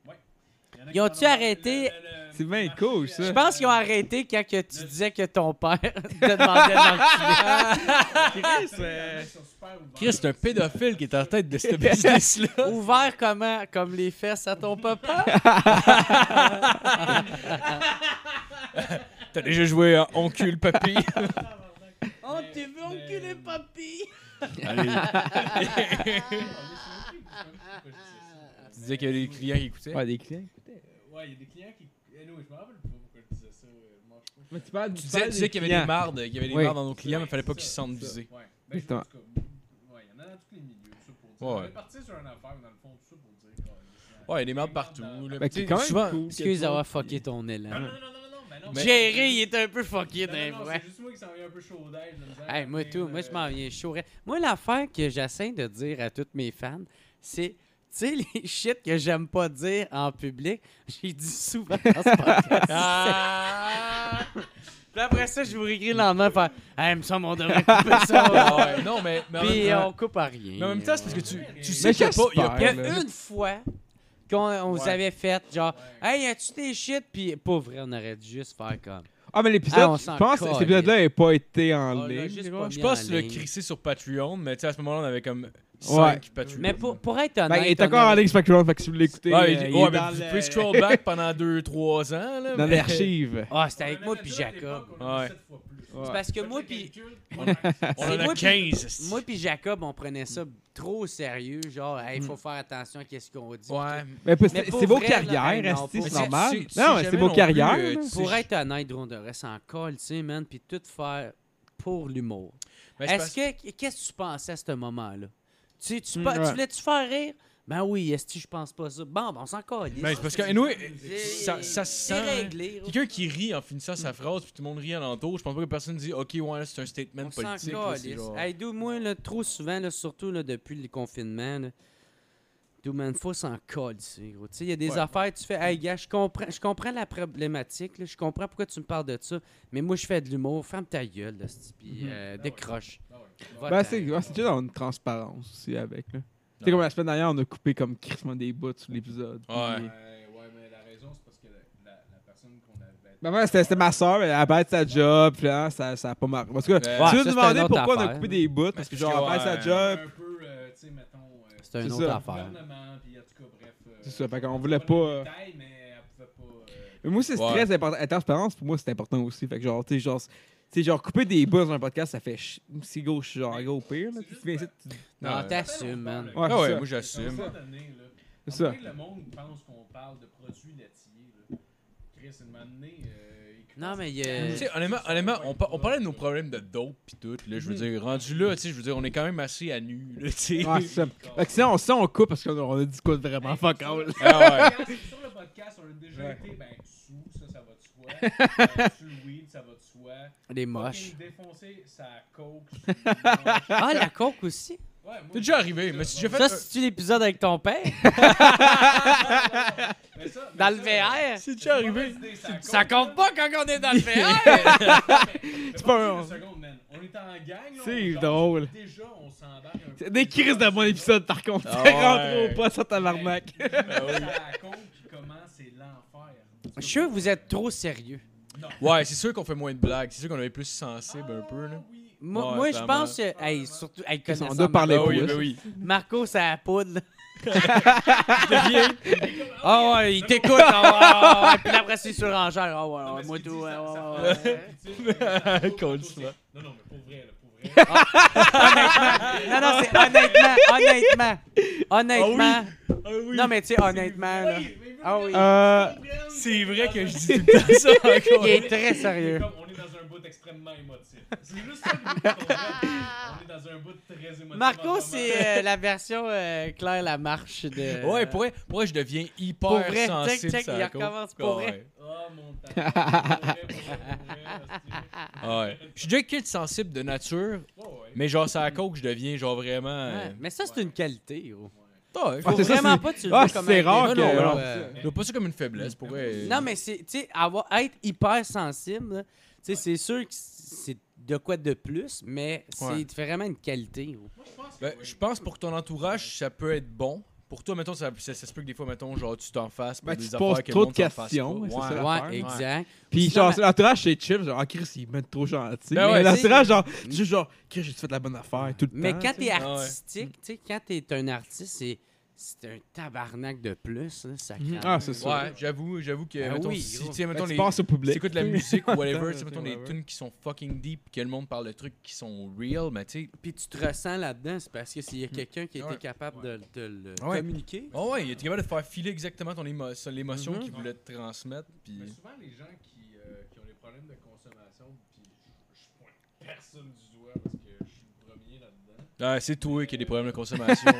[SPEAKER 3] il y en a
[SPEAKER 4] Ils
[SPEAKER 3] qui
[SPEAKER 4] ont-tu
[SPEAKER 3] ont-
[SPEAKER 4] arrêté?
[SPEAKER 3] le- euh, le-
[SPEAKER 5] C'est bien cool, ça.
[SPEAKER 4] Je pense qu'ils ont arrêté quand que tu disais que ton père te demandait d'enculer.
[SPEAKER 5] Chris,
[SPEAKER 3] le-
[SPEAKER 5] euh,
[SPEAKER 3] ils sont super ouverts.
[SPEAKER 2] Chris, c'est un pédophile qui est en tête de ce business-là.
[SPEAKER 4] Ouvert comment? Comme les fesses à ton papa?
[SPEAKER 2] T'as déjà joué à On cul papy.
[SPEAKER 3] Oh,
[SPEAKER 4] On te veut enculer, papy!
[SPEAKER 2] Allez,
[SPEAKER 3] Je sais pas
[SPEAKER 2] Ah.
[SPEAKER 3] pourquoi je disais ça.
[SPEAKER 2] tu disais qu'il y a des clients qui écoutaient.
[SPEAKER 5] Ouais, des clients.
[SPEAKER 3] Euh, Ouais, il y a des clients qui. Anyway, je me rappelle pas pourquoi je disais ça. euh, je mange pas.
[SPEAKER 5] Mais tu parles,
[SPEAKER 2] Tu disais, tu disais qu'il y avait des mardes, qu'il y avait des
[SPEAKER 5] Oui.
[SPEAKER 2] mardes dans nos clients, mais fallait pas qu'ils se sentent visés.
[SPEAKER 3] Ouais. Ben, je
[SPEAKER 5] Justement.
[SPEAKER 3] en tout cas, ouais, il y en a dans tous les milieux, ça pour dire.
[SPEAKER 2] Ouais,
[SPEAKER 3] On
[SPEAKER 2] ouais.
[SPEAKER 3] est parti sur une affaire, dans le fond, tout ça pour dire. qu'on-
[SPEAKER 2] Ouais, il y a des mardes partout, là.
[SPEAKER 5] Mais
[SPEAKER 2] Tu
[SPEAKER 5] c'est
[SPEAKER 2] sais,
[SPEAKER 5] Ben, quand même
[SPEAKER 2] souvent-
[SPEAKER 5] cool que
[SPEAKER 4] Excuse
[SPEAKER 5] toi,
[SPEAKER 4] d'avoir
[SPEAKER 5] tu-
[SPEAKER 4] fucké ton
[SPEAKER 2] Ah,
[SPEAKER 3] Non, non,
[SPEAKER 4] élan.
[SPEAKER 3] non, non, non, non, mais non.
[SPEAKER 2] Mais-
[SPEAKER 4] Jerry, il est un peu fucké
[SPEAKER 3] Non, non,
[SPEAKER 4] d'un
[SPEAKER 3] non,
[SPEAKER 4] vrai.
[SPEAKER 3] c'est juste moi qui s'en viens un peu chaud d'ail, de la misère
[SPEAKER 4] Hey,
[SPEAKER 3] à
[SPEAKER 4] moi,
[SPEAKER 3] venir,
[SPEAKER 4] tout, moi,
[SPEAKER 3] euh,
[SPEAKER 4] je m'en viens chaud. raide. Moi, l'affaire que j'essaie de dire à tous mes fans, c'est, tu sais, les shit que j'aime pas dire en public, j'ai dit souvent dans ce podcast.
[SPEAKER 2] Ah.
[SPEAKER 4] Puis après ça, je vous réécris le lendemain, faire, hey, me semble, on devrait couper ça.
[SPEAKER 2] Ah ouais, Non, mais. mais en
[SPEAKER 4] Puis
[SPEAKER 2] même
[SPEAKER 4] on
[SPEAKER 2] temps-
[SPEAKER 4] coupe à rien.
[SPEAKER 2] euh, mais en même temps, c'est parce que tu, tu sais
[SPEAKER 5] Mais
[SPEAKER 2] qu'il y a pas. il y a
[SPEAKER 5] j'espère,
[SPEAKER 2] pas-
[SPEAKER 4] Il y a
[SPEAKER 5] là.
[SPEAKER 4] une fois qu'on on vous
[SPEAKER 2] Ouais.
[SPEAKER 4] avait fait, genre, hey, as-tu des shit? Puis, pour vrai, on aurait dû juste faire comme.
[SPEAKER 5] Ah, mais l'épisode,
[SPEAKER 4] Ah, on s'en
[SPEAKER 5] je pense que
[SPEAKER 4] calisse.
[SPEAKER 5] cet épisode-là n'a pas été
[SPEAKER 4] Ah,
[SPEAKER 5] en
[SPEAKER 4] là,
[SPEAKER 5] ligne.
[SPEAKER 4] juste
[SPEAKER 5] je
[SPEAKER 4] pas
[SPEAKER 5] crois.
[SPEAKER 4] mis
[SPEAKER 2] Je pense
[SPEAKER 4] en
[SPEAKER 2] le
[SPEAKER 4] ligne.
[SPEAKER 2] crisser sur Patreon, mais tu sais, à ce moment-là, on avait comme
[SPEAKER 5] Ouais.
[SPEAKER 2] 5 Patreon.
[SPEAKER 4] Mais pour, pour être honnête.
[SPEAKER 5] Ben, il est
[SPEAKER 4] on
[SPEAKER 5] encore en
[SPEAKER 4] aurait-
[SPEAKER 5] ligne, Spectrum, fait que si vous l'écoutez,
[SPEAKER 2] Ouais,
[SPEAKER 5] euh,
[SPEAKER 2] il-
[SPEAKER 5] il
[SPEAKER 2] ouais,
[SPEAKER 5] est
[SPEAKER 2] mais
[SPEAKER 5] dans
[SPEAKER 2] vous
[SPEAKER 5] le-
[SPEAKER 2] pouvez scroll back pendant 2-3 ans. Là,
[SPEAKER 5] dans
[SPEAKER 2] mais-
[SPEAKER 5] l'archive.
[SPEAKER 4] Ah,
[SPEAKER 3] on
[SPEAKER 4] c'était avec
[SPEAKER 3] en
[SPEAKER 4] moi
[SPEAKER 3] avait
[SPEAKER 4] puis
[SPEAKER 3] deux à
[SPEAKER 4] Jacob.
[SPEAKER 3] l'époque, on en a
[SPEAKER 2] Ouais.
[SPEAKER 3] sept fois plus.
[SPEAKER 5] Ouais.
[SPEAKER 4] C'est parce que
[SPEAKER 3] Faites
[SPEAKER 4] moi
[SPEAKER 3] le
[SPEAKER 4] puis
[SPEAKER 3] calcul, on
[SPEAKER 2] On
[SPEAKER 3] a-
[SPEAKER 2] en
[SPEAKER 4] C'est moi
[SPEAKER 2] a
[SPEAKER 4] pis-
[SPEAKER 2] 15. esti.
[SPEAKER 4] moi puis Jacob, on prenait ça trop au sérieux, genre il
[SPEAKER 5] Mm.
[SPEAKER 4] faut faire attention à qu'est-ce qu'on dit.
[SPEAKER 2] Ouais.
[SPEAKER 5] Mais parce que
[SPEAKER 4] Mais
[SPEAKER 5] c'est
[SPEAKER 4] pour
[SPEAKER 5] c'est vos
[SPEAKER 4] vrai, là, hey,
[SPEAKER 5] carrières,
[SPEAKER 4] non,
[SPEAKER 5] esti,
[SPEAKER 4] pour
[SPEAKER 5] c'est
[SPEAKER 4] vrai.
[SPEAKER 5] normal.
[SPEAKER 2] Si- si
[SPEAKER 5] Non,
[SPEAKER 2] jamais
[SPEAKER 5] c'est
[SPEAKER 2] non
[SPEAKER 5] vos
[SPEAKER 2] plus,
[SPEAKER 5] carrières.
[SPEAKER 2] euh,
[SPEAKER 5] là.
[SPEAKER 2] tu-
[SPEAKER 4] Pour
[SPEAKER 2] c'est-
[SPEAKER 4] être honnête, on devrait s'en coller, tu sais, man, puis tout faire pour l'humour.
[SPEAKER 2] Ben, c'est parce- Hmm,
[SPEAKER 4] Est-ce que qu'est-ce que tu pensais à ce moment-là Tu sais, tu,
[SPEAKER 5] Mm,
[SPEAKER 4] pas- tu
[SPEAKER 5] ouais.
[SPEAKER 4] voulais-tu faire rire Ben oui, est-ce que je pense pas ça Bon, ben, on s'en colle.
[SPEAKER 2] Ben, c'est parce que, anyway, ça, ça se sent.
[SPEAKER 4] C'est
[SPEAKER 2] hein.
[SPEAKER 4] réglé.
[SPEAKER 2] Quelqu'un qui rit en finissant sa phrase, puis tout le monde rit alentour, je pense pas que personne dit Ok, ouais, c'est un statement
[SPEAKER 4] On s'en
[SPEAKER 2] politique. là, c'est
[SPEAKER 4] calisse.
[SPEAKER 2] genre-
[SPEAKER 4] Hey, dude, moi, là, trop souvent, là, surtout là, depuis le confinement, là, dude, tout, man. Faut s'en coller, gros. Tu sais, il y a des
[SPEAKER 3] Ouais.
[SPEAKER 4] affaires, tu fais, hey, gars, je comprends, je comprends la problématique, là. je comprends pourquoi tu me parles de ça, mais moi, je fais de l'humour. Ferme ta gueule, là, c'ti, puis
[SPEAKER 2] Mhm. Ben
[SPEAKER 4] euh, décroche. Va
[SPEAKER 5] Ben,
[SPEAKER 4] t'en-
[SPEAKER 5] c'est ouais, c'est déjà dans une transparence aussi avec. là. Tu sais, comme la semaine dernière, on a coupé comme crissement des bouts sur l'épisode. puis-
[SPEAKER 2] Ouais.
[SPEAKER 3] ouais, mais la raison, c'est parce que la, personne qu'on avait.
[SPEAKER 5] Ben, ouais, c'était c'était ma soeur, elle perd sa job, puis là, ça, ça a pas marqué. En tout cas,
[SPEAKER 2] Ben,
[SPEAKER 4] Ouais,
[SPEAKER 5] tu
[SPEAKER 4] ça,
[SPEAKER 5] veux
[SPEAKER 4] c'est
[SPEAKER 5] demander
[SPEAKER 4] une autre
[SPEAKER 5] pourquoi on a
[SPEAKER 4] affaire,
[SPEAKER 5] coupé
[SPEAKER 4] là.
[SPEAKER 5] des bouts, parce
[SPEAKER 2] c'est
[SPEAKER 5] que genre, elle perd sa
[SPEAKER 2] ouais.
[SPEAKER 5] job,
[SPEAKER 3] Un peu, euh, tu sais, mettons. euh,
[SPEAKER 4] C'est une
[SPEAKER 5] c'est
[SPEAKER 4] autre
[SPEAKER 5] ça.
[SPEAKER 4] affaire.
[SPEAKER 3] gouvernement, puis en tout cas, bref. euh,
[SPEAKER 5] C'est ça, fait qu'on
[SPEAKER 3] on
[SPEAKER 5] voulait pas, euh,
[SPEAKER 3] détails, mais elle pouvait pas. euh,
[SPEAKER 5] Mais moi, c'est
[SPEAKER 2] Ouais.
[SPEAKER 5] très important. La transparence, pour moi, c'est important aussi. Fait que genre, tu sais, genre, tu sais, genre, couper des bouts dans un podcast, ça fait chi- si gros, je suis genre gros pire. Là. Tu viens
[SPEAKER 3] ben,
[SPEAKER 5] ici, tu-
[SPEAKER 4] Non,
[SPEAKER 2] Ouais.
[SPEAKER 4] t'assumes, man.
[SPEAKER 5] Ouais,
[SPEAKER 2] Ah
[SPEAKER 5] c'est
[SPEAKER 2] ouais,
[SPEAKER 5] ça.
[SPEAKER 2] moi
[SPEAKER 3] C'est
[SPEAKER 2] j'assume.
[SPEAKER 3] ça. donné, là.
[SPEAKER 5] C'est ça.
[SPEAKER 3] Après, le monde pense qu'on parle de produits laitiers. Là. Chris, une matinée, euh, il
[SPEAKER 4] Non, mais il y
[SPEAKER 2] Tu
[SPEAKER 4] a.
[SPEAKER 2] sais, honnêtement, honnêtement on, par- on parlait de nos problèmes de dope pis tout, là, je veux dire, rendu là, tu sais, je veux dire, on est quand même assez à nu, là, tu sais.
[SPEAKER 5] Ouais, c'est ça. Fait que sinon, on, sinon, on coupe parce qu'on a- on a dit quoi de vraiment fuck all.
[SPEAKER 2] Ah ouais.
[SPEAKER 3] Sur le podcast, on a déjà
[SPEAKER 5] Ouais.
[SPEAKER 3] été ben, sous, ça, ça va de soi. Euh, sur le weed, ça va de soi.
[SPEAKER 4] Des
[SPEAKER 3] Fucking
[SPEAKER 4] moches.
[SPEAKER 3] Défoncé, ça coke. sur le moche.
[SPEAKER 4] Ah, la coke aussi?
[SPEAKER 3] Ouais, moi,
[SPEAKER 2] T'es déjà arrivé, mais si j'ai fait.
[SPEAKER 4] Ça, c'est-tu l'épisode avec ton père?
[SPEAKER 3] mais ça- mais
[SPEAKER 4] Dans le
[SPEAKER 3] ça,
[SPEAKER 4] VR?
[SPEAKER 2] C'est déjà
[SPEAKER 3] mauvaise
[SPEAKER 2] arrivé.
[SPEAKER 3] idée, ça
[SPEAKER 4] Ça
[SPEAKER 3] coke.
[SPEAKER 4] compte pas quand on est dans le VR!
[SPEAKER 5] C'est
[SPEAKER 3] C'est
[SPEAKER 5] pas
[SPEAKER 3] pas
[SPEAKER 5] un-
[SPEAKER 3] seconde, man. On est en gang, là.
[SPEAKER 5] C'est
[SPEAKER 3] on jase.
[SPEAKER 5] drôle.
[SPEAKER 3] Déjà, on s'embarque un peu.
[SPEAKER 5] C'est Des crises de bon épisode, par contre.
[SPEAKER 2] Ah
[SPEAKER 5] C'est
[SPEAKER 2] ouais.
[SPEAKER 5] rentré au pas, ça tabarnak.
[SPEAKER 2] Ah
[SPEAKER 3] Ça compte comment c'est l'enfer.
[SPEAKER 4] Je suis sûr que vous êtes trop sérieux.
[SPEAKER 2] Ouais, c'est sûr qu'on fait moins de blagues, c'est sûr qu'on est plus sensible un peu, là.
[SPEAKER 3] Oui.
[SPEAKER 4] Moi,
[SPEAKER 2] Ouais,
[SPEAKER 4] moi, je
[SPEAKER 2] clairement.
[SPEAKER 4] pense que. Hey, surtout. Hey,
[SPEAKER 5] Qu'est-ce qu'on
[SPEAKER 4] connaissant
[SPEAKER 5] doit parler
[SPEAKER 2] Ah
[SPEAKER 4] Marco,
[SPEAKER 2] oui,
[SPEAKER 5] pour
[SPEAKER 2] ben oui.
[SPEAKER 4] Marco, c'est la poudre. là. Ah ouais, il t'écoute. ah ouais, ah ouais, Puis là, après, c'est sur rangère. Ah ouais, ouais, moi, tout. ouais, ouais, ouais.
[SPEAKER 2] Colissement.
[SPEAKER 3] Non, non, mais pour vrai, là, pour vrai.
[SPEAKER 4] Non, non, c'est honnêtement. Honnêtement.
[SPEAKER 2] Ah
[SPEAKER 4] Honnêtement. Non, mais tu sais, honnêtement. là. Ah oui.
[SPEAKER 5] Euh,
[SPEAKER 2] C'est vrai que je dis tout le temps ça encore.
[SPEAKER 4] Il est très sérieux.
[SPEAKER 3] C'est comme, on est dans un bout extrêmement émotif. C'est juste ça que vous comprenez. On est dans un bout très émotif. en
[SPEAKER 4] Marco,
[SPEAKER 3] ce moment.
[SPEAKER 4] c'est euh, la version euh, Claire la marche de.
[SPEAKER 2] Ouais, pour vrai, pour vrai, je deviens hyper
[SPEAKER 4] Pour vrai,
[SPEAKER 2] sensible.
[SPEAKER 4] check, check,
[SPEAKER 2] ça
[SPEAKER 4] il
[SPEAKER 2] cause.
[SPEAKER 4] recommence, pour vrai.
[SPEAKER 2] Ouais.
[SPEAKER 3] Oh mon temps. Pour vrai, pour vrai, pour vrai, hostie.
[SPEAKER 2] Ah Ouais. Je suis déjà quelqu'un de sensible de nature,
[SPEAKER 3] Ouais, ouais.
[SPEAKER 2] mais genre, ça à cause que je deviens genre vraiment.
[SPEAKER 4] Ouais,
[SPEAKER 2] euh,
[SPEAKER 4] Mais ça, c'est une qualité, gros.
[SPEAKER 2] ouais, je
[SPEAKER 5] Ah,
[SPEAKER 4] Faut
[SPEAKER 5] c'est ça,
[SPEAKER 4] vraiment
[SPEAKER 5] c'est-
[SPEAKER 4] pas tu le
[SPEAKER 5] ah,
[SPEAKER 4] vois comme
[SPEAKER 5] c'est
[SPEAKER 4] un
[SPEAKER 5] rare
[SPEAKER 4] défaut,
[SPEAKER 2] que-
[SPEAKER 4] là.
[SPEAKER 5] alors,
[SPEAKER 4] Euh,
[SPEAKER 2] je vois pas ça comme une faiblesse, pour vrai.
[SPEAKER 4] Non, mais c'est, tu sais, avoir- être hyper sensible, là, tu sais, c'est sûr que c'est de quoi de plus, mais
[SPEAKER 2] Ouais.
[SPEAKER 4] c'est vraiment une qualité. gros.
[SPEAKER 3] Moi, je pense que
[SPEAKER 2] Ben,
[SPEAKER 3] oui.
[SPEAKER 2] je pense pour ton entourage, ça peut être bon. Pour toi, mettons, ça, ça, ça se peut que des fois, mettons, genre, tu t'en fasses pour
[SPEAKER 5] Ben,
[SPEAKER 2] des
[SPEAKER 5] tu te
[SPEAKER 2] affaires
[SPEAKER 5] poses
[SPEAKER 2] que le
[SPEAKER 5] trop
[SPEAKER 2] monde
[SPEAKER 5] de
[SPEAKER 2] s'en fasse
[SPEAKER 5] questions,
[SPEAKER 2] pas.
[SPEAKER 5] ouais, c'est ça.
[SPEAKER 4] Ouais,
[SPEAKER 5] l'affaire.
[SPEAKER 4] exact.
[SPEAKER 5] Puis
[SPEAKER 4] Sinon,
[SPEAKER 5] genre,
[SPEAKER 4] ma-
[SPEAKER 5] l'entourage, c'est chill. Genre, ah, Chris, il m'a trop gentil.
[SPEAKER 2] Ben
[SPEAKER 5] mais
[SPEAKER 2] ouais,
[SPEAKER 5] l'entourage, genre, tu sais, genre, Chris, j'ai fait la bonne affaire tout le
[SPEAKER 4] Mais
[SPEAKER 5] temps.
[SPEAKER 4] quand
[SPEAKER 5] tu
[SPEAKER 4] t'es
[SPEAKER 5] sais. Ah,
[SPEAKER 2] ouais.
[SPEAKER 4] artistique, tu sais, quand t'es un artiste, c'est, c'est un tabarnak de plus, là, ça
[SPEAKER 5] Mhm.
[SPEAKER 4] craint.
[SPEAKER 5] Ah, c'est
[SPEAKER 2] Ouais,
[SPEAKER 5] ça.
[SPEAKER 2] j'avoue, j'avoue que,
[SPEAKER 4] Ben
[SPEAKER 2] mettons,
[SPEAKER 4] oui,
[SPEAKER 2] si,
[SPEAKER 4] gros.
[SPEAKER 2] tu sais,
[SPEAKER 5] Fait
[SPEAKER 2] mettons,
[SPEAKER 5] que
[SPEAKER 2] les,
[SPEAKER 5] tu passes au
[SPEAKER 2] si
[SPEAKER 5] public.
[SPEAKER 2] t'écoutes la musique ou whatever, tu sais,
[SPEAKER 5] Attends,
[SPEAKER 2] mettons,
[SPEAKER 5] c'est
[SPEAKER 2] des
[SPEAKER 5] whatever.
[SPEAKER 2] tunes qui sont fucking deep, que le monde parle de trucs qui sont real, mais tu sais,
[SPEAKER 4] Puis tu te ressens là-dedans, c'est parce que s'il y
[SPEAKER 5] Mhm.
[SPEAKER 4] a quelqu'un qui était
[SPEAKER 2] Ouais.
[SPEAKER 4] capable de, de le
[SPEAKER 2] Ouais.
[SPEAKER 4] communiquer.
[SPEAKER 2] Oh ouais, il était capable de te faire filer exactement ton émo- son- l'émotion
[SPEAKER 4] Mhm.
[SPEAKER 2] qu'il voulait te transmettre. Puis...
[SPEAKER 3] Mais souvent, les gens qui, euh, qui ont des problèmes de consommation, puis je, je pointe personne du doigt parce que je suis le premier là-dedans.
[SPEAKER 2] Ah, c'est toi qui a des problèmes de consommation.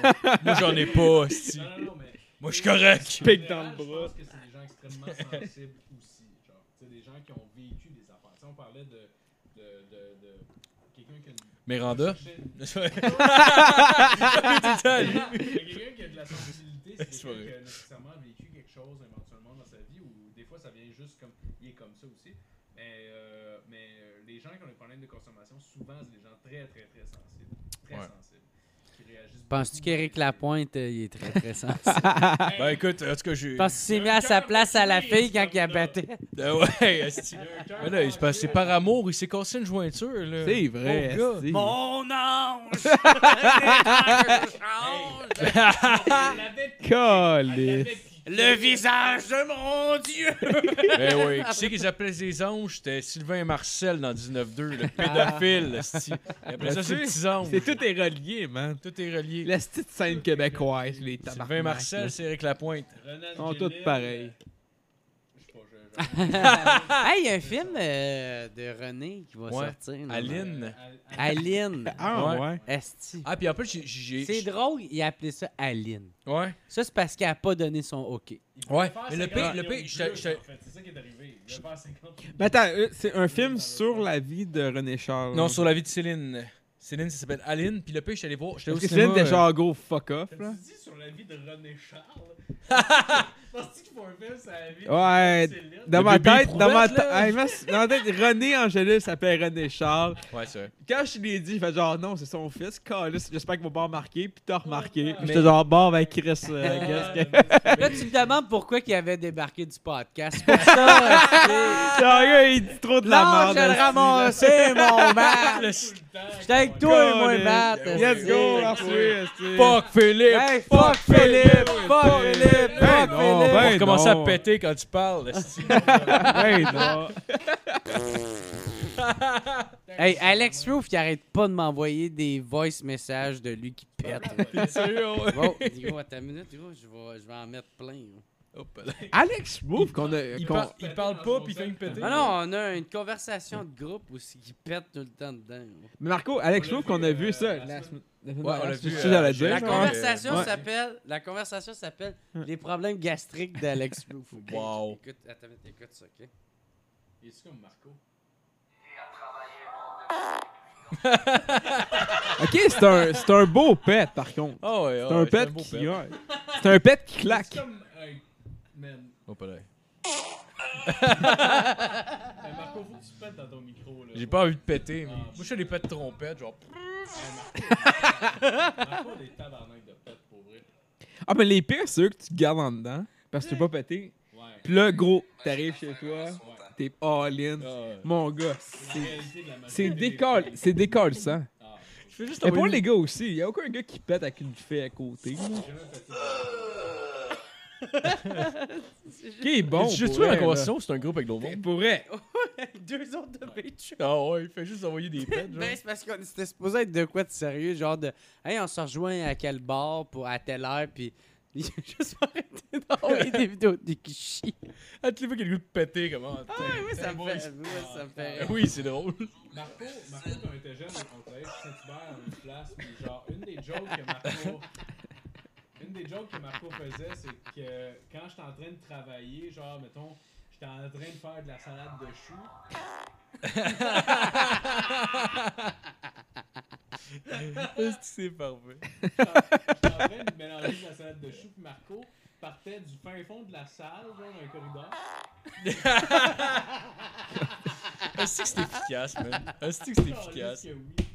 [SPEAKER 2] Moi, j'en ai pas, hostie.
[SPEAKER 3] Non, non, non, mais.
[SPEAKER 2] Moi, je suis correct.
[SPEAKER 5] Pique dans le
[SPEAKER 3] en général,
[SPEAKER 5] bras.
[SPEAKER 3] Je pense que c'est des gens extrêmement sensibles aussi. Genre, tu sais, des gens qui ont vécu des affaires. Tu sais, on parlait de. de, de, de quelqu'un qui a une-
[SPEAKER 2] Méranda.
[SPEAKER 3] Je cherchais-
[SPEAKER 2] Ben, Putain,
[SPEAKER 3] Mais quelqu'un qui a de la sensibilité, c'est
[SPEAKER 2] C'est
[SPEAKER 3] quelqu'un
[SPEAKER 2] vrai.
[SPEAKER 3] qui a nécessairement vécu quelque chose éventuellement dans sa vie, ou des fois ça vient juste comme. Il est comme ça aussi. Mais, euh, mais euh, les gens qui ont des problèmes de consommation, souvent, c'est des gens très, très, très sensibles. Très
[SPEAKER 2] Ouais.
[SPEAKER 3] sensibles. Qui réagissent.
[SPEAKER 4] Penses-tu
[SPEAKER 3] beaucoup
[SPEAKER 4] qu'Éric
[SPEAKER 3] à-
[SPEAKER 4] Lapointe, euh, il est très, très sensible?
[SPEAKER 2] ben écoute, en tout cas, j'ai.
[SPEAKER 4] Penses qu'il s'est mis à sa place à la fille quand il abattait?
[SPEAKER 2] Ah ouais, hostie.
[SPEAKER 3] Un cœur
[SPEAKER 2] Mais là, il se passe- c'est par amour, il s'est cassé une jointure, là.
[SPEAKER 5] C'est vrai.
[SPEAKER 2] Pauvre
[SPEAKER 5] esti.
[SPEAKER 4] Mon ange!
[SPEAKER 3] Elle l'avait- elle
[SPEAKER 5] Calisse.
[SPEAKER 3] l'avait piqué.
[SPEAKER 4] Le visage de mon Dieu!
[SPEAKER 2] Ben oui, qui c'est qu'ils appelaient les anges? C'était Sylvain Marcel dans 19-2, le pédophile, hostie. Et Après ça, c'est
[SPEAKER 5] Ben, tu-
[SPEAKER 2] petits anges.
[SPEAKER 5] Ah. C'est tout est relié, man.
[SPEAKER 2] Tout est relié.
[SPEAKER 5] La petite scène québécoise, les tabarnak.
[SPEAKER 2] Sylvain Marcel, c'est Eric Lapointe.
[SPEAKER 3] Renan
[SPEAKER 5] Ils sont tous
[SPEAKER 3] Gélil,
[SPEAKER 5] pareils.
[SPEAKER 3] Je sais pas, je- je-
[SPEAKER 4] Ah, il y a un film euh, de René qui va
[SPEAKER 2] Ouais.
[SPEAKER 4] sortir. non?
[SPEAKER 2] Aline.
[SPEAKER 4] Aline.
[SPEAKER 5] Ah ouais.
[SPEAKER 4] Esti.
[SPEAKER 2] Ah, puis en plus, j'ai- j'ai.
[SPEAKER 4] C'est drôle, il a appelé ça Aline.
[SPEAKER 2] Ouais.
[SPEAKER 4] Ça, c'est parce qu'elle a pas donné son OK.
[SPEAKER 3] Il
[SPEAKER 2] Ouais,
[SPEAKER 3] voulait faire
[SPEAKER 2] mais le
[SPEAKER 3] 50
[SPEAKER 2] pire- le
[SPEAKER 3] millions de
[SPEAKER 2] pire,
[SPEAKER 3] plus,
[SPEAKER 2] je te- je te-
[SPEAKER 3] en fait. C'est ça qui est arrivé. Il voulait faire 50 millions.
[SPEAKER 5] Mais attends, euh, c'est un film sur la vie de René Charles.
[SPEAKER 2] Non, sur la vie de Céline. Céline, ça s'appelle Aline. Puis le pire, je suis allé voir. J'étais au
[SPEAKER 5] Parce que
[SPEAKER 2] cinéma.
[SPEAKER 5] Céline était
[SPEAKER 2] euh,
[SPEAKER 5] genre gros fuck off, là.
[SPEAKER 3] Tu dis sur la la vie de René Charles. Penses-tu qu'ils font un film sur la vie de
[SPEAKER 5] Ouais.
[SPEAKER 3] Céline?
[SPEAKER 5] Dans
[SPEAKER 2] Le
[SPEAKER 5] ma
[SPEAKER 2] bébé
[SPEAKER 5] tête, dans ma
[SPEAKER 2] éprouvette,
[SPEAKER 5] tête, hey, merci. dans ma tête, René Angelus s'appelle René Charles.
[SPEAKER 2] Ouais, c'est vrai.
[SPEAKER 5] Quand je l'ai dit, il fait genre non, c'est son fils, Calus, j'espère qu'il va pas remarquer, puis t'as remarqué.
[SPEAKER 2] Mais-
[SPEAKER 5] J'étais genre bon, ben Chris, euh,
[SPEAKER 3] Ah,
[SPEAKER 5] qu'est-ce que.
[SPEAKER 4] Là, tu me demandes pourquoi il avait débarqué du podcast. C'est Pour ça,
[SPEAKER 5] Genre, le gars, il dit trop de la merde.
[SPEAKER 4] là, je le
[SPEAKER 5] aussi, là.
[SPEAKER 4] ramassais, mon Matt.
[SPEAKER 3] tout le temps.
[SPEAKER 4] J'étais avec toi,
[SPEAKER 5] Go,
[SPEAKER 4] moi,
[SPEAKER 5] les-
[SPEAKER 4] Matt.
[SPEAKER 5] Let's
[SPEAKER 4] c'est-
[SPEAKER 5] go, merci.
[SPEAKER 2] Fuck Philippe!
[SPEAKER 4] Hey, fuck Philippe! Fuck
[SPEAKER 5] Philippe,
[SPEAKER 4] Philippe!
[SPEAKER 5] hey,
[SPEAKER 4] Fuck
[SPEAKER 5] non,
[SPEAKER 4] Philippe!
[SPEAKER 5] ben,
[SPEAKER 2] on commence à
[SPEAKER 5] non.
[SPEAKER 2] péter quand tu parles. esti.
[SPEAKER 5] Hey, non.
[SPEAKER 4] Hey, Alex Roof, il arrête pas de m'envoyer des voice messages de lui qui pète.
[SPEAKER 2] oh,
[SPEAKER 4] Bon, gros, attends une minute, gros, je vais, je vais en mettre plein. hein. là.
[SPEAKER 2] Hop là.
[SPEAKER 5] Alex Move ben, qu'on a.
[SPEAKER 2] il,
[SPEAKER 5] qu'on-
[SPEAKER 2] par- il parle pas puis il fait une pétée.
[SPEAKER 4] Ah non, on a une conversation de groupe aussi qui pète tout le temps dedans. hein. là.
[SPEAKER 5] Mais Marco, Alex
[SPEAKER 3] On l'a
[SPEAKER 5] Move
[SPEAKER 3] vu,
[SPEAKER 5] qu'on a
[SPEAKER 3] euh,
[SPEAKER 5] vu ça. la
[SPEAKER 3] la
[SPEAKER 5] semaine- la semaine
[SPEAKER 2] Ouais,
[SPEAKER 5] dernière,
[SPEAKER 2] on l'a
[SPEAKER 5] c'est
[SPEAKER 2] vu,
[SPEAKER 5] ce que j'allais
[SPEAKER 2] euh,
[SPEAKER 5] dire,
[SPEAKER 2] la
[SPEAKER 4] La
[SPEAKER 5] je pense.
[SPEAKER 4] conversation
[SPEAKER 5] Ouais.
[SPEAKER 4] s'appelle la conversation s'appelle les problèmes gastriques d'Alex Roof. ok?
[SPEAKER 2] Wow.
[SPEAKER 4] Écoute, attends, une minute, écoute ça, OK
[SPEAKER 2] Il est comme Marco.
[SPEAKER 5] Ok, c'est un, c'est un beau pet par contre.
[SPEAKER 2] Ah ouais,
[SPEAKER 5] C'est
[SPEAKER 2] ah
[SPEAKER 5] un
[SPEAKER 2] ouais,
[SPEAKER 5] pet
[SPEAKER 2] beau
[SPEAKER 5] qui. ouais. C'est un pet qui claque.
[SPEAKER 3] Comme un. Man.
[SPEAKER 2] Hop là.
[SPEAKER 3] euh, Marco, faut que tu pètes dans ton micro. Là. Ah.
[SPEAKER 2] J'ai pas envie de péter. mais- Moi, je fais des pets de trompette, genre.
[SPEAKER 3] Marco, des tabarnak de pète pour vrai.
[SPEAKER 5] Ah, mais les pires, c'est eux que tu gardes en dedans parce que tu peux pas péter.
[SPEAKER 3] Ouais.
[SPEAKER 5] Puis là, gros, t'arrives chez toi, t'es all-in. Mon gars,
[SPEAKER 3] La
[SPEAKER 5] c'est-
[SPEAKER 3] réalité de la majorité
[SPEAKER 5] c'est
[SPEAKER 3] des
[SPEAKER 5] décolle,
[SPEAKER 3] filles.
[SPEAKER 5] c'est décolle ça.
[SPEAKER 2] Je fais juste
[SPEAKER 5] Mais pour les gars aussi, y a aucun gars qui pète avec une fée à côté. Qui est bon. Oh, pour
[SPEAKER 2] Juste tuer la
[SPEAKER 5] vrai,
[SPEAKER 2] conversation, c'est un groupe avec d'autres
[SPEAKER 5] là.
[SPEAKER 2] mondes.
[SPEAKER 5] Pour vrai.
[SPEAKER 4] Deux autres de Patreon.
[SPEAKER 2] Ah ouais, il fait juste envoyer des pets, genre.
[SPEAKER 4] Ben, c'est parce qu'on était supposé être de quoi de sérieux, genre de Hey, on se rejoint à quel bar pour à telle heure, puis il a juste arrêté d'envoyer des vidéos de qui chie.
[SPEAKER 2] Ah, tu les vois qu'il y a le goût de péter, comment.
[SPEAKER 4] Ah,
[SPEAKER 2] t'sais.
[SPEAKER 4] oui, ça me
[SPEAKER 3] ouais,
[SPEAKER 4] fait. Oui, ça me fait.
[SPEAKER 2] Ah Oui, c'est drôle.
[SPEAKER 3] Marco, Marco, quand on était jeune, on travaillait sur Saint-Hubert à une place, puis genre, une des jokes que Marco. Une des jokes que Marco faisait, c'est que quand j'étais en train de travailler, genre, mettons, j'étais en train de faire de la salade de choux.
[SPEAKER 2] Est-ce que c'est parfait?
[SPEAKER 3] J'étais en train de mélanger de la salade de choux, puis Marco partait du fin fond de la salle, genre, dans un corridor.
[SPEAKER 2] Est-ce que Ah, c'est efficace, man? Est-ce que c'est
[SPEAKER 3] Oh, là,
[SPEAKER 2] efficace?
[SPEAKER 3] que oui.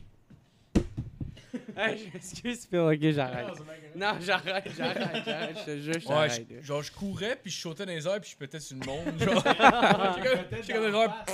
[SPEAKER 4] Hey, Ah, je m'excuse, Phil, ok,
[SPEAKER 3] Non, c'est
[SPEAKER 4] j'arrête.
[SPEAKER 3] bien correct.
[SPEAKER 4] Non, j'arrête, j'arrête, j'arrête, je te jure,
[SPEAKER 2] Ah, Ouais,
[SPEAKER 4] j'arrête.
[SPEAKER 2] je- genre, je courais, puis je sautais dans les airs, puis je pétais sur le monde, genre. J'étais comme- j'étais comme genre,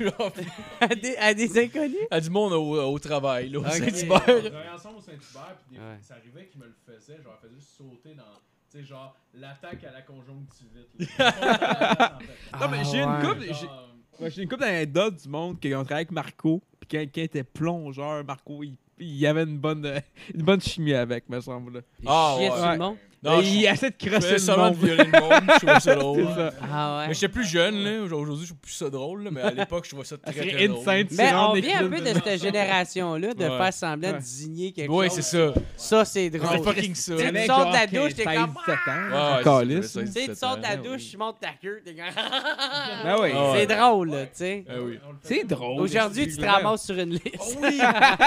[SPEAKER 2] genre,
[SPEAKER 4] à, des, à des inconnus?
[SPEAKER 2] à Ah, du monde au, au travail, là, au
[SPEAKER 4] Ok.
[SPEAKER 2] Saint-Hubert.
[SPEAKER 3] On travaillait ensemble au Saint-Hubert, puis des-
[SPEAKER 4] Ouais.
[SPEAKER 3] ça arrivait qu'il me le faisait, genre, il faisait juste sauter dans, tu sais, genre, l'attaque à la conjonctivite. là.
[SPEAKER 2] Ah,
[SPEAKER 5] Non, mais j'ai une couple. j'ai-
[SPEAKER 3] Genre,
[SPEAKER 5] ouais, J'ai une couple d'anecdotes du monde qui ont travaillé avec Marco. Puis quand quelqu'un était plongeur, Marco, il, il avait une bonne, euh, une bonne chimie avec, me semble.
[SPEAKER 2] Ah,
[SPEAKER 4] Ah, ouais.
[SPEAKER 2] ouais.
[SPEAKER 4] sur le monde?
[SPEAKER 2] Non,
[SPEAKER 5] Et
[SPEAKER 2] je-
[SPEAKER 5] il essaie de
[SPEAKER 2] je
[SPEAKER 5] crosser
[SPEAKER 2] faisais
[SPEAKER 5] le
[SPEAKER 2] seulement de
[SPEAKER 5] monde.
[SPEAKER 2] violer le monde, je trouvais ça drôle.
[SPEAKER 5] C'est ça.
[SPEAKER 4] Ah,
[SPEAKER 2] Mais
[SPEAKER 4] ouais.
[SPEAKER 2] j'étais plus jeune, là. Aujourd'hui, je trouve plus ça drôle, là, mais à l'époque, je trouvais ça très,
[SPEAKER 5] serait
[SPEAKER 2] très
[SPEAKER 5] insane.
[SPEAKER 2] drôle.
[SPEAKER 4] Mais
[SPEAKER 5] Tu
[SPEAKER 4] on
[SPEAKER 5] rentres
[SPEAKER 4] vient un
[SPEAKER 5] avec
[SPEAKER 4] peu
[SPEAKER 5] le-
[SPEAKER 4] de cette génération-là, de
[SPEAKER 2] Ouais.
[SPEAKER 4] faire semblant de
[SPEAKER 5] Ouais.
[SPEAKER 4] digner quelque
[SPEAKER 2] Ouais,
[SPEAKER 4] chose.
[SPEAKER 2] c'est ça.
[SPEAKER 4] Ça, c'est drôle.
[SPEAKER 2] C'est fucking ça.
[SPEAKER 4] Tu
[SPEAKER 5] Le mec,
[SPEAKER 4] sors de
[SPEAKER 5] genre,
[SPEAKER 4] la douche,
[SPEAKER 5] 15,
[SPEAKER 4] t'es
[SPEAKER 5] 16,
[SPEAKER 4] comme-
[SPEAKER 5] 17 ans,
[SPEAKER 2] Ouais,
[SPEAKER 5] calisse.
[SPEAKER 2] c'est-
[SPEAKER 4] Tu sais, tu sors de la
[SPEAKER 5] Ben
[SPEAKER 4] douche,
[SPEAKER 5] oui.
[SPEAKER 4] tu montes ta queue, t'es comme. ah,
[SPEAKER 5] Ben oui.
[SPEAKER 2] Ah ouais.
[SPEAKER 4] C'est drôle, là, tu sais.
[SPEAKER 2] Ah oui.
[SPEAKER 3] on le faisait
[SPEAKER 5] C'est drôle.
[SPEAKER 4] Aujourd'hui, tu te ramasses sur une liste.
[SPEAKER 2] oui! Ah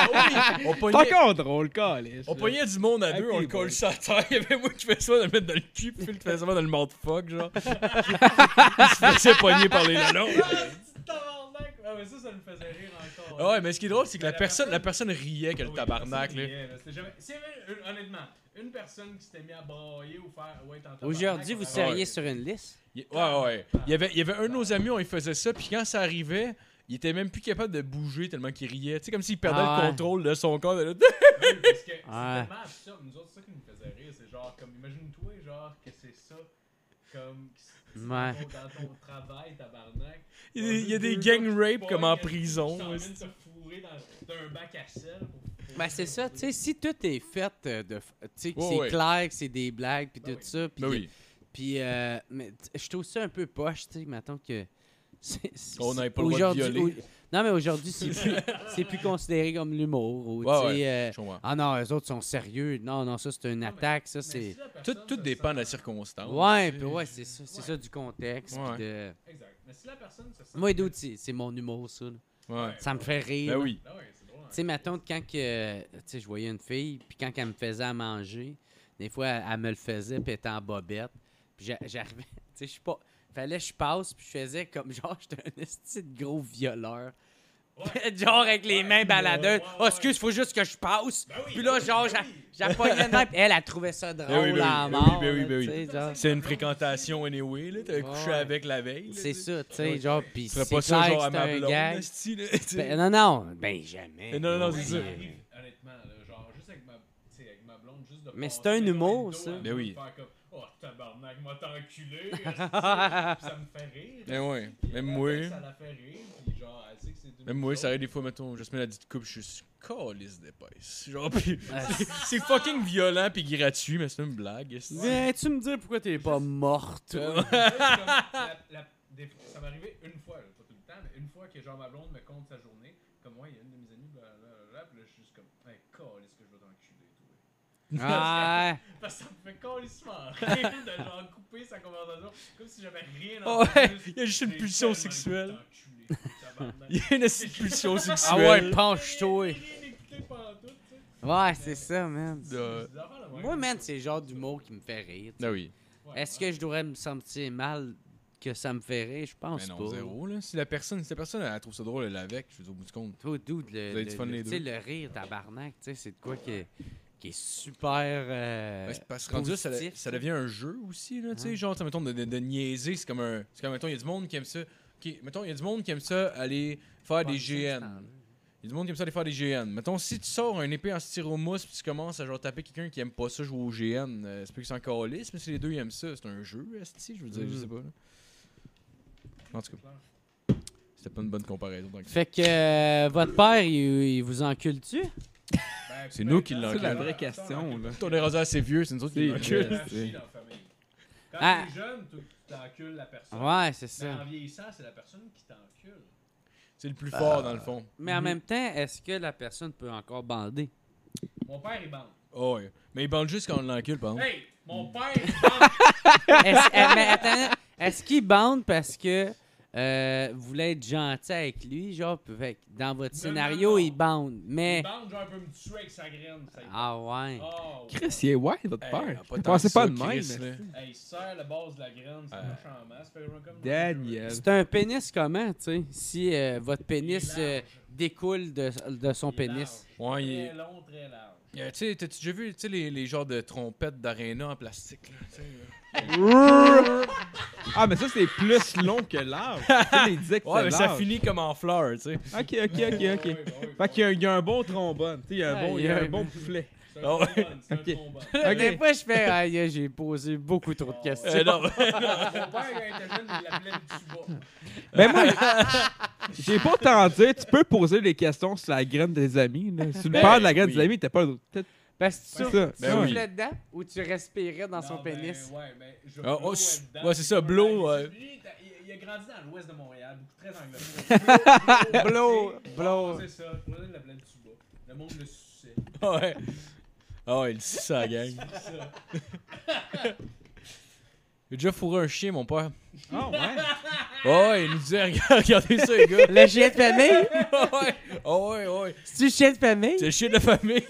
[SPEAKER 2] oui! On
[SPEAKER 5] C'est
[SPEAKER 2] pognait,
[SPEAKER 5] encore drôle, calisse.
[SPEAKER 2] on pognait du monde à
[SPEAKER 5] Happy
[SPEAKER 2] deux, on le
[SPEAKER 5] boy.
[SPEAKER 2] colle sur la terre. Il y avait moi qui faisais ça de le mettre dans le cul, puis Phil qui faisait ça dans le motherfuck, genre. Il se faisait pogner par les lalons.
[SPEAKER 4] Ah,
[SPEAKER 3] Tabarnak! Ah, mais ça, ça me faisait rire encore. Ah
[SPEAKER 2] Ah ouais, mais ce qui est drôle, c'est que la personne, la personne riait que le
[SPEAKER 3] Oui,
[SPEAKER 2] tabarnak,
[SPEAKER 3] personne
[SPEAKER 2] là.
[SPEAKER 3] riait, là. C'était jamais- S'il y avait, une- honnêtement, une personne qui s'était mise à brailler ou faire. Ouais, t'es en tabarnak,
[SPEAKER 4] Aujourd'hui,
[SPEAKER 3] on
[SPEAKER 4] vous
[SPEAKER 3] la-
[SPEAKER 4] seriez
[SPEAKER 2] Ouais.
[SPEAKER 4] sur une liste.
[SPEAKER 2] Il- Ouais, ouais. Il y avait, il y avait un de nos amis, on lui faisait ça, puis quand ça arrivait, il était même plus capable de bouger tellement qu'il riait. Tu sais, comme s'il perdait
[SPEAKER 4] Ah ouais.
[SPEAKER 2] le contrôle de son corps. de-
[SPEAKER 3] Oui, parce que c'est
[SPEAKER 4] Ouais.
[SPEAKER 3] tellement absurde. Nous autres, c'est ça qui nous faisait rire. C'est genre, comme, imagine-toi, genre, que c'est ça, comme, c'est
[SPEAKER 4] Ouais.
[SPEAKER 3] dans, ton, dans ton travail, tabarnak.
[SPEAKER 2] Il y a des- il y a des gang rape comme en prison.
[SPEAKER 3] Tu
[SPEAKER 2] ouais,
[SPEAKER 3] t'emmènes
[SPEAKER 2] c'est-
[SPEAKER 3] te fourrer dans, dans un bac à sel pour... pour-
[SPEAKER 4] Ben, c'est ça, tu sais, si tout est fait euh, de. f- Tu sais, que
[SPEAKER 2] Ouais,
[SPEAKER 4] c'est
[SPEAKER 2] ouais.
[SPEAKER 4] clair, que c'est des blagues, puis
[SPEAKER 3] Ben
[SPEAKER 4] tout
[SPEAKER 3] oui.
[SPEAKER 4] ça. Puis,
[SPEAKER 2] Ben oui,
[SPEAKER 4] puis, euh, mais t- je trouve ça un peu poche, tu sais, mettons que. c'est- c'est-
[SPEAKER 2] On n'avait pas le droit de
[SPEAKER 4] aujourd'hui-
[SPEAKER 2] violer.
[SPEAKER 4] au- Non, mais aujourd'hui, c'est plus, c'est plus considéré comme l'humour. ou,
[SPEAKER 2] Ouais,
[SPEAKER 4] tu sais,
[SPEAKER 2] ouais.
[SPEAKER 4] euh,
[SPEAKER 2] je comprends.
[SPEAKER 4] Ah non, eux autres sont sérieux. Non, non, ça, c'est une attaque. Ça,
[SPEAKER 3] Mais si
[SPEAKER 4] c'est.
[SPEAKER 3] la personne
[SPEAKER 2] Tout, tout
[SPEAKER 3] se
[SPEAKER 2] dépend de la
[SPEAKER 3] sent-
[SPEAKER 2] circonstance.
[SPEAKER 4] Ouais,
[SPEAKER 2] C'est-
[SPEAKER 4] puis ouais, c'est ça, c'est ça du contexte. puis
[SPEAKER 2] Ouais.
[SPEAKER 4] de-
[SPEAKER 3] Exact. Mais si la personne se sent...
[SPEAKER 4] Moi, d'autres, c'est c'est mon humour, ça. là.
[SPEAKER 2] Ouais.
[SPEAKER 4] Ça me fait rire.
[SPEAKER 2] Ben
[SPEAKER 4] là.
[SPEAKER 2] oui.
[SPEAKER 3] Ah ouais, c'est drôle. hein.
[SPEAKER 4] Tu sais, mettons, quand que, tu sais, je voyais une fille, puis quand elle me faisait à manger, Des fois, elle, elle me le faisait, puis elle était en bobette. Puis j'a- j'arrivais, tu sais, je suis pas. Fallait que je passe, puis je faisais comme genre, j'étais un esti de gros violeur. genre avec les mains baladeuses. Ah, excuse, faut juste que je passe.
[SPEAKER 2] Ben
[SPEAKER 4] puis là, genre, j'a- j'appognais une main, puis elle, elle trouvait ça drôle
[SPEAKER 2] Ben oui, ben oui,
[SPEAKER 4] en
[SPEAKER 2] ben oui,
[SPEAKER 4] mort.
[SPEAKER 2] ben oui,
[SPEAKER 4] là,
[SPEAKER 2] ben oui.
[SPEAKER 4] tu sais, genre.
[SPEAKER 2] C'est une fréquentation anyway, là. T'as couché
[SPEAKER 4] Ouais.
[SPEAKER 2] avec la veille. là,
[SPEAKER 4] C'est
[SPEAKER 2] tu sais.
[SPEAKER 4] ça, tu sais, genre, pis
[SPEAKER 2] Ben Tu ferais
[SPEAKER 4] c'est clair
[SPEAKER 2] pas ça genre à
[SPEAKER 4] que
[SPEAKER 2] ma
[SPEAKER 4] c'est un
[SPEAKER 2] blonde,
[SPEAKER 4] gag.
[SPEAKER 2] esti, là, tu sais.
[SPEAKER 4] Ben, non, non, ben jamais.
[SPEAKER 2] Mais non, non, c'est ça.
[SPEAKER 4] Mais-
[SPEAKER 3] Honnêtement, là, genre, juste avec ma, tu sais, avec ma blonde, juste de
[SPEAKER 4] Mais
[SPEAKER 3] passer
[SPEAKER 4] c'est un
[SPEAKER 3] dans
[SPEAKER 4] humour,
[SPEAKER 3] le dos,
[SPEAKER 4] ça.
[SPEAKER 3] elle
[SPEAKER 2] Ben
[SPEAKER 3] va
[SPEAKER 2] oui.
[SPEAKER 3] faire comme, oh, tabarnak, m'a t'enculé. esti, puis ça me fait rire.
[SPEAKER 2] Ben ouais,
[SPEAKER 3] Puis
[SPEAKER 2] même
[SPEAKER 3] elle,
[SPEAKER 2] moi.
[SPEAKER 3] Ça la fait rire, puis genre, elle sait que c'est une
[SPEAKER 2] Même moi,
[SPEAKER 3] joke.
[SPEAKER 2] ça arrive des fois, mettons, je se mets la dite coupe, je suis calice d'épaisse. Genre, pis
[SPEAKER 4] Ah,
[SPEAKER 2] c'est fucking violent pis gratuit, mais c'est une blague. esti.
[SPEAKER 4] Viens-tu me dire pourquoi t'es pas morte? toi?
[SPEAKER 3] Juste comme la- la- des- ça m'est arrivé une fois, là, pas tout le temps, mais une fois que genre ma blonde me compte sa journée, comme moi, il y a une de mes amies, blablabla, puis là, je suis juste comme, ben, est-ce que je vais t'enculer, toi?
[SPEAKER 4] Ah, ouais.
[SPEAKER 3] Parce que ça me fait colissement rire de genre couper sa conversation comme si j'avais rien
[SPEAKER 2] Ah ouais,
[SPEAKER 3] entendu.
[SPEAKER 2] il y a juste une
[SPEAKER 3] J'ai
[SPEAKER 2] pulsion
[SPEAKER 3] tellement
[SPEAKER 2] sexuelle.
[SPEAKER 3] le goût de t'enculer, tabarnak.
[SPEAKER 2] Il y a une esti de pulsion
[SPEAKER 4] Ah
[SPEAKER 2] sexuelle.
[SPEAKER 4] ouais, penche-toi.
[SPEAKER 3] Rien écouté pantoute, tu sais.
[SPEAKER 4] Ouais, c'est ça, man.
[SPEAKER 2] De-
[SPEAKER 3] C'est des affaires de même.
[SPEAKER 4] Moi, man, c'est le genre d'humour qui me fait rire. tu sais.
[SPEAKER 2] Ah oui.
[SPEAKER 3] Ouais,
[SPEAKER 4] Est-ce que je devrais me sentir mal que ça me fait rire? Je pense
[SPEAKER 2] Mais Ben non,
[SPEAKER 4] pas.
[SPEAKER 2] zéro, là. Si la personne, si la personne, elle trouve ça drôle, elle est avec, je veux dire, au bout du compte.
[SPEAKER 4] Toi, dude, le,
[SPEAKER 2] Vous avez du
[SPEAKER 4] le-
[SPEAKER 2] fun
[SPEAKER 4] le-
[SPEAKER 2] les
[SPEAKER 4] tu sais,
[SPEAKER 2] deux.
[SPEAKER 4] le rire, tabarnak, tu sais, c'est de quoi qui est, qui est super. euh,
[SPEAKER 2] Ouais, c'est parce que rendu là, ça,
[SPEAKER 4] positif,
[SPEAKER 2] ça
[SPEAKER 4] tu sais.
[SPEAKER 2] devient un jeu aussi, là, tu sais,
[SPEAKER 4] Ouais.
[SPEAKER 2] genre, tu sais, mettons, de, de- de niaiser, c'est comme un... C'est comme, mettons, il y a du monde qui aime ça... qui- mettons, il y a du monde qui aime ça aller faire des GN. Il y a du monde qui aime ça aller faire des GN. Mettons, si tu sors un épée en styromousse puis tu commences à genre taper quelqu'un qui aime pas ça jouer au GN, euh, c'est plus que c'est encore lisse, mais si les deux ils aiment ça, c'est un jeu, esti, je veux dire, je sais pas, là. En tout cas, c'était pas une bonne comparaison. donc.
[SPEAKER 4] Fait que euh, votre père, il, il vous encule-tu?
[SPEAKER 3] ben,
[SPEAKER 2] C'est
[SPEAKER 3] peu
[SPEAKER 2] nous qui
[SPEAKER 3] importe,
[SPEAKER 5] C'est la
[SPEAKER 2] l'enculons.
[SPEAKER 5] vraie question, là.
[SPEAKER 2] On est rendu assez vieux, c'est nous autres qui
[SPEAKER 5] C'est-
[SPEAKER 2] l'enculons.
[SPEAKER 3] C'est la fille dans la famille. Quand
[SPEAKER 4] Ah.
[SPEAKER 3] t'es jeune, toi, tu t'encules la personne.
[SPEAKER 4] Ouais, c'est
[SPEAKER 3] Mais en
[SPEAKER 2] Ah.
[SPEAKER 4] ça.
[SPEAKER 3] vieillissant, c'est la personne qui t'encule.
[SPEAKER 2] C'est le plus fort, dans le fond.
[SPEAKER 4] Mais en même temps, est-ce que la personne peut encore bander?
[SPEAKER 3] Mon père, il bande.
[SPEAKER 2] Oh, ouais. Mais ils bandent juste quand on l'encule, par exemple.
[SPEAKER 3] Hey, mon père, il bande.
[SPEAKER 4] Est-ce eh, mais attends, est-ce qu'il bande parce que euh, vous voulez être gentil avec lui? Genre, puis fait que dans votre
[SPEAKER 3] Non,
[SPEAKER 4] scénario,
[SPEAKER 3] non, non.
[SPEAKER 4] il bande.
[SPEAKER 3] Il
[SPEAKER 4] Mais.
[SPEAKER 3] bande, genre, il peut me tuer avec sa graine. Ça y est.
[SPEAKER 4] Ah ouais.
[SPEAKER 3] Oh, ouais.
[SPEAKER 5] Chris, il est wild, votre
[SPEAKER 2] Hey,
[SPEAKER 5] père.
[SPEAKER 2] pas
[SPEAKER 5] Je
[SPEAKER 2] tant
[SPEAKER 5] pensais
[SPEAKER 2] que ça,
[SPEAKER 5] pas de même.
[SPEAKER 2] Chris, là.
[SPEAKER 3] Hey, il serre la base de la graine, ça marche en masse. Fait comme- comme-
[SPEAKER 5] Daniel.
[SPEAKER 4] C'est un pénis comment, tu sais? Si euh, votre pénis
[SPEAKER 3] Il est
[SPEAKER 4] euh,
[SPEAKER 3] large.
[SPEAKER 4] découle de, de son
[SPEAKER 3] Il est
[SPEAKER 4] pénis.
[SPEAKER 3] large.
[SPEAKER 2] Ouais, il est-
[SPEAKER 3] Très long, très large.
[SPEAKER 2] Euh, tu sais, t'as-tu déjà vu tu sais, les, les genres de trompettes d'aréna en plastique? Là, tu sais, là?
[SPEAKER 5] Ah, mais ça, c'est plus long que l'arbre. Ça, il disait que
[SPEAKER 2] ouais, mais
[SPEAKER 5] c'est
[SPEAKER 2] ça
[SPEAKER 5] large.
[SPEAKER 2] finit comme en fleurs, tu sais.
[SPEAKER 5] Ok, ok, ok,
[SPEAKER 3] Ouais,
[SPEAKER 5] ok.
[SPEAKER 3] ouais, ouais,
[SPEAKER 5] Fait qu'il y a un- il y, a un bon trombone. Tu sais, il y a un
[SPEAKER 4] Ouais,
[SPEAKER 5] bon,
[SPEAKER 4] il
[SPEAKER 5] il y
[SPEAKER 4] y
[SPEAKER 5] a
[SPEAKER 4] a
[SPEAKER 5] un
[SPEAKER 4] un-
[SPEAKER 5] bon poulet.
[SPEAKER 3] C'est
[SPEAKER 2] Ah
[SPEAKER 3] un
[SPEAKER 2] ouais.
[SPEAKER 3] trombone, c'est un
[SPEAKER 5] Ok.
[SPEAKER 3] trombone.
[SPEAKER 4] Des
[SPEAKER 5] Ok.
[SPEAKER 4] fois, je fais, aïe, j'ai posé beaucoup trop de questions.
[SPEAKER 2] Euh, non,
[SPEAKER 3] Mon père, quand il était jeune, il l'appelait le tuba.
[SPEAKER 5] Ben moi, j'ai pas entendu. Tu peux poser des questions sur la graine des amis. Là. Si tu
[SPEAKER 2] Ben,
[SPEAKER 5] parles de la graine
[SPEAKER 2] oui.
[SPEAKER 5] des amis, t'as pas le- peut-être
[SPEAKER 4] Parce que tu
[SPEAKER 5] ça.
[SPEAKER 4] souffles- tu
[SPEAKER 2] Ben
[SPEAKER 4] soufflais
[SPEAKER 2] oui.
[SPEAKER 4] dedans ou tu respirais dans son
[SPEAKER 3] Non, ben,
[SPEAKER 4] pénis?
[SPEAKER 3] ouais, mais je
[SPEAKER 2] Ah, oh,
[SPEAKER 3] blow
[SPEAKER 2] c'est-
[SPEAKER 3] dedans.
[SPEAKER 2] ouais, c'est ça, blow, ouais.
[SPEAKER 3] Lui, t'as- il- il a grandi dans l'ouest de Montréal, beaucoup très anglophone.
[SPEAKER 4] Blow,
[SPEAKER 3] C'est-
[SPEAKER 4] blow.
[SPEAKER 3] C'est ça, moi, il l'appelait le tuba. Le monde le suçait.
[SPEAKER 2] ouais. Ah ouais, il dit ça, la gang.
[SPEAKER 3] C'est ça.
[SPEAKER 2] J'ai déjà fourré un chien, mon père.
[SPEAKER 5] Ah ouais.
[SPEAKER 2] Oh, ouais, il nous disait, regarde- regardez ça, les gars.
[SPEAKER 4] Le chien de famille?
[SPEAKER 2] Ah ouais, Ah ouais, ouais.
[SPEAKER 4] C'est-tu le chien de famille?
[SPEAKER 2] C'est le chien de famille.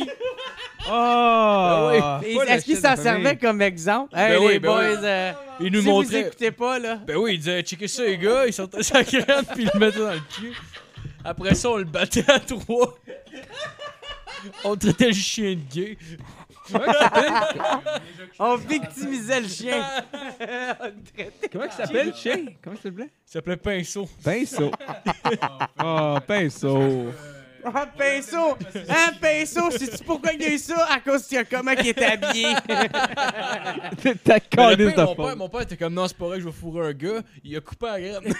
[SPEAKER 5] Ah
[SPEAKER 2] Ben
[SPEAKER 4] Et
[SPEAKER 5] Pas le
[SPEAKER 4] Ah! Est-ce qu'il
[SPEAKER 5] chien de
[SPEAKER 4] s'en
[SPEAKER 5] famille.
[SPEAKER 4] servait comme exemple? Hey,
[SPEAKER 2] Ben oui,
[SPEAKER 4] les
[SPEAKER 2] ben
[SPEAKER 4] boys,
[SPEAKER 2] oui.
[SPEAKER 4] euh,
[SPEAKER 2] Il nous
[SPEAKER 4] si vous
[SPEAKER 2] montrait.
[SPEAKER 4] écoutez pas, là.
[SPEAKER 2] Ben oui, il disait, checkez ça, les gars. Il sortait sa graine, puis il le mettait dans le cul. Après ça, on le battait à trois. On traitait le chien de gay.
[SPEAKER 4] On victimisait le chien. On traitait-
[SPEAKER 5] Comment il s'appelle, chien? Comment il s'appelait?
[SPEAKER 2] Il s'appelait Pinceau.
[SPEAKER 5] Pinceau. Ah, pinceau.
[SPEAKER 4] Un pinceau! Un pinceau! Sais-tu pourquoi il y a eu ça? À cause de comment il était habillé.
[SPEAKER 5] C'est ta
[SPEAKER 2] Mais le
[SPEAKER 5] calice
[SPEAKER 2] pire,
[SPEAKER 5] de
[SPEAKER 2] mon, père,
[SPEAKER 5] faute.
[SPEAKER 2] mon père était comme non, c'est pas vrai, je vais fourrer un gars. Il a coupé la graine.
[SPEAKER 3] Ouais, ouais, ouais,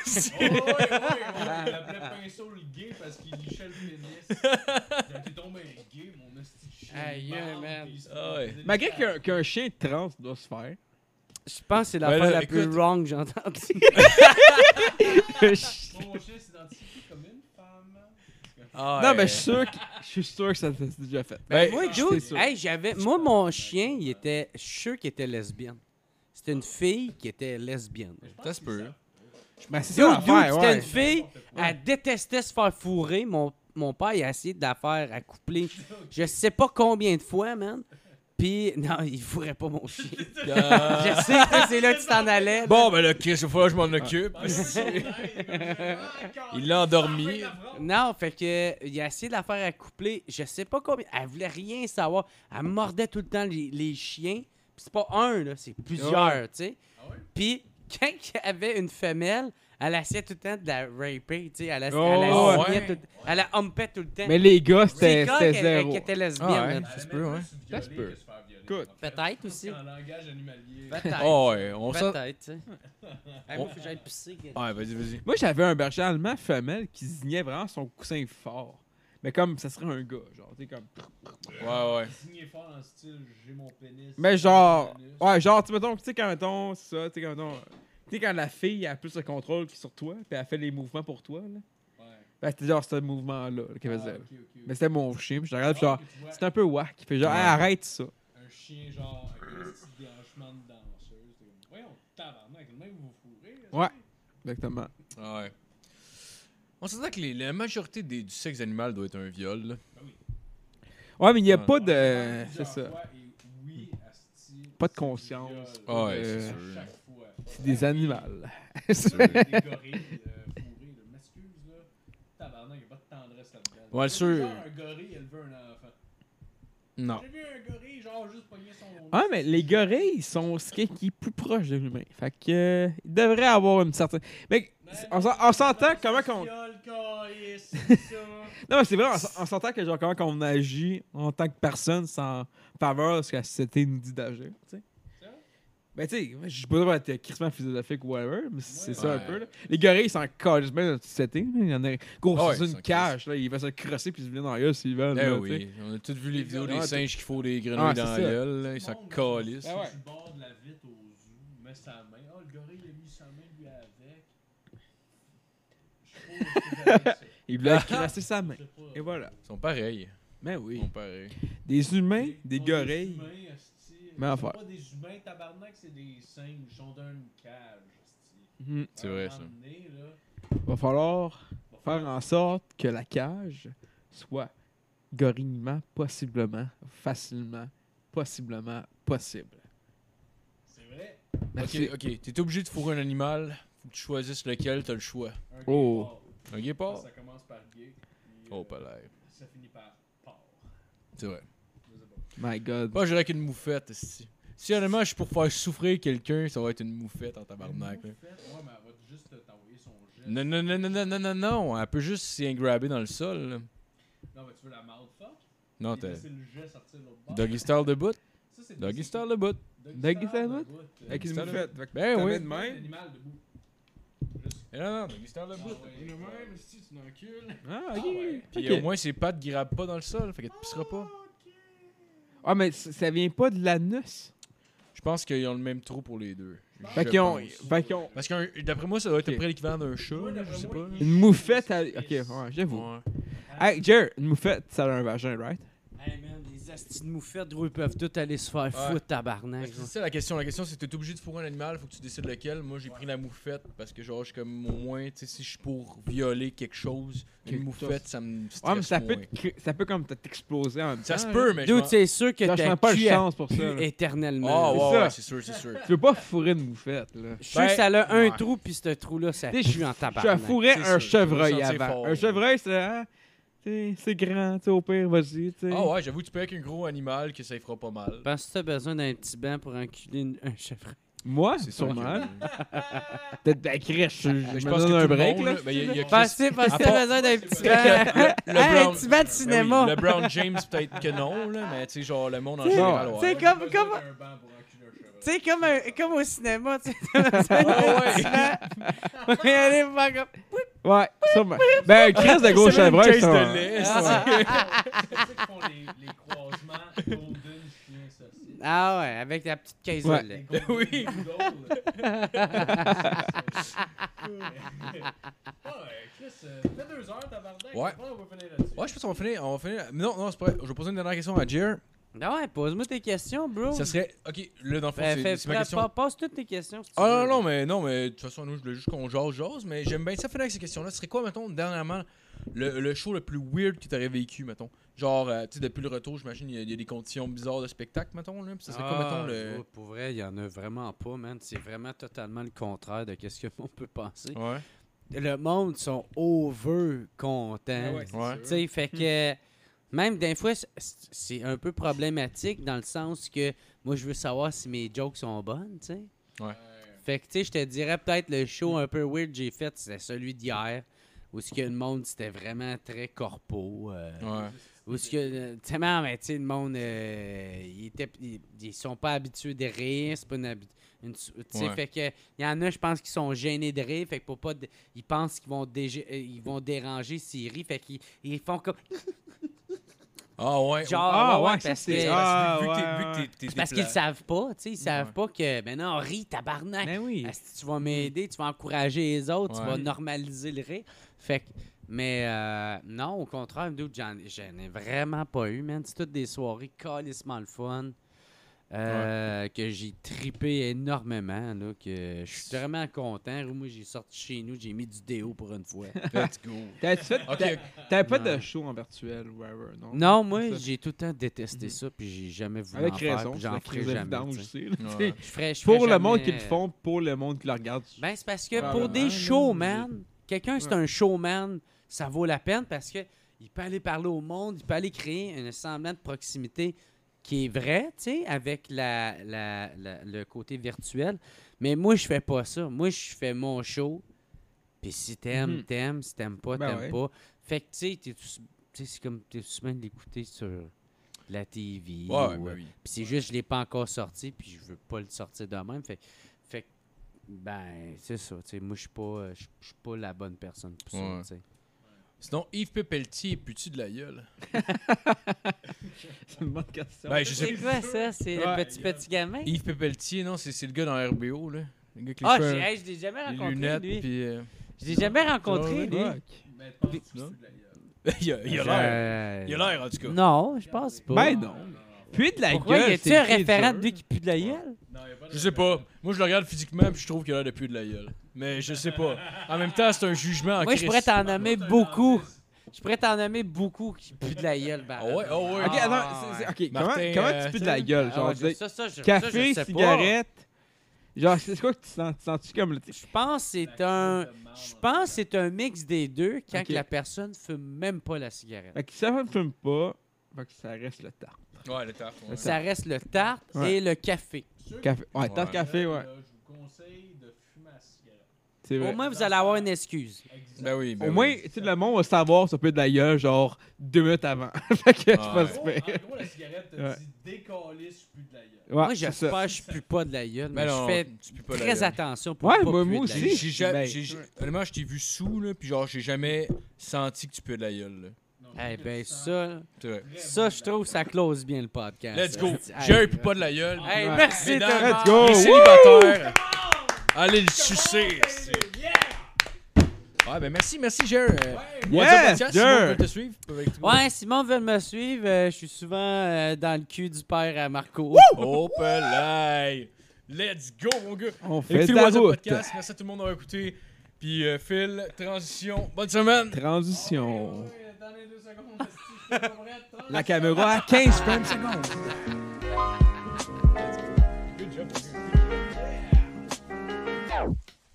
[SPEAKER 3] Il l'appelait pinceau le gay parce qu'il lichait le pénis. Il était tombé gay, mon hostie de chien.
[SPEAKER 4] Aïe,
[SPEAKER 3] Marde,
[SPEAKER 4] man.
[SPEAKER 3] il se
[SPEAKER 2] Ah ouais.
[SPEAKER 3] faisait
[SPEAKER 5] Malgré
[SPEAKER 3] des-
[SPEAKER 5] qu'un qu'un chien trans doit se faire.
[SPEAKER 4] Je pense que c'est la
[SPEAKER 2] Ben
[SPEAKER 4] fois
[SPEAKER 2] là,
[SPEAKER 4] la plus
[SPEAKER 2] écoute.
[SPEAKER 4] wrong que j'ai entendue.
[SPEAKER 3] Moi, Mon chien s'identifie comme une femme.
[SPEAKER 2] Ah,
[SPEAKER 5] Non, mais je
[SPEAKER 2] eh,
[SPEAKER 5] suis sûr que, je suis sûr que ça s'est déjà fait.
[SPEAKER 2] Ben,
[SPEAKER 4] Moi,
[SPEAKER 5] c'est
[SPEAKER 4] dude,
[SPEAKER 5] sûr.
[SPEAKER 4] hey, j'avais, moi, mon chien, il était, je suis sûr qu'il était lesbienne. C'était une fille qui était lesbienne.
[SPEAKER 2] Ça se peut.
[SPEAKER 5] Ben, c'est
[SPEAKER 4] Dude,
[SPEAKER 5] ça
[SPEAKER 4] dude,
[SPEAKER 5] l'affaire,
[SPEAKER 4] c'était
[SPEAKER 5] ouais.
[SPEAKER 4] une fille, elle détestait se faire fourrer. Mon, mon père, il a essayé de la faire accoupler je sais pas combien de fois, man. Puis, non, il fourrait pas mon chien.
[SPEAKER 2] Euh,
[SPEAKER 4] Je sais que c'est là que tu t'en allais.
[SPEAKER 2] Bon, ben là, Chris, il faut que je m'en occupe.
[SPEAKER 5] Ah,
[SPEAKER 2] Il l'a endormi.
[SPEAKER 5] Ah,
[SPEAKER 4] Non, fait que il a essayé de la faire accoupler. Je sais pas combien. Elle voulait rien savoir. Elle mordait tout le temps les, les chiens. Puis c'est pas un, là, c'est plusieurs, tu sais.
[SPEAKER 2] Ah
[SPEAKER 4] Puis quand il y avait une femelle, elle essayait tout le temps de la raper, tu sais. Elle, essa-
[SPEAKER 5] Oh,
[SPEAKER 4] elle essayait
[SPEAKER 2] ouais.
[SPEAKER 4] tout le temps. Elle la humpait tout le temps.
[SPEAKER 7] Mais les gars,
[SPEAKER 4] c'est
[SPEAKER 7] c'était
[SPEAKER 4] quand
[SPEAKER 7] c'était
[SPEAKER 4] qu'elle-
[SPEAKER 7] zéro.
[SPEAKER 4] qu'elle était lesbienne.
[SPEAKER 2] Ah ouais,
[SPEAKER 4] là.
[SPEAKER 2] ça se peut, ouais.
[SPEAKER 3] Ça
[SPEAKER 5] se peut. Écoute.
[SPEAKER 4] Peut-être aussi.
[SPEAKER 3] En langage animalier.
[SPEAKER 4] Peut-être.
[SPEAKER 2] Oh, ouais, on sent.
[SPEAKER 4] Peut-être, tu sais. Hey, moi, faut que j'aille pisser. gars.
[SPEAKER 2] Ouais, vas-y, vas-y.
[SPEAKER 5] Moi, j'avais un berger allemand femelle qui zignait vraiment son coussin fort. Mais comme, ça serait un gars, genre, tu sais, comme...
[SPEAKER 2] Ouais, ouais.
[SPEAKER 3] Signé fort en style j'ai mon pénis.
[SPEAKER 5] Mais genre...
[SPEAKER 3] j'ai mon anus.
[SPEAKER 5] Ouais, genre, tu mettons, tu sais, quand, mettons, c'est ça, tu sais, quand, mettons... Tu sais, quand la fille a plus de contrôle que sur toi, puis elle fait les mouvements pour toi, là.
[SPEAKER 3] Ouais.
[SPEAKER 5] Ben, c'était genre ce mouvement-là là, qu'elle
[SPEAKER 3] Ah,
[SPEAKER 5] faisait. là.
[SPEAKER 3] ok, ok, ok.
[SPEAKER 5] Mais c'était mon chien, puis je la regarde, puis
[SPEAKER 3] Alors
[SPEAKER 5] genre...
[SPEAKER 3] que tu vois
[SPEAKER 5] C'est un peu whack. Puis genre,
[SPEAKER 2] Ouais.
[SPEAKER 5] Hey, arrête ça.
[SPEAKER 3] Un chien, genre, avec un petit dérangement de danseuse. t'es comme, Voyons, tabarnak, le même vous fourrez. là.
[SPEAKER 5] Ouais. Exactement.
[SPEAKER 2] Ah, Ouais. On s'entend que les- la majorité des- du sexe animal doit être un viol. là.
[SPEAKER 5] Ouais, mais il n'y a
[SPEAKER 2] Ouais.
[SPEAKER 5] pas
[SPEAKER 3] Ouais,
[SPEAKER 5] de. C'est
[SPEAKER 3] plusieurs
[SPEAKER 5] ça.
[SPEAKER 3] fois, et oui, asti,
[SPEAKER 5] Pas de
[SPEAKER 3] c'est
[SPEAKER 5] conscience.
[SPEAKER 3] viol.
[SPEAKER 2] Ah ouais,
[SPEAKER 5] Euh,
[SPEAKER 2] c'est
[SPEAKER 3] À
[SPEAKER 2] sûr.
[SPEAKER 3] chaque fois.
[SPEAKER 5] C'est des animaux.
[SPEAKER 3] Des gorilles euh, fourrés, là. M'excuse, là. Tabarnak, y a pas de tendresse là-dedans.
[SPEAKER 2] Ouais,
[SPEAKER 3] C'est
[SPEAKER 2] sûr.
[SPEAKER 3] genre un gorille élever un enfant.
[SPEAKER 2] Non.
[SPEAKER 3] J'ai vu un gorille, genre, juste pogner son.
[SPEAKER 5] Ah, mais les gorilles ils sont ce qui est qui est plus proche de l'humain. Fait que. euh, Ils devraient avoir une certaine. Mais
[SPEAKER 3] Ben,
[SPEAKER 5] on s'en- on s'entend comment qu'on.
[SPEAKER 3] Viol, calice, c'est ça.
[SPEAKER 5] Non, mais c'est vrai, on s'en- on s'entend que genre comment qu'on agit en tant que personne sans faveur de ce que la société nous dit d'agir. tu sais.
[SPEAKER 3] C'est vrai?
[SPEAKER 5] Ben, tu sais, moi, je suis pas être crissement philosophique ou whatever, mais c'est
[SPEAKER 3] Ouais.
[SPEAKER 5] ça un
[SPEAKER 2] Ouais.
[SPEAKER 5] peu. Là. Les gorilles, ils s'en calent bien de notre société. là. Il y en a. Gros,
[SPEAKER 2] Ah ouais,
[SPEAKER 5] c'est
[SPEAKER 2] ils
[SPEAKER 5] une
[SPEAKER 2] s'en
[SPEAKER 5] cage, là, ils veulent se crosser puis ils se viennent dans la gueule s'ils veulent.
[SPEAKER 2] Eh
[SPEAKER 5] là, tu sais.
[SPEAKER 2] oui, on a tous vu les vidéos des
[SPEAKER 5] Ah,
[SPEAKER 2] singes qui font des grenouilles
[SPEAKER 5] Ah, c'est
[SPEAKER 2] dans la
[SPEAKER 5] ça.
[SPEAKER 2] gueule, là, ils s'en
[SPEAKER 3] Monde,
[SPEAKER 2] calissent.
[SPEAKER 5] Ah ouais.
[SPEAKER 3] Du bord de la vitre au zoo, met sa main. Oh, le gorille, il a mis sa main lui avec. Je sais pas ce que j'avais avec ça.
[SPEAKER 5] Il voulait crasser sa main.
[SPEAKER 3] Je sais pas.
[SPEAKER 5] Et voilà.
[SPEAKER 2] Ils sont pareils.
[SPEAKER 5] Mais
[SPEAKER 2] Ils
[SPEAKER 5] oui.
[SPEAKER 2] sont pareils.
[SPEAKER 5] Des humains,
[SPEAKER 3] Ils
[SPEAKER 5] des
[SPEAKER 3] sont
[SPEAKER 5] gorilles.
[SPEAKER 3] humains, asti.
[SPEAKER 5] Mais
[SPEAKER 3] Ils sont
[SPEAKER 5] affaire.
[SPEAKER 3] pas des humains, tabarnak, c'est des singes. Ils sont dans une cage. asti.
[SPEAKER 5] Mhm.
[SPEAKER 2] C'est
[SPEAKER 3] À un
[SPEAKER 2] vrai,
[SPEAKER 3] moment
[SPEAKER 2] ça.
[SPEAKER 3] donné, là,
[SPEAKER 5] Va falloir
[SPEAKER 3] va
[SPEAKER 5] faire
[SPEAKER 3] falloir-
[SPEAKER 5] en sorte que la cage soit gorillement, possiblement, facilement, possiblement, possible.
[SPEAKER 3] C'est vrai.
[SPEAKER 5] Merci.
[SPEAKER 2] Ok, ok. T'es obligé de fourrer un animal. Faut que tu choisisses lequel, t'as le choix.
[SPEAKER 3] Un gay
[SPEAKER 5] Oh.
[SPEAKER 3] porc.
[SPEAKER 2] Un guépard?
[SPEAKER 3] Ça commence par gay. puis,
[SPEAKER 2] Oh,
[SPEAKER 3] euh,
[SPEAKER 2] pas l'air.
[SPEAKER 3] Ça finit par porc.
[SPEAKER 2] C'est vrai.
[SPEAKER 3] Je sais pas.
[SPEAKER 5] My God.
[SPEAKER 2] Moi, j'irais qu'une moufette, si. Si honnêtement, je suis pour faire souffrir quelqu'un, ça va être une moufette en tabarnak. là.
[SPEAKER 3] Une moufette, Ouais, mais elle va juste t'envoyer son jet.
[SPEAKER 2] Non, non, non, non, non, non, non, non. Elle peut juste s'y engraber dans le sol. là.
[SPEAKER 3] Non, mais tu veux la mouthfuck?
[SPEAKER 2] Non,
[SPEAKER 3] Et
[SPEAKER 2] t'as.
[SPEAKER 3] laisser le jet sortir de l'autre bord.
[SPEAKER 2] Doggy style de bout.
[SPEAKER 3] Ça, c'est-
[SPEAKER 2] Doggy
[SPEAKER 3] c'est-
[SPEAKER 2] style de bout.
[SPEAKER 5] Doggy style
[SPEAKER 3] de
[SPEAKER 5] de
[SPEAKER 3] bout, euh,
[SPEAKER 5] Avec une
[SPEAKER 2] Ça, là.
[SPEAKER 5] moufette. Fait que
[SPEAKER 2] Ben
[SPEAKER 5] t'en
[SPEAKER 2] oui.
[SPEAKER 5] mets de
[SPEAKER 3] un
[SPEAKER 5] même.
[SPEAKER 3] animal debout. Ah,
[SPEAKER 2] Eh Non, non, doggy style de bout.
[SPEAKER 3] même, si tu l'encules.
[SPEAKER 5] Ah,
[SPEAKER 3] Ah
[SPEAKER 5] ok.
[SPEAKER 3] ouais.
[SPEAKER 2] Puis
[SPEAKER 5] Ok.
[SPEAKER 2] au moins, ses pattes grappent pas dans le sol. Fait qu'elle te pissera pas.
[SPEAKER 5] Ah, mais c- ça vient pas de l'anus.
[SPEAKER 2] Je pense qu'ils ont le même trou pour les deux.
[SPEAKER 5] Fait
[SPEAKER 2] Je
[SPEAKER 5] qu'ils ont,
[SPEAKER 2] pense.
[SPEAKER 5] fait qu'ils ont
[SPEAKER 2] Parce que d'après moi, ça doit être à peu
[SPEAKER 5] Ok.
[SPEAKER 2] près l'équivalent d'un chat.
[SPEAKER 3] Moi,
[SPEAKER 2] Je
[SPEAKER 3] d'après
[SPEAKER 2] sais
[SPEAKER 3] moi,
[SPEAKER 2] pas. là.
[SPEAKER 3] il-
[SPEAKER 5] une moufette à... Ok, ouais, j'avoue.
[SPEAKER 2] Ouais.
[SPEAKER 5] Hey, Jer, une moufette, ça a un vagin, right?
[SPEAKER 4] Hey man, les astis de moufettes, gros, ils peuvent tous aller se faire foutre, tabarnak.
[SPEAKER 2] Parce que C'est ça la question. La question, c'est que t'es obligé de fourrer un animal, faut que tu décides lequel. Moi, j'ai pris la moufette parce que, genre, je suis comme au moins, tu sais, si je suis pour violer quelque chose, une
[SPEAKER 5] Quelque
[SPEAKER 2] moufette, ça me stresse
[SPEAKER 5] Ouais, Ah, mais ça peut,
[SPEAKER 2] moins.
[SPEAKER 5] te cré- ça peut comme t'exploser en même
[SPEAKER 2] Ça
[SPEAKER 5] temps,
[SPEAKER 2] se
[SPEAKER 5] là.
[SPEAKER 2] peut, mais. je
[SPEAKER 4] Dude,
[SPEAKER 2] m'en-
[SPEAKER 4] c'est sûr que
[SPEAKER 5] Genre, Je
[SPEAKER 4] t'as
[SPEAKER 5] prends pas le
[SPEAKER 4] cul à
[SPEAKER 5] chance pour ça.
[SPEAKER 4] pue
[SPEAKER 5] là.
[SPEAKER 4] éternellement.
[SPEAKER 2] Ah,
[SPEAKER 5] C'est
[SPEAKER 2] ouais,
[SPEAKER 5] ça.
[SPEAKER 2] ouais, c'est sûr, c'est sûr.
[SPEAKER 5] Tu veux pas fourrer une moufette, là.
[SPEAKER 4] Je suis sûr que ça a
[SPEAKER 2] ouais.
[SPEAKER 4] un trou, puis ce trou-là, ça
[SPEAKER 5] Tu sais,
[SPEAKER 4] pue en
[SPEAKER 5] Je
[SPEAKER 4] tabarnak.
[SPEAKER 5] fourrais
[SPEAKER 2] C'est
[SPEAKER 5] un
[SPEAKER 2] sûr, faut
[SPEAKER 5] chevreuil
[SPEAKER 2] le sentir
[SPEAKER 5] avant.
[SPEAKER 2] fort.
[SPEAKER 5] Un chevreuil, c'est hein, tu sais, c'est grand, tu sais, au pire, vas-y. tu sais.
[SPEAKER 2] Ah ouais, j'avoue, tu peux avec un gros animal que ça y fera pas mal.
[SPEAKER 4] Penses-tu que t'as besoin d'un petit banc pour enculer une- un chevreuil?
[SPEAKER 5] Moi,
[SPEAKER 2] C'est sûr.
[SPEAKER 5] sûrement.
[SPEAKER 2] que-
[SPEAKER 5] Peut-être ben, crèche, je,
[SPEAKER 2] Mais
[SPEAKER 5] je
[SPEAKER 2] je
[SPEAKER 5] me
[SPEAKER 2] pense
[SPEAKER 5] donne
[SPEAKER 2] que
[SPEAKER 5] un
[SPEAKER 2] tout le
[SPEAKER 5] break.
[SPEAKER 2] monde,
[SPEAKER 5] là.
[SPEAKER 2] là, ben, il y a- il y a
[SPEAKER 4] Penses
[SPEAKER 2] Chris-
[SPEAKER 4] tu penses
[SPEAKER 2] à
[SPEAKER 4] que
[SPEAKER 2] part-
[SPEAKER 4] t'as besoin d'un petit
[SPEAKER 2] Le- le-
[SPEAKER 4] banc?
[SPEAKER 2] le
[SPEAKER 4] Hey,
[SPEAKER 2] brown-
[SPEAKER 4] un petit banc de
[SPEAKER 2] Ben oui,
[SPEAKER 4] cinéma!
[SPEAKER 2] le Brown James, peut-être que non, là, mais tu sais, genre, le monde en
[SPEAKER 4] Tu sais,
[SPEAKER 2] général.
[SPEAKER 4] tu sais,
[SPEAKER 2] Ouais.
[SPEAKER 3] J'ai
[SPEAKER 4] comme-
[SPEAKER 3] besoin
[SPEAKER 4] comme-
[SPEAKER 3] d'un banc pour enculer un cheval.
[SPEAKER 4] Tu sais, comme, un- comme au cinéma, tu sais, t'as besoin d'un petit banc. Mais allez, fuck up.
[SPEAKER 5] Ouais, sûrement. Ben, crèche de gros
[SPEAKER 2] Oh, C'est même une
[SPEAKER 5] chevreuil,
[SPEAKER 2] caisse
[SPEAKER 5] ça.
[SPEAKER 2] de
[SPEAKER 5] va.
[SPEAKER 2] lait, ça.
[SPEAKER 3] C'est ça qu'ils font les, les croisements golden chien saucisse.
[SPEAKER 4] Ah ouais, avec la petite caisse de
[SPEAKER 5] Ouais.
[SPEAKER 4] lait.
[SPEAKER 2] Ben Oui.
[SPEAKER 3] euh, fait deux heures, tabarnak.
[SPEAKER 2] Ouais.
[SPEAKER 3] On va finir là-dessus.
[SPEAKER 2] Ouais, je pense qu'on va finir. On va finir. Non, non, c'est pas vrai. Je vais poser une dernière question à Jer.
[SPEAKER 4] Non, Ah ouais, pose-moi tes questions, bro.
[SPEAKER 2] Ça serait. Ok, là, dans le fond,
[SPEAKER 4] Fais-
[SPEAKER 2] c'est-
[SPEAKER 4] Ben, fais-
[SPEAKER 2] c'est ma
[SPEAKER 4] fais-
[SPEAKER 2] question.
[SPEAKER 4] pa- Passe toutes tes questions. si tu
[SPEAKER 2] Ah
[SPEAKER 4] veux.
[SPEAKER 2] non, non, mais non, mais de toute façon, nous, je voulais juste qu'on jase, jase, mais j'aime bien ça finir avec ces questions-là. Ce serait quoi, mettons, dernièrement, le, le show le plus weird que t'aurais vécu, mettons Genre, euh, tu sais, depuis le retour, j'imagine, il y a- il y, a des conditions bizarres de spectacle, mettons, là. Puis ça serait quoi, mettons, le.
[SPEAKER 4] oh, Pour vrai, il y en a vraiment pas, man. C'est vraiment totalement le contraire de quest ce qu'on peut penser.
[SPEAKER 2] Ouais.
[SPEAKER 4] Le monde sont over contents.
[SPEAKER 5] Ouais,
[SPEAKER 2] Ah Ouais.
[SPEAKER 5] ouais.
[SPEAKER 4] Tu sais, fait que euh, même des fois, c'est- c'est un peu problématique dans le sens que moi, je veux savoir si mes jokes sont bonnes, tu sais.
[SPEAKER 2] Ouais.
[SPEAKER 4] Fait que, tu sais, je te dirais peut-être le show un peu weird que j'ai fait, c'était celui d'hier, où ce que le monde, c'était vraiment très corpo. euh,
[SPEAKER 2] Ouais.
[SPEAKER 4] Ou ce que. euh, Tu sais, man, mais tu sais, le monde. euh, ils, étaient- ils- ils sont pas habitués de rire. C'est pas une habi- une sou- Tu sais,
[SPEAKER 2] Ouais.
[SPEAKER 4] fait que. Il y en a, je pense, qui sont gênés de rire. Fait que pour pas. dé- Ils pensent qu'ils vont, dégé- euh, ils vont déranger s'ils rient. Fait qu'ils ils font comme.
[SPEAKER 2] Ah ouais.
[SPEAKER 4] Genre,
[SPEAKER 5] Ah,
[SPEAKER 4] ouais, ouais,
[SPEAKER 5] ouais, ça,
[SPEAKER 4] parce
[SPEAKER 5] c'est-
[SPEAKER 4] que.
[SPEAKER 5] Ah,
[SPEAKER 2] Vu- vu, que
[SPEAKER 5] ouais,
[SPEAKER 2] t'es-
[SPEAKER 5] ouais.
[SPEAKER 2] vu que t'es- t'es
[SPEAKER 4] c'est parce qu'ils le
[SPEAKER 2] déplacé.
[SPEAKER 4] savent pas, tu sais, ils savent
[SPEAKER 2] Ouais.
[SPEAKER 4] pas que. Ben non, ris, tabarnak.
[SPEAKER 5] Ben oui.
[SPEAKER 4] Ah, si tu vas m'aider, tu vas encourager les autres, tu
[SPEAKER 2] Ouais.
[SPEAKER 4] vas normaliser le rire. Fait que, mais euh, non, au contraire, dude, j'en, j'en ai vraiment pas eu, man. C'est toutes des soirées calissement le fun. euh, Que j'ai tripé énormément. Là, que je suis vraiment content. Moi, j'ai sorti chez nous, j'ai mis du déo pour une fois.
[SPEAKER 2] Let's go.
[SPEAKER 5] T'avais-tu fait-
[SPEAKER 2] Ok.
[SPEAKER 5] t'a- T'avais pas
[SPEAKER 4] Ouais.
[SPEAKER 5] de show en virtuel, whatever, non?
[SPEAKER 4] non, moi,
[SPEAKER 5] Ça. Mm.
[SPEAKER 4] j'ai tout le temps détesté ça, puis j'ai jamais voulu
[SPEAKER 5] Avec
[SPEAKER 4] en faire,
[SPEAKER 5] raison,
[SPEAKER 4] puis
[SPEAKER 5] c'est la
[SPEAKER 4] j'en ferai
[SPEAKER 5] crise
[SPEAKER 4] jamais.
[SPEAKER 5] évidente,
[SPEAKER 4] tu
[SPEAKER 5] je
[SPEAKER 4] sais.
[SPEAKER 5] sais. là.
[SPEAKER 2] Ouais.
[SPEAKER 4] Je ferai- je
[SPEAKER 5] Pour
[SPEAKER 4] ferai
[SPEAKER 5] le monde qui le
[SPEAKER 4] jamais-
[SPEAKER 5] font,
[SPEAKER 2] euh,
[SPEAKER 5] pour le monde qui le regarde.
[SPEAKER 4] Ben, c'est parce que pour
[SPEAKER 5] Probablement,
[SPEAKER 4] des
[SPEAKER 5] là,
[SPEAKER 4] showman, quelqu'un, c'est
[SPEAKER 5] Ouais.
[SPEAKER 4] un showman, ça vaut la peine parce que il peut aller parler au monde, il peut aller créer un semblant de proximité qui est vrai, tu sais, avec la, la- la- le côté virtuel. Mais moi, je fais pas ça. Moi, je fais mon show. Puis si t'aimes,
[SPEAKER 5] Mhm.
[SPEAKER 4] t'aimes. Si t'aimes pas,
[SPEAKER 5] Ben
[SPEAKER 4] t'aimes
[SPEAKER 5] ouais.
[SPEAKER 4] pas. Fait que, tu sais, t'es tout- tu sais, c'est comme t'es tout semaine d'écouter sur la TV.
[SPEAKER 2] Ouais, ouais,
[SPEAKER 4] ou,
[SPEAKER 5] ben
[SPEAKER 2] bah
[SPEAKER 4] euh,
[SPEAKER 2] oui.
[SPEAKER 4] puis c'est juste, je l'ai pas encore sorti, puis je veux pas le sortir de même. Fait, fait que, ben, c'est ça. tu sais, moi, je suis pas, euh, je je suis pas la bonne personne pour ça.
[SPEAKER 2] Ouais.
[SPEAKER 4] tu sais.
[SPEAKER 2] Sinon, Yves Pépeltier est putu de la gueule.
[SPEAKER 5] C'est une bonne question.
[SPEAKER 2] Ben, je sais
[SPEAKER 4] C'est quoi ça? C'est
[SPEAKER 5] Ouais,
[SPEAKER 4] le petit petit gamin?
[SPEAKER 2] Yves Pépeltier, non, c'est c'est le gars dans RBO, là. Le gars qui
[SPEAKER 4] Ah,
[SPEAKER 2] fait
[SPEAKER 4] j'ai- hey, je l'ai jamais
[SPEAKER 2] les
[SPEAKER 4] rencontré,
[SPEAKER 2] lunettes,
[SPEAKER 4] lui.
[SPEAKER 2] puis. euh,
[SPEAKER 4] Je l'ai jamais rencontré, lui.
[SPEAKER 6] Mais tu penses que
[SPEAKER 2] Non.
[SPEAKER 6] c'est de la gueule.
[SPEAKER 2] il a il a l'air.
[SPEAKER 4] Euh,
[SPEAKER 2] Il a l'air, en tout cas.
[SPEAKER 4] Non, je pense pas.
[SPEAKER 5] Ben non. Puis de la
[SPEAKER 4] Pourquoi
[SPEAKER 5] gueule.
[SPEAKER 4] y a-tu
[SPEAKER 5] c'est
[SPEAKER 4] un
[SPEAKER 5] écrit
[SPEAKER 4] référent de
[SPEAKER 5] dur.
[SPEAKER 4] lui qui pue de la gueule?
[SPEAKER 6] Non, y a pas de
[SPEAKER 2] Je sais pas. Moi, je le regarde physiquement, puis je trouve qu'il a l'air de puer de la gueule. Mais je sais pas. En même temps, c'est un jugement en
[SPEAKER 4] Moi, je
[SPEAKER 2] Christ.
[SPEAKER 4] pourrais t'en nommer
[SPEAKER 6] Toi, t'as un
[SPEAKER 4] beaucoup.
[SPEAKER 6] dentiste.
[SPEAKER 4] Je pourrais t'en nommer beaucoup qui pue de la gueule,
[SPEAKER 2] Ah
[SPEAKER 4] Barrette.
[SPEAKER 2] ouais, oh ouais.
[SPEAKER 5] Ok,
[SPEAKER 4] Ah,
[SPEAKER 5] attends, c'est- c'est- ok, comment,
[SPEAKER 2] Martin,
[SPEAKER 5] comment tu
[SPEAKER 2] euh,
[SPEAKER 5] peux de la gueule?
[SPEAKER 4] Ah
[SPEAKER 5] Genre,
[SPEAKER 4] ouais,
[SPEAKER 5] je veux dire,
[SPEAKER 4] ça, ça, je- ça, je
[SPEAKER 5] café,
[SPEAKER 4] sais pas.
[SPEAKER 5] cigarette. Genre, c'est c'est quoi que tu sens? Tu sens-tu comme le.
[SPEAKER 4] Je pense que c'est un. Je pense que c'est un mix des deux quand
[SPEAKER 5] Ok.
[SPEAKER 4] que la personne fume même pas la cigarette.
[SPEAKER 5] Fait que si ça ne fume pas, fait que ça reste le tarte.
[SPEAKER 2] Ouais, le taf. ouais.
[SPEAKER 4] Ça reste le tarte
[SPEAKER 5] Ouais.
[SPEAKER 4] et le café.
[SPEAKER 5] Café. Ouais, tarte
[SPEAKER 2] Ouais.
[SPEAKER 5] café, ouais.
[SPEAKER 6] Là, Je vous conseille de fumer à cigarette.
[SPEAKER 5] C'est vrai.
[SPEAKER 4] Au moins, vous allez avoir une excuse.
[SPEAKER 6] Exact.
[SPEAKER 2] Ben oui, ben
[SPEAKER 5] Au moins,
[SPEAKER 2] oui.
[SPEAKER 5] tu sais, le monde va savoir ça peut être de la gueule, genre, deux minutes avant. fait que je
[SPEAKER 2] Ah,
[SPEAKER 6] En
[SPEAKER 5] pense
[SPEAKER 6] gros,
[SPEAKER 5] pas.
[SPEAKER 6] en gros, la cigarette
[SPEAKER 5] Ouais.
[SPEAKER 6] te dit décalisse, je pue de la gueule.
[SPEAKER 5] Ouais,
[SPEAKER 4] moi,
[SPEAKER 5] c'est ça.
[SPEAKER 4] j'espère que je pue pas de la gueule, mais
[SPEAKER 2] Ben non,
[SPEAKER 4] je fais
[SPEAKER 2] tu pues pas la
[SPEAKER 4] très
[SPEAKER 2] gueule.
[SPEAKER 4] attention pour
[SPEAKER 5] Ouais,
[SPEAKER 4] pas
[SPEAKER 5] moi-
[SPEAKER 4] puer
[SPEAKER 5] moi
[SPEAKER 4] de la
[SPEAKER 5] aussi.
[SPEAKER 2] J'ai-
[SPEAKER 4] gueule.
[SPEAKER 2] j'ai ja-
[SPEAKER 5] Ben,
[SPEAKER 2] j'ai- Honnêtement, je t'ai vu sous, là, puis genre, j'ai jamais senti que tu peux de la gueule, là.
[SPEAKER 6] Non, je
[SPEAKER 4] Eh
[SPEAKER 6] trouve que
[SPEAKER 4] ben
[SPEAKER 6] tu sens
[SPEAKER 4] ça, là,
[SPEAKER 2] C'est vrai.
[SPEAKER 6] vraiment
[SPEAKER 4] ça, je
[SPEAKER 6] de la
[SPEAKER 4] trouve, ça close bien le podcast.
[SPEAKER 2] Let's go.
[SPEAKER 4] Hey,
[SPEAKER 2] J'ai un puis pas de la gueule.
[SPEAKER 4] hey,
[SPEAKER 5] Ouais.
[SPEAKER 4] merci,
[SPEAKER 2] Mesdames,
[SPEAKER 5] Let's
[SPEAKER 4] Thomas.
[SPEAKER 5] go!
[SPEAKER 2] Les
[SPEAKER 5] Wouh!
[SPEAKER 2] célibataires. Allez le sucer.
[SPEAKER 6] gueule. Yeah!
[SPEAKER 2] Ouais, ben merci, merci, Jer. Euh,
[SPEAKER 5] Yeah,
[SPEAKER 2] Mathias, si
[SPEAKER 5] Jer.
[SPEAKER 2] on peut te suivre. ils peuvent être-
[SPEAKER 4] Ouais, Simon veut me suivre. euh, je suis souvent euh, dans le cul du père à Marco.
[SPEAKER 2] Oh, pelay. Let's go, mon gars.
[SPEAKER 5] On fait
[SPEAKER 2] Écoutez
[SPEAKER 5] de
[SPEAKER 2] le
[SPEAKER 5] la
[SPEAKER 2] What's Up
[SPEAKER 5] route.
[SPEAKER 2] Podcast. Merci à tout le monde d'avoir écouté. Puis euh, Phil, transition. Bonne semaine.
[SPEAKER 5] Transition.
[SPEAKER 6] Ouais, ouais, Attendez deux secondes, parce que je suis pas prêt.
[SPEAKER 5] La caméra à 15 frames secondes.
[SPEAKER 2] Good job, mon gars.